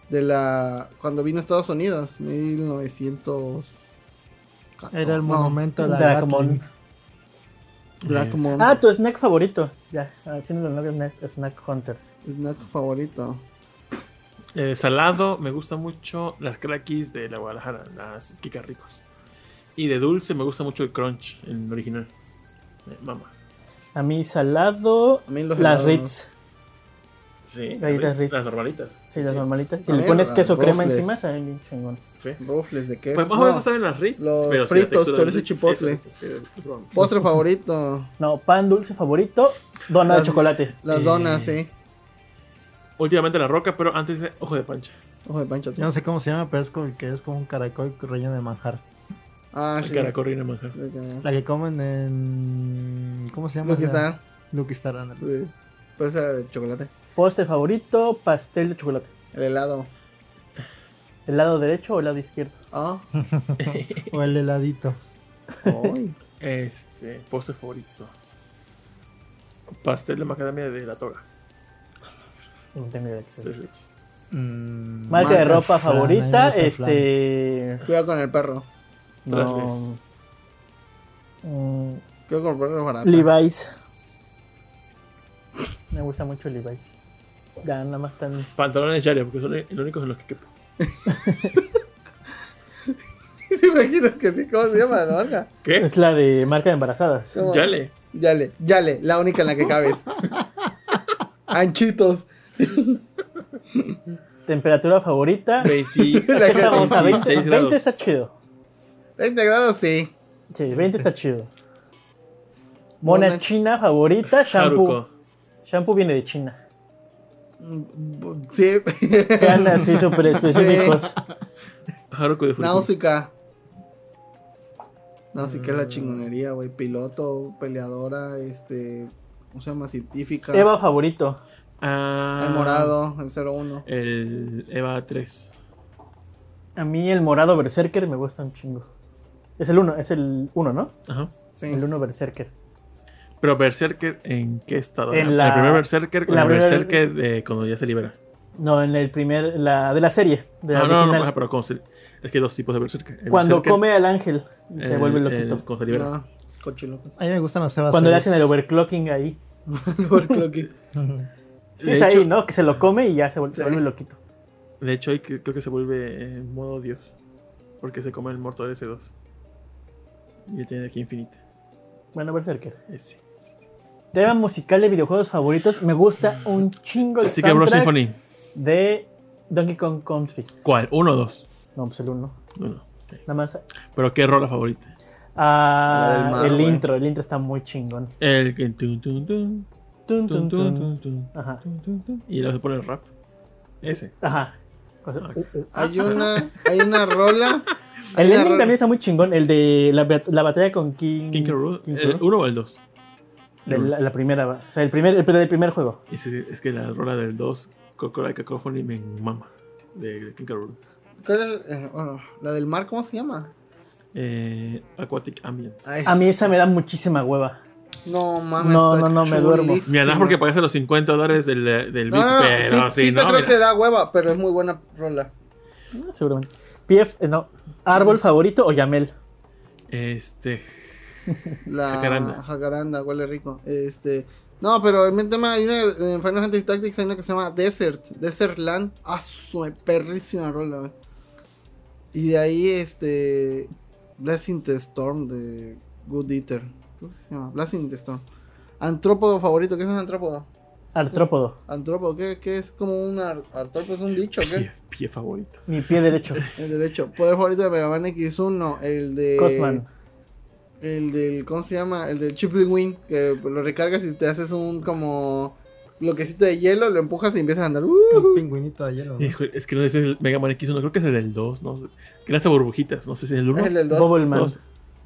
C: de la cuando vino a Estados Unidos, 1900.
A: Era el
C: No,
A: monumento a la
D: Dracomon.
A: Gatling.
C: Dracomon,
D: Ah, tu snack favorito. Ya, haciendo los snack, snack Hunters.
C: snack favorito.
B: Eh, salado, me gusta mucho las crackis de la Guadalajara, las quicarricos. Y de dulce, me gusta mucho el crunch, el original. Eh, mamá.
D: A mí salado.
C: A mí los
D: las
C: helados,
D: Ritz.
B: Sí,
D: Galletas
B: Ritz,
D: Ritz.
B: las normalitas.
D: Sí, las
B: Sí.
D: normalitas. Si
C: A
D: le
C: mí
D: pones
C: las
D: queso crema
C: waffles.
D: encima, saben bien chingón.
B: Sí.
C: Rufles de queso.
B: Pues más o menos
C: No,
B: saben las Ritz.
C: los
B: pero sí, la
C: fritos,
B: textura de las
C: chorizo y
B: Ritz,
C: chipotle.
B: eso, sí, sí, probamos.
C: Postre favorito.
D: No, pan dulce favorito, dona de
C: Las-
D: chocolate.
C: Las
B: Eh.
C: donas, sí.
B: Últimamente la roca, pero antes de ojo de pancha.
C: Ojo de pancha. tú.
A: Yo no sé cómo se llama, pero es como que es como un caracol relleno de manjar.
C: Ah,
B: El
C: sí.
B: caracol reina de manjar.
C: Creo
A: La que comen en. ¿Cómo se llama?
C: que está.
A: Lucky Star, ándale.
C: sí. Pero esa de chocolate.
D: Postre favorito, pastel de chocolate.
C: El helado.
D: ¿El lado derecho o el lado izquierdo?
C: Ah.
A: O el heladito.
C: Ay.
B: Este, postre favorito. Pastel de macadamia de la toga.
D: No tengo idea qué es.
B: Tres leches.
A: Mm,
D: Marca de
C: Marca
D: ropa
A: Fran,
D: favorita,
A: a mí me gusta
D: este.
C: Cuidado con el perro.
B: Tras
D: No.
B: les.
D: Mm,
C: Cuidado con el perro barato.
D: Levi's. Me gusta mucho Levi's. Ya, nada más tan.
B: Pantalones Yare, porque son los únicos en los que quepo.
C: ¿Se imaginas que sí? ¿Cómo se llama la marca?
B: ¿Qué?
D: Es la de marca de embarazadas.
C: ¿Cómo?
B: Yale.
C: Yale. Yale. La única en la que cabes. Anchitos.
D: Temperatura favorita.
B: 20,
C: La que-
D: Estamos a 20.
B: 26 grados.
D: 20 está chido.
C: 20 grados, sí.
D: Sí, 20 está chido. Mona china favorita, shampoo.
B: Haruko.
D: Shampoo viene de China.
C: Mm, Sí.
D: Sean así súper específicos.
B: Haruko de Furikuri.
C: Náusica. Náusica es la chingonería, güey. Piloto, peleadora, este. ¿Cómo se llama? Científica.
D: Eva favorito.
B: Ah,
C: El morado, el 01.
B: El Eva 3.
D: A mí el morado Berserker me gusta un chingo. Es el uno, es el uno, ¿no?
B: Ajá.
C: Sí.
D: El uno Berserker.
B: Pero Berserker, ¿en qué estado?
D: En
B: ¿En
D: la-
B: el primer Berserker o
D: la
B: el
D: primera-
B: Berserker de cuando ya se libera?
D: No, en el primer, la de la serie, de la
B: Ah, no, no,
D: original.
B: no, pero con- es que hay dos tipos de Berserker. El
D: Cuando
B: berserker,
D: come al ángel, se
B: el-
D: vuelve
B: el-
D: loquito.
B: cuando se libera.
C: No, cochilocos.
A: A mí me gustan las cebas.
D: Cuando le hacen el overclocking ahí.
C: Overclocking.
D: Sí,
B: De
D: es
B: hecho-
D: ahí, ¿no? Que se lo come y ya se vuelve, se
C: Sí.
D: vuelve loquito.
B: De hecho, ahí que- creo que se vuelve en modo Dios. Porque se come el muerto de S2. Y él tiene aquí infinita.
D: Bueno, Berserker.
B: Ese.
D: Tema musical de videojuegos favoritos. Me gusta un chingo el
B: Así que, Bro
D: soundtrack
B: Symphony.
D: de Donkey Kong Country.
B: ¿Cuál? ¿Uno o dos?
D: No, pues el uno.
B: Uno. ok.
D: Nada más.
B: ¿Pero qué rola favorita?
D: Ah,
C: La del mar,
D: el
C: güey.
D: intro, el intro está muy chingón.
B: El que. tun, tun, tun,
D: Tun,
B: tun, tun,
D: tun,
B: tun,
D: tun.
B: tun,
D: Ajá.
B: tun, tun, tun. Y luego se pone el rap. Ese.
D: Ajá. O sea,
C: Hay una, hay una rola. hay
D: El
C: una
D: ending
C: rola-
D: también está muy chingón, el de la, bat- la batalla con King.
B: King Karoo.
D: King
B: ¿El
D: K. Rool,
B: uno o el dos?
D: de la, la primera, o sea, el primer, el, del primer juego.
B: Y sí, es que la rola del 2, Crocodile Cacophony, me mama. De de King Karoo.
C: ¿Cuál es? Eh, bueno, la del mar, ¿cómo se llama?
B: Eh, Aquatic Ambience.
C: Ay,
D: A mí esa me da muchísima hueva.
C: No mames.
D: No,
C: está
D: no, no, me duermo.
C: chulísima.
B: Mira, nada más porque pagaste los 50 dólares del, del
C: No, no, no,
B: beat, pero
C: sí,
B: si
C: sí te
B: no,
C: creo
B: mira.
C: que da hueva, pero es muy buena rola.
D: Ah, Seguramente. PF, eh, no. Árbol favorito o Yamel.
B: Este.
C: La
B: Jacaranda.
C: jacaranda, huele rico. Este, no, pero el mi tema hay una en Final Fantasy Tactics hay una que se llama Desert, Desert Land. Ah, su perrísima rola. güey. Y de ahí este Blessing the Storm de Good Eater. ¿Cómo se llama? Blessing the Storm. Antrópodo favorito, ¿qué es un antrópodo?
D: Artrópodo.
C: Antrópodo, ¿qué, qué es como un ar- artrópodo? ¿Es un bicho o qué?
B: Pie, pie favorito.
D: Mi pie derecho.
C: El derecho. Poder favorito de Mega Man X1, el de
D: Cotman.
C: el del, ¿cómo se llama? El del Chiplin Wing, que lo recargas y te haces un como bloquecito de hielo, lo empujas y empiezas a andar.
A: Un
C: ¡uh!
A: pingüinito de hielo. ¿no?
B: Hijo, es que no es el Mega Man X1, creo que es el del 2, no sé. Que lanza burbujitas, no sé si es el 1.
C: Es el Ah, del 2.
D: Bubbleman.
B: Dos.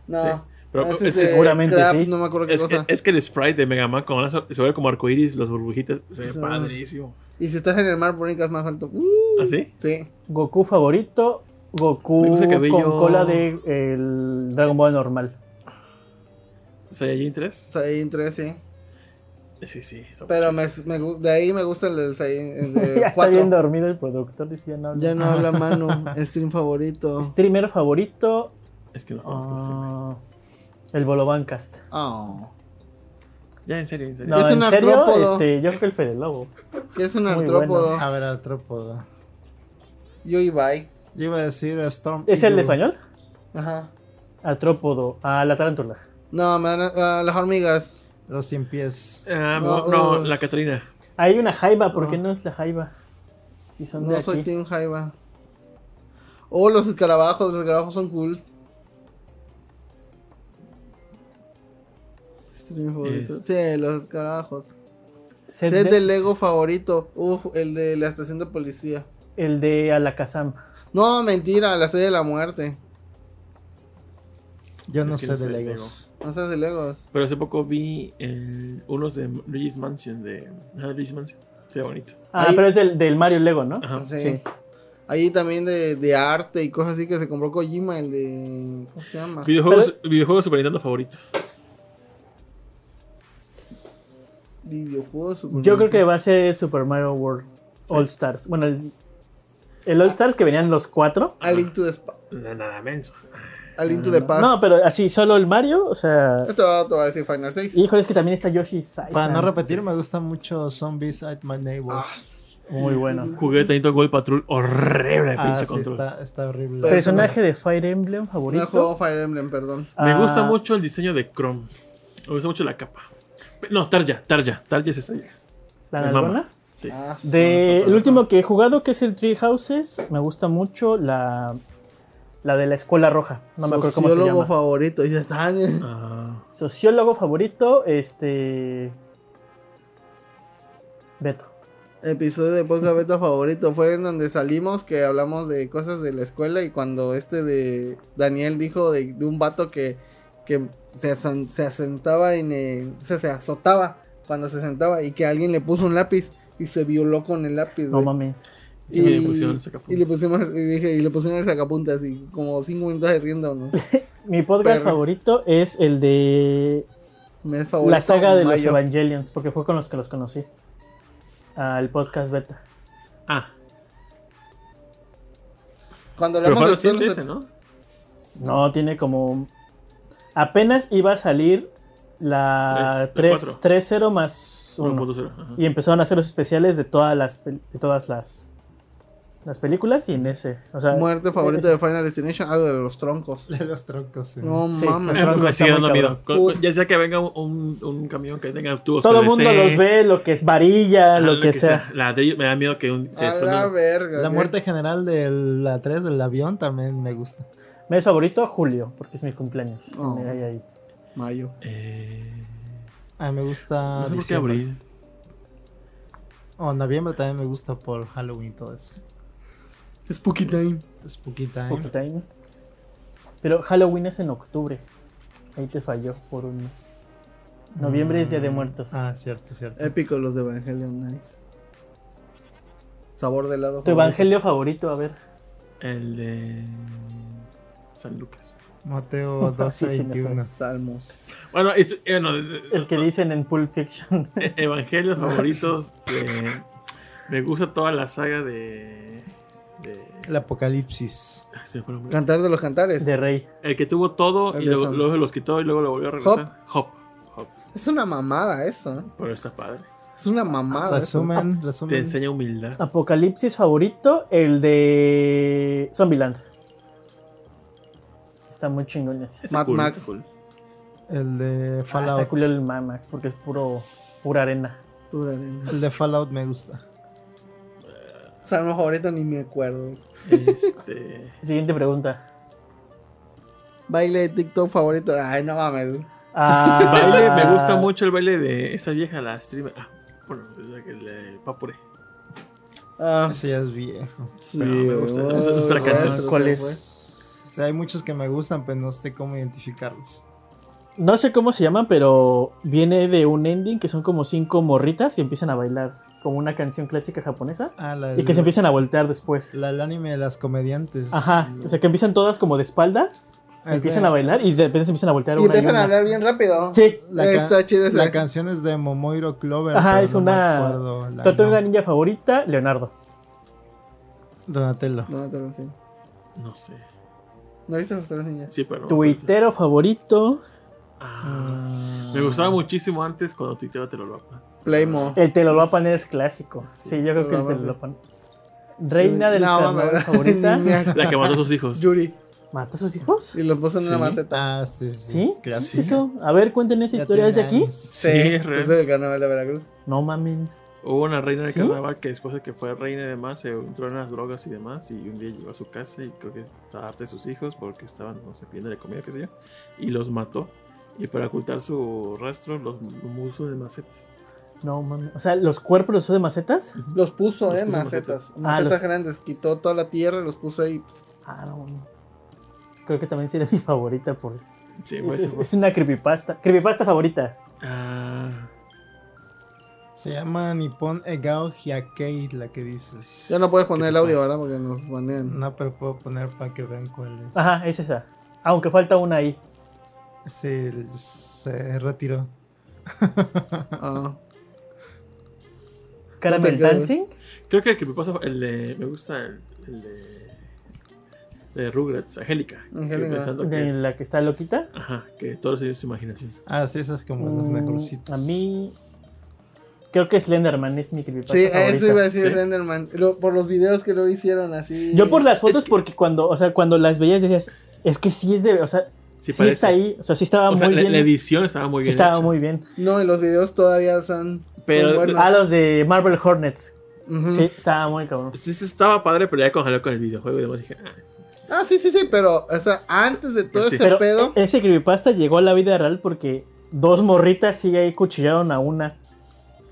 C: No.
B: sí. Pero
C: ese
B: es,
C: de
B: es-
D: seguramente
C: Crab,
D: sí.
C: No me acuerdo qué
B: es que, eh,
C: cosa.
B: es que el sprite de Mega Man, cuando lanza, se ve como arcoiris, las burbujitas, se ve
C: Sí.
B: padrísimo. ¿Ah,
C: Y si estás en el mar, brincas más alto. ¡Uh!
B: ¿Así?
C: Sí.
D: Goku favorito.
B: Me
D: Goku
B: gusta el cabello.
D: con cola de el Dragon Ball normal.
B: ¿Saiyajin 3?
C: Saiyan 3, sí.
B: Sí, sí. está
C: Pero
B: mucho.
C: me, me gu- de ahí me gusta el del Saiyan el de
D: ya está
C: 4.
D: bien dormido el productor. Dice, ya no habla.
C: Ya no habla Manu. Stream favorito.
D: Streamer favorito.
B: Es que no. no, no,
D: ah, el Bolobancast.
C: Oh.
B: sí. Ya, en serio, en serio.
D: No,
C: Es un
D: en serio,
C: artrópodo.
D: este, yo creo que el Fede Lobo.
C: ¿Qué es un
D: Es muy
C: artrópodo?
A: A ver, artrópodo.
C: Yo y bye.
A: Yo iba a decir Storm.
D: ¿Es el
A: Eagle.
D: español?
C: Ajá.
D: Artrópodo. A la tarántula.
C: No, me dan a- a ah, las hormigas.
A: Los 100 pies.
B: Ah, no,
C: No,
B: no,
C: uh,
B: la Catrina.
D: Hay una jaiba, ¿por qué
C: No.
D: no es la jaiba? Si son de
C: Ah. No soy
D: aquí.
C: Team Jaiba. Oh, los escarabajos, los escarabajos son cool. Stream favorito. Sí, los escarabajos.
D: Set
C: Set
D: de-
C: de Lego favorito. Uf, el de la estación de policía.
D: El de Alakazam.
C: No, mentira, la serie de la muerte.
A: Yo no
B: Es que
A: sé
B: no
A: de
B: sé de
A: Legos.
C: No seas de Legos.
B: Pero hace poco vi el- unos de Luigi's Mansion. De, ah, Luigi's Mansion. Se ve bonito.
D: Ah,
C: Ahí-
D: pero es del, del Mario Lego, ¿no?
B: Ajá.
C: Ah, Sí.
D: Ah, sí.
C: Ahí también de, de arte y cosas así que se compró Kojima, el de. ¿Cómo se llama?
B: Videojuegos, videojuego Super Nintendo favorito.
C: Videojuegos. Super
D: Yo creo que
C: Nintendo.
D: va a ser Super Mario World All Stars. Bueno, el, el All Stars que venían los cuatro.
C: A Link to the, Spa-
B: Na- Nada menso.
C: a Link to the Past.
D: Ah. No, pero así, solo el Mario, o sea.
C: Esto va, te va a decir Final 6.
D: Híjole, es que también está Yoshi's Island.
A: Para no repetir, me gusta mucho Zombies at My Neighbor.
C: Ah,
D: Muy bueno.
B: Jugué tanito Gold Patrol. Horrible,
A: Ah,
B: pinche
A: sí,
B: control.
A: está, está horrible.
C: Pero-
D: Personaje de Fire Emblem
C: No
D: favorito.
C: juego Fire Emblem, perdón.
B: Me
D: Ah,
B: gusta mucho el diseño de Chrome. Me gusta mucho la capa. Pe- No, Tarja, Tarja. Tarja es esa.
D: La
B: Me mama.
D: nalgona.
B: Sí.
C: Ah, sí,
D: De,
C: super
D: el último que he jugado, que es el Tree Houses, me gusta mucho la, la de la Escuela Roja. No me acuerdo cómo se
C: Sociólogo
D: llama.
C: favorito. Y ya están. eh.
B: Ah,
D: Sociólogo favorito, este. Beto.
C: Episodio de Poca Beta favorito. Fue en donde salimos que hablamos de cosas de la escuela. Y cuando este de Daniel dijo de, de un vato que, que se, asan- se asentaba en. eh, o sea, se azotaba cuando se sentaba. Y que alguien le puso un lápiz. Y se violó con el lápiz.
D: No
C: güey.
D: mames.
B: sí,
C: y,
B: me pusieron el
C: y
B: sacapuntas.
C: le pusimos, y dije, y le pusieron el sacapuntas y como cinco minutos de riendo, ¿no?
D: Mi podcast
C: Perro.
D: favorito es el de
C: Me es favorito.
D: la saga de los
C: Mayo.
D: Evangelions, porque fue con los que los conocí. Ah, el podcast beta.
B: Ah,
C: Cuando
B: pero fue
C: hablamos de todos
B: reciente
C: los
B: ese, ¿no?
D: No, tiene como. Apenas iba a salir la
B: Tres, la
D: 3
B: cuatro.
D: 3-0 más 1.
B: 1.0. ajá.
D: Y empezaron a hacer los especiales de todas las pel- de todas las, las películas y en ese. O sea, e-,
C: Muerte favorita
D: ese-
C: de Final Destination, algo de los troncos.
A: De los troncos. sí.
C: No
D: Sí,
C: mames.
D: los troncos.
B: Eh, Me sigue
D: está muy
B: dando miedo.
D: cabrón.
B: Con- con- Ya sea que venga un, un camión que tenga tubos
D: todo el
B: PVC,
D: mundo los ve, lo que es varilla,
B: ah,
D: lo, que, sea.
B: Ladrillo, me da miedo que un, se
C: A la
B: desprenda.
C: verga. eh.
A: La
C: ¿qué?
A: muerte general de la 3 del avión también me gusta.
D: Mes favorito, Julio, porque es mi cumpleaños.
C: Oh.
D: Ahí, ahí.
C: Mayo.
B: Eh,
A: Ah, me gusta.
B: no sé por qué
A: diciembre.
B: abrir.
A: O Oh, noviembre también me gusta por Halloween y todo eso. ¿eh?
C: Spooky Time.
A: Spooky time.
D: Spooky time. Pero Halloween es en octubre. Ahí te falló por un mes. Noviembre es Día
B: Mm.
D: de Muertos.
A: Ah, cierto, cierto.
D: Eh,
C: Épico los de Evangelion, nice. Sabor de helado.
D: Tu
C: favorito.
D: evangelio favorito, a ver.
B: El de San Lucas.
A: Mateo
D: Sí, sí, no
A: 1221.
C: Salmos.
B: Bueno, esto- eh, no, eh,
D: El que dicen en Pulp Fiction.
B: eh, evangelios favoritos. eh, me gusta toda la saga de. de-
A: el apocalipsis.
B: ah, se me fue el nombre.
C: Cantar de los cantares.
D: De Rey.
B: El que tuvo todo
C: El
B: y
C: de
B: luego,
C: San-
B: luego los quitó y luego lo volvió a regresar. Hop. Hop.
C: Es una mamada eso. ¿eh?
B: Pero está padre.
C: Es una
D: Ah,
C: mamada. eso.
A: Resumen,
B: Te
A: resumen.
B: enseña humildad.
D: Apocalipsis favorito, el de Zombieland. Está muy chingón ese.
B: Está
C: Mad
B: Este cool,
C: Max.
B: está cool.
A: El de
D: Ah, está
A: Fallout.
D: cool el Mad Max porque es puro pura arena.
C: Pura arena.
A: El de Fallout me gusta.
C: Salmo favorito ni me acuerdo.
B: Este,
D: Siguiente pregunta.
C: Baile de TikTok favorito. Ay, no mames.
D: Ah,
B: baile, me gusta mucho el baile de esa vieja, la streamer. Ah, bueno, la que le papure. Ah,
C: Ah,
A: Ese ya es viejo.
C: sí,
B: me gusta, me gusta esa
C: güey,
B: canción.
C: eso se
D: ¿Cuál es?
C: fue.
A: O sea, hay muchos que me gustan, pero no sé cómo identificarlos.
D: No sé cómo se llama, pero viene de un ending que son como cinco morritas y empiezan a bailar como una canción clásica japonesa
A: Ah, la
D: y que se empiezan a voltear después.
A: la- el anime de las comediantes.
D: Ajá, o sea que empiezan todas como de espalda,
A: Es
D: empiezan
A: de-
D: a bailar y de repente se empiezan a voltear
C: Y
D: una y
C: empiezan a
D: una.
C: hablar bien rápido.
D: Sí,
A: La, ca-
C: Está chido esa.
A: la canción es de Momoiro Clover.
D: Ajá,
A: pero
D: es
A: no me
D: una-
A: acuerdo la-
D: Tortuga
A: no.
D: Ninja favorita, Leonardo.
A: Donatello.
C: No, te lo enseño.
B: No sé.
C: ¿No viste los tres niñas?
B: Sí, pero. no.
D: Tuitero favorito,
B: Ah, me gustaba muchísimo antes cuando tuiteaba te lo lopa.
C: Playmo.
D: el Telolopan es clásico. Sí, yo creo que el
C: Telolopan, sí.
D: Telolopan. Reina del
C: No,
D: carnaval
C: mames.
D: favorita.
C: Ni me acuerdo.
B: La que mató a sus hijos.
C: Yuri.
D: ¿Mató a sus hijos?
C: Y lo puso en una
A: Sí.
C: maceta.
A: Ah, sí, sí.
D: ¿Sí? ¿Qué
A: Claro,
D: es
A: sí.
D: eso? A ver, cuenten esa
A: Ya
D: historia desde
A: tiene
D: aquí.
A: años.
C: Sí,
B: Sí,
C: ese
B: re.
C: es el carnaval de Veracruz.
D: No mamen.
B: Hubo una reina de
D: ¿Sí?
B: carnaval que después de que fue reina y demás se entró en las drogas y demás y un día llegó a su casa y creo que estaba harta de sus hijos porque estaban, no sé, pidiéndole comida, qué sé yo, y los mató. Y para ocultar su rastro los puso en macetas.
D: No mamen. O sea, los cuerpos los usó de macetas.
C: Los puso,
B: Los
C: eh,
B: puso en
C: macetas. Macetas,
D: los-
C: grandes. Quitó toda la tierra y los puso ahí.
D: Ah, no. no. Creo que también sería mi favorita por.
B: Sí,
D: Es,
B: güey,
D: es-
B: sí, güey.
D: es una creepypasta. Creepypasta favorita.
B: Ah,
A: Se llama Nippon Egao Hyakei, la que dices.
C: Ya no puedes poner el audio,
A: pasa?
C: ¿verdad? Porque nos banean.
A: No, pero puedo poner para que vean cuál
D: Ajá, es esa. Aunque falta una ahí.
A: es. Se, se retiró.
C: Ah.
D: Caramel
C: creo.
D: Dancing.
B: creo que el que me pasa el de. Me gusta el, el de. De Rugrats, Angélica. que
C: Angélica.
B: pensando que
D: De
B: es-
D: la que está loquita.
B: Ajá, que todos tienen su imaginación.
A: Ah, sí, esas como las
D: Mm,
A: mejorcitas.
D: A mí. Creo que Slenderman es mi creepypasta.
C: Sí,
D: favorita.
C: eso iba a decir
B: Sí.
C: Slenderman. Lo- por los videos que lo hicieron así.
D: Yo por las fotos,
B: Es que-
D: porque cuando, o sea, cuando las veías decías, es que sí es de. O sea, sí,
B: Sí, parece.
D: está ahí. O sea, sí estaba
B: O sea,
D: muy
B: la,
D: bien.
B: la edición estaba muy
D: sí
B: bien.
D: estaba
B: hecha.
D: muy bien.
C: No, y los videos todavía son.
B: Pero-
C: son buenos.
D: A los de Marvel Hornets.
C: Ujú.
D: ah, Sí, estaba muy cabrón.
B: Sí, sí estaba padre, pero ya congeló con el videojuego y demás dije, ah,
C: Ah, sí, sí, sí, pero, o sea, antes de todo
B: Sí.
C: ese
D: Pero
C: pedo.
D: e- ese creepypasta llegó a la vida real porque dos morritas sí ahí cuchillaron a una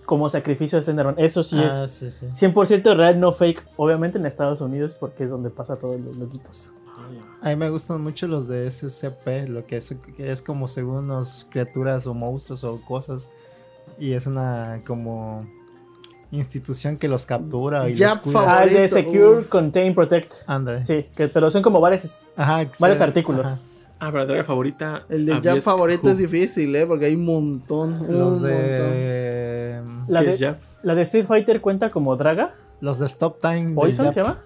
D: como sacrificio de Slenderman. Eso sí
A: ah,
D: es
A: sí, sí.
D: 100% real, no fake. Obviamente en Estados Unidos porque es donde pasa todos los loquitos.
B: ala.
A: A mí me gustan mucho los de SCP, lo que es, que es como según unos criaturas o monstruos o cosas. Y es una como institución que los captura y
C: Ya,
A: los cuida.
C: favor-
D: Ah, es de
C: Favorito,
D: Secure,
C: uf.
D: Contain, Protect.
A: Ándale.
D: Sí, que- pero son como varias...
A: Ajá, que
D: Varios
A: sea-
D: artículos.
A: ajá.
B: Ah, pero la entrega favorita.
C: El de
B: había
C: Jab favorito
B: Scooby,
C: es difícil, ¿eh? Porque hay un montón.
A: Los
C: un montón.
A: de.
D: La
B: que es
D: de,
B: Jab.
D: la de Street Fighter cuenta como Draga.
A: Los de Stop Time. de
D: Poison
A: Jap.
D: se llama.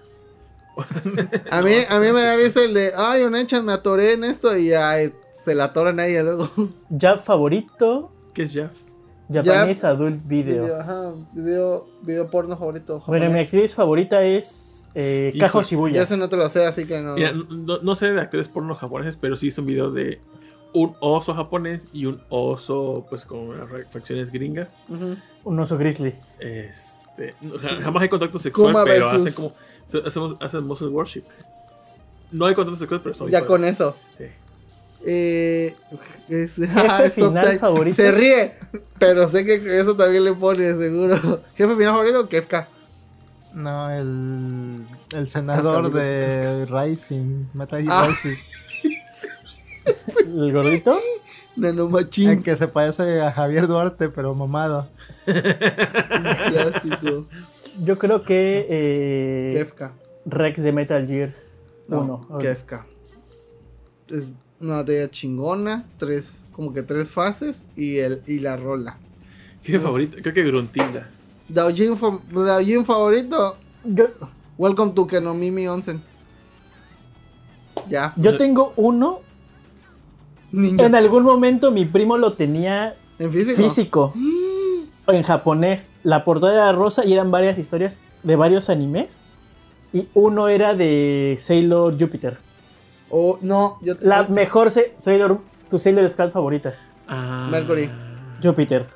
C: A mí, a mí me da risa el de, ay, un hecha me atoré en esto y ay, se la atoran a ella luego.
D: Jab favorito.
B: ¿Qué es Jab?
D: Japanese Adult Video.
C: Video, ajá, video, video porno favorito.
D: Bueno, mi
C: japonés.
D: actriz favorita es eh,
B: Hijo,
D: Kajo
C: Ya
D: Shibuya.
C: eso no te lo sé, así que no.
B: Mira, no- no, no sé de actores porno japoneses, pero sí hizo un video de un oso japonés y un oso, pues con unas re- facciones gringas.
C: Ujú.
D: Un oso grizzly.
B: Este, no, ja- jamás hay contacto sexual,
C: Kuma
B: pero
C: versus-
B: hacen como. se- Hacen, hacen muscle worship. No hay contacto sexual, pero son.
D: pues.
C: Ya con eso.
B: Sí.
C: Eh, es- ah,
D: Jefe
C: stop
D: final
C: time.
D: favorito.
C: Se ríe, pero sé que eso también le pone, seguro. Jefe final favorito, Kefka.
A: No, el. El senador
C: Kafka,
A: de Rising. Metal Gear
C: Ah.
A: Rising.
D: El gordito.
A: El
C: Nanomachín.
A: que se parece a Javier Duarte, pero mamado.
C: Clásico.
D: Yo creo que eh,
C: Kefka.
D: Rex de Metal Gear
C: No,
D: 1.
C: Kefka. Es una batalla chingona, tres, como que tres fases y, el, y la rola.
B: ¿Qué favorito? Creo que Gruntilda.
C: Daojin, fa- Daojin favorito,
D: Yo,
C: Welcome to Kenomimi Onsen. Ya.
D: yo tengo uno.
C: Niño.
D: En algún momento mi primo lo tenía
C: ¿En físico?
D: físico. En japonés. La portada era rosa y eran varias historias de varios animes. Y uno era de Sailor Jupiter.
C: Oh, no, yo
D: La mejor se- Sailor, tu Sailor Scout favorita.
B: Ah,
C: Mercury.
D: Jupiter.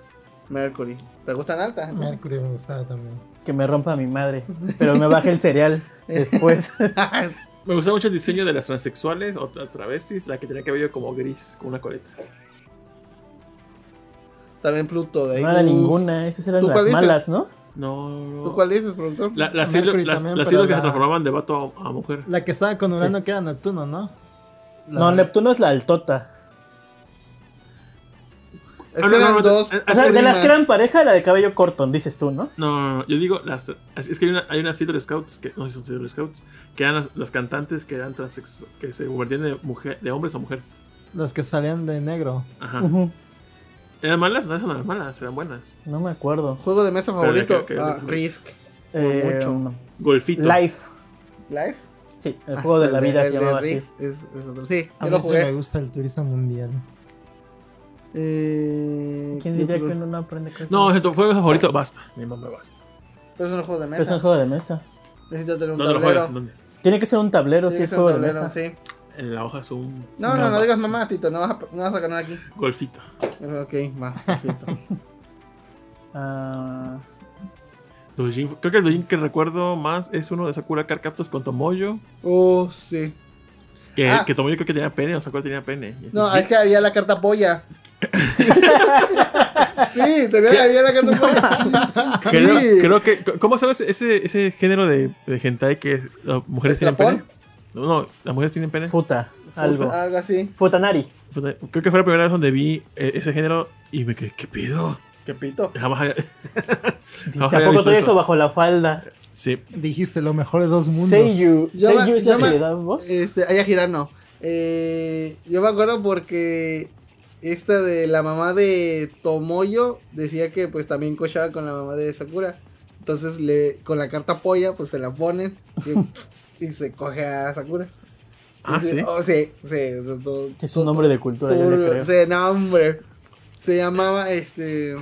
C: Mercury. ¿Te gustan altas?
A: Mercury me gustaba también.
D: Que me rompa mi madre. Pero me baje el cereal después.
B: Me gusta mucho el diseño de las transexuales o tra- travestis, la que tenía cabello como gris, con una coleta.
C: También Pluto de ahí.
D: No era
C: Uf.
D: ninguna, esas eran
C: ¿Tú
D: las
C: cuál dices?
D: malas, ¿no?
B: No, no.
C: ¿Tú cuál dices, productor?
B: La, las
A: Mercury
B: siglos- las,
A: también,
B: las
A: pero
B: siglos que se
A: la-
B: transformaban de vato a, a mujer.
A: La que estaba con Urano que era Neptuno, ¿no? La-
D: No, Neptuno es la altota.
C: Es
B: Ah,
C: que
B: no, no,
C: eran
B: no,
C: dos.
B: eh,
D: O sea, de
C: primas.
D: las que eran pareja, la de cabello corto, dices tú, ¿no?
B: No, no, no, yo digo, las, tra- es es que hay una, hay unas Sailor Scouts, que no sé si son Sailor Scouts, que eran las, las cantantes que eran transexuales, que se convertían de, mujer, de hombres a mujer.
A: Los que salían de negro.
B: Ajá.
D: Ujú,
B: ¿Eran malas? No eran malas, eran buenas.
D: No me acuerdo.
C: Juego de mesa
B: Pero ya
C: favorito.
B: que- que-
C: Ah, Risk.
D: Eh,
C: mucho.
B: Golfito.
D: Life.
C: Life.
D: Sí,
C: Ah,
D: el juego de la vida se llamaba así.
C: Risk Es, es otro. Sí,
A: A
C: yo
A: mí
C: Ah, lo
A: sí me
C: jugué.
A: gusta el turista mundial.
C: Eh,
D: ¿Quién
C: ¿qué
D: diría que
C: otro?
D: uno no aprende cosas?
B: No, es tu juego favorito, basta. Mi mamá basta.
C: Pero es un juego de mesa.
D: Pero eso es un juego de mesa.
C: Necesitas tener un
B: ¿Dónde lo
C: tablero.
B: juegas? ¿Dónde?
D: Tiene que ser un tablero
C: Tiene
D: si
C: que
D: es
C: ser un
D: juego de
C: tablero,
D: mesa.
C: sí.
B: en la hoja es un.
C: No, no, no digas
B: más
C: mamás, Tito, no vas a, no vas a ganar aquí.
B: Golfito.
C: Ok, va, perfecto.
D: Ah,
B: Dojin- creo que el Dojin que recuerdo más es uno de Sakura Carcaptos con Tomoyo.
C: Oh, sí.
B: Que,
C: Ah.
B: que Tomoyo creo que tenía pene, o Sakura tenía pene.
C: No, es que había la carta polla. sí, también había la carta polla.
B: creo,
C: sí.
B: creo que. ¿Cómo sabes ese, ese género de, de hentai que es- las mujeres tienen pene?
C: ¿Estrapón?
B: No, no, las mujeres tienen pene.
D: futa, algo.
C: Algo así.
D: Futanari.
B: Creo que fue la primera vez donde vi eh, ese género y me quedé, ¿qué pido?
C: Qué pito.
B: Jamás había-
D: Dice,
B: Ojalá
D: Tampoco
B: visto
D: trae
B: eso.
D: eso bajo la falda.
B: Sí,
A: Dijiste lo mejor de dos mundos.
D: Seiyu.
C: Yo
D: Seiyu
C: me-
D: es la
C: yo me-
D: que le da voz.
C: Este, Aya Girano. Eh, yo me acuerdo porque esta de la mamá de Tomoyo decía que pues también cochaba con la mamá de Sakura. Entonces le con la carta polla pues se la ponen y, y se coge a Sakura.
B: Ah,
C: Y se-
B: sí.
C: oh, sí, sí, o sea, todo-
D: Es
C: todo-
D: un nombre de cultura, yo le
C: todo-
D: creo.
C: sí, no, hombre. Se llamaba este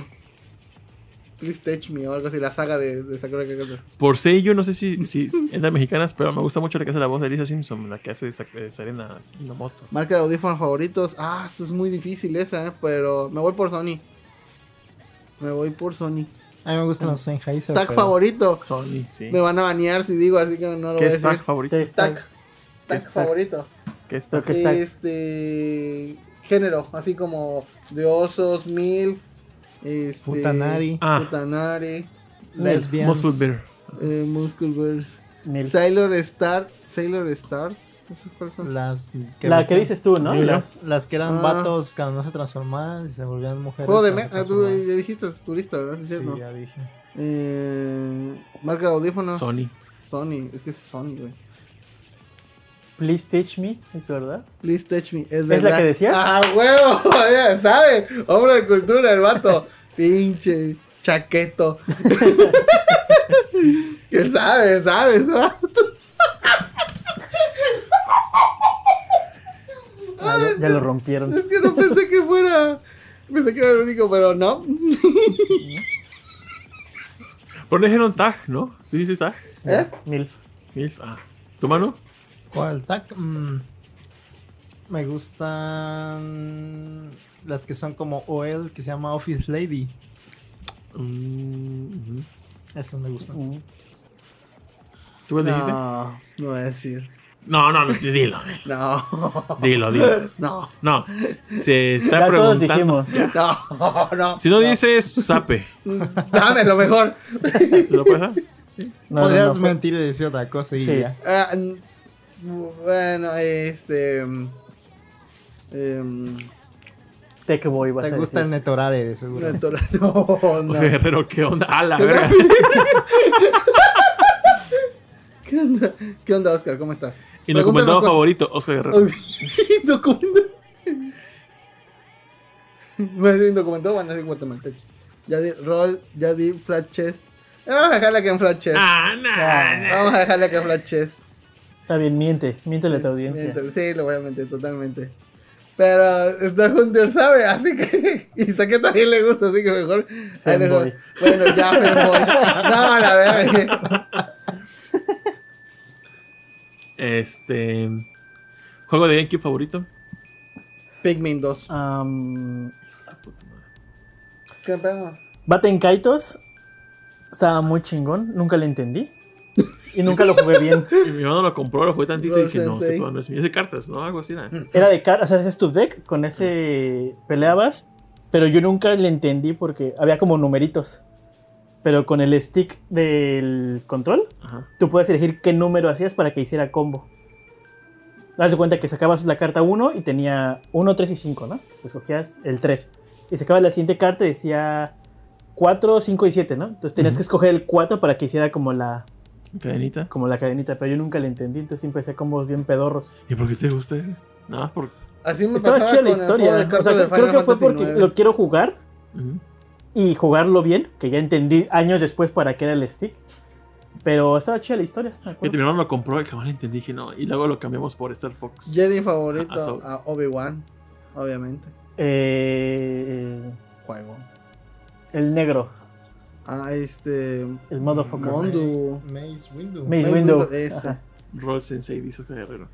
C: Please Touch Me o algo así, la saga de, de Sakura Card
B: por sello, no sé si, si es las mexicanas, pero me gusta mucho la que hace la voz de Lisa Simpson, la que hace Sa- eh, Serena Inomoto.
C: Marca de audífonos favoritos. Ah, esto es muy difícil esa, eh, pero me voy por Sony. Me voy por Sony.
A: A mí me gustan los Sennheiser.
C: Tag
A: pero-
C: favorito.
B: Sony, sí.
C: Me van a banear si digo, así que no lo voy
B: ¿Qué
C: a
B: es tag
C: decir.
B: favorito?
D: Te está-
C: Tag. Tag
B: es tag?
C: favorito.
B: ¿Qué es
D: Creo
B: tag?
D: que es tag.
C: Este. Género, así como de osos, milf, este,
A: Futanari.
B: Ah.
C: Futanari,
A: Lesbians.
B: Muscle Bear.
C: eh, Muscle Bears,
D: Nel.
C: Sailor Star, Sailor Stars, ¿esas cuáles son?
A: Las que,
D: La que
A: vestían-
D: dices tú, ¿no?
B: Yo, yo.
D: Las-
A: Las que eran
C: Ah.
A: vatos que no se transformaban y se volvían mujeres.
C: Juego de
A: cuando se
C: mesa, tú
A: transformaban.
C: ya dijiste, es turista, ¿verdad? Sí,
A: Sí,
C: cierto.
A: ya dije.
C: Eh, marca de audífonos.
B: Sony.
C: Sony, es que es Sony, güey.
D: Please teach me, es verdad.
C: Please touch me. Es,
D: la
C: verdad.
D: que decías?
C: ¡Ah, huevo! Ya sabe. Hombre de cultura, el vato. Pinche chaqueto. que sabe, sabe, ese vato.
D: Ah, ya, ya lo rompieron.
C: Es que no pensé que fuera. Pensé que era el único, pero no.
B: Pero no dijeron tag, ¿no? ¿Tú dices tag?
C: ¿Eh?
D: Milf.
B: Milf, Ah. ¿Tu mano?
A: ¿Cuál? Tac. Mm. Me gustan las que son como OL, que se llama Office Lady.
B: Mm, ujú.
A: Esas me gustan.
D: Mm.
B: ¿Tú cuál dijiste?
C: No, no voy a decir.
B: No, no, no, dilo.
C: No.
B: Dilo, dilo.
C: No.
B: No. Se está
D: Ya todos
B: preguntando.
D: dijimos.
C: No, no.
B: Si no dices, sape.
C: Dame lo mejor.
B: ¿Te lo puedes dar?
D: No, no,
A: Podrías
D: no, fue-
A: mentir y decir otra cosa y
D: Sí.
A: ya.
C: Ah, n- bueno, este. mm, em,
D: Tech Boy, vas
A: Te
D: a
A: gusta el
D: decir.
A: Netorare, de seguro.
C: Natura- No, no.
B: O sea, Guerrero, ¿qué onda? A la verga.
C: ¿Qué onda? ¿Qué onda, Oscar? ¿Cómo estás?
B: Indocumentado
C: Pregúntanos
B: favorito, Oscar Guerrero.
C: cosas- Indocumentado. Me dice indocumentado, bueno, es guatemalteco. Ya di roll, ya di flat chest. Eh, Vamos a dejarle que en flat chest.
B: Ah, nah, nah.
C: Vamos a dejarle que en flat chest.
D: Está bien, miente. Miéntele a tu audiencia.
C: Mientras- Sí, lo voy a mentir totalmente. Pero Star Hunter sabe, así que. Y sé que también le gusta, así que mejor. ahí le-
D: Fanboy.
C: Bueno, ya, fanboy. No, la verdad.
B: Este. ¿Juego de GameCube favorito?
C: Pikmin 2.
D: Am,
C: ¿Qué pedo?
D: Baten Kaitos estaba muy chingón. Nunca le entendí. Y nunca lo jugué bien.
B: Y mi hermano lo compró, lo jugué tantito y
C: Roll
B: dije, no,
C: Sensei.
B: se no es mío. Es de cartas, ¿no? Algo así, nada.
D: Era de cara, o sea, ese es tu deck, con ese peleabas, pero yo nunca le entendí porque había como numeritos. Pero con el stick del control,
B: Ajá.
D: tú puedes elegir qué número hacías para que hiciera combo. Haz de cuenta que sacabas la carta 1 y tenía 1, 3 y 5, ¿no? Entonces escogías el 3. Y sacabas la siguiente carta y decía 4, 5 y 7, ¿no? Entonces tenías que escoger el 4 para que hiciera como la,
B: Cadenita.
D: como la cadenita, pero yo nunca le entendí, entonces siempre hacía combos bien pedorros.
B: ¿Y por qué te gusta ese? Nada más por.
C: Así me
D: Estaba
C: pasaba
D: chida
C: con
D: la
C: el
D: historia.
C: juego de
D: ¿eh? O
C: cartas
D: sea,
C: de
D: creo
C: Final
D: que fue
C: Fantasy
D: porque
C: IX.
D: lo quiero jugar
B: Ujú.
D: y jugarlo bien, que ya entendí años después para qué era el stick. Pero estaba chida la historia. me acuerdo.
B: Fíjate, mi hermano lo compró y jamás le entendí. Dije, no. Y luego lo cambiamos por Star Fox.
C: Jedi
B: Ah, so-
C: favorito a Obi-Wan, obviamente.
D: Eh,
C: Juego.
D: el negro,
C: Ah, este.
D: el motherfucker.
C: Mondo.
A: Maze Windu.
D: Maze
C: Maze
D: Window.
C: Windu, ese.
D: ajá.
B: Roll Sensei, dice Oscar Guerrero.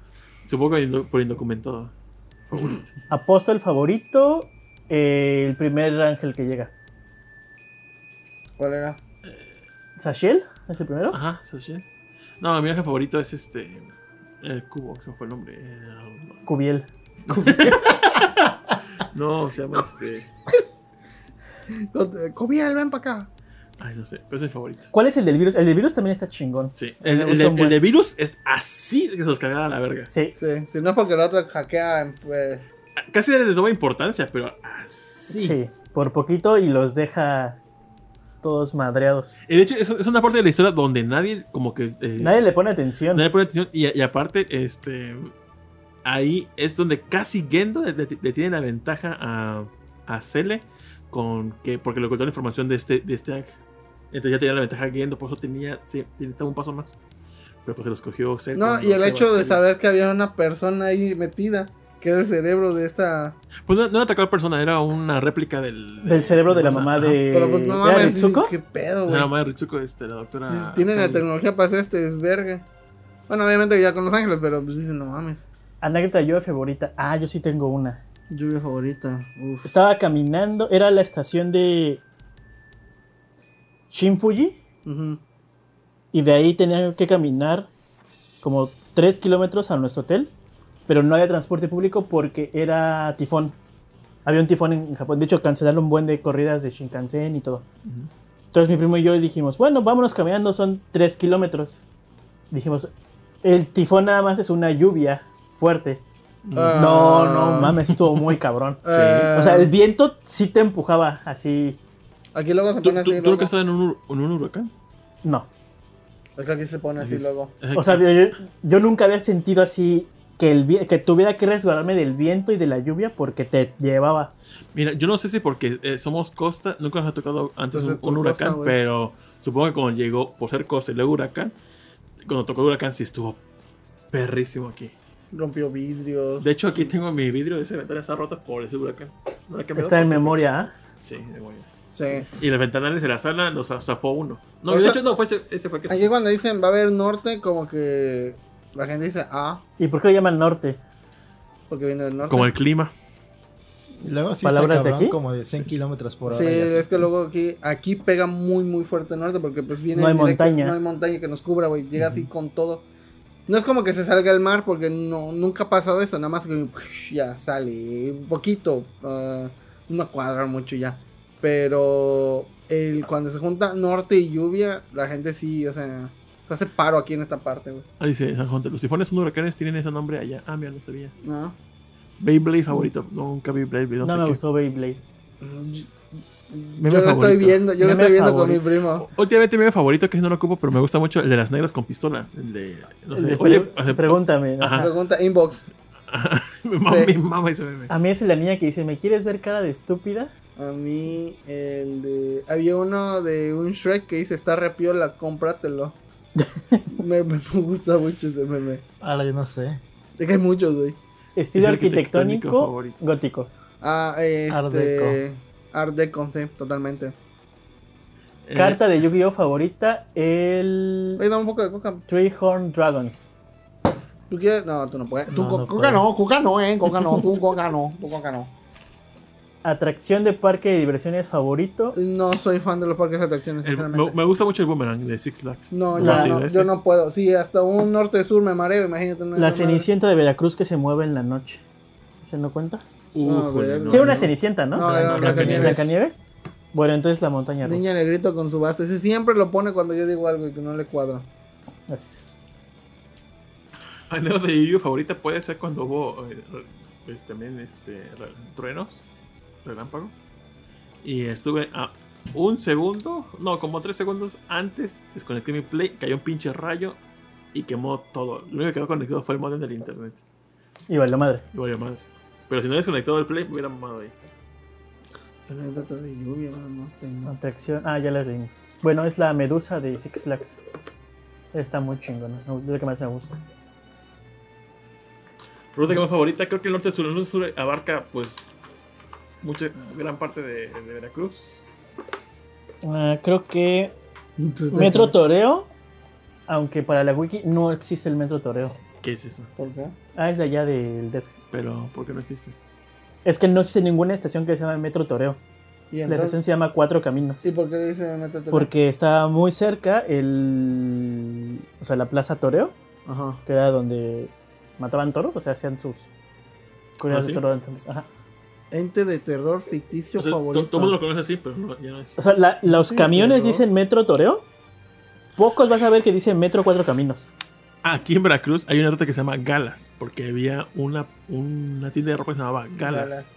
B: Supongo que indo- por indocumentado. Favorito.
D: Apóstol favorito, eh, el primer ángel que llega.
C: ¿Cuál era?
D: ¿Sashiel? ¿Es el primero?
B: Ajá, Sashin. No, mi ángel favorito es este. El cubo, se me fue el nombre. Eh,
D: Cubiel.
B: No, se llama este.
C: Cobiel, eh, ven para acá.
B: Ay, no sé, pero es el favorito.
D: ¿Cuál es el del virus? El del virus también está chingón.
B: Sí,
D: Me
B: el, el
D: gusta
B: de,
D: un
B: el
D: buen.
B: de virus es así que se los cargan a la verga.
D: Sí.
C: Sí, si no es porque el otro hackea. Pues,
B: Casi le toma importancia, pero así.
D: Sí. por poquito y los deja todos madreados.
B: Y de hecho, es, es una parte de la historia donde nadie, como que. eh,
D: Nadie le pone atención.
B: nadie pone atención. Y, y aparte, este. Ahí es donde casi Gendo le, le- le tiene la ventaja a, a Cele. Con que, porque le ocultó la información de este, de este ángel. Entonces ya tenía la ventaja Gendo, por eso tenía, sí, tenía un paso más. Pero pues se los cogió Cele.
C: no, y el hecho de saber que había una persona ahí metida, que era el cerebro de esta.
B: Pues no, no era tal persona, era una réplica del.
D: Del cerebro de la
B: cosa,
D: mamá
B: ajá.
D: de.
C: Pero pues no
D: de
C: mames,
D: Aritsuko.
C: ¿qué pedo,
B: La
C: güey?
B: mamá de Ritsuko, este, la doctora.
C: Dices, Tienen la
B: Akagi.
C: tecnología para hacer este desvergue. Bueno, obviamente ya con Los Ángeles, pero pues dicen, no mames.
D: Anécdota Ah, yo favorita. Ah, yo sí tengo una.
C: Lluvia favorita. Uf.
D: Estaba caminando, era la estación de Shinfuji
C: Ujú.
D: y de ahí tenía que caminar como 3 kilómetros a nuestro hotel, pero no había transporte público porque era tifón. Había un tifón en Japón, de hecho cancelaron un buen de corridas de Shinkansen y todo.
B: Ujú.
D: Entonces mi primo y yo dijimos, bueno, vámonos caminando, son 3 kilómetros. Dijimos, el tifón nada más es una lluvia fuerte.
C: Ah,
D: No, no, mames, estuvo muy cabrón.
C: eh,
D: O sea, el viento sí te empujaba así.
C: Aquí luego se
B: ¿Tú,
C: pone
B: tú-
C: así.
B: tú nunca
C: Luego.
B: has estado en un, hur- en un huracán?
D: No.
C: Es que aquí se pone así
B: Dices-
C: luego.
D: O sea, yo, yo nunca había sentido así que, el, vi- que tuviera que resguardarme del viento y de la lluvia porque te llevaba.
B: Mira, yo no sé si porque eh, somos costa, nunca nos ha tocado antes
C: Entonces,
B: un,
C: por
B: un huracán,
C: costa, güey.
B: pero supongo que cuando llegó, por ser costa y luego huracán, cuando tocó huracán sí estuvo perrísimo aquí.
C: Rompió vidrios.
B: De hecho, aquí tengo mi vidrio de esa ventana, está rota por ese huracán. Huracán
D: Está en
B: Beato.
D: memoria, ¿ah?
B: Sí, de memoria.
C: Sí.
B: Y las ventanas de la sala nos za- zafó uno. No,
C: O
B: de
C: sea-
B: hecho, no, fue ese, ese fue el que.
C: Aquí cuando dicen va a haber norte, como que la gente dice ah,
D: ¿Y por qué lo llaman norte?
C: porque viene del norte.
B: Como el clima.
A: Y luego sí
D: ¿Palabras
A: está
D: de
A: cabrón,
D: aquí?
A: como de 100 kilómetros por hora.
C: Sí,
A: y así.
C: es que luego aquí, aquí pega muy, muy fuerte el norte porque pues viene
D: No hay
C: directo,
D: montaña.
C: No hay montaña que nos cubra, güey. Llega así con todo. No es como que se salga el mar porque no, nunca ha pasado eso. Nada más que ya sale un poquito. ah, no cuadra mucho ya. Pero el, cuando se junta norte y lluvia, la gente sí, o sea, se hace paro aquí en esta parte, güey.
B: Ah, dice San Juan, los tifones son huracanes, tienen ese nombre allá. Ah, mira, no sabía.
C: ¿No?
B: Beyblade favorito. Nunca vi Beyblade, no,
D: No,
B: sé
D: Mm. me
B: qué.
D: gustó Beyblade.
C: Yo lo estoy
B: favorito.
C: viendo, yo lo
D: Meme
C: estoy viendo
D: favorito.
C: con mi primo.
B: Últimamente mi favorito, que no lo ocupo, pero me gusta mucho el de las negras con pistolas. El de. No
D: El
B: sé,
D: de
B: oye,
D: pre-
B: hace-
D: Eh, pregúntame.
B: Ajá.
D: ajá.
C: Pregunta, inbox.
B: me mama,
C: sí. Ah,
B: me mama ese meme.
D: A mí es la niña que dice, ¿me quieres ver cara de estúpida?
C: A mí, el de. Había uno de un Shrek que dice: Está repiola, cómpratelo. me, me gusta mucho ese meme.
A: Ahora yo no sé.
C: Es que hay muchos, güey.
D: Estilo
B: Es
D: arquitectónico,
B: arquitectónico favorito.
D: gótico.
C: Ah,
D: Art
C: este.
D: Deco.
C: Art Deco, sí, totalmente.
B: Eh,
D: Carta de Yu-Gi-Oh favorita, el
C: Oye, dame un poco de coca.
D: Three Horn Dragon.
C: ¿Tú quieres? No, tú no puedes. Tú
A: No,
C: co-
A: no
C: coca
A: puedo.
C: no, coca no, eh. Coca no, tú coca no, tú coca no.
D: Atracción de parque de diversiones favorito.
C: No soy fan de los parques de atracciones,
B: el-
C: sinceramente.
B: Eh, me, me gusta mucho el boomerang de Six Flags.
C: No, yo,
D: La-
B: ¿eh? sí,
C: no,
B: ese.
C: yo no puedo. Sí, hasta un norte-sur me mareo, imagínate. una-
D: La
C: esa madre.
D: Cenicienta de Veracruz que se mueve en la noche. ¿Se no cuenta?
B: Híjole,
C: güey,
B: no,
D: sí, era una
B: no.
D: Cenicienta, ¿no?
C: No, era
B: Blancanieves.
C: Blancanieves.
D: Blancanieves. Bueno, entonces la montaña rusa.
C: Niña negrito con su vaso. Ese siempre lo pone cuando yo digo algo y que no le cuadra.
D: Así.
B: Anécdota de Yu-Gi-Oh favorita puede ser cuando hubo eh, re- pues, también este, re- truenos, relámpagos. Y estuve a un segundo, no, como tres segundos antes, desconecté mi play, cayó un pinche rayo y quemó todo. Lo único que quedó conectado fue el modem del internet.
D: Y valió madre.
B: Y valió madre. Pero si no desconectado el play, me hubiera mamado ahí.
C: Anécdota de lluvia, no tengo.
D: Atracción. Ah, ya la leímos. Bueno, es la medusa de Six Flags. Está muy chingona. ¿no? Es lo que más me gusta.
B: Ruta que más favorita, creo que el norte sur, el norte sur abarca pues mucha gran parte de, de Veracruz.
D: Ah, creo que Metro Toreo. Aunque para la wiki no existe el Metro Toreo.
B: ¿Qué es eso?
C: ¿Por qué?
D: Ah, es de allá del DF.
B: Pero, ¿por qué no existe?
D: Es que no existe ninguna estación que se llame Metro Toreo.
C: ¿Y,
D: La
C: entonces,
D: estación se llama Cuatro Caminos.
C: ¿y por qué le dicen Metro Toreo?
D: Porque está muy cerca el. O sea, la Plaza Toreo,
C: Ajá.
D: que era donde mataban toros, o sea, hacían sus. corridas
B: ¿Ah, sí?
D: de toro antes. Ajá.
C: Ente de terror ficticio
B: O sea, to-
C: favorito.
B: todo el mundo lo conoce así, pero no, ya no es.
D: O sea, la- los
C: Sí,
D: camiones
C: pero-
D: dicen Metro Toreo. Pocos vas a ver que dicen Metro Cuatro Caminos.
B: Aquí en Veracruz hay una ruta que se llama Galas, porque había una, una tienda de ropa que se llamaba Galas.
C: Galas.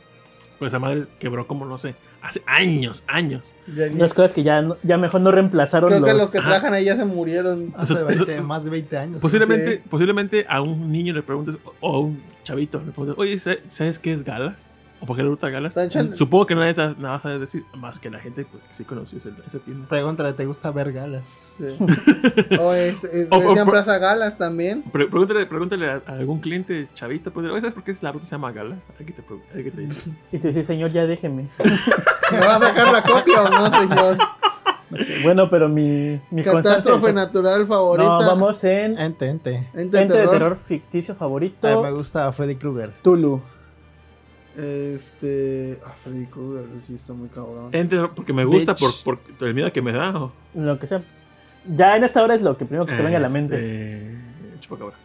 B: Pero esa madre quebró como, no sé, hace años, años.
C: Ya ni-
D: Las cosas que ya, no- ya mejor no reemplazaron
C: Creo que
D: los-
C: los que
B: Ajá.
C: trabajan ahí ya se murieron.
A: Hace
B: O sea,
A: 20 más de 20 años.
D: pues
B: Posiblemente, posiblemente a un niño le preguntes, o- o a un chavito le preguntes, oye, ¿sa- ¿sabes qué es Galas? ¿O por qué le gusta Galas?
C: Sancho-
B: Supongo que nadie te- nada vas a decir, más que la gente pues, que sí conoció ese- esa tienda.
A: Pregúntale, ¿te gusta ver galas?
C: Sí. O es, es-
B: O-
C: le
B: o
C: decían
B: pro-
C: Plaza Galas también.
B: Pre- pregúntale pregúntale a, a algún cliente chavito, pues, oye, ¿sabes por qué es la ruta se llama Galas? Hay que te, pregun- hay que te dice.
D: Y te dice, señor, ya déjeme.
C: ¿Me va a sacar la copia o no, señor?
D: Sí, Bueno, pero mi, mi constancia-
C: Catástrofe natural favorita.
D: No, vamos en
A: Ente, ente.
C: Ente,
D: Ente
C: de
D: de
C: terror.
D: terror ficticio
A: A mí me
D: favorito,
A: gusta Freddy Krueger.
D: Tulu.
C: Este. Ah, Freddy Krueger, sí, está muy cabrón.
B: Entre- porque me gusta, por,
A: Bitch.
B: por el miedo que me da. O,
D: Lo que sea. Ya en esta hora es lo que primero que te venga a la mente.
B: Este, Chupacabras.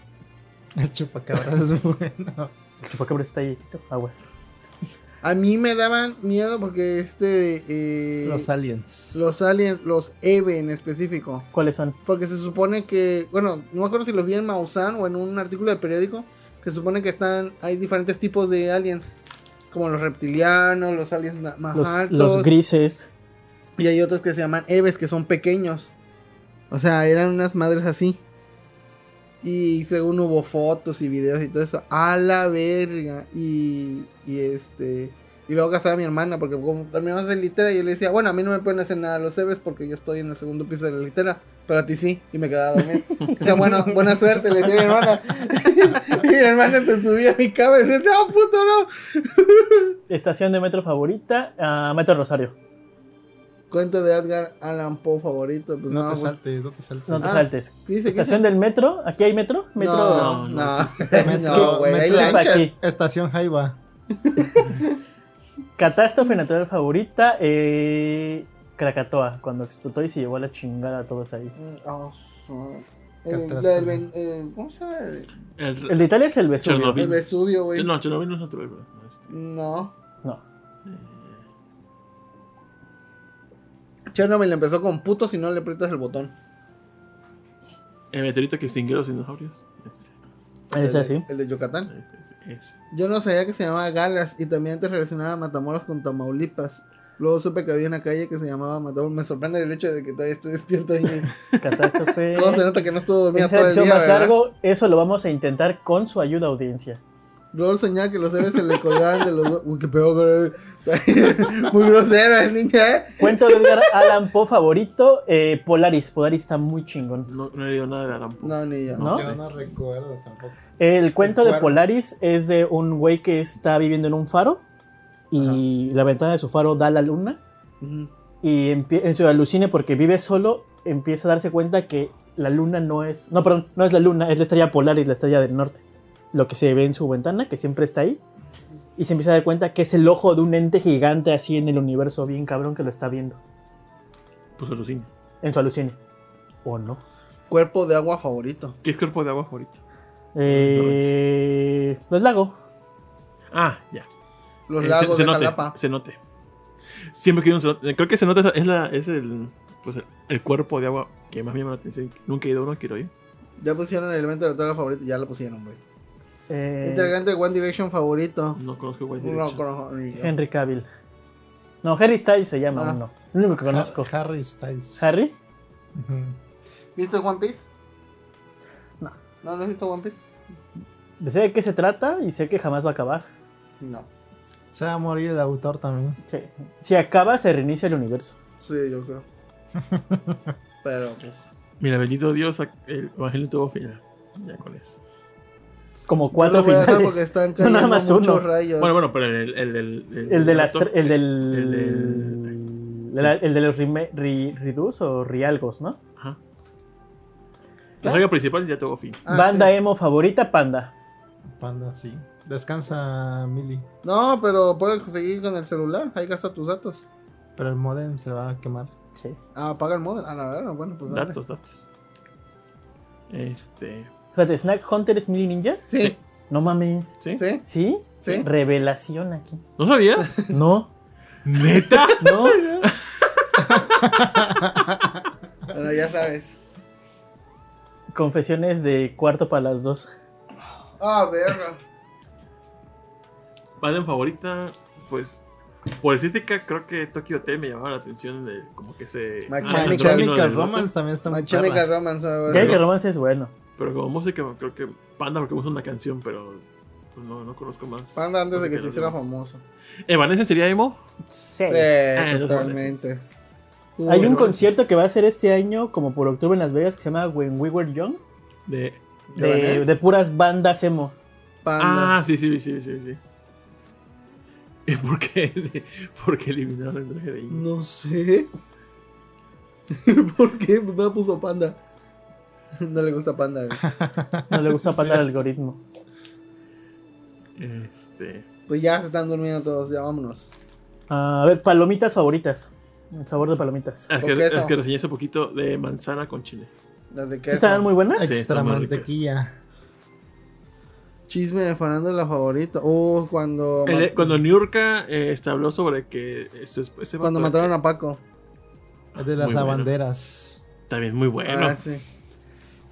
A: El chupacabras es bueno.
D: El chupacabras está ahí, Tito. Aguas.
C: A mí me daban miedo porque este. eh,
A: Los aliens.
C: los aliens, los Eve en específico.
D: ¿Cuáles son?
C: Porque se supone que, bueno, no me acuerdo si los vi en Mausan o en un artículo de periódico, que se supone que están, hay diferentes tipos de aliens, como los reptilianos, los aliens na- más
D: Los,
C: altos,
D: los grises.
C: y hay otros que se llaman Eves, que son pequeños. O sea, eran unas madres así. Y según hubo fotos y videos y todo eso, a la verga. Y, y este... Y luego casaba a mi hermana, porque como dormíamos en litera, y yo le decía, bueno, a mí no me pueden hacer nada los Eves porque yo estoy en el segundo piso de la litera, pero a ti sí, y me quedaba dormido. O sea, bueno, buena suerte, le decía a mi hermana. y mi hermana se subía a mi cama y decía, no, puto, no.
D: Estación de metro favorita, ah, Metro Rosario.
C: Cuento de Edgar Allan Poe favorito, pues
A: No
C: no,
A: te
C: güey.
A: saltes, no te saltes.
D: No te
C: Ah,
D: saltes.
C: ¿Qué dice? ¿Qué dice?
D: Estación del metro. ¿Aquí hay metro? Metro.
C: No,
B: No,
C: no.
B: no
A: existe.
C: No, güey, hay
A: Me suena
C: lanchas.
D: aquí.
A: Ah, Estación Jaiba.
D: Catástrofe natural favorita, eh, Krakatoa, cuando explotó y se llevó a la chingada a todos ahí.
C: Mm, ah, su-
A: Qué
C: El, la
A: atrás,
C: del Ven- el- ¿Cómo se llama? El,
D: El de Italia es el Vesubio.
B: Chernobyl.
C: el Vesubio, güey.
B: No, Chernobyl no es natural, ¿verdad? No, este,
C: No.
D: No.
C: Chernobyl empezó con puto si no le aprietas el botón.
B: El meteorito que extinguió los dinosaurios. Ese,
D: Ah, Es
C: el,
D: así.
C: el de Yucatán.
B: ese, ese, ese.
C: Yo no sabía que se llamaba Galas y también antes relacionaba a Matamoros con Tamaulipas. Luego supe que había una calle que se llamaba Matamoros. Me sorprende el hecho de que todavía esté despierto ahí.
D: Catástrofe.
C: ¿Cómo se nota que no estuvo dormida
D: Ese
C: todo el
D: show
C: día,
D: más
C: verdad?
D: largo, eso lo vamos a intentar con su ayuda, audiencia.
C: Luego soñaba que los héroes se le colgaban de los... hue- Uy, qué peor. güey. Muy grosero el niño, ¿eh?
D: Cuento de Edgar Allan Poe favorito, eh, Polaris. Polaris está muy chingón.
B: No, no he leído nada de la tampoco.
C: No, ni yo.
D: ¿No?
A: Yo no recuerdo tampoco.
D: El cuento
A: El
D: de
A: cuarto.
D: Polaris es de un güey que está viviendo en un faro y la ventana de su faro da a la luna
C: Ujú.
D: y empie- en su alucine porque vive solo empieza a darse cuenta que la luna no es no perdón no es la luna es la estrella polar y la estrella del norte lo que se ve en su ventana que siempre está ahí y se empieza a dar cuenta que es el ojo de un ente gigante así en el universo bien cabrón que lo está viendo
B: Pues alucina.
D: en su alucine o no
C: Cuerpo de agua favorito.
B: ¿Qué es cuerpo de agua favorito?
D: Eh, los lagos
B: Ah, ya.
C: Los
B: Eh,
C: lagos de
B: cenote,
C: Jalapa.
B: Cenote. Siempre quiero un cenote. Creo que cenote es, la, es el, pues el, el cuerpo de agua que más me llama la atención. Nunca he ido a uno, quiero ir.
C: Ya pusieron el elemento de la tabla favorito, ya lo pusieron, güey.
D: eh,
C: Integrante de One Direction favorito.
B: No conozco White
C: No,
B: Direction.
C: conozco ni yo.
D: Henry Cavill no Harry Styles se llama
C: Ah.
D: uno el único que conozco
A: Ha- Harry Styles.
D: Harry
A: Ujú.
C: ¿Viste One Piece?
D: No.
C: ¿No no has visto One Piece?
D: sé de qué se trata y sé que jamás va a acabar
C: No.
A: Se va a morir el autor también.
D: Sí. Si acaba, se reinicia el universo.
C: Sí, yo creo. Pero, pues.
B: Mira, bendito Dios, el evangelio tuvo final. Ya con eso.
D: Como
C: yo
D: cuatro
C: lo voy a dejar
D: finales.
C: porque están
D: No,
C: cayendo
D: nada más
C: muchos
D: uno.
C: rayos.
B: Bueno, bueno, pero el, el, el, el,
D: El de las
B: autor-
D: tre- el del.
B: El
D: El
B: del-
D: de la- el de los rime- ri- Ridus o Rialgos, ¿no?
B: Ajá. La saga principal ya tuvo fin.
A: Ah,
D: Banda
A: sí.
D: emo favorita, Panda.
A: Panda, sí. Descansa, Mili.
C: No, pero puedes conseguir con el celular. Ahí gasta tus datos.
A: Pero el modem se va a quemar.
D: Sí.
C: Ah, paga el modem. Ah, la verdad, bueno, pues dale.
B: Datos, datos. Este.
D: Fíjate, Snack Hunter es Mili Ninja.
C: Sí,
D: No mames.
B: ¿Sí?
C: sí.
D: ¿Sí?
C: Sí.
D: Revelación aquí.
B: ¿No sabías?
D: No,
B: ¿Neta?
D: no.
C: Pero ya sabes.
D: Confesiones de cuarto para las dos.
C: Ah, verga.
B: Banda en favorita, pues. Por estética, creo que Tokyo Hotel me llamaba la atención de como que se.
C: My
B: Ah, el drama vino
C: Chemical-
A: My Chemical
B: del norte.
A: Romance también está muy
C: Machónica
A: perra.
C: Romance. algo
D: Ya
C: así.
D: que romance es bueno.
B: Pero como música, creo que Panda, porque puso una canción, pero pues, no, no conozco más.
C: Panda antes de que se
B: Música
C: hiciera
B: de los
C: famoso.
B: demás. ¿Evanescence sería emo?
D: Sí. Ah,
C: Sí,
B: los
C: totalmente.
D: Hay
C: Uy,
D: un
C: no.
D: concierto que va a ser este año, como por octubre en Las Vegas, que se llama When We Were Young,
B: De...
D: de,
C: Evanescence.
D: de puras bandas emo.
C: Panda.
B: Ah, sí, sí, sí, sí, sí. ¿Y por qué, por qué eliminaron el traje de Ingo?
C: No sé. ¿Por qué? Pues no puso panda. No le gusta panda. güey.
D: No le gusta Panda al algoritmo.
B: Este...
C: Pues ya se están durmiendo todos, ya vámonos.
D: Ah, a ver, palomitas favoritas. El sabor de palomitas.
B: Es que,
C: Con queso.
B: es que reseñé hace poquito de manzana con chile.
C: Las de
D: ¿Sí
C: queso.
D: estaban muy buenas?
B: Sí,
A: Extra
B: están muy ricas.
A: mantequilla.
C: Chisme de farándula favorito. Uh, cuando,
B: El-
C: ma-
B: cuando Niurka eh, este, habló sobre que... Ese, ese
C: cuando
B: vato-
C: mataron a Paco.
A: Es de las
B: Muy bueno.
A: lavanderas.
B: También muy bueno.
C: ah, sí.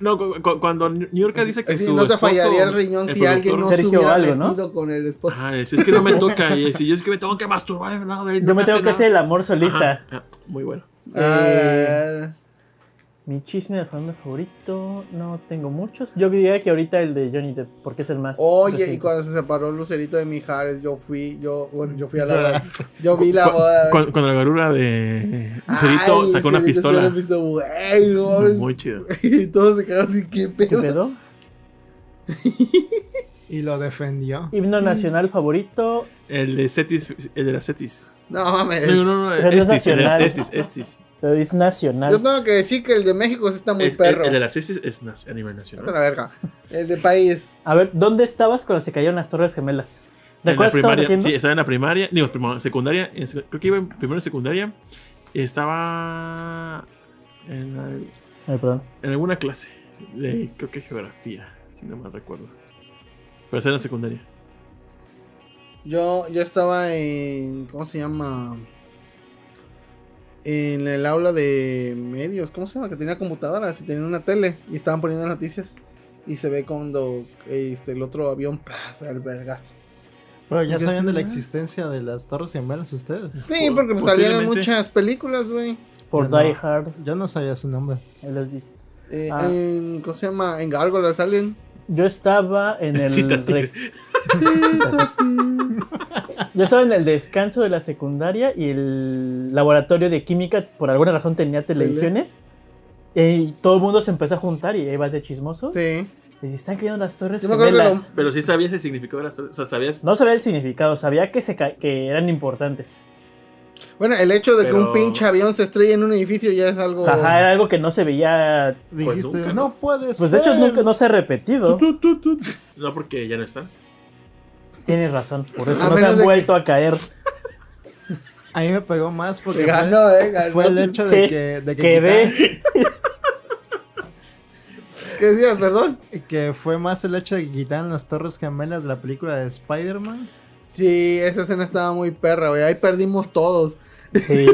B: No, cu- cu- cuando Niurka dice que
C: Así,
B: su
C: no te
B: esposo,
C: fallaría el riñón si alguien no
B: productor-
C: se
D: Sergio
C: hubiera
D: algo, ¿no?
C: metido con el esposo.
B: Ah, es es que no me toca. Y si yo es que me tengo que masturbar al lado de él, no
D: Yo me tengo
B: hace
D: que
B: nada.
D: hacer el amor solita.
B: Ajá, ah, muy bueno.
D: Eh,
C: Ah, la- la-
D: Mi chisme de fandom favorito, no tengo muchos. Yo diría que ahorita el de Johnny Depp, porque es el más.
C: Oye, y
D: reciente.
C: cuando se separó Lucerito de Mijares, yo fui, yo, bueno, yo fui a la boda.
A: Lloraste.
C: Yo vi la
B: Ah. Cu-
C: boda.
B: Cuando, cuando la garura de Lucerito
C: Ay,
B: sacó una
C: Lucerito
B: pistola.
C: sacó una pistola, güey, no,
B: Muy chido.
C: Y todos se quedaron así, ¿qué
D: ¿Qué
C: pedo?
D: pedo?
A: Y lo defendió.
C: Mm.
D: Himno nacional favorito.
B: El de Cetis, el de las Cetis.
C: No mames.
B: No, no, no, no,
D: Pero es
B: Estis, el de las
D: nacional.
B: Estis, Estis.
D: Pero es nacional.
C: Yo tengo que decir que el de México sí está muy
B: Es-
C: perro.
B: El, el de las Estis es nas- a nivel
C: Vete a
B: nacional.
C: la verga. El de país.
D: A ver, ¿dónde estabas cuando se cayeron las Torres Gemelas?
B: En la
D: ¿Recuerdas qué estabas
B: primaria,
D: haciendo?
B: sí, estaba en la primaria, digo, prima- secundaria, en sec- creo que iba en primero de secundaria, y estaba en, al-
D: Ay, perdón.
B: en alguna clase, de, creo que geografía, si no mal recuerdo. Pero estaba en la secundaria.
C: Yo, yo estaba en. ¿Cómo se llama? En el aula de medios. ¿Cómo se llama? Que tenía computadoras y tenía una tele. Y estaban poniendo noticias. Y se ve cuando este, el otro avión pasa el vergazo.
A: Pero ya
C: Yo
A: sabían
C: sí,
A: de la
C: ¿no?
A: existemente existencia de las Torres Gemelas ustedes.
C: Sí, porque pues, salieron muchas películas, güey.
D: Por
A: Yo no.
D: Die Hard,
A: Yo no sabía su nombre.
D: él les dice.
C: Eh,
D: Ah.
C: en, ¿Cómo se llama? En Gárgolas salen.
D: Yo estaba en el.
B: Sí, tati.
D: re- Yo estaba en el descanso de la secundaria y el laboratorio de química, por alguna razón, tenía televisiones. Y todo el mundo se empezó a juntar y ahí vas de chismoso.
C: Sí.
D: Y dice, están cayendo las Torres
C: Yo me acuerdo que
D: Gemelas.
B: Pero sí sabías el significado de las O sea, sabías.
D: No sabía el significado, sabía que, se ca- que eran importantes.
C: Bueno, el hecho de que
B: Pero-
C: un pinche avión se estrelle en un edificio ya es algo.
D: Ajá, era algo que no se veía.
A: Dijiste,
B: nunca,
A: no,
B: ¿no?
A: puedes.
D: Pues de hecho, nunca, no se ha repetido.
B: No, porque ya no están.
D: Tienes razón, por eso
C: A
D: no se
C: menos de
D: han
C: que-
D: vuelto a caer.
A: A mí me pegó más porque
C: Se ganó, eh, ganó.
A: fue el hecho de
D: Sí,
A: que, de que
D: Quedé.
C: ¿Qué decías, perdón?
A: quitaran- que fue más el hecho de que quitaran las Torres Gemelas de la película de Spider-Man.
C: Sí, esa escena estaba muy perra, güey. Ahí perdimos todos.
D: Sí.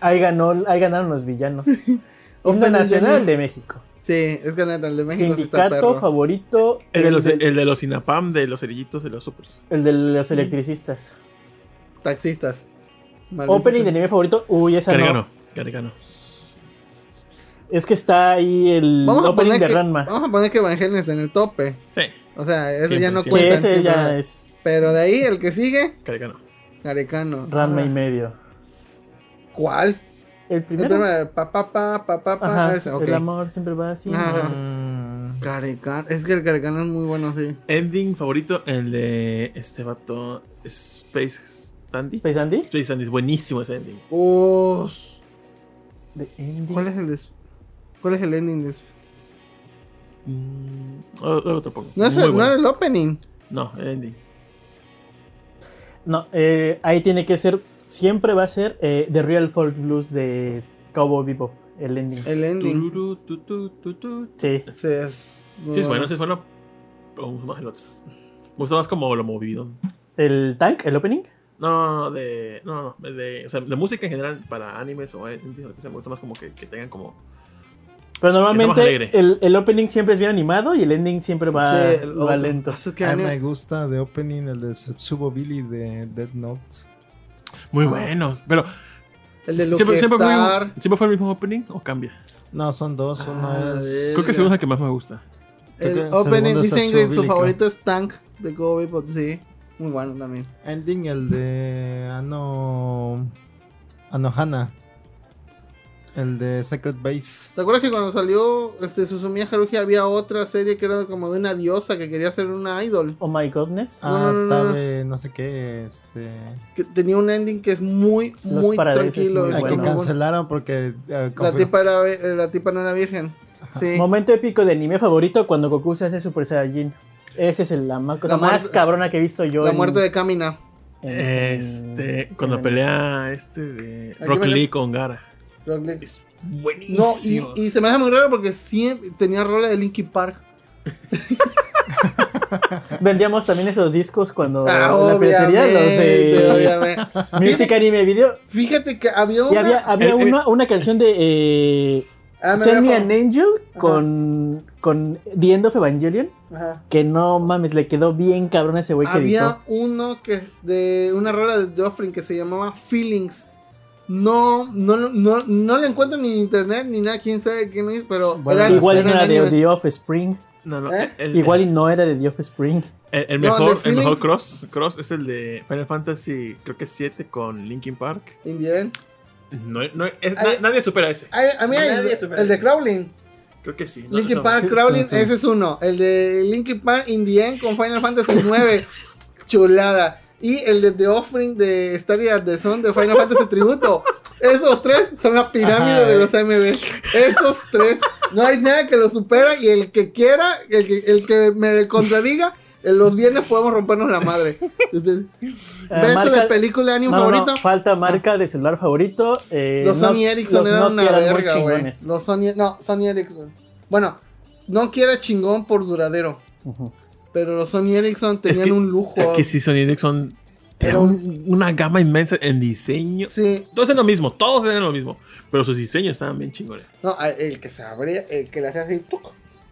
D: Ahí, ganó, ahí ganaron los villanos. Himno
C: Open
D: Nacional
C: Incendio.
D: de México.
C: Sí, es que neta, el de México sí está
D: Sindicato
C: perro.
D: favorito.
B: El de los,
D: del-
B: el de los Inapam, de los cerillitos, de los supers.
D: el de los electricistas.
C: Taxistas. Malditos.
D: Opening de anime favorito. Uy, esa no.
B: Cargano, Cargano.
D: Es que está ahí el
C: Vamos a,
D: opening
C: poner
D: de
C: que,
D: Ranma.
C: vamos a poner que Evangelion está en el tope.
B: Sí,
C: O sea, eso
B: Siempre,
C: ya no
B: siempre.
D: Sí,
C: cuenta.
D: ese ya es
C: Pero de ahí, el que sigue,
B: Cargano.
C: Arecano.
D: Ranma y medio.
C: Ah, ¿Cuál?
D: El
C: Ah. El
D: primero.
C: primero, pa, pa, pa, pa, pa, pa,
D: Ajá,
C: ese, ok.
D: El amor siempre va así.
C: Ajá.
D: no sé.
A: Mm,
C: Carecano. Es que el Carecano es muy bueno, sí.
B: Ending favorito, el de este vato Space Sandy.
D: Space Dandy.
B: Space Sandy es buenísimo ese ending.
C: Us.
D: The Ending.
C: ¿Cuál es el des- ¿Cuál es el ending de
B: Mm, luego luego te pongo.
C: No, es
B: Muy
C: el, no
B: bueno.
C: era el opening.
B: No, el ending.
D: No, eh, ahí tiene que ser, siempre va a ser eh, The Real Folk Blues de Cowboy Bebop, el ending.
C: El ending.
B: Tururú, tu, tu, tu, tu.
D: Sí,
C: Sí, es,
B: Sí, es bueno, sí es bueno. Oh, Pero me gusta más el otro. Me gusta más como lo movido.
D: el tank, el opening.
B: No, no, no, de, no, no, de, o sea, de música en general para animes o entiendo lo que sea, me gusta más como que, que tengan como.
D: Pero
B: alegre.
D: normalmente el, el opening siempre es bien animado y el ending siempre va,
C: Sí, el
D: va
C: otro-
D: lento.
C: Ah, es que
A: A mí
C: anime-
A: me gusta de opening el de Setsubo Billy de Dead Note.
B: Muy buenos, pero
C: el de Luke
B: siempre, siempre fue,
C: Star.
B: siempre fue el mismo opening o cambia.
A: No, son dos. Uno
C: Ah,
A: es.
C: de-
B: Creo que el segundo es el que más me gusta.
A: Creo que
C: El
A: el
C: opening
A: segundo es
C: dicen que su
A: Atsubili,
C: favorito es Tank de Kobe, pues sí. Muy bueno también.
A: Ending el de Ano. Anohana. El de Sacred Base.
C: ¿Te acuerdas que cuando salió este, Susumiya Haruhi había otra serie que era como de una diosa que quería ser una idol?
D: Oh my goodness.
A: Ah,
C: no, no, no.
A: Tabe, no sé qué. Este.
C: Que tenía un ending que es muy,
D: Los
C: muy
D: Paradise es
C: tranquilo.
D: muy
C: es
A: Ah,
D: bueno.
A: que
C: como un-
A: cancelaron porque eh,
C: Pues la,
A: confir-
C: tipa era, ve- eh, la tipa no era virgen. Sí.
D: Momento épico de anime favorito cuando Goku se hace Super Saiyajin. Esa es el- la ma- cosa
C: La muerte-
D: más cabrona que he visto yo.
C: La
D: en-
C: muerte de Kamina.
D: en-
B: Este, cuando
C: Eh.
D: en-
B: pelea este de
C: Aquí
B: Rock
C: me-
B: Lee con Gara.
C: Rock Lee.
B: Es
C: No, y,
B: buenísimo.
C: y se me hace muy raro porque siempre tenía rola de Linkin Park.
D: Vendíamos también esos discos cuando
C: Ah,
D: en Oh, la piratería, los
C: obviamente,
D: de
C: obviamente.
D: Music Anime Video.
C: Fíjate que había
D: Y
C: una.
D: había, había
B: El- el-
D: una, una canción de eh,
C: Ah, me
D: Send Me
C: había-
D: an Angel con, con The End of Evangelion.
C: Ajá.
D: Que no mames, le quedó bien cabrón a ese güey que editó.
C: Había uno que de una rola de The Offering que se llamaba Feelings. No, no, lo- no, no la encuentro ni en internet ni nada, quién sabe quién es, pero
A: Bueno,
C: era-
D: Igual
C: era
D: no era
C: un
D: de
C: anime.
D: The Offspring.
B: No, no,
C: ¿Eh?
B: el,
D: Igual y no era de The Offspring.
B: el, el
C: No,
B: mejor,
C: de
B: el mejor
C: Feelings.
B: cross, cross es el de Final Fantasy, creo que 7 con Linkin Park.
C: In the end.
B: No, no, es- na-
C: Ay-
B: nadie supera ese.
C: Ay, A, mí hay-
B: Nadie supera
C: el de
B: eso.
C: Crowling,
B: Creo que sí. no,
C: Linkin
B: no,
C: Park
D: sí,
C: Crowling,
D: sí, sí.
C: ese es uno. El de Linkin Park In the End con Final Fantasy IX, chulada. Y el de The Offering de Starry at the Sun de Final Fantasy Tributo. Esos tres son la pirámide
A: Ajá,
C: de
A: eh.
C: los AMB. Esos tres. No hay nada que los supera y el que quiera, el que, el que me contradiga, en los viernes podemos rompernos la madre. Entonces, beso de película de anime
D: Eh, No, no, no,
C: favorito.
D: falta marca de celular favorito. eh,
C: Los
D: no-
C: Sony Ericsson
D: los
C: eran una
D: Nokia muy
C: verga, güey.
D: chingones.
C: Los Sony, no, Sony Ericsson. Bueno, no quiera chingón por duradero,
D: Ujú.
C: pero los Sony Ericsson tenían
B: que-
C: un lujo.
B: Es que sí, Sony Ericsson tiene
C: Pero-
B: un- una gama inmensa en diseño.
C: Sí,
B: Todos eran lo mismo, todos eran lo mismo. Pero sus diseños estaban bien chingones.
C: no, a- el que se abría, el que le hacía así, ¡tuc!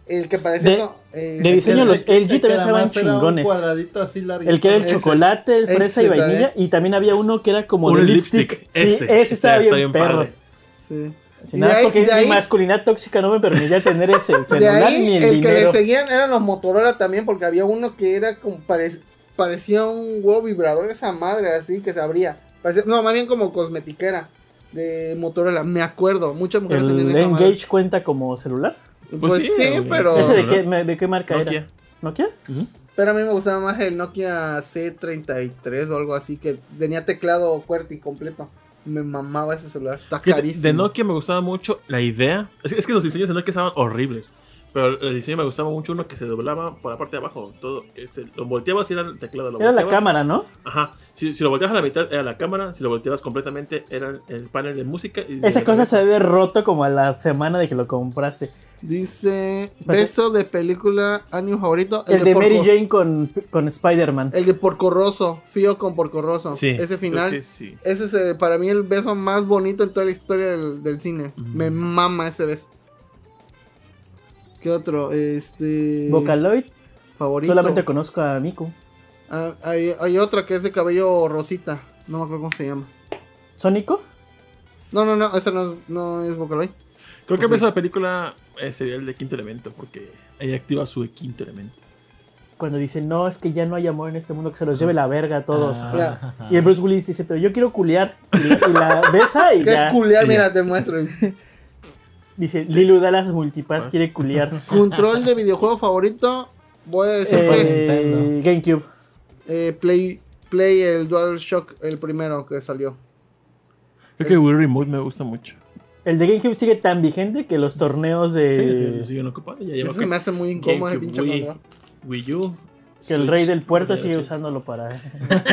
C: el que
D: De-
C: parecía no, eh,
D: de
C: el
D: diseño
C: que-
D: los LG
A: que
D: también
A: nada
D: estaban
A: más era un
D: chingones.
A: cuadradito así larguito.
D: El que era el
C: Ese-
D: chocolate, el fresa y
C: ese también.
D: vainilla. Y también había uno que era como
B: Un
D: de
B: lipstick,
D: lipstick.
B: ese,
D: sí, ese estaba
B: ese está bien
D: bien, perro.
B: padre.
C: sí.
D: Si
C: Y
D: nada,
C: de ahí-
D: porque
C: de
D: mi
C: ahí-
D: masculinidad tóxica no me permitía tener ese el
C: De
D: celular
C: ahí
D: ni el,
C: el, que le
D: dinero.
C: seguían eran los Motorola también, porque había uno que era como parec- parecía un huevo vibrador, esa madre así que se abría. Parecía- no, más bien como cosmetiquera de Motorola, me acuerdo, muchas mujeres tenían
D: ¿El
C: esa madre.
D: Engage cuenta como celular?
C: Pues,
B: Pues
C: sí,
B: sí, güey.
C: pero,
D: ¿Ese de
B: ¿no?
D: qué, me- de qué marca era?
B: Nokia.
D: ¿Nokia?
B: Ujú.
C: pero a mí me gustaba más el Nokia C33 o algo así que tenía teclado QWERTY completo. Me mamaba ese celular, está
B: Que de-
C: carísimo.
B: De Nokia me gustaba mucho la idea. Es, es que los diseños de Nokia estaban horribles. Pero el diseño me gustaba mucho uno que se doblaba por la parte de abajo. Todo, este, lo volteabas y era el teclado. lo
D: Era la
B: volteabas.
D: cámara, ¿no?
B: Ajá. Si, si lo volteabas a la mitad era la cámara. Si lo volteabas completamente era el panel de música. y-
D: Esa cosa se había roto como a la semana de que lo compraste.
C: Dice, beso de película anime favorito,
D: El, de Mary
C: Porco-
D: Jane con, con Spider-Man.
C: El de Porco Rosso, Fío con Porco Rosso.
B: Sí,
C: Ese
B: creo
C: final.
B: que sí.
C: Ese es eh, para mí el beso más bonito en toda la historia del, del cine.
B: Ujú.
C: Me mama ese beso. ¿Qué otro? Este.
D: Vocaloid,
C: Favorito.
D: solamente conozco a Miku.
C: Ah, hay, hay otra que es de cabello rosita. No me acuerdo cómo se llama.
D: ¿Sónico?
C: No, no, no. Esa no, es- no es ¿eh? Vocaloid.
B: Creo que el beso de película eh, sería el de quinto elemento. Porque ahí activa su quinto elemento.
D: Cuando dice, no, es que ya no hay amor en este mundo, que se los lleve la verga a todos.
B: Ah.
C: Mira,
D: Y el Bruce Willis dice, pero yo quiero culear. Y, y la besa y
C: ¿Qué es
D: ya.
C: culear?
B: Sí.
C: Mira, te muestro.
D: Dice, Lilu Dallas
B: Ah.
D: Multipass quiere culear.
C: Control de videojuego favorito. Voy a decir que
D: Eh,
A: Nintendo.
D: GameCube.
C: eh, Play, Play el DualShock, el primero que salió.
B: Creo que Wii Remote me gusta mucho.
D: El de GameCube sigue tan vigente que los torneos de.
B: Sí, lo siguen ocupando. Ya lleva
C: Eso se me hace muy incómodo el pinche
B: Wii,
C: control.
B: Wii U.
D: que el rey del puerto sigue
B: usando
D: usándolo para.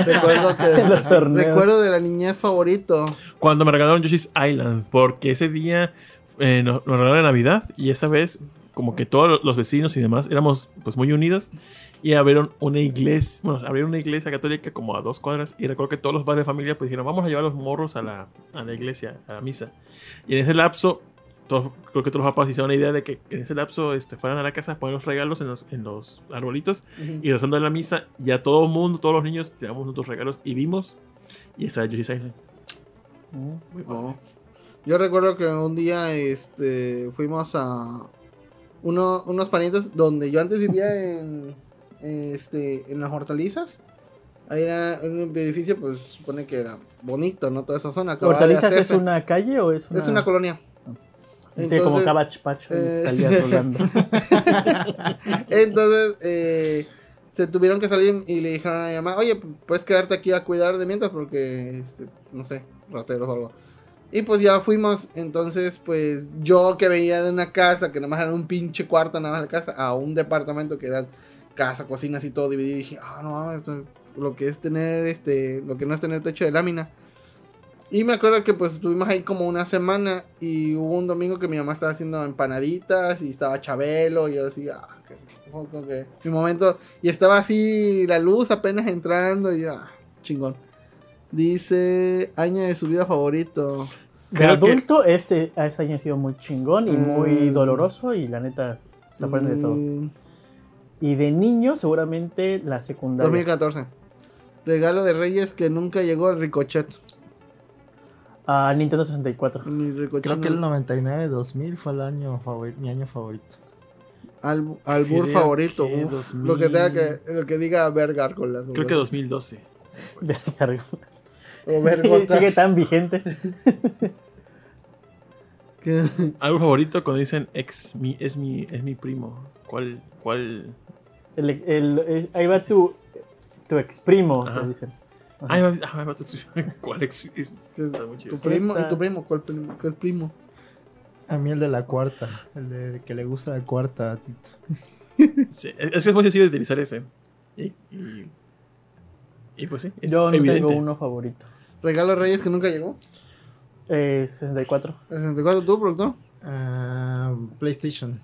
C: Recuerdo que.
D: Los torneos.
C: Recuerdo de la niñez favorito.
B: cuando me regalaron Yoshi's Island, porque ese día eh, nos, nos regalaron de Navidad y esa vez, como que todos los vecinos y demás éramos pues muy unidos y abrieron una iglesia, bueno, abrieron una iglesia católica como a dos cuadras y recuerdo que todos los padres de familia pues dijeron, vamos a llevar a los morros a la, a la iglesia, a la misa. Y en ese lapso, todos- creo que todos los papás hicieron la idea de que en ese lapso este, fueran a la casa, poner los regalos en los, en los arbolitos y rezando en la misa, ya todo el mundo, todos los niños, tiramos nuestros regalos y vimos y esa Yoshi's Island.
D: Mm.
B: Muy padre.
C: No. Yo recuerdo que un día este, fuimos a uno- unos parientes donde yo antes vivía en, este, en las hortalizas. Ahí era un edificio, pues supone que era bonito, ¿no? Toda esa zona. acababa de
D: ¿Hortalizas es
C: hacerse.
D: una calle o es una.?
C: Es una colonia.
D: Sí, como
C: Entonces-
D: Cabach Pacho.
C: eh,
D: Salías volando.
C: Entonces, eh, se tuvieron que salir y le dijeron a mi mamá, oye, puedes quedarte aquí a cuidar de mientras porque, este, no sé, rateros o algo. Y pues ya fuimos, entonces pues yo que venía de una casa, que nada más era un pinche cuarto nada más la casa, a un departamento que era casa, cocinas y todo dividido, y dije, ah, no mames, esto es lo que es tener, este, lo que no es tener techo de lámina. Y me acuerdo que pues estuvimos ahí como una semana y hubo un domingo que mi mamá estaba haciendo empanaditas y estaba Chabelo y yo así, ah, que- como que mi momento, y estaba así la luz apenas entrando y yo, ah, chingón. Dice, año de su vida favorito.
D: De
B: Creo que-
D: adulto, este, este año ha sido muy chingón y muy
C: Mm.
D: doloroso y la neta se aprende de todo.
C: Mm,
D: Y de niño, seguramente la secundaria.
C: 2014. Regalo de Reyes que nunca llegó al Ricochet.
D: A Ah, Nintendo 64.
C: Ni Ricochet.
A: Creo que
C: no.
A: el 99-2000 fue el año favori- mi año favorito.
C: Al, albur
B: Creo
C: favorito.
B: que
C: uf,
B: 2000.
C: lo que tenga que, lo que diga ver gárgolas. o
B: Creo que
C: ver-
B: 2012.
C: Mm.
D: Verga,
C: O ver gotas.
D: Sigue tan vigente.
C: Que-
B: Algo favorito cuando dicen ex mi, es mi es mi primo. ¿Cuál cuál?
D: El- el- el- ahí va tu, tu ex primo,
B: Ajá.
D: te dicen. Ajá.
B: Ay, va- ah, va- ¿cuál ex? es-
C: que-
B: Está muy chido.
C: tu primo
D: Esta-
C: y tu primo. ¿Cuál primo? ¿Qué es primo?
A: A mí el de la cuarta, el de que le gusta la cuarta a Tito.
B: Sí, es es que es muy sencillo de utilizar ese. Y, y, y pues sí, es
D: Yo no
B: evidente.
D: tengo uno favorito.
C: Regalo de Reyes que nunca llegó.
D: Eh, 64.
C: ¿El 64 tú, productor?
A: Ah, PlayStation.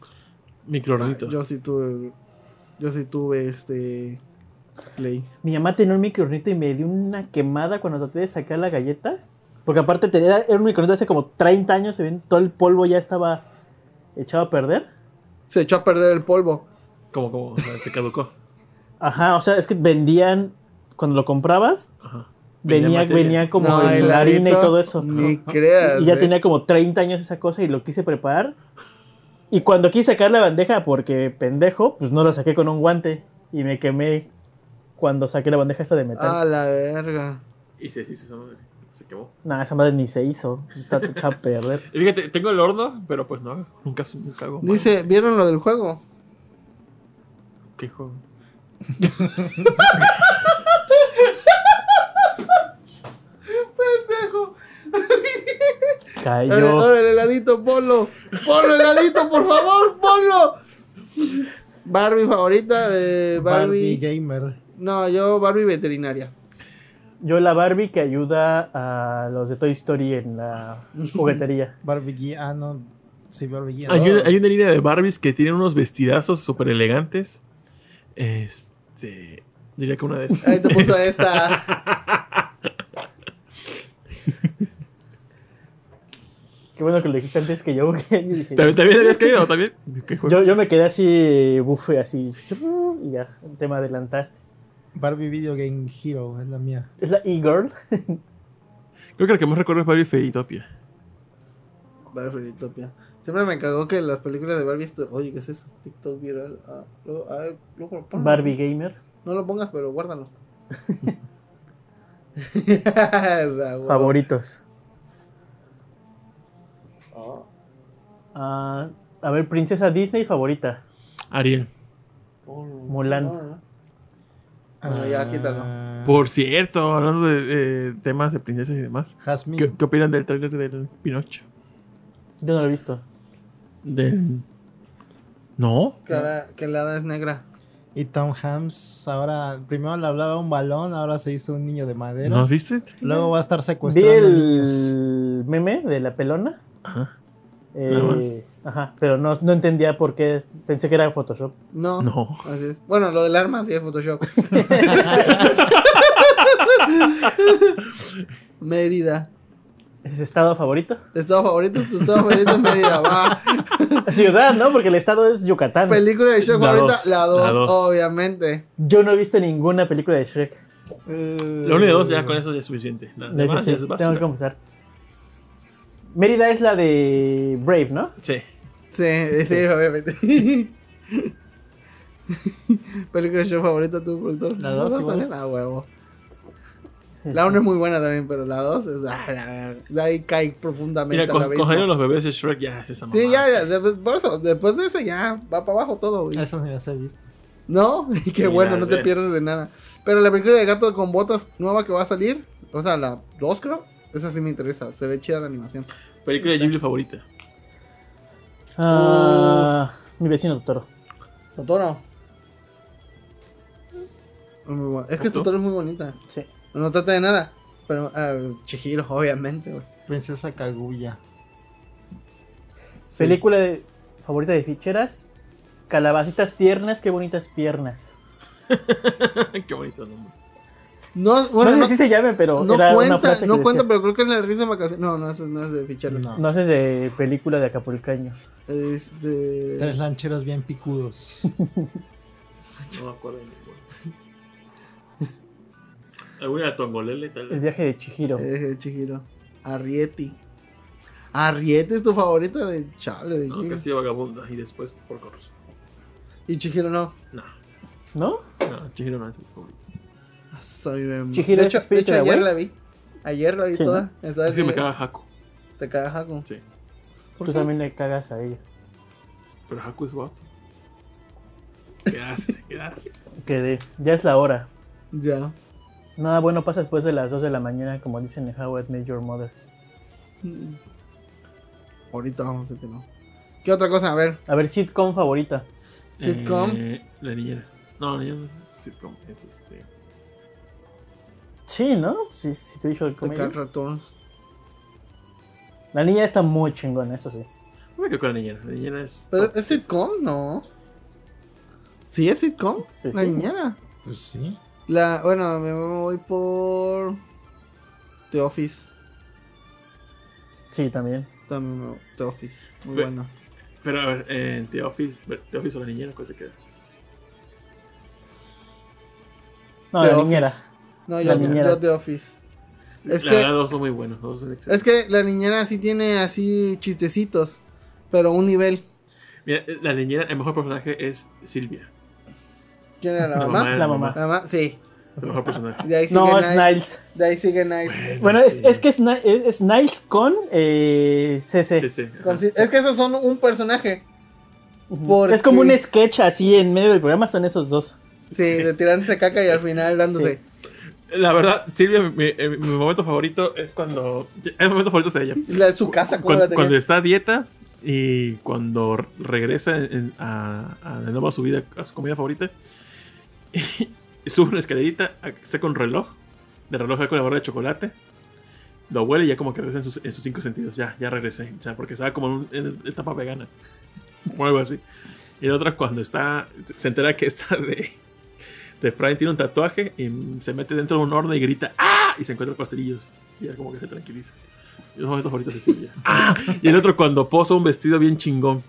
B: Microornito.
C: Ah, yo sí tuve. Yo sí tuve este. Play.
D: Mi mamá tenía un microornito y me dio una quemada cuando traté de sacar la galleta. Porque aparte tenía, era un microornito hace como 30 años, se ven, todo el polvo ya estaba echado a perder.
C: Se echó a perder el polvo.
B: Como como o sea, se caducó.
D: Ajá, o sea, es que vendían, cuando lo comprabas,
B: Ajá.
D: venía,
B: materia.
D: venía como
C: No,
D: en la harina y
C: heladito,
D: todo eso.
C: Ni creas.
D: Y ya
C: eh.
D: tenía como 30 años esa cosa y lo quise preparar. Y cuando quise sacar la bandeja, porque pendejo, pues no la saqué con un guante. Y me quemé cuando saqué la bandeja esta de metal.
C: A Ah, la verga.
B: Y se hizo esa madre. Se quemó.
D: Nada, esa madre ni se hizo. Pues Está hecha a perder.
B: Y fíjate, tengo el horno, pero pues no, nunca, nunca hago. mal.
C: Dice, ¿vieron lo del juego?
B: ¿Qué juego?
C: ¡Pendejo!
D: Cayó.
C: Eh, Ahora el heladito, ponlo. Ponlo heladito, por favor, ponlo. Barbie favorita, eh, Barbie.
A: Barbie Gamer.
C: No, yo Barbie veterinaria.
D: Yo la Barbie que ayuda a los de Toy Story en la juguetería.
A: Barbie Guía. Ah, no. Sí, Barbie Guía.
B: Hay una, hay una línea de Barbies que tienen unos vestidazos súper elegantes. Este. Diría que una de esas.
C: Ahí te puso esta.
D: Qué bueno que lo dijiste antes que yo. porque yo dije,
B: ¿También, también habías caído? ¿También? ¿Qué juego?
D: yo, yo me quedé así, bufe, así. Y ya, te me adelantaste.
A: Barbie Video Game Hero es la mía.
D: Es la E-Girl.
B: Creo que la que más recuerdo es Barbie Fairytopia.
C: Barbie Utopia. Siempre me cagó que las películas de Barbie. estu- Oye, ¿qué es eso? TikTok viral. Ah, luego- a ver, luego lo pongo.
D: Barbie Gamer.
C: No lo pongas, pero guárdalo. Favorito.
D: Favoritos.
C: oh,
D: Ah, a ver, princesa Disney favorita.
B: Ariel.
D: Mulan.
C: Bueno,
A: Ah,
C: ya, quítalo.
B: Por cierto, hablando de eh, temas de princesas y demás,
A: Jasmine.
B: ¿qué, qué opinan del trailer del Pinocho?
D: Yo no lo he visto.
B: De... No.
C: Que, ahora- que la hada es negra.
A: Y Tom Hanks ahora, primero le hablaba un balón, ahora se hizo un niño de madera.
B: ¿No viste?
A: Luego va a estar
D: Vi
A: secuestrando niños.
D: el meme de la pelona.
B: Ajá.
D: eh, ajá, pero no, no entendía por qué. Pensé que era Photoshop.
C: No.
B: No.
C: Así es. Bueno, lo del arma sí es Photoshop. Mérida.
D: ¿Es estado favorito?
C: Estado favorito, tu estado favorito es Mérida. Va.
D: Ciudad, ¿no? Porque el estado es Yucatán.
C: Película de Shrek
B: La
C: favorita,
B: dos.
C: la
B: La
C: 2,
B: dos.
C: obviamente.
D: Yo no he visto ninguna película de Shrek.
A: Eh,
B: La una y dos ya con eso ya es suficiente. Las
D: No,
B: demás
D: sí,
B: ya
D: sí,
B: es
D: tengo
B: basura.
D: que confesar. Mérida es la de Brave, ¿no?
B: Sí.
C: Sí, sí, obviamente. Película de Shrek favorita, tu productor.
A: La dos, igual.
C: también, ah, huevo. La 1 es muy buena también, pero la 2 es. Ah, la verga. Ahí cae profundamente.
B: Mira,
C: al
B: co-
C: abismo.
B: coger a los bebés de Shrek ya es esa mamá.
C: Sí, ya, ya, después, por eso, después de eso ya va para abajo todo, güey.
A: Eso ni las he visto.
C: ¿No? Y qué
B: Mira,
C: bueno, no te
B: ve.
C: pierdes de nada. Pero la película de gato con botas nueva que va a salir, o sea, la 2 creo, esa sí me interesa, se ve chida la animación.
B: Película de Ghibli favorita.
D: Ah, mi vecino Totoro.
C: Totoro. Muy bu- Es que
B: ¿Totoro?
C: Totoro es muy bonita.
D: Sí.
C: No trata de nada. Pero ah, Chihiro, obviamente, güey.
A: Princesa Kaguya.
C: Sí.
D: Película de- favorita de ficheras. Calabacitas tiernas, qué bonitas piernas.
B: Qué bonito nombre.
C: No,
D: No
C: bueno,
D: sé
C: no,
D: si se llame, pero
C: no
D: era una
C: cuenta,
D: frase que
C: no cuenta,
D: decía.
C: pero creo que es la risa de vacaciones. No, no, eso no es de Chihiro.
A: No.
D: No sé si es de película de acapulcaños.
C: Este.
A: Tres lancheros bien picudos.
B: No me acuerdo de ninguna. Alguna de Tongolele, tal
D: El
B: vez.
D: viaje de Chihiro.
C: Eh, Chihiro. Arrietty. Arrietty es tu favorita de Chale, de
B: No,
C: Chihiro.
B: Castillo Vagabunda. Y después por Corros.
C: Y Chihiro no.
B: No,
D: ¿No?
B: no, Chihiro no es mi favorito.
C: Ah, Soy bien.
D: Chihiro
C: de
D: es
C: hecho, de
D: espíritu
C: hecho
D: de
C: ayer
D: güey.
C: la vi. Ayer la vi
D: Sí, ¿no?
C: toda. Estaba
B: Es que
C: así
B: me
C: de-
B: caga Haku.
C: Te cagas Haku.
B: Sí.
D: Tú también le cagas a ella.
B: Pero Haku es guapo. Quedaste, quedaste.
D: Quedé. Ya es la hora.
C: Ya.
D: Nada bueno pasa después de las 2 de la mañana, como dicen en How I Met Your Mother.
C: Ahorita vamos a decir que no. ¿Qué otra cosa? A ver.
D: A ver, sitcom favorita.
C: Sitcom.
B: Eh, la niñera. No, la niñera no es sitcom. Es este.
D: Sí, ¿no? Sí, Situation
C: The
D: Comedy.
C: Cat Returns.
D: La niña está muy chingona, eso sí.
B: No me quedo con la niñera. La niñera es.
C: ¿Pero es sitcom? No. ¿Sí es sitcom?
D: Pues
C: la
D: sí.
C: niñera.
A: Pues sí.
C: La, bueno, me voy por. The Office.
D: Sí, también.
C: También me voy. The Office. Muy
B: Ve-
C: bueno.
B: Pero a ver, en The Office, ver, The Office o la niñera, ¿cuál te quedas?
D: No,
C: The
D: la
C: Office.
D: niñera.
C: No,
D: La
C: yo,
D: niñera.
C: yo The Office. Es
B: la
C: que-
B: verdad, dos son muy buenos. Dos son
C: Es
B: excelentes.
C: que la niñera sí tiene así chistecitos. Pero un nivel.
B: Mira, la niñera, el mejor personaje es Silvia.
C: ¿Quién era la,
B: La
C: mamá?
B: mamá.
D: La mamá.
C: La mamá, sí.
B: El mejor personaje.
C: De ahí sigue
D: No, es
C: Niles.
D: Niles.
C: De ahí sigue Niles.
D: Bueno, es,
B: Sí.
D: es que es, Ni- es- es Niles con eh, CC.
B: Sí, sí. ajá.
C: Con- Es que esos son un personaje.
D: Ujú.
C: porque-
D: Es como un sketch así en medio del programa, son esos dos.
C: Sí, de tirándose caca y al final dándose.
B: La verdad, Silvia, mi, eh, mi momento favorito es cuando. El momento favorito es ella.
C: La de su casa, ¿cómo la
B: Cuando,
C: tenía?
B: cuando está a dieta y cuando r- regresa en- en- a, a de nuevo a su vida, a su comida favorita, y sube una escalerita, a- saca un reloj, de reloj saca una barra de chocolate, lo huele y ya como que regresa en sus, en sus cinco sentidos, ya, ya regresé, o sea, porque estaba como en, un- en etapa vegana, o algo así. Y la otra cuando está, se se entera que está de... De Frank tiene un tatuaje y se mete dentro de un horno y grita ¡Ah! Y se encuentra pastelillos. Y ya como que se tranquiliza. Y los momentos favoritos de Silvia. ¡Ah! Y el otro cuando posa un vestido bien chingón.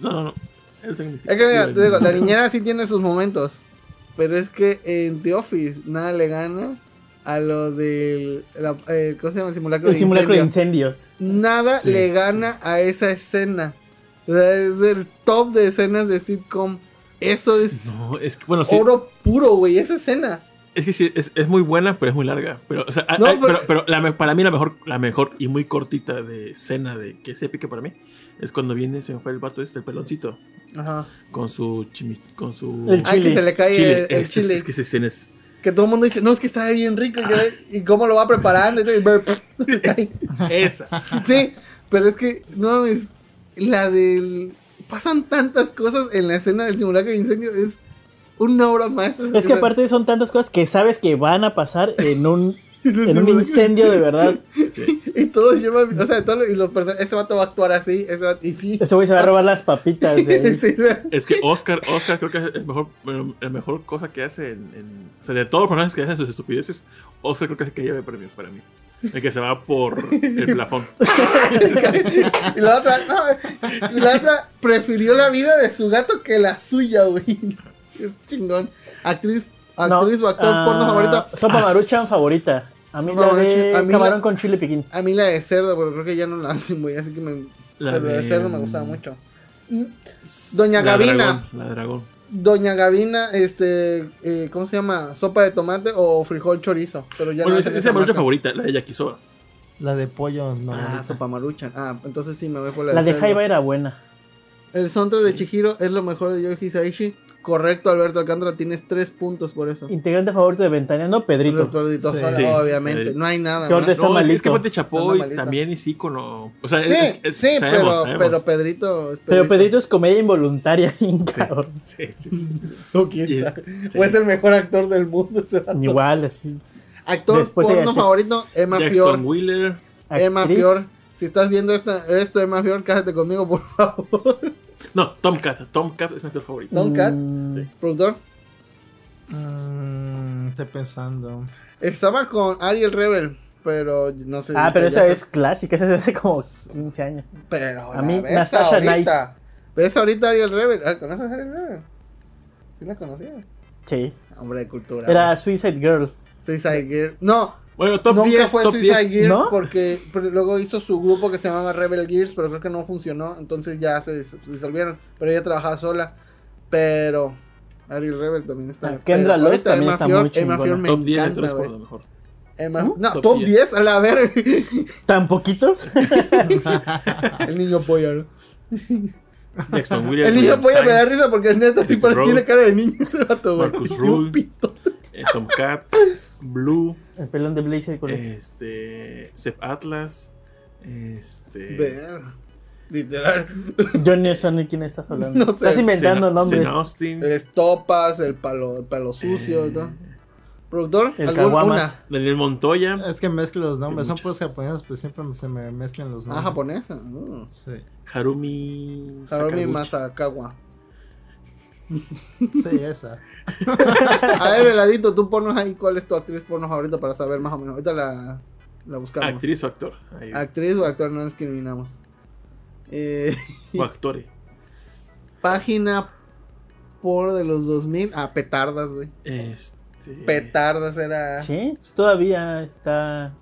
B: No, no, no. Él se-
C: Es que mira, te digo, la niñera sí tiene sus momentos. Pero es que en The Office nada le gana a los del. la- eh, ¿Cómo se llama? El simulacro
D: El
C: de
D: simulacro de
C: incendio.
D: incendios.
C: Nada
A: Sí,
C: le gana a esa escena. O sea, es del top de escenas de sitcom. Eso es
B: No, es que, bueno, sí.
C: oro puro, güey. Esa escena.
B: Es que sí, es, es muy buena, pero es muy larga. Pero, o sea, hay-
C: No,
B: hay-
C: pero-
B: pero, pero la me- para mí la mejor, la mejor y muy cortita de cena de que es épica para mí es cuando viene, se me fue el vato este, el peloncito,
C: Ajá.
B: con su chimi- con su
C: Ay,
D: El
C: que
D: Chile.
C: se le cae
B: Eh, chile.
C: el- el,
B: Es que-
C: chile.
B: es que esa escena es
C: Que todo el mundo dice, no, es que está bien rico. que- ¿Y cómo lo va preparando? Y todo, y-
B: esa.
C: sí, Pero es que, no mames, la del. Pasan tantas cosas en la escena del simulacro de incendio, es una obra maestra.
D: Es que
C: O sea,
D: aparte son tantas cosas que sabes que van a pasar en un,
C: en un
D: en un
C: simulacro.
D: incendio de verdad.
C: Y todos llevan. O sea, todos, y los perso- Ese vato va a actuar así, ese vato. Y sí.
D: Ese güey se va a robar las papitas. de ahí.
C: Sí, la-
B: Es que Oscar, Oscar creo que es el mejor, bueno, la mejor cosa que hace en, en- O sea, de todos los personajes que hacen sus estupideces, Oscar creo que es el que lleva el premio para mí. El que se va por el plafón.
C: Sí, Y la otra, no, y la otra prefirió la vida de su gato que la suya, güey. Es chingón. Actriz,
D: No,
C: actriz o actor
D: ah,
C: porno favorito.
D: Sopa Maruchan favorita. A mí
C: Sopa
D: la
C: Maruchan,
D: de
C: a mí la-
D: camarón con chile piquín.
C: A mí la de cerdo, pero creo que ya no la hacen, güey. Así que me.
B: La
C: pero la de
B: de-
C: cerdo me gustaba mucho. Doña Gabina.
B: Gabina. La dragón.
C: Doña Gabina, este. eh, ¿Cómo se llama? ¿Sopa de tomate o frijol chorizo? Pero ya
B: Bueno,
C: no
B: esa
C: hacen
B: esa es mi
C: marca.
B: lucha favorita, la de Yakisoba.
A: La de pollo no.
C: Ah, sopa maruchan. Ah, entonces sí me voy por la,
D: La de
C: cerdo.
D: Jaiba era buena.
C: El soundtrack de Chihiro es lo mejor de Yoji Hisaishi. Correcto, Alberto Alcántara, tienes tres puntos por eso.
D: Integrante favorito de Ventaneando, Pedrito.
C: Doctor Dito
A: Sí.
C: Sola,
B: Sí.
C: obviamente.
B: El-
C: No hay nada
D: Yo
C: más.
D: de- Está
B: No, es, es que
D: malito.
B: Pati
C: Anda
B: Chapoy
C: malito.
B: también es ícono. O sea,
C: Sí,
B: es, es-
C: sí,
B: sabemos,
C: pero,
B: sabemos.
C: pero Pedrito es
D: Pero Pedrito es comedia involuntaria, bien cabrón.
B: Sí, sí, sí.
C: O quién
B: Y-
C: sabe.
B: sí.
C: O es el mejor actor del mundo. ese vato.
D: Igual, así.
C: Actor
D: Después de
C: porno
D: Jackson-
C: favorito, Emma Fior.
B: Jackson Wheeler.
C: Emma
D: Actriz. mm,
C: Fior. Si estás viendo esta- esto, Emma Fior, cásate conmigo, por favor.
B: No, Tomcat. Tomcat es mi actor favorito.
C: Tomcat.
D: Mm,
B: Sí.
C: Productor.
A: Mm, estoy pensando.
C: Estaba con Ariel Rebel, pero no sé.
D: Ah, pero
C: ya
D: esa
C: se-
D: es clásica, esa es de hace como 15 años.
C: Pero
D: A
C: la
D: mí,
C: ves
D: Natasha
C: ahorita.
D: Nice.
C: ¿Ves ahorita a Ariel Rebel? Ah, ¿Conoces a Ariel Rebel? ¿Sí la conocía?
D: Sí.
C: Hombre de cultura.
D: Era Suicide Girl.
C: Suicide Girl. No,
B: Bueno, top
C: nunca
B: 10.
C: fue
B: top
C: Suicide
B: 10.
C: Gear
D: ¿No?
C: porque pero luego hizo su grupo que se llamaba Rebel Gears, pero creo que no funcionó, entonces ya se dis- disolvieron. Pero ella trabajaba sola. Pero Ariel Rebel también está.
D: Ah, Kendra
C: pero
D: Loach
C: ahorita
D: también está muy
C: Emma Fior
D: chingona.
C: me
B: top 10 de
C: encanta,
B: actores por lo
C: güey.
B: mejor.
C: Emma-
D: ¿Mm?
C: No,
B: Top
C: top 10.
B: 10.
C: a la verga.
D: ¿Tan poquitos?
C: El niño pollo, ¿no?
B: Jackson Wheeler.
C: El niño
B: William
C: pollo me da
B: Saint,
C: risa porque neta sí
B: Marcus
C: parece- tiene
B: Rule.
C: cara de niño ese vato, güey.
B: Marcus
C: Tiene un
B: Rule.
C: pito.
B: eh, Tomcat. Blue.
D: El pelón de Blazer con ese.
B: Este. Sep Atlas. Este.
C: Ver. Literal.
D: Yo no sé ni quién estás hablando.
C: No sé,
D: estás inventando
B: Sen-
D: nombres.
B: Sen Austin.
C: El estopas, el palo, el palo Eh, sucio,
B: eh,
C: ¿no? Productor,
D: El
C: ¿Alguna?
D: Caguamas.
B: Daniel
C: Ah.
B: Montoya.
A: Es que mezclo los nombres. Son
B: muchas.
A: puros japoneses, pero siempre se me mezclan los
C: Ah,
A: nombres.
C: japonesa. mm.
A: Sí.
B: Harumi.
C: Harumi
B: Pues Sakaguchi.
C: Masakawa.
A: Sí, esa.
C: A ver, heladito, tú ponos ahí cuál es tu actriz porno favorita para saber más o menos. Ahorita la, la buscamos.
B: Actriz
C: Actriz.
B: o actor. Ahí,
C: o actor, no discriminamos. Eh,
B: O actores.
C: página por de los 2000. Ah, petardas, güey.
B: Este.
C: Petardas era.
D: Sí, pues todavía está.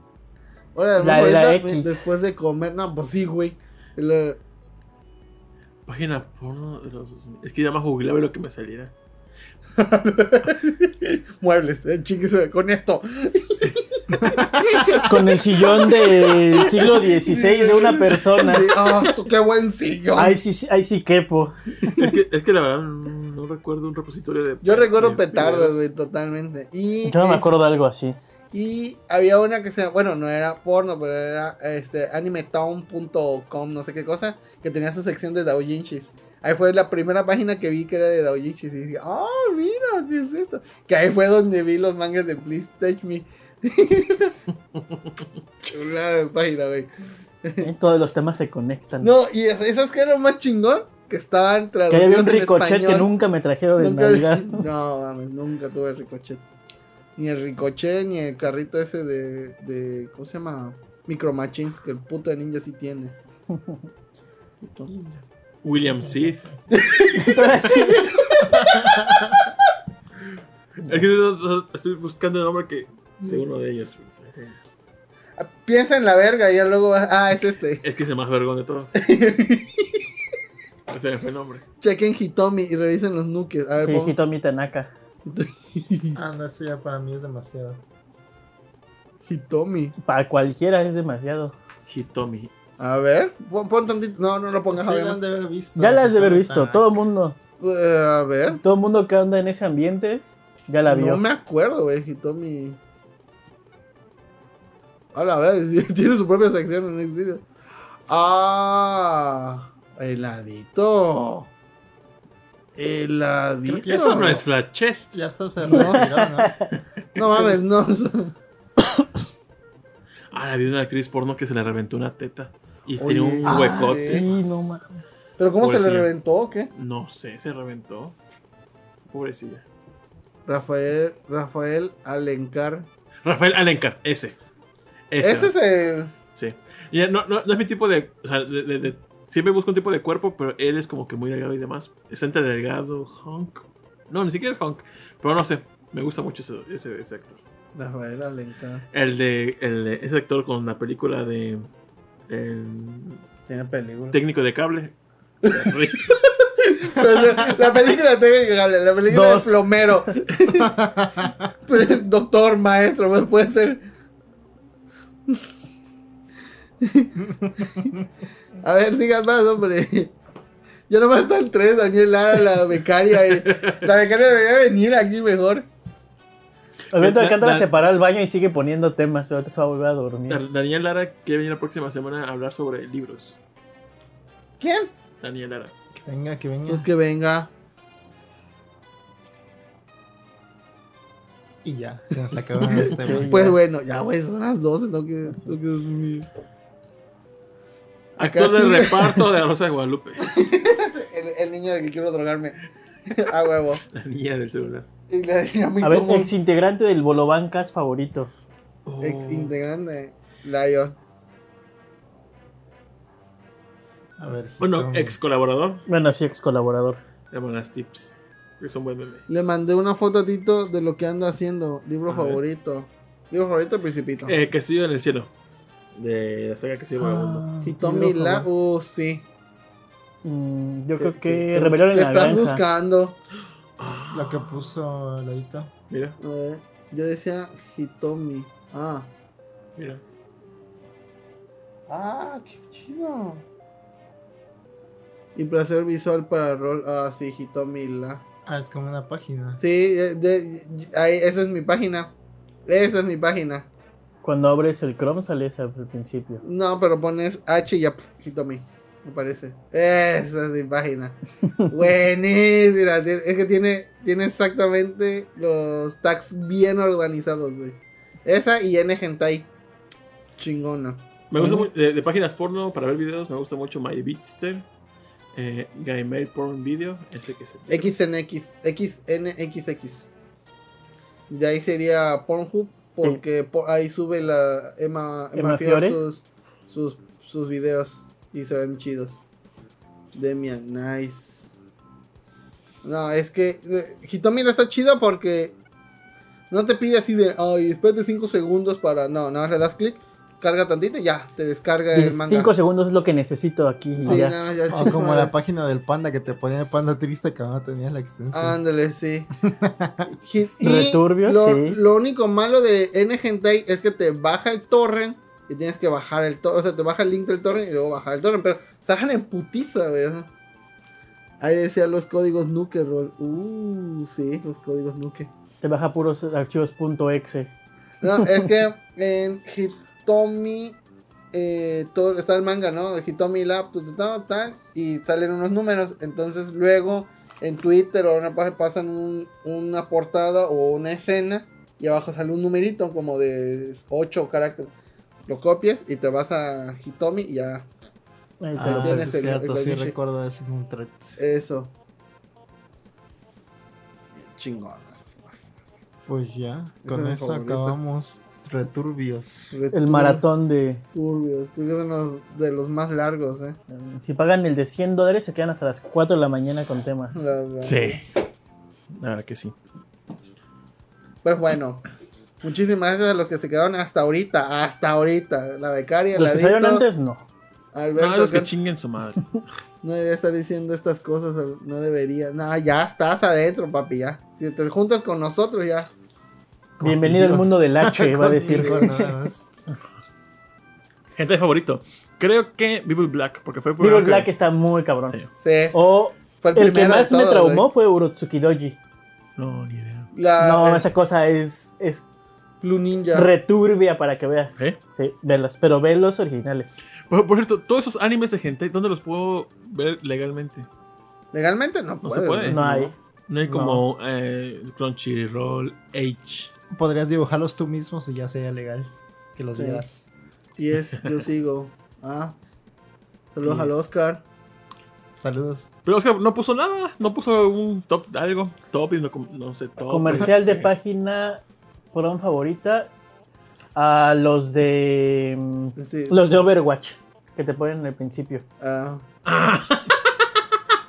C: Ahora,
D: La de la
C: ahorita,
D: X.
C: después de comer. No, pues sí, güey. La-
B: Página porno de los 2000. Es que ya más googleaba lo que me saliera.
C: Muebles, eh, chingues, con esto.
D: Con el sillón del siglo XVI de una persona.
C: Sí, ah, esto, qué buen sillón.
D: Ahí sí, ahí sí quepo.
B: Es que, es que la verdad no recuerdo un repositorio de.
C: Yo recuerdo
B: de-
C: petardas, güey, totalmente. Y,
D: Yo no me
C: eh,
D: acuerdo de algo así.
C: y había una que se bueno, no era porno, pero era este animetown.com, no sé qué cosa, que tenía su sección de doujinshis. Ahí fue la primera página que vi que era de doujinshis y dije, "Ah, mira, ¿qué es esto?" Que ahí fue donde vi los mangas de Please Touch Me. Chulada de página, güey.
D: ¿eh? Todos los temas se conectan.
C: No, y esas, esas que eran más chingón, que estaban
D: que ahí había
C: traducidas
D: un
C: en
D: ricochet que
C: español.
D: nunca me trajeron en
C: Nunca-
D: Navidad.
C: No, mames, nunca tuve ricochet. Ni el ricochet, ni el carrito ese de, de ¿cómo se llama? Micro Machines, que el puto de ninja sí tiene. Puto ninja.
B: William Seed.
D: Entonces,
B: Es que no- no- estoy buscando el nombre que de uno de ellos.
C: Ah, Piensa en la verga y ya luego vas- ah, es este.
B: Es que es el más vergón de todos. Ese fue el nombre.
C: Chequen Hitomi y revisen los nuques. A ver,
D: sí,
C: pon-
D: Hitomi Tanaka.
A: Ah, no, eso ya para mí es demasiado.
C: Hitomi.
D: Para cualquiera es demasiado.
B: Hitomi.
C: A ver, pon, pon tantito. No, no lo
A: Sí,
C: pongas a
A: la han
C: ver.
A: de haber visto.
D: Ya la has de haber visto.
A: Ah,
D: Todo mundo,
C: Eh, a ver.
D: todo mundo que anda en ese ambiente, ya la vio.
C: No me acuerdo, güey, Hitomi. A la vez, tiene su propia sección en Xvideos. Ah, heladito. Heladito.
A: Creo que Eso
B: Eso no es flat chest.
A: Ya está, se retiró, ¿no?
C: No mames, no.
B: Ah, había una actriz porno que se le reventó una teta y
C: Oye,
B: tenía un
C: ah,
B: huecote.
C: sí.
D: Sí, no mames.
C: Pero ¿cómo se le
B: Pobrecillo.
C: reventó o qué?
B: No sé, se reventó. Pobrecilla.
C: Rafael, Rafael Alencar.
B: Rafael Alencar, ese. Ese.
C: Ese es el.
B: Sí. Ya, no, no, no es mi tipo de. O sea, de- de- de- siempre busco un tipo de cuerpo, pero él es como que muy delgado y demás. Está entre delgado, honk. No, ni siquiera es honk. Pero no sé. Me gusta mucho ese, ese, ese actor.
C: Rafael Alencar.
B: El de, el de- Ese actor con la película de. El
C: Tiene película.
B: técnico de cable.
C: Pero la película de Gale, la película
D: Dos.
C: de plomero. Pero, Doctor, maestro, pues, puede ser. A ver, sigan más, hombre. Ya nomás están tres, Daniel Lara, la becaria. y- La becaria debería venir aquí mejor.
D: Alberto
B: Na-
D: Alcántara
B: na-
D: se paró al baño y sigue poniendo temas, pero ahorita se va a volver a dormir.
B: Dan- Daniel Lara quiere venir la próxima semana a hablar sobre libros.
C: ¿Quién?
B: Daniel Lara.
A: Que venga, que venga.
C: Pues que venga.
A: Y ya, se nos acabó este
D: Sí.
A: tema.
C: Pues bueno, ya, güey, son las 12, tengo que, tengo que dormir. Acá
B: Actor
C: sigue
B: de reparto de la Rosa de Guadalupe.
C: el, el niño de que quiero drogarme. A huevo.
B: La niña del celular.
C: Y la dinámica
D: A ver,
C: como
D: ex integrante del Bolobancas favorito.
B: Oh.
C: ex integrante Lion.
A: A ver.
B: Bueno,
A: Jito.
B: ex colaborador
D: Bueno, sí, ex colaborador.
B: de Manas Tips. Es un buen meme.
C: Le mandé una foto a Tito de lo que anda haciendo. Libro
B: A ver.
C: favorito. Libro favorito El Principito.
B: Eh, Castillo en el cielo. De la saga Castillo Vagabundo.
A: Ah,
C: Hitomi la. Uh, sí.
D: Mm, yo creo
C: ¿Qué-
D: que
C: qué-
D: Rebelión en
C: qué
D: la
C: estás
D: Granja.
C: buscando?
A: Lo que puso Lodito.
B: Ah. Mira,
C: A ver, yo decía Hitomi. Ah.
B: mira.
C: Ah, qué chido. Y placer visual para rol. Ah, sí, Hitomi la.
A: Ah, es como una página.
C: Sí, eh, de- ahí, esa es mi página. Esa es mi página.
D: Cuando abres el Chrome sale esa al principio.
C: No, pero pones H y ya, pf, Hitomi. Me parece. Esa es mi página. Buenísima. ti- Es que tiene, tiene exactamente los tags bien organizados, güey. Esa y N Hentai. Chingona.
B: Me gusta mucho. De, de páginas porno para ver videos, me gusta mucho My Beatster. Eh, Gmail Porn Video. Ese que se.
C: XNX. XNXX. De ahí sería Pornhub. Porque po- ahí sube la Emma, Emma
D: Emma
C: Fior
D: Fiore.
C: sus, sus, sus videos. Y se ven chidos. Demian, nice. No, es que eh, Hitomi no está chida porque no te pide así de, ay, espérate 5 segundos para. No, nada más le das clic, carga tantito y ya, te descarga el Eh, manga.
D: 5 segundos es lo que necesito aquí.
C: Sí,
D: y ya.
C: nada, ya,
A: O
C: chingas
A: Ah, como
C: madre.
A: la página del panda que te ponía el panda triste que no tenías la extensión.
C: Ándale, sí. Y- y
D: Returbio,
C: lo,
D: sí.
C: Lo único malo de N Hentai es que te baja el torrent y tienes que bajar el torrent. O sea, te baja el link del torrent y luego bajar el torrent. Pero se bajan en putiza, güey. o sea. Ahí decían los códigos Nuke Roll. Uh, sí, los códigos Nuke.
D: Te baja puros archivos .exe.
C: No, es que en Hitomi eh, todo, está el manga, ¿no? De Hitomi Lab, tu, tu, tal, tal, y salen unos números. Entonces luego en Twitter o una página pasan un- una portada o una escena y abajo sale un numerito como de 8 caracteres. Lo copias y te vas a Hitomi y ya.
D: Ahí te
A: Ah,
D: lo
A: sí,
C: tienes
A: es
C: el- Eh,
A: cierto,
C: el
A: sí
C: Godiche.
A: recuerdo eso en un thread.
C: Eso. Chingonas. esas páginas.
A: Pues
C: Esa
A: ya,
C: es
A: con
C: mi
A: eso
C: favorita.
A: acabamos returbios.
D: El maratón de.
C: Turbios. Creo que son los- de los más largos, ¿eh?
D: Si pagan el de 100 dólares, se quedan hasta las 4 de la mañana con temas.
C: La verdad.
B: Sí. La verdad que sí.
C: Pues bueno, muchísimas gracias a los que se quedaron hasta ahorita, hasta ahorita. La becaria,
D: Los
C: la
D: que salieron antes, no.
B: No,
C: Alberto,
B: es que
C: que
B: chinguen su madre.
C: no debería estar diciendo estas cosas, Al- no debería. No, ya estás adentro, papi, ya. Si te juntas con nosotros, ya.
D: Bienvenido al mundo del H, va a decir.
A: Conmigo nada más.
B: Gente favorito. Creo que Bible Black, porque fue el
D: Vivo
B: primero
D: el Black
B: que-
D: está muy cabrón.
B: Sí.
C: Sí.
D: O
C: Fue
D: el que
C: primero de
D: más me
C: todos, ¿eh?
D: traumó
C: güey.
D: fue Urotsukidoji.
C: Ah,
B: No, ni idea.
C: La-
D: No,
C: el-
D: esa cosa es, es
C: Blue Ninja.
D: Returbia para que veas.
B: ¿Eh?
D: Sí, velas, pero ve los originales.
B: Por, por cierto, todos esos animes de gente, ¿dónde los puedo ver legalmente?
C: Legalmente no,
B: No
C: puede.
B: se puede.
D: No hay.
B: No hay como eh, Crunchyroll, H.
A: Podrías dibujarlos tú mismo si ya sería legal que los
C: Sí.
A: digas.
C: Y es, yo sigo. Ah. Saludos al
A: Yes.
C: Oscar.
A: Saludos.
B: Pero Oscar no puso nada, no puso un top de algo. Top, no, com- no sé, top.
D: Comercial de
B: este,
D: página por favorita a los de mm,
C: Sí.
D: los de Overwatch que te ponen al principio.
C: Ah.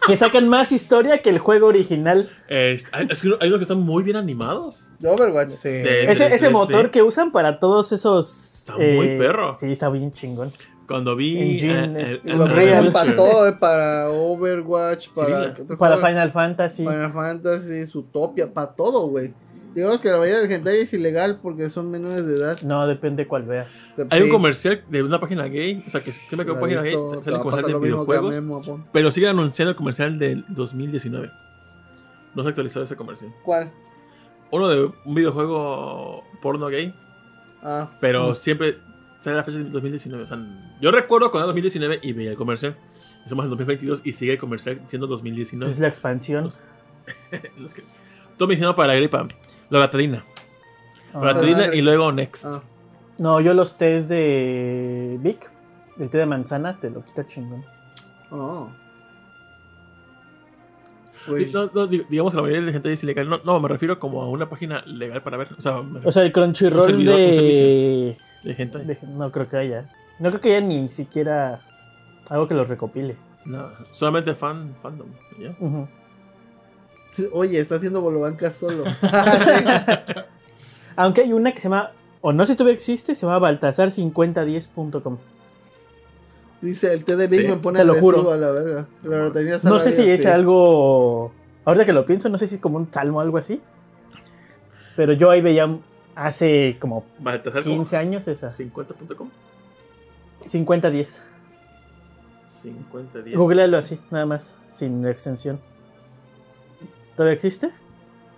D: Que sacan más historia que el juego original.
B: este, hay- es que hay unos que están muy bien animados.
C: De Overwatch. Sí.
B: De-
D: Ese, ese
B: 3D.
D: motor que usan para todos esos. eh,
B: Está muy perro.
D: Sí, está bien chingón.
B: Cuando vi.
D: Engine,
B: eh,
C: Y
B: el-
C: lo
B: el
D: Unreal.
C: ponen
B: Adventure.
C: para todo, eh, para Overwatch, para,
B: la-
C: ¿qué otro
D: Para
C: juego?
D: Final Fantasy.
C: Final Fantasy, Zootopia, para todo, güey. Digamos que la mayoría del hentai es ilegal porque son menores de edad.
D: No, depende cuál veas.
B: Hay un
C: Sí,
B: comercial de una página gay, o sea, que siempre que hay una página gay
C: ladito,
B: sale
C: te
B: el
C: va a pasar
B: comercial de
C: lo mismo que a
B: videojuegos,
C: Memo, Apón.
B: pero siguen anunciando el comercial del 2019. No se ha actualizado ese comercial.
C: ¿Cuál?
B: Uno de un videojuego porno gay,
C: Ah,
B: pero siempre sale la fecha de 2019. O sea, yo recuerdo cuando era 2019 y veía el comercial. Y Somos en 2022 y sigue el comercial siendo 2019.
D: Es la expansión.
B: Los que- Todo me hicieron para la gripa. Loratadina.
D: Ah.
B: Loratadina y luego Next.
C: ah.
D: No, yo los tés de Vic, el té de manzana, te lo quita chingón.
C: Oh.
B: Y
C: Pues,
B: no, no, di- digamos que la mayoría de la gente es ilegal. No, no, me refiero como a una página legal para ver. O sea, me-
D: O sea, el Crunchyroll
B: Un servidor, un
D: de...
B: de gente.
D: de- No creo que haya. No creo que haya ni siquiera algo que los recopile.
B: No, solamente fan, fandom. ¿ya?
D: Ujú.
C: oye, está haciendo bolobancas solo.
D: Aunque hay una que se llama, o no sé si todavía existe, se llama baltasar5010.com.
C: Dice, el té de Big
B: Sí,
C: me pone
D: te lo
C: agresivo
D: juro.
C: a la verga. La lotería sabe
D: No sé si
C: bien,
D: es
C: sí.
D: algo, ahorita que lo pienso, no sé si es como un salmo o algo así. Pero yo ahí veía hace como
B: Baltasar como
D: 15 años esa.
B: 50.com.
D: 5010.
B: 50 días.
D: Googlealo así, nada más, sin extensión. ¿Todavía existe?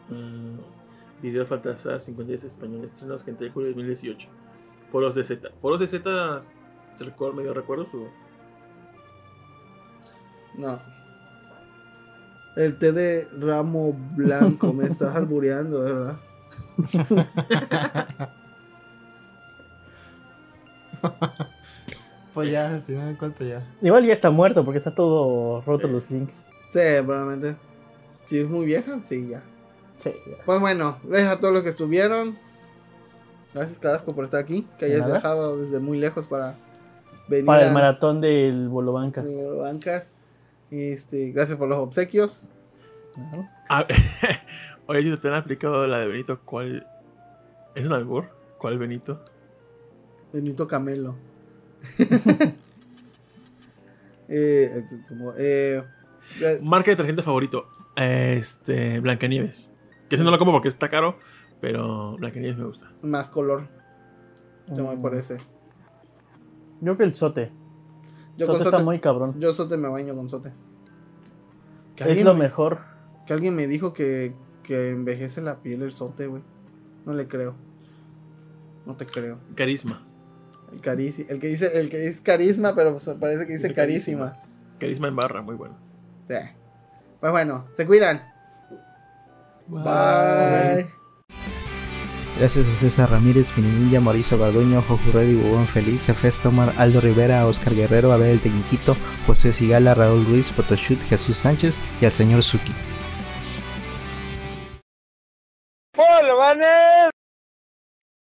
B: Mm, video Fantasar 50 días español. Estrenos gente de julio de 2018. Foros de Z. Foros de Z. ¿Se recuerda, medio recuerdo su.
C: No. El té de ramo blanco, me estás albureando, ¿verdad?
A: Pues ya, si no me cuento ya.
D: Igual ya está muerto porque está todo roto los links.
C: Sí, probablemente. Si es muy vieja, sí, ya.
D: Sí, ya.
C: Pues bueno, gracias a todos los que estuvieron. Gracias, Carrasco, por estar aquí. Que hayas
D: nada.
C: viajado desde muy lejos para venir
D: Para
C: a-
D: el maratón del Bolobancas.
C: a Bancas. Este, gracias por los obsequios.
B: Ah, Oye, yo te han aplicado la de Benito. ¿Cuál? ¿Es un albur? ¿Cuál Benito?
C: Benito Camelo. Eh, este, como, eh, gra-
B: Marca de detergente favorito. Este. Blancanieves. Que ese no lo como porque está caro. Pero Blancanieves me gusta.
C: más color, yo me
D: Mm.
C: parece.
D: Yo creo que el sote.
C: Yo
D: sote
C: con
D: está
C: sote,
D: muy cabrón.
C: yo sote me baño con sote. Que
D: Es
C: alguien
D: lo
C: me-
D: mejor.
C: Que alguien me dijo que, que envejece la piel el sote, güey. No le creo. No te creo.
B: Carisma.
C: El, carici- el que dice, el que es carisma, pero pues parece que dice
B: Dice
C: carísima.
B: carísima. Carisma en barra, muy bueno.
C: Sí. Pues bueno, se cuidan. Bye.
A: Gracias a César Ramírez, Minilla, Mauricio Garduño, Jojo Reddy, Bubón Feliz, Efes Tomar, Aldo Rivera, Oscar Guerrero, Abel El Tecniquito, José Sigala, Raúl Ruiz, Photoshoot, Jesús Sánchez y al señor Suki.